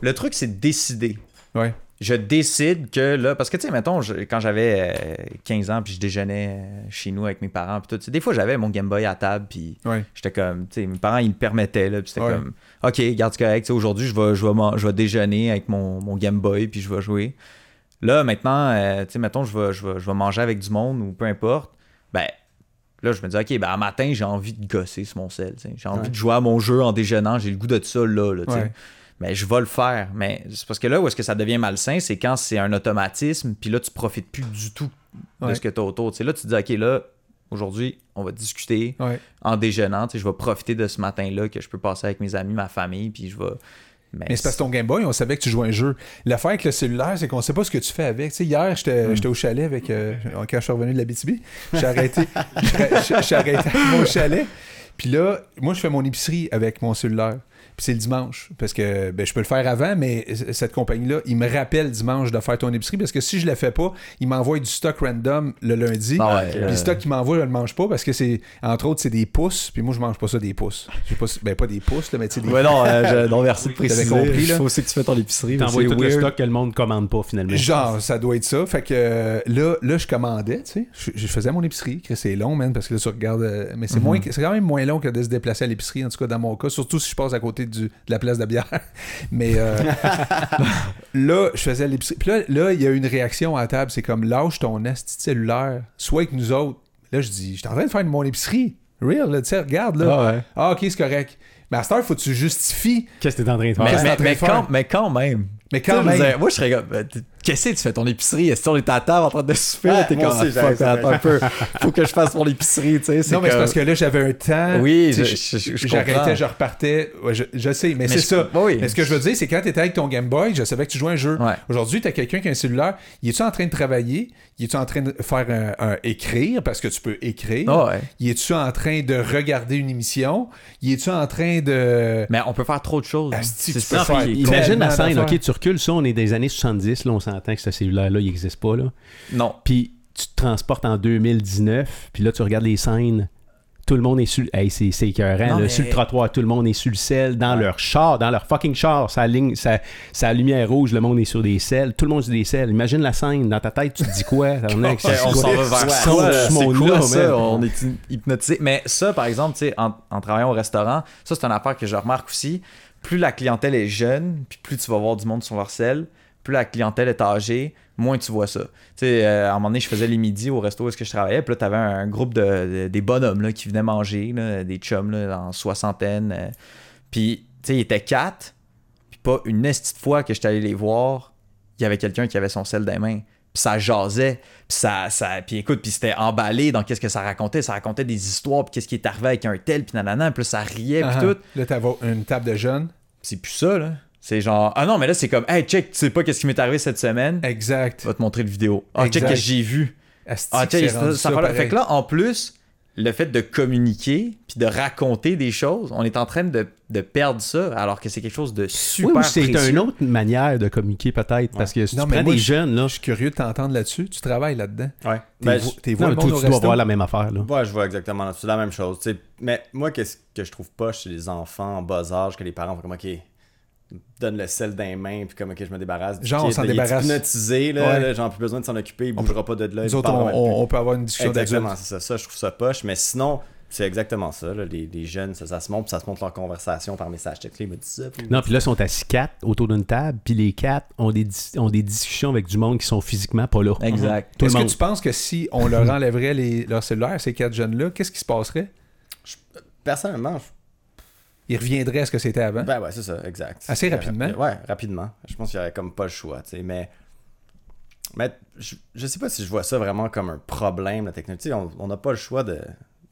S2: Le truc, c'est de décider.
S1: je- ouais.
S2: Je décide que là. Parce que, tu sais, mettons, je- quand j'avais euh, 15 ans, puis je déjeunais euh, chez nous avec mes parents, puis tout. tu sais, Des fois, j'avais mon Game Boy à table, puis
S1: Ouais.
S2: j'étais comme. Tu sais, mes parents, ils le permettaient, là, puis c'était
S1: Ouais.
S2: comme. Ok, garde c'est correct. tu sais, Aujourd'hui, je vais, je, vais man- je vais déjeuner avec mon, mon Game Boy, puis je vais jouer. Là, maintenant, euh, tu sais, mettons, je vais, je, vais, je vais manger avec du monde ou peu importe. Ben, là, je me dis, OK, ben, à matin, j'ai envie de gosser sur mon sel. tu sais. J'ai envie
S3: Ouais.
S2: de jouer à mon jeu en déjeunant. J'ai le goût de ça là. là tu sais.
S1: Ouais.
S2: Mais je vais le faire. Mais c'est parce que là, où est-ce que ça devient malsain, c'est quand c'est un automatisme, puis là, tu profites plus du tout de
S1: Ouais.
S2: ce que tu as autour. Tu sais, Là, tu te dis, OK, là, aujourd'hui, on va discuter
S1: Ouais.
S2: en déjeunant. Tu sais, Je vais profiter de ce matin-là que je peux passer avec mes amis, ma famille, puis je vais.
S1: Mais c'est parce que ton Game Boy, on savait que tu jouais un jeu. L'affaire avec le cellulaire, c'est qu'on sait pas ce que tu fais avec. Tu sais, hier, j'étais
S2: Hmm.
S1: j'étais au chalet avec. euh, quand je suis revenu de la BTB, j'ai arrêté, j'ai- j'ai arrêté à mon chalet. Puis là, moi, je fais mon épicerie avec mon cellulaire. Puis c'est le dimanche. Parce que ben, je peux le faire avant, mais c- cette compagnie-là, il me rappelle dimanche de faire ton épicerie. Parce que si je la fais pas, il m'envoie du stock random le lundi.
S2: Ah ouais,
S1: Puis
S2: euh.
S1: le stock qu'il m'envoie, je le mange pas parce que c'est, entre autres, c'est des pouces. Puis moi, je mange pas ça des pouces. Je sais pas si- ben, pas des pouces, là, mais tu sais, des
S2: Ouais, non, euh, non, merci de
S1: préciser. compris, là.
S2: faut aussi que tu fais ton épicerie.
S3: T'envoies tout le stock que le monde commande pas finalement.
S1: Genre, ça doit être ça. Fait que euh, là, là je commandais, tu sais. Je, je faisais mon épicerie. Chris, C'est long, man, parce que là, tu regardes. euh, mais
S2: Mhm.
S1: c'est moins que- c'est quand même moins long que de se déplacer à l'épicerie, en tout cas, dans mon cas. Surtout si je passe à côté du- de la place de la bière. [LAUGHS] Mais euh,
S2: [LAUGHS]
S1: là, je faisais l'épicerie. Puis là, là, il y a eu une réaction à la table. C'est comme, lâche ton esti de cellulaire. Sois avec nous autres. Là, je dis, je suis en train de faire de mon épicerie. Real, là, tu sais, regarde, là.
S3: Ah ouais.
S1: Ah, ok, c'est correct. Mais à cette heure, faut que tu justifies.
S3: Qu'est-ce que t'es en train de faire?
S2: Mais,
S1: Ouais, c'est en
S2: mais,
S1: train
S2: mais
S1: de faire.
S2: quand, mais quand même.
S1: Mais quand
S2: Tu sais, je veux
S1: même.
S2: dire, moi, je serais comme. ben, t'es- Qu'est-ce que tu fais ton épicerie? Est-ce qu'on est à table en train de souper? là,
S4: Ouais,
S2: T'es
S4: moi
S2: comme.
S4: aussi,
S2: ah,
S4: j'aurais
S2: fuck,
S4: ça,
S2: attends un peu. Faut que je fasse mon épicerie, tu sais.
S1: Non, mais c'est parce que là, j'avais un temps.
S2: Oui,
S1: Tu sais,
S2: je- je- je- je comprends.
S1: J'arrêtais, je repartais. Ouais, je, je sais, mais,
S2: Mais
S1: c'est
S2: je-
S1: ça.
S2: oui, oui.
S1: Mais ce que je veux dire, c'est quand tu étais avec ton Game Boy, je savais que tu jouais à un jeu.
S2: Ouais.
S1: Aujourd'hui, tu as quelqu'un qui a un cellulaire. Il est-tu en train de travailler? Il est-tu en train de faire un, un écrire parce que tu peux écrire?
S2: Ah ouais.
S1: Il est-tu en train de regarder une émission? Il est-tu en train de.
S2: Mais on peut faire trop de choses.
S1: Asti,
S2: C'est
S1: tu peux
S2: ça
S1: faire-
S2: qui est-
S3: Imagine
S1: tellement
S3: la scène,
S1: d'affaires.
S3: ok, tu recules ça, on est des années 70, là, on s'entend que ce cellulaire-là, il n'existe pas, là.
S2: Non.
S3: Puis tu te transportes en 2019, puis là, tu regardes les scènes, tout le monde est sur... Hey, c'est, c'est écœurant,
S2: Non,
S3: là,
S2: mais-
S3: sur le trottoir, tout le monde est sur le sel, dans leur char, dans leur fucking char, sa ligne, sa, sa lumière rouge, le monde est sur des selles, tout le monde est sur des selles. Imagine la scène, dans ta tête, tu te
S1: [LAUGHS]
S3: dis quoi? tabarnak,
S2: Euh,
S3: c'est
S2: on
S3: quoi?
S2: s'en va vers
S4: Ouais,
S2: ça.
S3: ouais,
S2: là,
S3: ce
S2: C'est
S3: monde-là,
S2: quoi ça?
S3: man.
S2: On est hy- hypnotisé. Mais ça, par exemple, tu sais, en, en travaillant au restaurant, ça, c'est une affaire que je remarque aussi. Plus la clientèle est jeune, puis plus tu vas voir du monde sur leur selle, plus la clientèle est âgée, moins tu vois ça. Tu sais, euh, à un moment donné, je faisais les midis au resto où est-ce que je travaillais, puis là, t'avais un groupe de, de- des bonhommes là, qui venaient manger, là, des chums là, en soixantaine. euh, puis, tu sais, ils étaient quatre, puis pas une estie de fois que j'étais allé les voir, il y avait quelqu'un qui avait son sel dans les mains. Puis ça jasait, puis ça, ça puis écoute, puis c'était emballé dans qu'est-ce que ça racontait, ça racontait des histoires, puis qu'est-ce qui est arrivé avec un tel, puis nanana, puis là, ça riait, puis
S1: Ah,
S2: tout.
S1: Là, t'avais une table de jeunes.
S2: C'est plus ça, là. C'est genre, ah non, mais là, c'est comme, hey, check, tu sais pas qu'est-ce qui m'est arrivé cette semaine,
S1: Exact.
S2: va te montrer une vidéo. Ah, check
S1: Exact.
S2: que j'ai vu.
S1: Asti,
S2: Ah,
S1: c'est
S2: check, ça,
S1: rendu
S2: ça
S1: ça
S2: fait-
S1: pareil.
S2: Fait que là, en plus, le fait de communiquer, puis de raconter des choses, on est en train de, de perdre ça, alors que c'est quelque chose de
S3: Oui,
S2: super
S3: ou c'est
S2: précieux.
S3: une autre manière de communiquer, peut-être, parce que si
S1: Non,
S3: tu
S1: mais
S3: prends
S1: moi,
S3: des
S1: je-
S3: jeunes, là,
S1: Je suis curieux de t'entendre là-dessus. Tu travailles là-dedans.
S4: Ouais.
S1: T'es
S4: Ben,
S1: vo-
S4: je-
S1: t'es
S3: non,
S1: vois le
S3: toi,
S1: monde au
S3: tu dois
S1: resto.
S3: voir la même affaire, là.
S4: Ouais, je vois exactement. C'est la même chose. tu sais. Mais moi, qu'est-ce que je trouve pas chez les enfants en bas âge que les parents font comme OK, donne le sel dans les mains, puis comme, ok, je me débarrasse. du
S1: Genre, on
S4: kid,
S1: s'en
S4: il est
S1: débarrasse.
S4: hypnotisé, là,
S1: Ouais.
S4: là, j'en ai plus besoin de s'en occuper, il bougera pas de là. il
S1: Nous autres, on,
S4: parlera même plus.
S1: on- on peut avoir une discussion d'adultes.
S4: Exactement, c'est ça. Ça, je trouve ça poche. Mais sinon, c'est exactement ça. là. Les, les jeunes, ça, ça se montre, puis ça se montre leur conversation par message texte. Là, Ils me disent ça. puis-
S3: Non, puis là, ils sont assis quatre autour d'une table, puis les quatre ont des, dis- ont des discussions avec du monde qui sont physiquement pas là.
S2: Exact.
S3: Tout le
S1: Est-ce que
S3: monde.
S1: tu penses que si on leur enlèverait les, leur cellulaire, ces quatre jeunes-là, qu'est-ce qui se passerait?
S4: Personnellement, je-
S1: Ils reviendraient à ce que c'était avant?
S4: ben ouais, c'est ça, exact.
S1: Assez rapidement?
S4: Euh, ouais, rapidement. Je pense qu'il y aurait comme pas le choix, tu sais. Mais, mais je, je sais pas si je vois ça vraiment comme un problème, la technologie. Tu sais, On on n'a pas le choix de,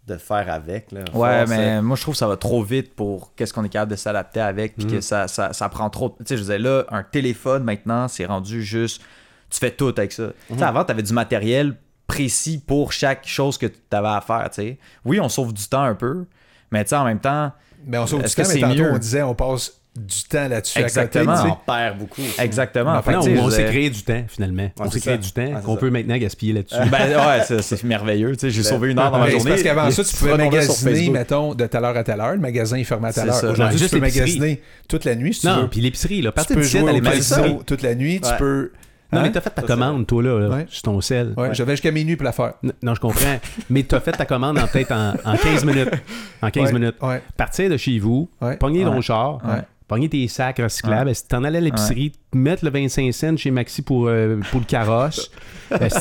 S4: de le faire avec. Là.
S2: Ouais,
S4: Force, euh,
S2: mais moi, je trouve que ça va trop vite pour qu'est-ce qu'on est capable de s'adapter avec, puis que ça, ça, ça prend trop. de- Tu sais, je disais là, un téléphone maintenant, c'est rendu juste. Tu fais tout avec ça. Tu sais, avant, tu avais du matériel précis pour chaque chose que tu avais à faire, tu sais. Oui, on sauve du temps un peu, mais tu sais, en même temps.
S1: Mais on sauve du
S2: Est-ce que
S1: temps, mais
S2: c'est
S1: tantôt,
S2: mieux?
S1: on disait on passe du temps là-dessus
S2: Exactement.
S1: à
S4: on
S1: côté.
S4: en perd beaucoup.
S2: Exactement. Fait que,
S3: Non,
S2: ben, tu sais,
S3: on
S2: je
S3: s'est
S2: disais-
S3: créé du temps, finalement. on
S4: c'est
S3: s'est créé
S4: ça.
S3: du temps
S4: Ouais, c'est
S3: qu'on
S4: ça.
S3: peut maintenant gaspiller là-dessus.
S2: Ben ouais, c'est- c'est merveilleux. tu sais, J'ai sauvé une heure dans ma
S1: Mais c'est
S2: journée.
S1: parce qu'avant ça, tu pouvais
S2: retombais sur
S1: magasiner,
S2: Facebook.
S1: mettons, de telle heure à telle heure. Le magasin est fermé à telle
S2: C'est
S1: heure.
S2: ça.
S1: Aujourd'hui,
S3: Ouais,
S1: tu
S3: juste
S1: peux
S3: l'épicerie.
S1: magasiner toute la nuit si tu
S3: non,
S1: veux.
S3: puis l'épicerie, là,
S1: Tu
S3: partez
S1: peux
S3: de
S1: jouer
S3: site,
S1: au
S3: allez magasiner.
S1: casino toute la nuit. Tu
S4: Ouais.
S1: peux...
S3: Non,
S1: Hein?
S3: mais t'as fait ta
S4: Ça,
S3: commande, toi, là, là,
S1: Ouais.
S3: sur ton sel.
S1: Ouais, J'avais jusqu'à minuit pour la faire.
S3: N- Non, je comprends. mais t'as fait ta commande en peut-être en, en 15 minutes. En 15
S1: Ouais,
S3: minutes.
S1: ouais.
S3: Partir de chez vous,
S1: Ouais.
S3: pogner ton
S2: Ouais.
S3: char,
S1: Ouais.
S3: pogner tes sacs recyclables, si t'en allais à l'épicerie, mettre le 25 cents chez Maxi pour, euh, pour le carrosse,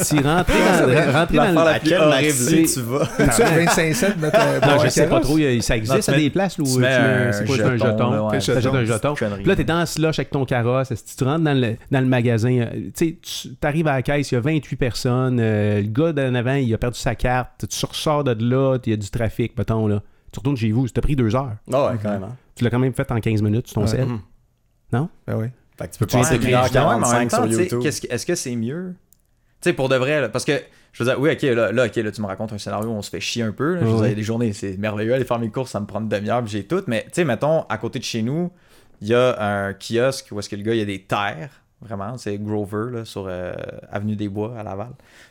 S3: si rentrer dans, rentrer dans
S4: L'affaire
S3: le...
S4: Ah, la plus
S2: quel
S4: horrible,
S2: Maxi
S4: tu vas.
S1: Tu as 25 cents de mettre un
S3: Non,
S1: bon
S3: je sais pas
S1: carrosse?
S3: trop, il y a- ça existe
S2: tu
S3: à
S2: mets-
S3: des places où
S2: tu
S3: tu
S2: mets
S3: mets-
S2: un
S3: c'est quoi, c'est un
S2: jeton,
S3: jeton.
S2: là, ouais.
S3: Tu achètes un
S2: Jeton,
S3: jeton.
S2: c'est une connerie.
S3: Puis là, t'es dans la slush avec ton carrosse. Si tu rentres dans le, dans le magasin, euh, tu sais, tu- t'arrives à la caisse, il y a 28 personnes. euh, le gars d'en avant, il a perdu sa carte. Tu ressors de là, il y a du trafic, mettons. Là. Tu retournes chez vous, ça t'a pris deux heures.
S4: Ah
S2: Mhm.
S4: ouais, carrément.
S3: Tu l'as quand même fait en 15 minutes, sur ton sel.
S2: Ah,
S1: Ben oui.
S4: Fait que tu peux
S2: Ouais,
S4: pas
S2: mais
S4: s'écrire en
S2: évidemment, mais en même
S4: 45
S2: temps,
S4: sur
S2: tu sais,
S4: YouTube.
S2: qu'est-ce que- Est-ce que c'est mieux? Tu sais, pour de vrai, là, parce que je veux dire, oui, ok, là, là, ok, là, tu me racontes un scénario où on se fait chier un peu. là. je veux
S3: Ouais.
S2: dire, il y a des journées, c'est merveilleux, aller faire mes courses, ça me prend une demi-heure, puis j'ai tout. Mais tu sais, mettons, à côté de chez nous, il y a un kiosque où est-ce que le gars, il y a des terres, vraiment, c'est Grover, là, sur euh, Avenue des Bois à Laval.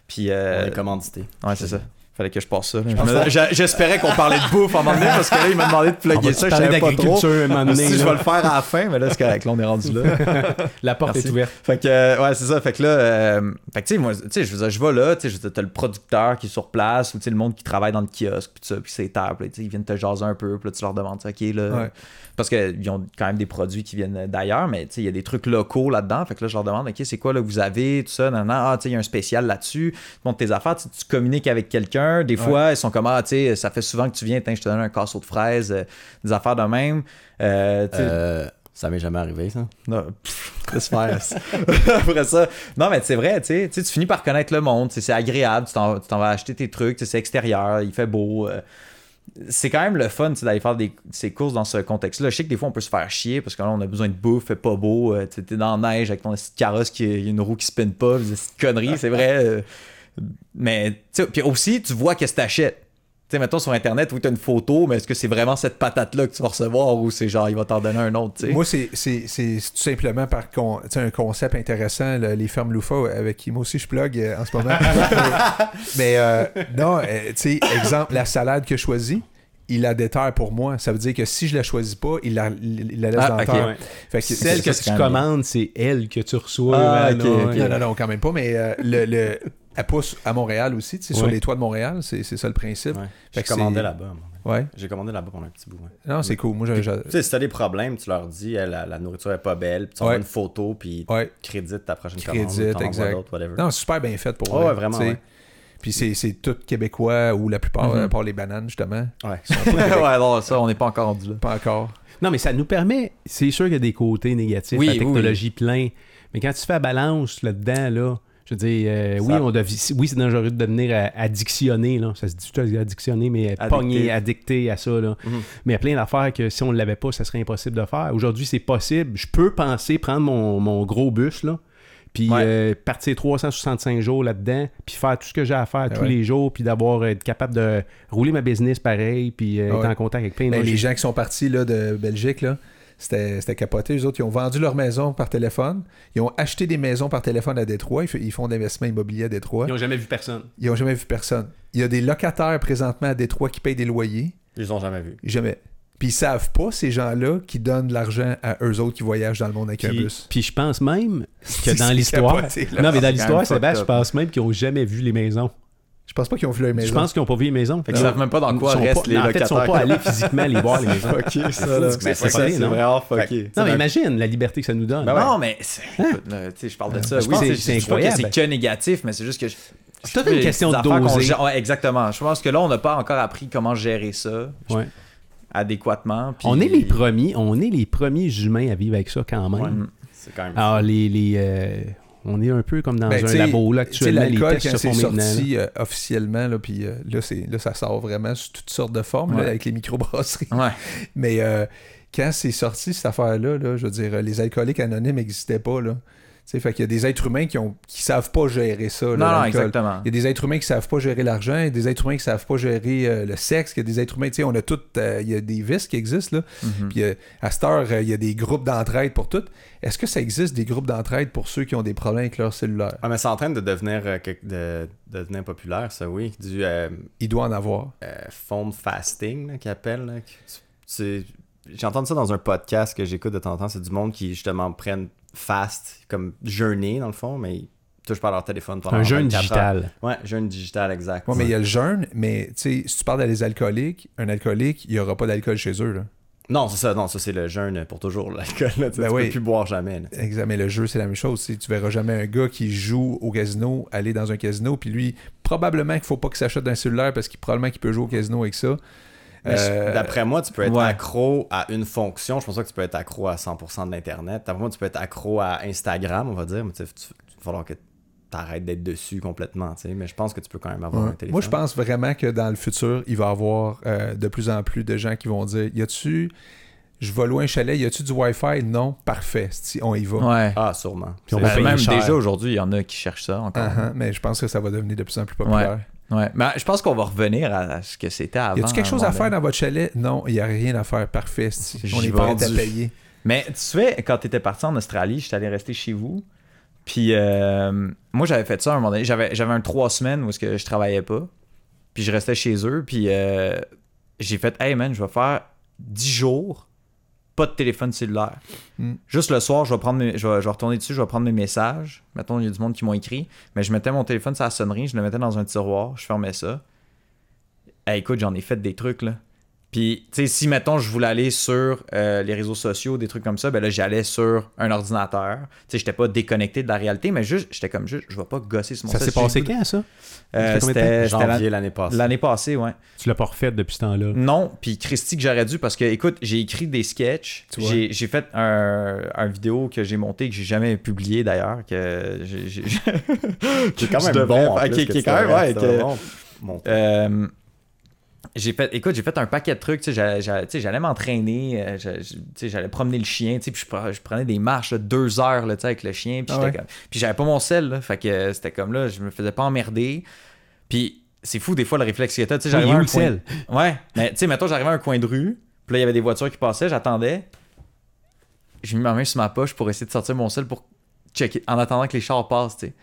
S2: Puis, euh,
S4: On est commandité.
S2: ouais, c'est ça. Fallait que je passe ça. là. Je me- j'a- J'espérais qu'on parlait de bouffe en moment donné, parce que là, il m'a demandé de plugger ça, je savais pas trop.
S3: à un moment donné,
S2: [LAUGHS] Si je
S3: là.
S2: vais le faire à la fin, mais là, c'est correct, là, on est rendu là.
S3: La porte
S2: Merci.
S3: est ouverte.
S2: Fait que, euh, ouais, c'est ça. Fait que là, euh, fait que, tu sais, moi, tu sais, je veux dire, je vais là, tu sais, je veux dire, t'as le producteur qui est sur place ou, tu sais, le monde qui travaille dans le kiosque, puis tout ça, puis c'est table, tu sais, ils viennent te jaser un peu, puis là, tu leur demandes, OK, là.
S1: Ouais.
S2: Parce qu'ils ont quand même des produits qui viennent d'ailleurs, mais, tu sais, il y a des trucs locaux là-dedans. Fait que là, je leur demande, OK, c'est quoi, là, que vous avez, tout ça, nan, nan. ah, tu sais, il y a un spécial là-dessus, tu montres tes affaires, tu, tu communiques avec quelqu'un. Des fois, ils sont comme, ah, tu sais, ça fait souvent que tu viens, tiens, je te donne un casseau de fraises, euh, des affaires de même. Euh, tu sais,
S4: Euh, ça m'est jamais arrivé, ça.
S2: non, pff, laisse faire. [LAUGHS] Après ça, non, mais c'est vrai, tu sais, tu sais, tu finis par connaître le monde, tu sais, c'est agréable, tu t'en tu t'en vas acheter tes trucs, tu sais, c'est extérieur, il fait beau. euh, c'est quand même le fun tu sais, d'aller faire des, ces courses dans ce contexte-là. Je sais que des fois, on peut se faire chier parce que là, on a besoin de bouffe, fait pas beau, euh, tu sais, t'es dans la neige avec ton petit carrosse qui il y a une roue qui spinne pas, puis c'est une connerie, c'est vrai. euh, mais, tu sais, puis aussi, tu vois qu'est-ce que t'achètes. Tu sais, mettons sur Internet, oui, t'as une photo, mais est-ce que c'est vraiment cette patate-là que tu vas recevoir ou c'est genre, il va t'en donner un autre, tu sais?
S1: Moi, c'est c'est- c'est tout simplement par con, tu sais, un concept intéressant, le- les fermes loufa avec qui moi aussi je plug euh, en ce moment. Mais euh, non, euh, tu sais, exemple, la salade que je choisis, il la déterre pour moi. Ça veut dire que si je la choisis pas, il la, il la laisse
S2: Ah,
S1: dans la
S2: ok,
S1: terre.
S3: ouais.
S1: Fait que
S3: Celle
S2: ça,
S3: que
S2: c'est
S3: tu
S2: quand même
S3: commandes, c'est elle que tu reçois.
S2: Ah,
S3: là,
S2: ok,
S3: ouais.
S2: ok.
S1: Non, non, non, quand même pas, mais euh, le, le- elle pousse à Montréal aussi, tu sais, sur
S3: Ouais.
S1: les toits de Montréal, c'est c'est ça le principe.
S4: Ouais.
S1: Fait
S4: J'ai
S1: que c'est-
S4: commandé là-bas. moi.
S1: Ouais.
S4: J'ai commandé là-bas pendant un petit bout. ouais.
S1: Non, c'est cool. Moi, j'ai- j'ai-
S4: Tu sais, si t'as des problèmes, tu leur dis eh, la, la nourriture est pas belle, puis tu envoies
S1: Ouais.
S4: une photo, puis tu
S1: Ouais.
S4: crédites ta prochaine
S1: Crédite,
S4: commande. t'en envoies
S1: exact.
S4: d'autres, whatever.
S1: Non, c'est super bien fait pour
S4: Ah
S1: vrai,
S4: ouais, vraiment,
S1: tu sais.
S4: ouais. Mm-hmm.
S1: Puis c'est, c'est tout québécois ou la plupart, à part les bananes, justement.
S4: Ouais.
S2: [LAUGHS] ouais, alors ça, on n'est pas encore rendu là.
S1: Pas encore.
S3: Non, mais ça nous permet. C'est sûr qu'il y a des côtés négatifs,
S2: Oui,
S3: la
S2: oui,
S3: technologie plein. Mais quand tu fais la balance là-dedans, là, je veux dire, euh, oui, on devi- oui, c'est dangereux de devenir euh, addictionné, là. Ça se dit tout addictionné, mais euh,
S2: Addicté.
S3: pogné, addicté à ça, là. Mais il y a plein d'affaires que si on ne l'avait pas, ça serait impossible de faire. Aujourd'hui, c'est possible. Je peux penser prendre mon, mon gros bus, là. Puis
S2: Ouais.
S3: euh, partir 365 jours là-dedans, puis faire tout ce que j'ai à faire tous
S1: ouais.
S3: les jours, puis d'avoir être capable de rouler ma business pareil, puis euh,
S1: Ah
S3: être
S1: ouais.
S3: en contact avec plein de
S1: Mais les
S3: gens.
S1: gens qui sont partis là, de Belgique, là, c'était, c'était capoté. Les autres, ils ont vendu leur maison par téléphone. Ils ont acheté des maisons par téléphone à Détroit. Ils, f- ils font de l'investissement immobilier à Détroit.
S3: Ils n'ont jamais vu personne.
S1: Ils n'ont jamais vu personne. Il y a des locataires présentement à Détroit qui payent des loyers.
S4: Ils les ont jamais vu.
S1: Jamais. Puis ils savent pas, ces gens-là, qui donnent de l'argent à eux autres qui voyagent dans le monde avec un
S3: Puis,
S1: bus.
S3: puis je pense même que
S1: [LAUGHS] C'est
S3: dans l'histoire.
S1: capoté, là.
S3: Non, mais dans l'histoire,
S2: même
S3: Sébastien, je
S2: fucked
S3: pense même qu'ils n'ont jamais vu les maisons.
S1: Je pense pas qu'ils ont vu leur maison.
S3: Je pense qu'ils n'ont pas vu les maisons. Fait
S2: Ils savent même pas dans quoi
S3: ils sont
S2: restent
S3: pas-
S2: les
S3: en fait, ils sont pas
S2: locataires.
S3: allés physiquement les voir, les maisons.
S2: Fucké, ça,
S4: là.
S2: C'est
S4: C'est
S3: fucké, non?
S2: vraiment
S4: Fait
S2: fucké.
S3: Non, mais imagine la liberté que ça nous donne.
S4: Ben ouais.
S2: Non, mais c'est- euh, tu sais, je parle de ça.
S3: Hein? Ben, Je
S2: Oui,
S3: pense que
S2: c'est
S3: c'est
S2: je dis pas que
S3: incroyable.
S2: C'est que négatif, mais c'est juste que. je-
S3: C'est toute une question de
S2: Des affaires qu'on
S3: doser.
S2: gère- ouais, exactement. Je pense que là, on n'a pas encore appris comment gérer ça
S3: Ouais.
S2: adéquatement. puis-
S3: On est les premiers, on est les premiers humains à vivre avec ça quand même.
S4: Ouais. C'est quand même.
S1: Ah.
S3: Alors, les, les, euh, on est un peu comme dans
S1: Ben,
S3: un
S1: t'sais,
S3: labo là,
S1: t'sais,
S3: actuellement. Les
S1: l'alcool,
S3: tests
S1: quand
S3: se
S1: c'est
S3: font maintenant.
S1: sorti euh, officiellement, là, puis euh, là, c'est- là, ça sort vraiment sous toutes sortes de formes, là,
S2: Ouais.
S1: avec les microbrasseries. [LAUGHS]
S2: Ouais.
S1: Mais euh, quand c'est sorti, cette affaire-là, là, je veux dire, euh, les alcooliques anonymes n'existaient pas. Là. Tu sais, Fait qu'il y a des êtres humains qui ont qui savent pas gérer ça. là,
S2: Non, non,
S1: l'alcool.
S2: exactement.
S1: Il y a des êtres humains qui savent pas gérer l'argent, il y a des êtres humains qui savent pas gérer euh, le sexe, il y a des êtres humains, tu sais, on a tout, euh, il y a des vices qui existent, là.
S2: Mhm.
S1: Puis euh, à cette heure, euh, il y a des groupes d'entraide pour tout. Est-ce que ça existe des groupes d'entraide pour ceux qui ont des problèmes avec leur cellulaire?
S4: Ah, mais c'est en train de devenir, euh, quelque- de, de devenir populaire, ça, oui. Du euh,
S1: Il doit en avoir.
S4: euh, phone fasting, là, qu'ils appellent. là, que tu- c'est- J'ai entendu ça dans un podcast que j'écoute de temps en temps. C'est du monde qui, justement, prennent fast, comme jeûner, dans le fond, mais ils touchent pas leur téléphone pendant
S3: Un jeûne
S4: 24 heures.
S3: digital.
S4: Ouais, jeûne digital, exact.
S1: Ouais, mais il y a le jeûne, mais tu sais, si tu parles des alcooliques, un alcoolique, il n'y aura pas d'alcool chez eux. Là.
S4: Non, c'est ça, non, ça c'est le jeûne pour toujours, l'alcool. là, tu sais,
S1: Ben
S4: tu
S1: oui.
S4: peux plus boire jamais. là.
S1: Exact, Mais le jeu, c'est la même chose. Tu sais, tu verras jamais un gars qui joue au casino, aller dans un casino, puis lui, probablement qu'il faut pas qu'il s'achète un cellulaire parce qu'il probablement qu'il peut jouer au casino avec ça.
S4: Mais je-
S1: Euh,
S4: D'après moi, tu peux être
S2: ouais.
S4: accro à une fonction. Je pense pas que tu peux être accro à 100% de l'Internet. D'après moi, tu peux être accro à Instagram, on va dire, mais tu sais, tu- il va falloir que tu arrêtes d'être dessus complètement. tu sais. Mais je pense que tu peux quand même avoir
S1: Ouais.
S4: un téléphone.
S1: Moi, je pense vraiment que dans le futur, il va y avoir euh, de plus en plus de gens qui vont dire Y a-tu, je vais louer un chalet, y a-tu du Wi-Fi Non, parfait, si on y va.
S2: Ouais.
S4: Ah, sûrement.
S3: Puis on
S4: C'est-
S3: va
S2: Ben,
S3: payer
S2: même
S3: cher.
S2: déjà aujourd'hui, il y en a qui cherchent ça encore.
S1: Uh-huh, mais je pense que ça va devenir de plus en plus populaire.
S2: Ouais. Mais je pense qu'on va revenir à ce que c'était avant.
S1: Y a-tu quelque chose
S2: un
S1: à
S2: moment
S1: faire
S2: donné.
S1: dans votre chalet Non, il y a rien à faire, parfait. si.
S2: J'y
S1: On est
S2: vais.
S1: prêt à
S4: Vendu.
S1: payer.
S2: Mais tu sais, quand t'étais parti en Australie, j'étais allé rester chez vous. Puis euh, moi, j'avais fait ça à un moment donné. J'avais, j'avais un trois semaines où est-ce que je travaillais pas. Puis je restais chez eux. Puis euh, j'ai fait, hey man, je vais faire 10 jours, pas de téléphone cellulaire.
S3: Hmm.
S1: Mm.
S2: Juste le soir, je vais, prendre mes- je, vais, je vais retourner dessus, je vais prendre mes messages. Mettons, il y a du monde qui m'ont écrit. Mais je mettais mon téléphone sur la sonnerie, je le mettais dans un tiroir, je fermais ça. Hey, écoute, j'en ai fait des trucs là. Puis, tu sais, si, mettons, je voulais aller sur euh, les réseaux sociaux, des trucs comme ça, ben là, j'allais sur un ordinateur. Tu sais, j'étais pas déconnecté de la réalité, mais juste, j'étais comme juste, je vais pas gosser sur mon
S3: Ça s'est
S2: cell.
S3: passé
S2: J'ai-
S3: quand, ça?
S2: Euh,
S3: Ça fait combien de
S2: C'était c'était
S4: Janvier
S2: l'an-
S4: l'année passée. [LAUGHS]
S2: l'année passée, ouais.
S3: Tu l'as pas refait depuis ce temps-là.
S2: Non, puis Christy, que j'aurais dû, parce que, écoute, j'ai écrit des sketchs.
S1: Tu vois.
S2: J'ai j'ai fait un, un vidéo que j'ai monté, que j'ai jamais publié d'ailleurs, que j'ai- j'ai- [LAUGHS]
S4: Qui est quand
S2: Je
S4: même
S2: devrais-
S4: bon. en
S2: ah,
S4: plus,
S2: qui-
S4: que
S2: qui est
S4: tu
S2: quand même-
S4: devrais-
S2: ouais, que-
S4: tu devrais bon. Bon.
S2: Euh, j'ai fait, écoute, j'ai fait un paquet de trucs. tu sais, J'allais, j'allais- tu sais, j'allais m'entraîner, euh, j'a- tu sais, j'allais promener le chien, tu sais, puis je, pre- je prenais des marches là, deux heures là, tu sais, avec le chien. Puis,
S1: Ah
S2: j'étais
S1: ouais.
S2: comme- puis j'avais pas mon sel, là, fait que euh, c'était comme là, je me faisais pas emmerder. Puis c'est fou des fois le réflexe que t'as. tu sais,
S3: Oui, il
S2: J'arrivais
S3: est
S2: à
S3: où
S2: un
S3: le
S2: coin-
S3: sel?
S2: Ouais, mais tu sais, mettons, j'arrivais à un coin de rue, puis là, il y avait des voitures qui passaient, j'attendais. J'ai mis ma main sur ma poche pour essayer de sortir mon sel pour checker, en attendant que les chars passent, tu sais.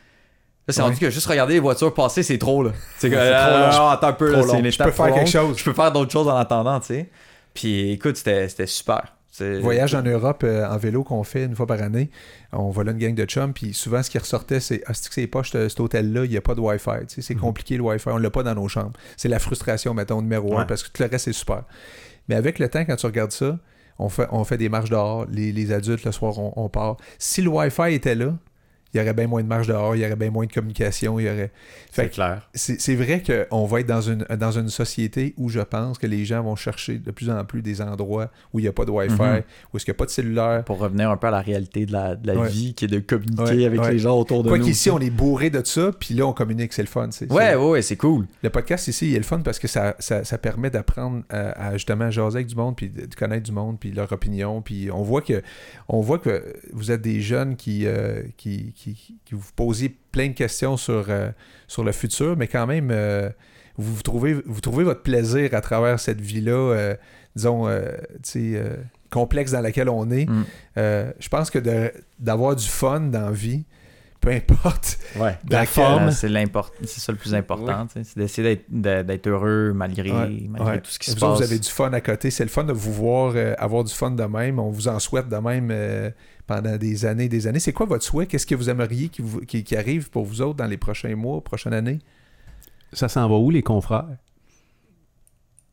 S2: Là, c'est
S1: Ouais.
S2: rendu que juste regarder les voitures passer, c'est trop, là. C'est que,
S4: C'est trop
S2: euh,
S4: long.
S2: non, attends un peu,
S4: Trop
S2: là, c'est
S4: long.
S2: une
S4: Je
S2: étape
S1: peux faire
S2: trop
S1: quelque
S2: longue.
S1: chose.
S2: Je peux faire d'autres choses en attendant, tu sais. Puis écoute, c'était c'était super. C'est-
S1: voyage en Europe euh, en vélo qu'on fait une fois par année, on va là une gang de chums, puis souvent ce qui ressortait, c'est Ah, c'est que c'est poche, cet hôtel-là, il n'y a pas de Wi-Fi. Tu sais, C'est
S2: Mhm.
S1: compliqué le Wi-Fi, on l'a pas dans nos chambres. C'est la frustration, mettons, numéro un,
S4: Ouais.
S1: parce que tout le reste, c'est super. Mais avec le temps, quand tu regardes ça, on fait, on fait des marches dehors, les, les adultes, le soir, on, on part. Si le Wi-Fi était là, il y aurait bien moins de marches dehors, il y aurait bien moins de communication, il y aurait. Fait
S4: C'est
S1: que-
S4: clair.
S1: c'est c'est vrai qu'on va être dans une, dans une société où je pense que les gens vont chercher de plus en plus des endroits où il n'y a pas de Wi-Fi,
S2: Mhm.
S1: où est-ce qu'il n'y a pas de cellulaire.
S2: Pour revenir un peu à la réalité de la, de la
S1: Ouais.
S2: vie, qui est de communiquer
S1: Ouais,
S2: avec
S1: ouais.
S2: les gens autour de
S1: Quoi
S2: nous. [LAUGHS]
S1: qu'ici, on est bourré de ça, puis là, on communique, c'est le fun. c'est-
S2: Ouais,
S1: c'est-
S2: ouais, ouais, c'est cool.
S1: Le podcast ici, il est le fun parce que ça, ça, ça permet d'apprendre euh, à, à justement jaser avec du monde, puis de de connaître du monde, puis leur opinion. Puis on voit que, on voit que vous êtes des jeunes qui, euh, qui, qui, qui vous posez plein de questions sur, euh, sur le futur, mais quand même, euh, vous, vous trouvez, vous trouvez votre plaisir à travers cette vie-là, euh, disons, euh, tu sais, euh, complexe dans laquelle on est.
S2: Mm.
S1: Euh, je pense que de- d'avoir du fun dans la vie, peu importe
S4: Ouais.
S1: la
S2: Euh,
S1: forme.
S2: C'est l'import- c'est ça le plus important, tu sais, c'est d'essayer d'être- de- d'être heureux malgré,
S1: Ouais,
S2: malgré
S1: ouais.
S2: tout ce qui
S1: vous
S2: se
S1: autres,
S2: passe.
S1: Vous avez du fun à côté. C'est le fun de vous voir euh, avoir du fun de même. On vous en souhaite de même euh, pendant des années des années. C'est quoi votre souhait? Qu'est-ce que vous aimeriez qui, vous- qui- qui arrive pour vous autres dans les prochains mois, prochaines années?
S3: Ça s'en va où, les confrères?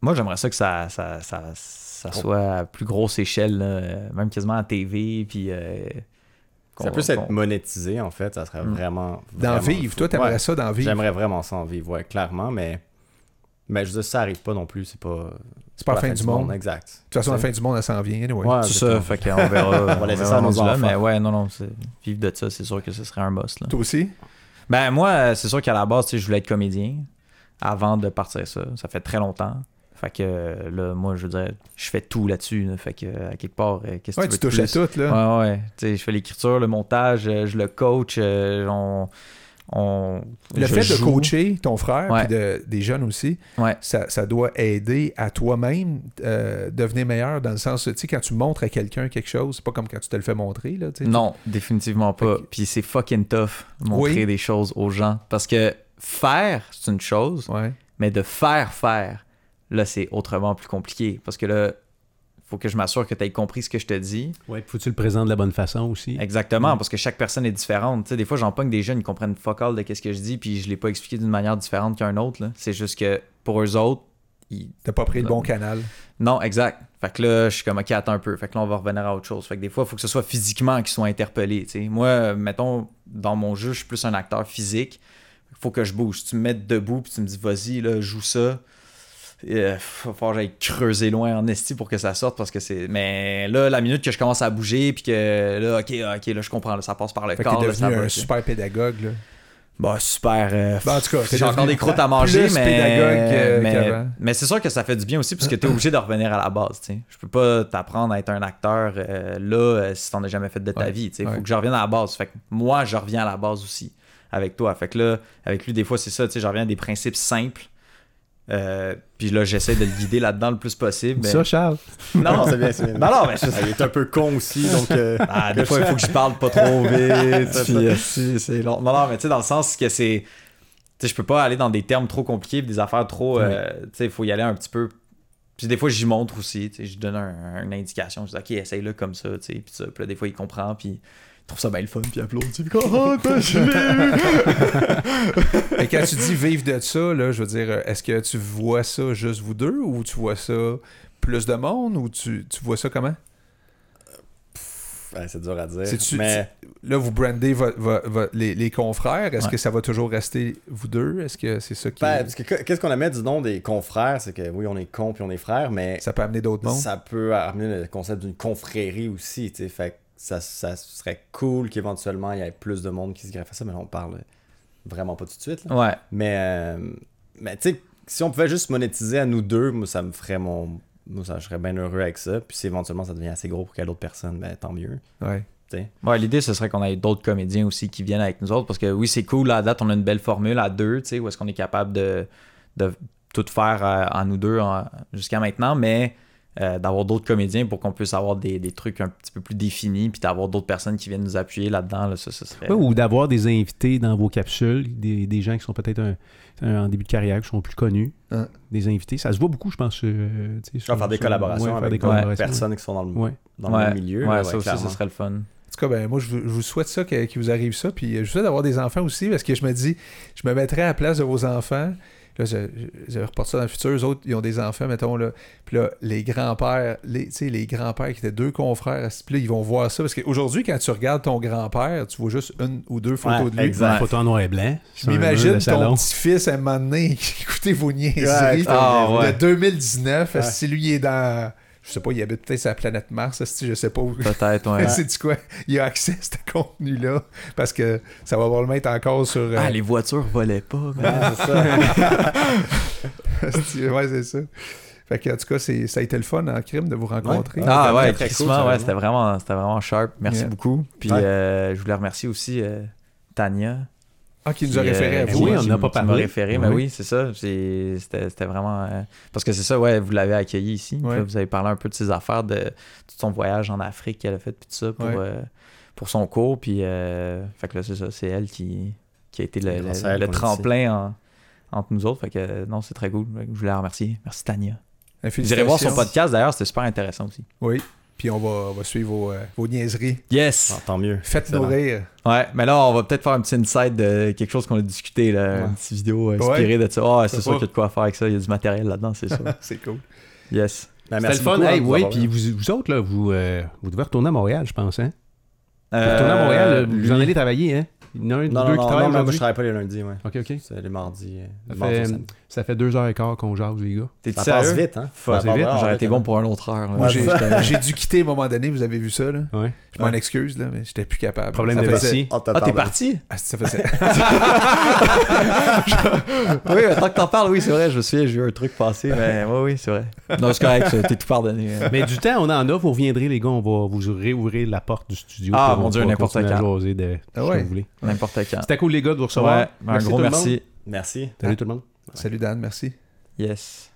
S2: Moi, j'aimerais ça que ça, ça, ça, ça soit à plus grosse échelle, là, euh, même quasiment à TV, puis... euh,
S4: Ça
S2: qu'on-
S4: peut
S2: qu'on-
S4: être monétisé, en fait. Ça serait vraiment.
S1: D'en
S4: vraiment
S1: vivre.
S4: fou.
S1: Toi, t'aimerais
S4: Ouais.
S1: ça d'en vivre.
S4: J'aimerais vraiment ça en vivre, ouais, clairement, mais. Mais je veux dire, ça arrive pas non plus, c'est pas.
S1: C'est pas la fin du monde. De
S4: Exact.
S1: toute façon, la fin du monde, elle s'en vient. anyway.
S4: Ouais,
S2: C'est
S4: exactement.
S2: ça, fait
S1: [LAUGHS]
S2: qu'on verra. on
S4: laisser
S2: verra
S4: ça à nos
S2: rendu là,
S4: enfants.
S2: Mais ouais, non, non, c'est- vivre de ça, c'est sûr que ce serait un boss. Là.
S1: Toi aussi?
S2: Ben moi, euh, c'est sûr qu'à la base, tu sais, je voulais être comédien avant de partir ça. Ça fait très longtemps. Fait que euh, là, moi, je veux dire, je fais tout là-dessus. là. Fait que euh, à quelque part, euh, qu'est-ce que
S1: Ouais,
S2: tu
S1: tu
S2: veux de
S1: touches à
S2: plus?
S1: tout, là.
S2: Ouais, ouais. Tu sais, je fais l'écriture, le montage, euh, je le coach, euh, on. on
S1: Le
S2: je
S1: fait
S2: joue.
S1: de coacher ton frère
S2: Ouais.
S1: puis de- des jeunes aussi,
S2: Ouais.
S1: ça, ça doit aider à toi-même euh, devenir meilleur dans le sens, tu sais, quand tu montres à quelqu'un quelque chose, c'est pas comme quand tu te le fais montrer, là, tu sais.
S2: Non, définitivement pas. Puis c'est fucking tough montrer
S1: Oui.
S2: des choses aux gens. Parce que faire, c'est une chose.
S1: Ouais.
S2: Mais de faire faire, là, c'est autrement plus compliqué. Parce que là, faut que je m'assure que tu aies compris ce que je te dis.
S3: Ouais, puis faut-tu le présenter de la bonne façon aussi?
S2: Exactement, parce que chaque personne est différente. Tu sais, des fois, j'en pogne des jeunes, ils comprennent fuck all de qu'est-ce que je dis, puis je l'ai pas expliqué d'une manière différente qu'un autre. là. C'est juste que pour eux autres, ils...
S1: T'as pas pris le bon canal.
S2: non, exact. Fait que là, je suis comme, ok, attends un peu. Fait que là, on va revenir à autre chose. Fait que des fois, il faut que ce soit physiquement qu'ils soient interpellés. tu sais. Moi, euh, mettons, dans mon jeu, je suis plus un acteur physique. Faut que je bouge. Tu me mets debout, puis tu me dis, vas-y, là, joue ça. Euh, faut faut que j'aille creuser loin en esti pour que ça sorte parce que c'est mais là la minute que je commence à bouger puis que là ok ok là je comprends là, ça passe par le
S1: Fait que
S2: corps
S1: t'es
S2: là, ça
S1: devenu
S2: va,
S1: un
S2: là.
S1: super pédagogue, là.
S2: Bah, super. euh,
S1: Ben, en tout cas, t'es
S2: j'ai encore
S1: devenu
S2: des croûtes à manger,
S1: plus
S2: mais.
S1: pédagogue que-
S2: mais,
S1: qu'avant.
S2: mais c'est sûr que ça fait du bien aussi, parce que t'es obligé de revenir à la base. tu sais. Je peux pas t'apprendre à être un acteur euh, là euh, si t'en as jamais fait de ta
S1: Ouais,
S2: vie. Il
S1: ouais.
S2: faut que je revienne à la base. Fait que moi, je reviens à la base aussi avec toi. Fait que là, avec lui, des fois, c'est ça. tu sais, Je reviens à des principes simples. Euh, puis là, j'essaie de le guider là-dedans le plus possible.
S4: Ben
S2: mais-
S3: Ça, Charles?
S2: non, non,
S4: c'est
S2: c'est-
S4: bien, c'est bien.
S2: non, non, mais c'est-
S4: Ah, il est un peu con aussi, donc. euh,
S2: ah, des fois, il faut que je parle pas trop vite. puis, euh, si, c'est long. Non, non, mais tu sais, dans le sens que c'est. Tu sais, je peux pas aller dans des termes trop compliqués, puis des affaires trop. euh, tu sais, il faut y aller un petit peu. Puis des fois, j'y montre aussi. Tu sais, je donne un- une indication. Je dis, OK, essaye-le comme ça. Tu sais, puis ça. Puis là, des fois, il comprend, puis il trouve ça bien le fun, puis il applaudit. [LAUGHS] Puis, oh, t'as- je l'ai eu!
S1: [LAUGHS] Et quand tu dis vivre de ça, là, je veux dire, euh, est-ce que tu vois ça juste vous deux ou tu vois ça plus de monde ou tu, tu vois ça comment?
S4: ouais, c'est dur à dire.
S1: C'est-tu-
S4: mais
S1: Là, vous brandez vo- vo- vo- les, les confrères. Est-ce
S2: Ouais.
S1: que ça va toujours rester vous deux? Est-ce que c'est ça qui.
S4: ben, parce que que- qu'est-ce qu'on amène du nom des confrères C'est que oui, on est con puis on est frères, mais
S1: ça peut amener d'autres mondes?
S4: ça peut amener le concept d'une confrérie aussi. tu sais, Fait que ça, ça serait cool qu'éventuellement il y ait plus de monde qui se greffe à ça, mais là, on parle vraiment pas tout de suite. là.
S2: Ouais.
S4: Mais, euh, mais tu sais, si on pouvait juste monétiser à nous deux, moi, ça me ferait mon. Moi, ça, je serais bien heureux avec ça. Puis si éventuellement ça devient assez gros pour qu'il y ait d'autres personnes, ben tant mieux.
S1: Ouais.
S2: Ouais, l'idée, ce serait qu'on ait d'autres comédiens aussi qui viennent avec nous autres. Parce que oui, c'est cool, là, à date, on a une belle formule à deux, tu sais, où est-ce qu'on est capable de, de tout faire euh, en nous deux en- jusqu'à maintenant, mais euh, d'avoir d'autres comédiens pour qu'on puisse avoir des, des trucs un petit peu plus définis, puis d'avoir d'autres personnes qui viennent nous appuyer là-dedans, là, ça, ce serait.
S3: Ouais, ou d'avoir des invités dans vos capsules, des, des gens qui sont peut-être un- un- en début de carrière, qui sont plus connus,
S1: Hein.
S3: des invités. Ça se voit beaucoup, je pense. euh, tu sais, sur-
S4: Genre Ah, faire des
S3: sur-
S4: collaborations
S3: ouais, faire
S4: avec
S3: des
S4: d'autres
S3: collaborations.
S4: personnes qui sont dans le,
S3: Ouais.
S4: dans le
S2: Ouais,
S4: même milieu.
S2: ouais,
S4: là, ouais,
S2: ça aussi,
S4: clairement.
S2: ce serait le fun.
S1: En tout cas, ben, moi, je vous, je vous souhaite ça, que- qu'il vous arrive ça. Puis euh, je vous souhaite d'avoir des enfants aussi, parce que je me dis, je me mettrais à la place de vos enfants. Là, je, je- je reporte ça dans le futur. Eux autres, ils ont des enfants, mettons, là. Puis là, les grands-pères, les, tu sais, les grands-pères qui étaient deux confrères, puis là, ils vont voir ça. Parce qu'aujourd'hui, quand tu regardes ton grand-père, tu vois juste une ou deux photos
S4: Ouais,
S1: de lui.
S4: exact. Ouais.
S3: Photo en noir et blanc.
S1: Je
S3: sur un mur
S1: m'imagine
S3: de salon.
S1: ton petit-fils à un moment donné, [LAUGHS] écoutez vos niaiseries
S4: Ouais,
S2: ah,
S1: de
S2: ouais.
S1: 2019. Si lui il est dans. Je sais pas, il habite peut-être sur la planète Mars, si je sais pas où. [LAUGHS]
S2: Peut-être, ouais.
S1: C'est du quoi? Il a accès à ce contenu-là parce que ça va probablement être encore sur. euh,
S2: [LAUGHS] Ah, les voitures volaient pas, man.
S4: Ah, c'est ça.
S1: [LAUGHS] asti, ouais, c'est ça. Fait que, en tout cas, c'est- ça a été le fun en crime de vous rencontrer.
S4: Ouais.
S2: Ah
S4: c'était
S2: ouais,
S4: très cool,
S2: crissement,
S4: ça,
S2: ouais,
S4: vraiment.
S2: c'était vraiment, c'était vraiment sharp. Merci
S1: Yeah.
S2: beaucoup. Puis
S4: Ouais.
S2: euh, je voulais remercier aussi euh, Tania.
S1: Ah, qui nous a
S2: Puis,
S1: référé à
S2: euh,
S1: vous.
S3: ben
S1: hein.
S3: oui,
S2: qui-
S3: on n'a pas
S2: qui m'a
S3: parlé.
S2: référé, mais
S3: Oui.
S2: oui, c'est ça. C'est- C'était c'était vraiment. euh, parce que c'est ça, ouais, vous l'avez accueilli ici. Puis
S1: Ouais.
S2: là, vous avez parlé un peu de ses affaires, de tout son voyage en Afrique qu'elle a fait, puis tout ça, pour,
S1: Ouais.
S2: euh, pour son cours. Puis, euh, fait que là, c'est ça, c'est elle qui, qui a été le,
S4: Grâce
S2: le-
S4: à elle
S2: le
S4: qu'on est
S2: tremplin en- entre nous autres. Fait que euh, non, c'est très cool. Fait que Je voulais la remercier. Merci Tania. Vous irez
S1: Félicitations.
S2: voir son podcast d'ailleurs, c'était super intéressant aussi.
S1: Oui. Puis on va, on va suivre vos, euh, vos niaiseries.
S2: Yes!
S4: Ah, tant mieux.
S1: Faites-nous
S4: Excellent.
S1: rire.
S2: Ouais, mais là, on va peut-être faire un petit insight de quelque chose qu'on a discuté, là,
S4: Ouais.
S2: une petite vidéo inspirée de ça. Ah, c'est
S1: Ça
S2: sûr
S1: va.
S2: qu'il y a de quoi faire avec ça, il y a du matériel là-dedans, c'est
S4: [LAUGHS]
S2: sûr.
S1: C'est cool.
S2: yes.
S4: Ben,
S3: C'était
S4: merci
S3: le fun.
S4: beaucoup, hein,
S3: Hey,
S4: de nous
S3: ouais,
S4: avoir
S3: puis vous, vous autres, là, vous, euh, vous devez retourner à Montréal, je pense. Hein? Vous
S2: Euh,
S3: retournez à Montréal, vous
S2: lui-
S3: en allez travailler. Hein? Il y en a un, deux
S4: Non, non,
S3: qui
S4: non,
S3: travaillent
S4: non, mais moi, je
S3: aujourd'hui.
S4: travaille pas les lundis, ouais.
S3: Ok, ok.
S4: C'est les mardis. euh,
S3: Ça
S4: le mardi au
S3: fait-
S4: samedi.
S3: Ça fait deux heures et quart qu'on jase, les gars.
S2: T'es
S4: Ça
S2: sérieux?
S4: passe vite, hein?
S2: Faut passer
S4: Ça passe
S2: vite.
S4: vraiment
S2: J'aurais été
S4: vite,
S2: bon
S4: hein.
S2: pour un autre heure. là. Ah,
S1: Moi,
S4: Ouais,
S1: j'ai-
S4: c'est
S1: J'ai dû quitter à un moment donné, vous avez vu ça, là?
S3: Ouais.
S1: Je m'en excuse, là, mais j'étais plus capable.
S3: Problème
S1: Ça
S3: de
S1: faisait-
S3: vessie.
S4: Ah,
S2: Ah, t'es
S4: pardon. [LAUGHS]
S2: parti?
S1: Ah, ça faisait... [LAUGHS]
S2: Oui, tant que t'en parles, oui, c'est vrai, je me souviens, j'ai eu un truc passé, [LAUGHS] mais Ben, oui, oui, c'est vrai. Non, c'est correct, ça, t'es tout pardonné. hein.
S3: Mais du temps, on en a, vous reviendrez, les gars, on va vous réouvrir la porte du studio.
S2: Ah,
S3: puis on
S2: mon Dieu,
S3: va
S2: n'importe
S3: continuer à
S2: quand.
S3: jaser de ce
S1: Ah ouais.
S3: que vous voulez.
S2: N'importe quand.
S3: C'était cool, les gars, de vous recevoir.
S2: Ouais, un gros
S3: tout le monde.
S2: merci.
S4: Merci.
S3: Salut tout le monde.
S1: Salut, Dan, merci.
S2: Yes.